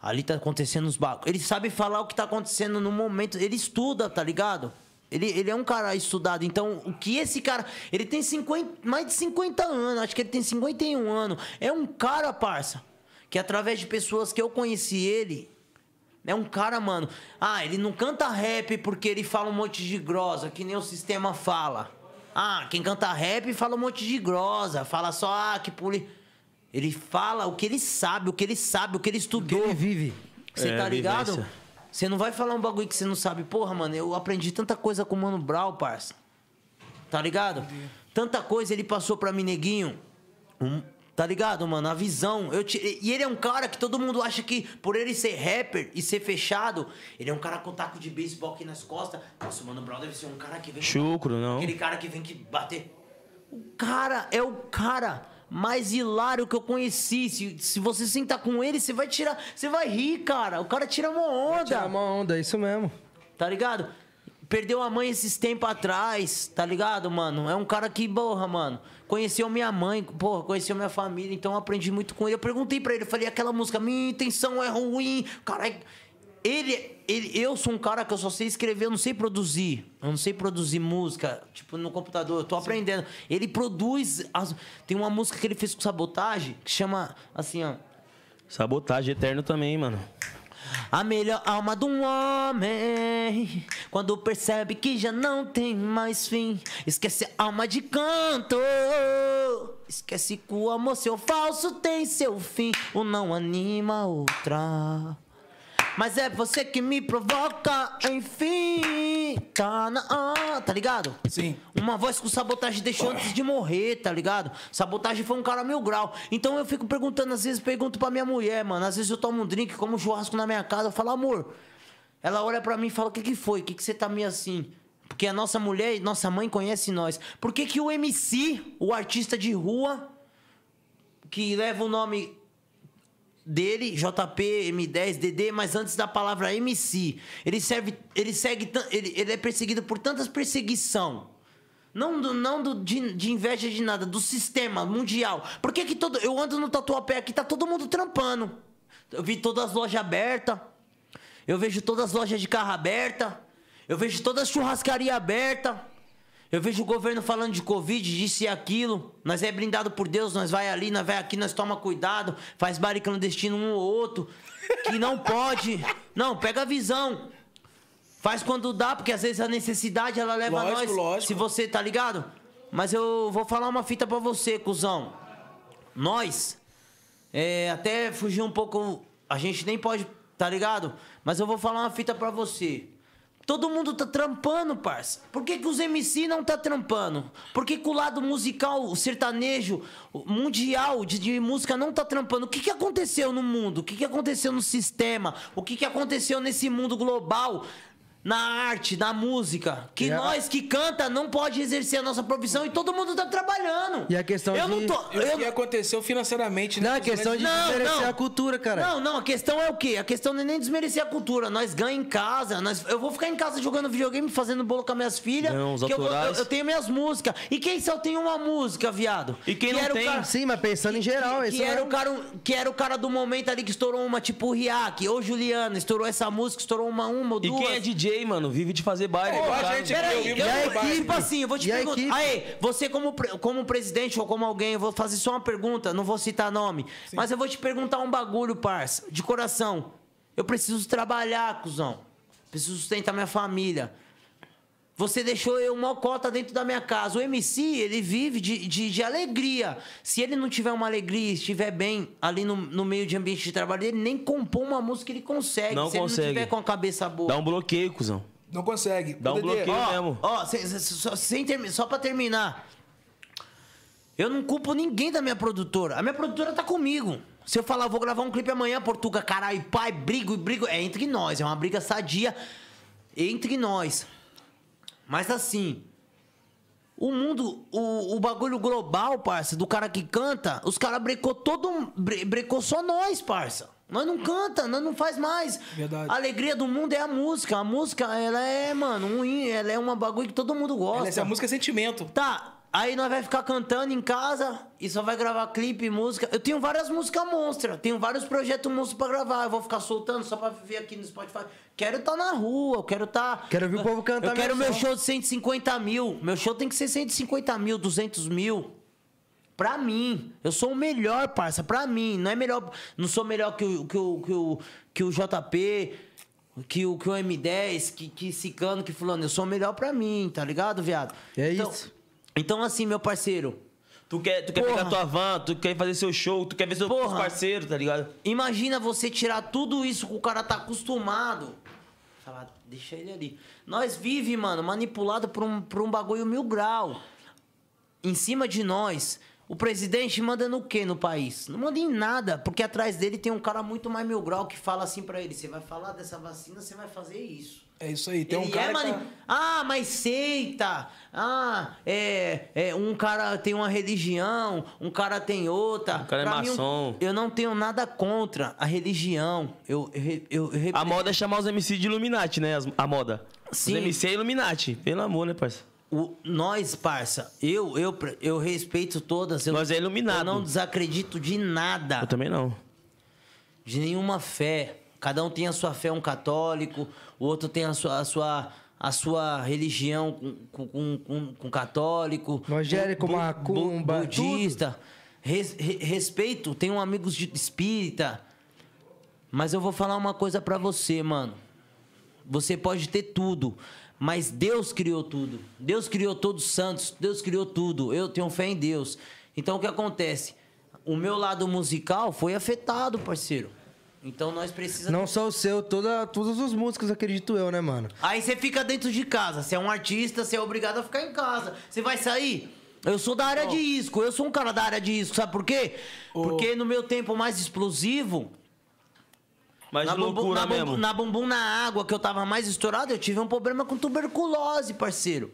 D: Ali tá acontecendo os bagulhos. Ele sabe falar o que tá acontecendo no momento. Ele estuda, tá ligado? Ele, ele é um cara estudado. Então, o que esse cara. Ele tem 50, mais de 50 anos, acho que ele tem 51 anos. É um cara, parça, que através de pessoas que eu conheci ele, é um cara, mano. Ah, ele não canta rap porque ele fala um monte de grosa, que nem o sistema fala. Ah, quem canta rap fala um monte de grosa, fala só, ah, que pule. Ele fala o que ele sabe, o que ele sabe, o que ele estudou.
A: Ele vive.
D: Você
B: É,
D: tá
B: a
D: ligado?
B: vivência.
D: Você não vai falar um bagulho que você não sabe. Porra, mano, eu aprendi tanta coisa com o Mano Brown, parça. Tá ligado? Tanta coisa ele passou pra mim, neguinho. Um- tá ligado, mano? A visão. Eu ti- E ele é um cara que todo mundo acha que, por ele ser rapper e ser fechado, ele é um cara com taco de beisebol aqui nas costas. Nossa, o Mano Brown deve ser um cara que vem...
B: Chucro, não.
D: Aquele cara que vem que bater. O cara é o cara mais hilário que eu conheci. Se, se você sentar com ele, você vai tirar. Você vai rir, cara. O cara tira uma onda.
A: Tira uma onda, é isso mesmo.
D: Tá ligado? Perdeu a mãe esses tempos atrás, tá ligado, mano? É um cara que, porra, mano. Conheceu minha mãe, porra, conheceu minha família, então eu aprendi muito com ele. Eu perguntei pra ele, eu falei, aquela música, minha intenção é ruim. Caralho. Ele, ele, eu sou um cara que eu só sei escrever, eu não sei produzir. Eu não sei produzir música, tipo, no computador, eu tô aprendendo. Ele produz. as- tem uma música que ele fez com sabotagem que chama, assim, ó.
B: Sabotagem eterno também, mano.
D: A melhor alma de um homem Quando percebe que já não tem mais fim Esquece a alma de canto Esquece que o amor seu falso tem seu fim O não anima outra Mas é você que me provoca, enfim Tá na... ah, Tá ligado?
C: Sim.
D: Uma voz que o Sabotagem deixou antes de morrer, tá ligado? Sabotagem foi um cara mil grau. Então eu fico perguntando, às vezes pergunto pra minha mulher, mano. Às vezes eu tomo um drink, como um churrasco na minha casa, eu falo, amor. Ela olha pra mim e fala, o que que foi? O que que você tá meio assim? Porque a nossa mulher e nossa mãe conhece nós. Por que que o MC, o artista de rua, que leva o nome dele, JP, M10, DD, mas antes da palavra MC. Ele serve, ele segue, tan- ele, ele é perseguido por tantas perseguição. Não, do, não do, de, de inveja de nada, do sistema mundial. Por que que todo... Eu ando no Tatuapé aqui, tá todo mundo trampando. Eu vi todas as lojas abertas. Eu vejo todas as lojas de carro abertas. Eu vejo todas as churrascarias abertas. Eu vejo o governo falando de Covid, disso e aquilo. Nós é blindado por Deus, nós vai ali, nós vai aqui, nós toma cuidado. Faz baile clandestino um ou outro. Que não pode. Não, pega a visão. Faz quando dá, porque às vezes a necessidade ela leva
C: Lógico,
D: nós.
C: lógico.
D: Se você, tá ligado? Mas eu vou falar uma fita pra você, cuzão. Nós, é, até fugir um pouco, a gente nem pode, tá ligado? Mas eu vou falar uma fita pra você. Todo mundo tá trampando, parça. Por que, que os MC não tá trampando? Por que, que o lado musical, o sertanejo, o mundial de, de música não tá trampando? O que, que aconteceu no mundo? O que, que aconteceu no sistema? O que, que aconteceu nesse mundo global? Na arte, na música. Que
A: E a-
D: nós que canta não pode exercer a nossa profissão e todo mundo tá trabalhando.
A: E a questão
D: eu
A: de-
D: não tô,
C: E o
D: eu,
C: que aconteceu financeiramente, né?
A: Não, é questão de
D: Não,
A: merecer
D: não.
A: a cultura, cara.
D: Não, não, a questão é o quê? A questão não é nem desmerecer a cultura. Nós ganhamos em casa. Nós, eu vou ficar em casa jogando videogame, fazendo bolo com as minhas filhas.
B: Não, os
D: que eu, vou- eu,
B: autorais.
D: eu tenho minhas músicas. E quem só tem uma música, viado?
B: E quem não
D: era o
B: tem?
D: cara-
A: Sim, mas pensando em geral, é um-
D: que,
A: isso
D: que era
A: mesmo.
D: o cara, que era o cara do momento ali que estourou uma, tipo o Riak, ou Juliana, estourou essa música, estourou uma, uma, ou
B: E
D: duas.
B: quem é DJ, mano, vive de fazer baile.
C: Pô, a
B: cara.
C: gente-
D: Peraí,
C: Eu-
D: eu, eu,
C: eu- eu-
D: tipo assim, eu vou te
A: E a equipe?
D: perguntar. Aí, você como, pre- como presidente ou como alguém, eu vou fazer só uma pergunta, não vou citar nome. Mas eu vou te perguntar um bagulho, parça, de coração. Eu preciso trabalhar, cuzão. Preciso sustentar minha família. Você deixou eu mocota dentro da minha casa. O MC, ele vive de, de, de alegria. Se ele não tiver uma alegria e estiver bem ali no, no meio de ambiente de trabalho dele, nem compor uma música ele consegue.
B: Não
D: se
B: consegue.
D: ele não tiver com a cabeça boa.
B: Dá um bloqueio, cuzão.
C: Não consegue.
B: Dá um
C: Ô, Dedê,
B: bloqueio
D: Ó,
B: mesmo.
D: Ó, sem- sem- só, sem termi- só pra terminar. Eu não culpo ninguém da minha produtora. A minha produtora tá comigo. Se eu falar, vou gravar um clipe amanhã, Portuga, caralho, pai, brigo e brigo. É entre nós, é uma briga sadia entre nós. Mas assim, o mundo, o, o bagulho global, parça, do cara que canta, os caras brecou todo. um- bre- brecou só nós, parça. Nós não canta, nós não faz mais.
C: Verdade.
D: A alegria do mundo é a música. A música, ela é, mano, um, hino, ela é uma bagulho que todo mundo gosta.
C: Essa música é sentimento.
D: Tá, aí nós vai ficar cantando em casa e só vai gravar clipe, e música. Eu tenho várias músicas monstras, tenho vários projetos monstros pra gravar. Eu vou ficar soltando só pra viver aqui no Spotify. Quero estar na rua, eu quero tá estar.
A: Quero ouvir o povo cantar
D: Eu quero
A: meu
D: meu
A: som.
D: show de 150 mil. Meu show tem que ser 150 mil, 200 mil. Pra mim, eu sou o melhor, parça. Pra mim, não é melhor. Não sou melhor que o, que o, que o, que o JP, que o, que o M10, que, que Cicano, que Fulano. Eu sou o melhor pra mim, tá ligado, viado?
A: É
D: então,
A: isso.
D: Então, assim, meu parceiro,
B: Tu quer, tu quer
D: Porra.
B: pegar tua van, tu quer fazer seu show, tu quer ver seus
D: Porra.
B: parceiros, tá ligado?
D: imagina você tirar tudo isso que o cara tá acostumado. Falar, deixa ele ali. Nós vive, mano, manipulado por um, por um bagulho mil grau. em cima de nós. O presidente manda no quê no país? Não manda em nada, porque atrás dele tem um cara muito mais mil grau que fala assim pra ele: você vai falar dessa vacina, você vai fazer isso.
C: É isso aí. Tem um
D: Ele
C: cara.
D: é mani-
C: que tá-
D: Ah, mas seita! Ah, é, é, Um cara tem uma religião, um cara tem outra.
B: Um cara é
D: Pra mim, um-
B: maçom.
D: eu não tenho nada contra a religião. Eu, eu, re- eu, eu
B: A moda é chamar os MC de Illuminati, né? As- A moda. Os
D: Sim.
B: MC é Illuminati. Pelo amor, né, parça?
D: O- nós, parça, eu, eu, eu respeito todas. Eu,
B: Nós é iluminado.
D: Eu não desacredito de nada.
B: Eu também não.
D: de nenhuma fé. Cada um tem a sua fé, um católico, o outro tem a sua, a sua, a sua religião com, com, com, com católico.
A: Um Evangélico,
D: bu- bu-
A: macumba,
D: bu- budista. Res- re- respeito, tenho amigos de espírita. Mas eu vou falar uma coisa pra você, mano. Você pode ter tudo, mas Deus criou tudo. Deus criou todos os santos, Deus criou tudo. Eu tenho fé em Deus. Então o que acontece? O meu lado musical foi afetado, parceiro. Então nós precisamos.
A: Não só o seu, toda, todos os músicos, acredito eu, né, mano?
D: Aí você fica dentro de casa. Você é um artista, você é obrigado a ficar em casa. Você vai sair? Eu sou da área de risco. Eu sou um cara da área de risco. Sabe por quê? Porque no meu tempo mais explosivo,
B: Mas de
D: bumbum-
B: loucura
D: na bumbum-
B: mesmo.
D: na bumbum na água, que eu tava mais estourado, eu tive um problema com tuberculose, parceiro.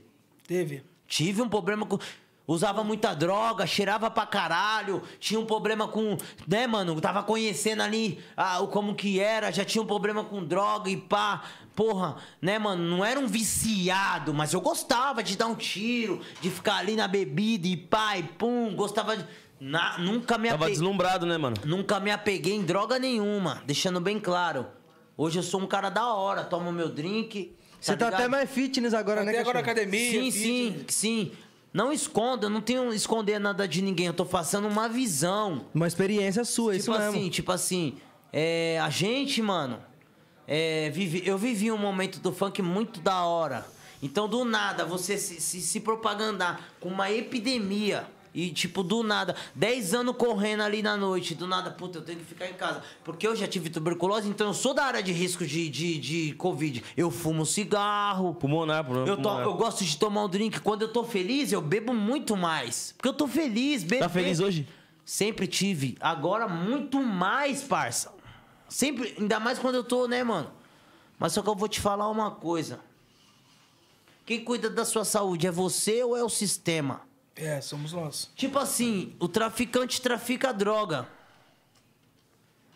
C: Teve.
D: Tive um problema com. Usava muita droga, cheirava pra caralho, tinha um problema com. Né, mano? Tava conhecendo ali ah, o como que era, já tinha um problema com droga e pá. Porra, né, mano? Não era um viciado, mas eu gostava de dar um tiro, de ficar ali na bebida e pá, e pum. Gostava de. na- nunca me
B: Tava
D: ape-
B: deslumbrado, né, mano?
D: Nunca me apeguei em droga nenhuma, deixando bem claro. Hoje eu sou um cara da hora, tomo meu drink.
A: Você tá
D: ligado?
A: até mais fitness agora, né,
C: Até agora na
A: cachorro?
D: Sim,
C: academia. fitness.
D: sim, sim. Não esconda, eu não tenho que esconder nada de ninguém. Eu tô passando uma visão.
A: Uma experiência sua, isso
D: tipo
A: mesmo.
D: assim, tipo assim, é, a gente, mano, é, vive- eu vivi um momento do funk muito da hora. Então, do nada, você se, se, se propagandar com uma epidemia. E, tipo, do nada, 10 anos correndo ali na noite, do nada, puta, eu tenho que ficar em casa. Porque eu já tive tuberculose, então eu sou da área de risco de, de, de Covid. Eu fumo cigarro,
B: Pulmonar, pulmonar.
D: eu, to- eu gosto de tomar um drink. Quando eu tô feliz, eu bebo muito mais. Porque eu tô feliz, bebê.
B: Tá feliz hoje?
D: Sempre tive. Agora, muito mais, parça. Sempre, ainda mais quando eu tô, né, mano? Mas só que eu vou te falar uma coisa. Quem cuida da sua saúde é você ou é o sistema?
C: É, somos nós.
D: Tipo assim, o traficante trafica droga.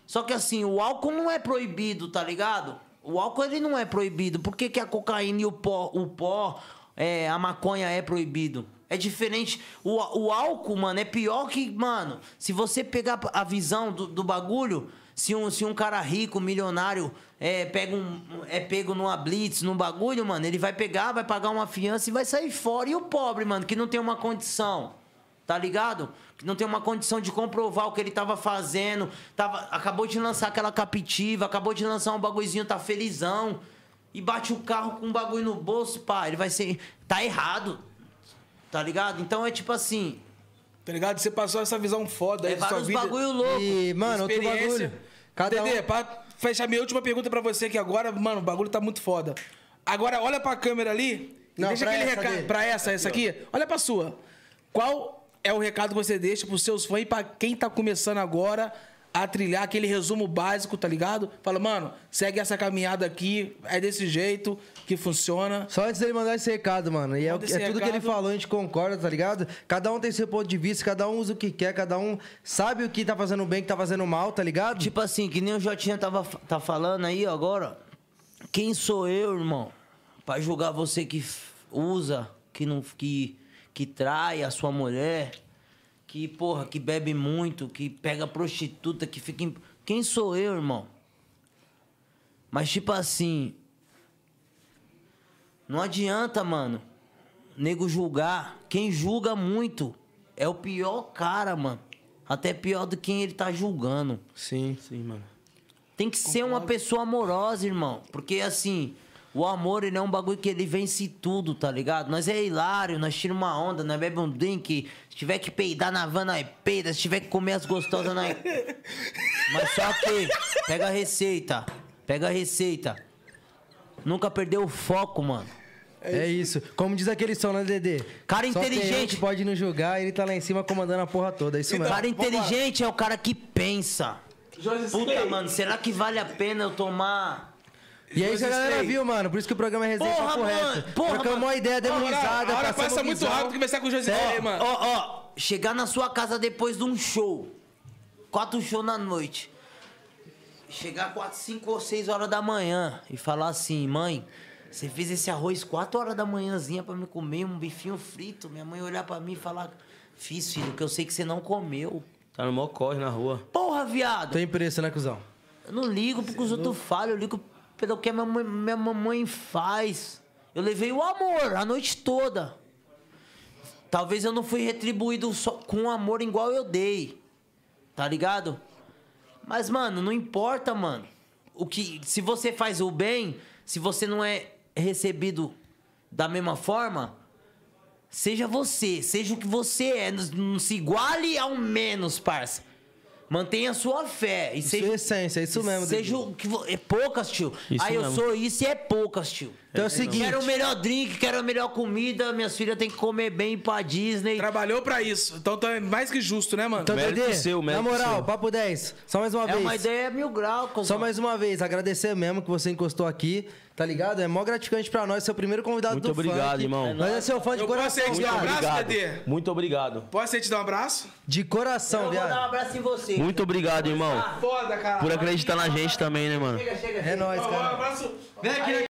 D: Só que assim, o álcool não é proibido, tá ligado? O álcool ele não é proibido. Por que, que a cocaína e o pó, o pó é, a maconha é proibido? É diferente. O, á- o álcool, mano, é pior que. Mano, se você pegar a visão do, do bagulho, se um, se um cara rico, milionário, é, pega um, é pego numa blitz, num bagulho, mano, ele vai pegar, vai pagar uma fiança e vai sair fora. E o pobre, mano, que não tem uma condição tá ligado? Que não tem uma condição de comprovar o que ele tava fazendo, tava, acabou de lançar aquela captiva, acabou de lançar um bagulhozinho, tá felizão. E e bate o carro com um bagulho no bolso, pá, ele vai ser. Tá errado. Tá ligado? Então é tipo assim.
C: Tá ligado? Você passou essa visão foda aí
D: É
C: da sua
D: vários
C: vida.
D: bagulho louco.
A: E, mano, outro
C: experiência.
A: bagulho. Cada
C: Dedê,
A: um...
C: pra fechar minha última pergunta pra você aqui agora, mano, o bagulho tá muito foda. Agora olha pra câmera ali. e
A: Não,
C: deixa
A: pra
C: aquele
A: essa
C: recado.
A: dele.
C: Pra essa, essa aqui. Olha pra sua. Qual é o recado que você deixa pros seus fãs e pra quem tá começando agora a trilhar aquele resumo básico, tá ligado? Fala, mano, segue essa caminhada aqui, é desse jeito que funciona.
A: Só antes dele mandar esse recado, mano. E é, o
C: Manda
A: que-
C: esse
A: é tudo que ele
C: recado.
A: falou, a gente concorda, tá ligado? Cada um tem seu ponto de vista, cada um usa o que quer, cada um sabe o que tá fazendo bem, o que tá fazendo mal, tá ligado?
D: Tipo assim, que nem o Jotinha tava, tá falando aí agora. Quem sou eu, irmão? Pra julgar você que f- usa, que não que, que trai a sua mulher, que porra, que bebe muito, que pega prostituta, que fica em... Quem sou eu, irmão? Mas tipo assim, não adianta, mano. Nego julgar. Quem julga muito é o pior cara, mano. Até pior do que ele tá julgando.
A: Sim.
B: Sim, mano.
D: Tem que ser uma pessoa amorosa, irmão. Porque, assim, o amor, ele é um bagulho que ele vence tudo, tá ligado? Nós é hilário, nós tira uma onda, nós bebe um drink. Se tiver que peidar na van, nós peida. Se tiver que comer as gostosas, nós... Mas só que, pega a receita. Pega a receita. Nunca perdeu o foco, mano.
A: É isso. Como diz aquele som, né, Dedê?
D: Cara
A: Só tem
D: inteligente.
A: eu que pode nos julgar, ele tá lá em cima comandando a porra toda. É isso
D: O
A: mesmo.
D: cara inteligente é o cara que pensa. Puta, mano, será que vale a pena eu tomar...
A: E é isso que a galera
C: Resistei.
A: viu, mano. Por isso que o programa é resenha
D: Porra,
A: correta.
D: mano. Porra,
A: Trocamos
D: mano.
A: uma ideia, demos
C: Olha,
A: risada,
C: a hora
A: passamos
C: passa muito
A: visão.
C: rápido conversar com o José
D: Ó,
C: aí, mano.
D: Ó, ó, chegar na sua casa depois de um show. Quatro shows na noite. Chegar quatro, cinco ou seis horas da manhã e falar assim, mãe, você fez esse arroz quatro horas da manhãzinha pra me comer um bifinho frito. Minha mãe olhar pra mim e falar, fiz, filho, que eu sei que você não comeu.
B: Tá no maior corre na rua.
D: Porra, viado!
A: Tô em preço, né, cuzão?
D: Eu não ligo porque os outros falam, eu ligo pelo que a minha, mãe- minha mamãe faz. Eu levei o amor a noite toda. Talvez eu não fui retribuído só com amor igual eu dei. Tá ligado? Mas, mano, não importa, mano. O que, se você faz o bem, se você não é recebido da mesma forma, seja você, seja o que você é. Não- Não se iguale ao menos, parça. Mantenha a sua fé. E
A: Sua
D: seja
A: essência, é isso mesmo,
D: Seja
A: Dedê.
D: o que vo- é poucas, tio.
B: Isso
D: Aí eu
B: mesmo.
D: sou isso e é poucas, tio.
A: Então é o seguinte.
D: Quero o melhor drink, quero a melhor comida, minhas filhas têm que comer bem ir pra Disney.
C: Trabalhou pra isso. Então tá mais que justo, né, mano?
A: Então,
B: Mérito
A: Dedê,
B: seu,
A: na
B: mérito
A: moral,
B: seu.
A: papo 10. Só mais uma
D: é
A: vez.
D: uma ideia mil graus, cuzão.
A: Só mais uma vez, agradecer mesmo que você encostou aqui, tá ligado? É mó gratificante pra nós, seu primeiro convidado
B: Muito
A: do
B: obrigado,
A: funk.
B: irmão.
A: Nós é seu fã de
C: Eu
A: coração.
C: posso te dar um
A: viado.
C: abraço,
B: Obrigado.
C: Dedê?
B: Muito obrigado.
C: Posso aí te dar um abraço?
A: De coração,
D: Eu vou dar um
A: viado.
D: abraço em você.
B: Muito obrigado, irmão.
C: Foda, cara.
B: Por acreditar na gente também, né, mano?
D: Chega, chega.
A: É nóis,
C: Um
A: cara.
C: abraço.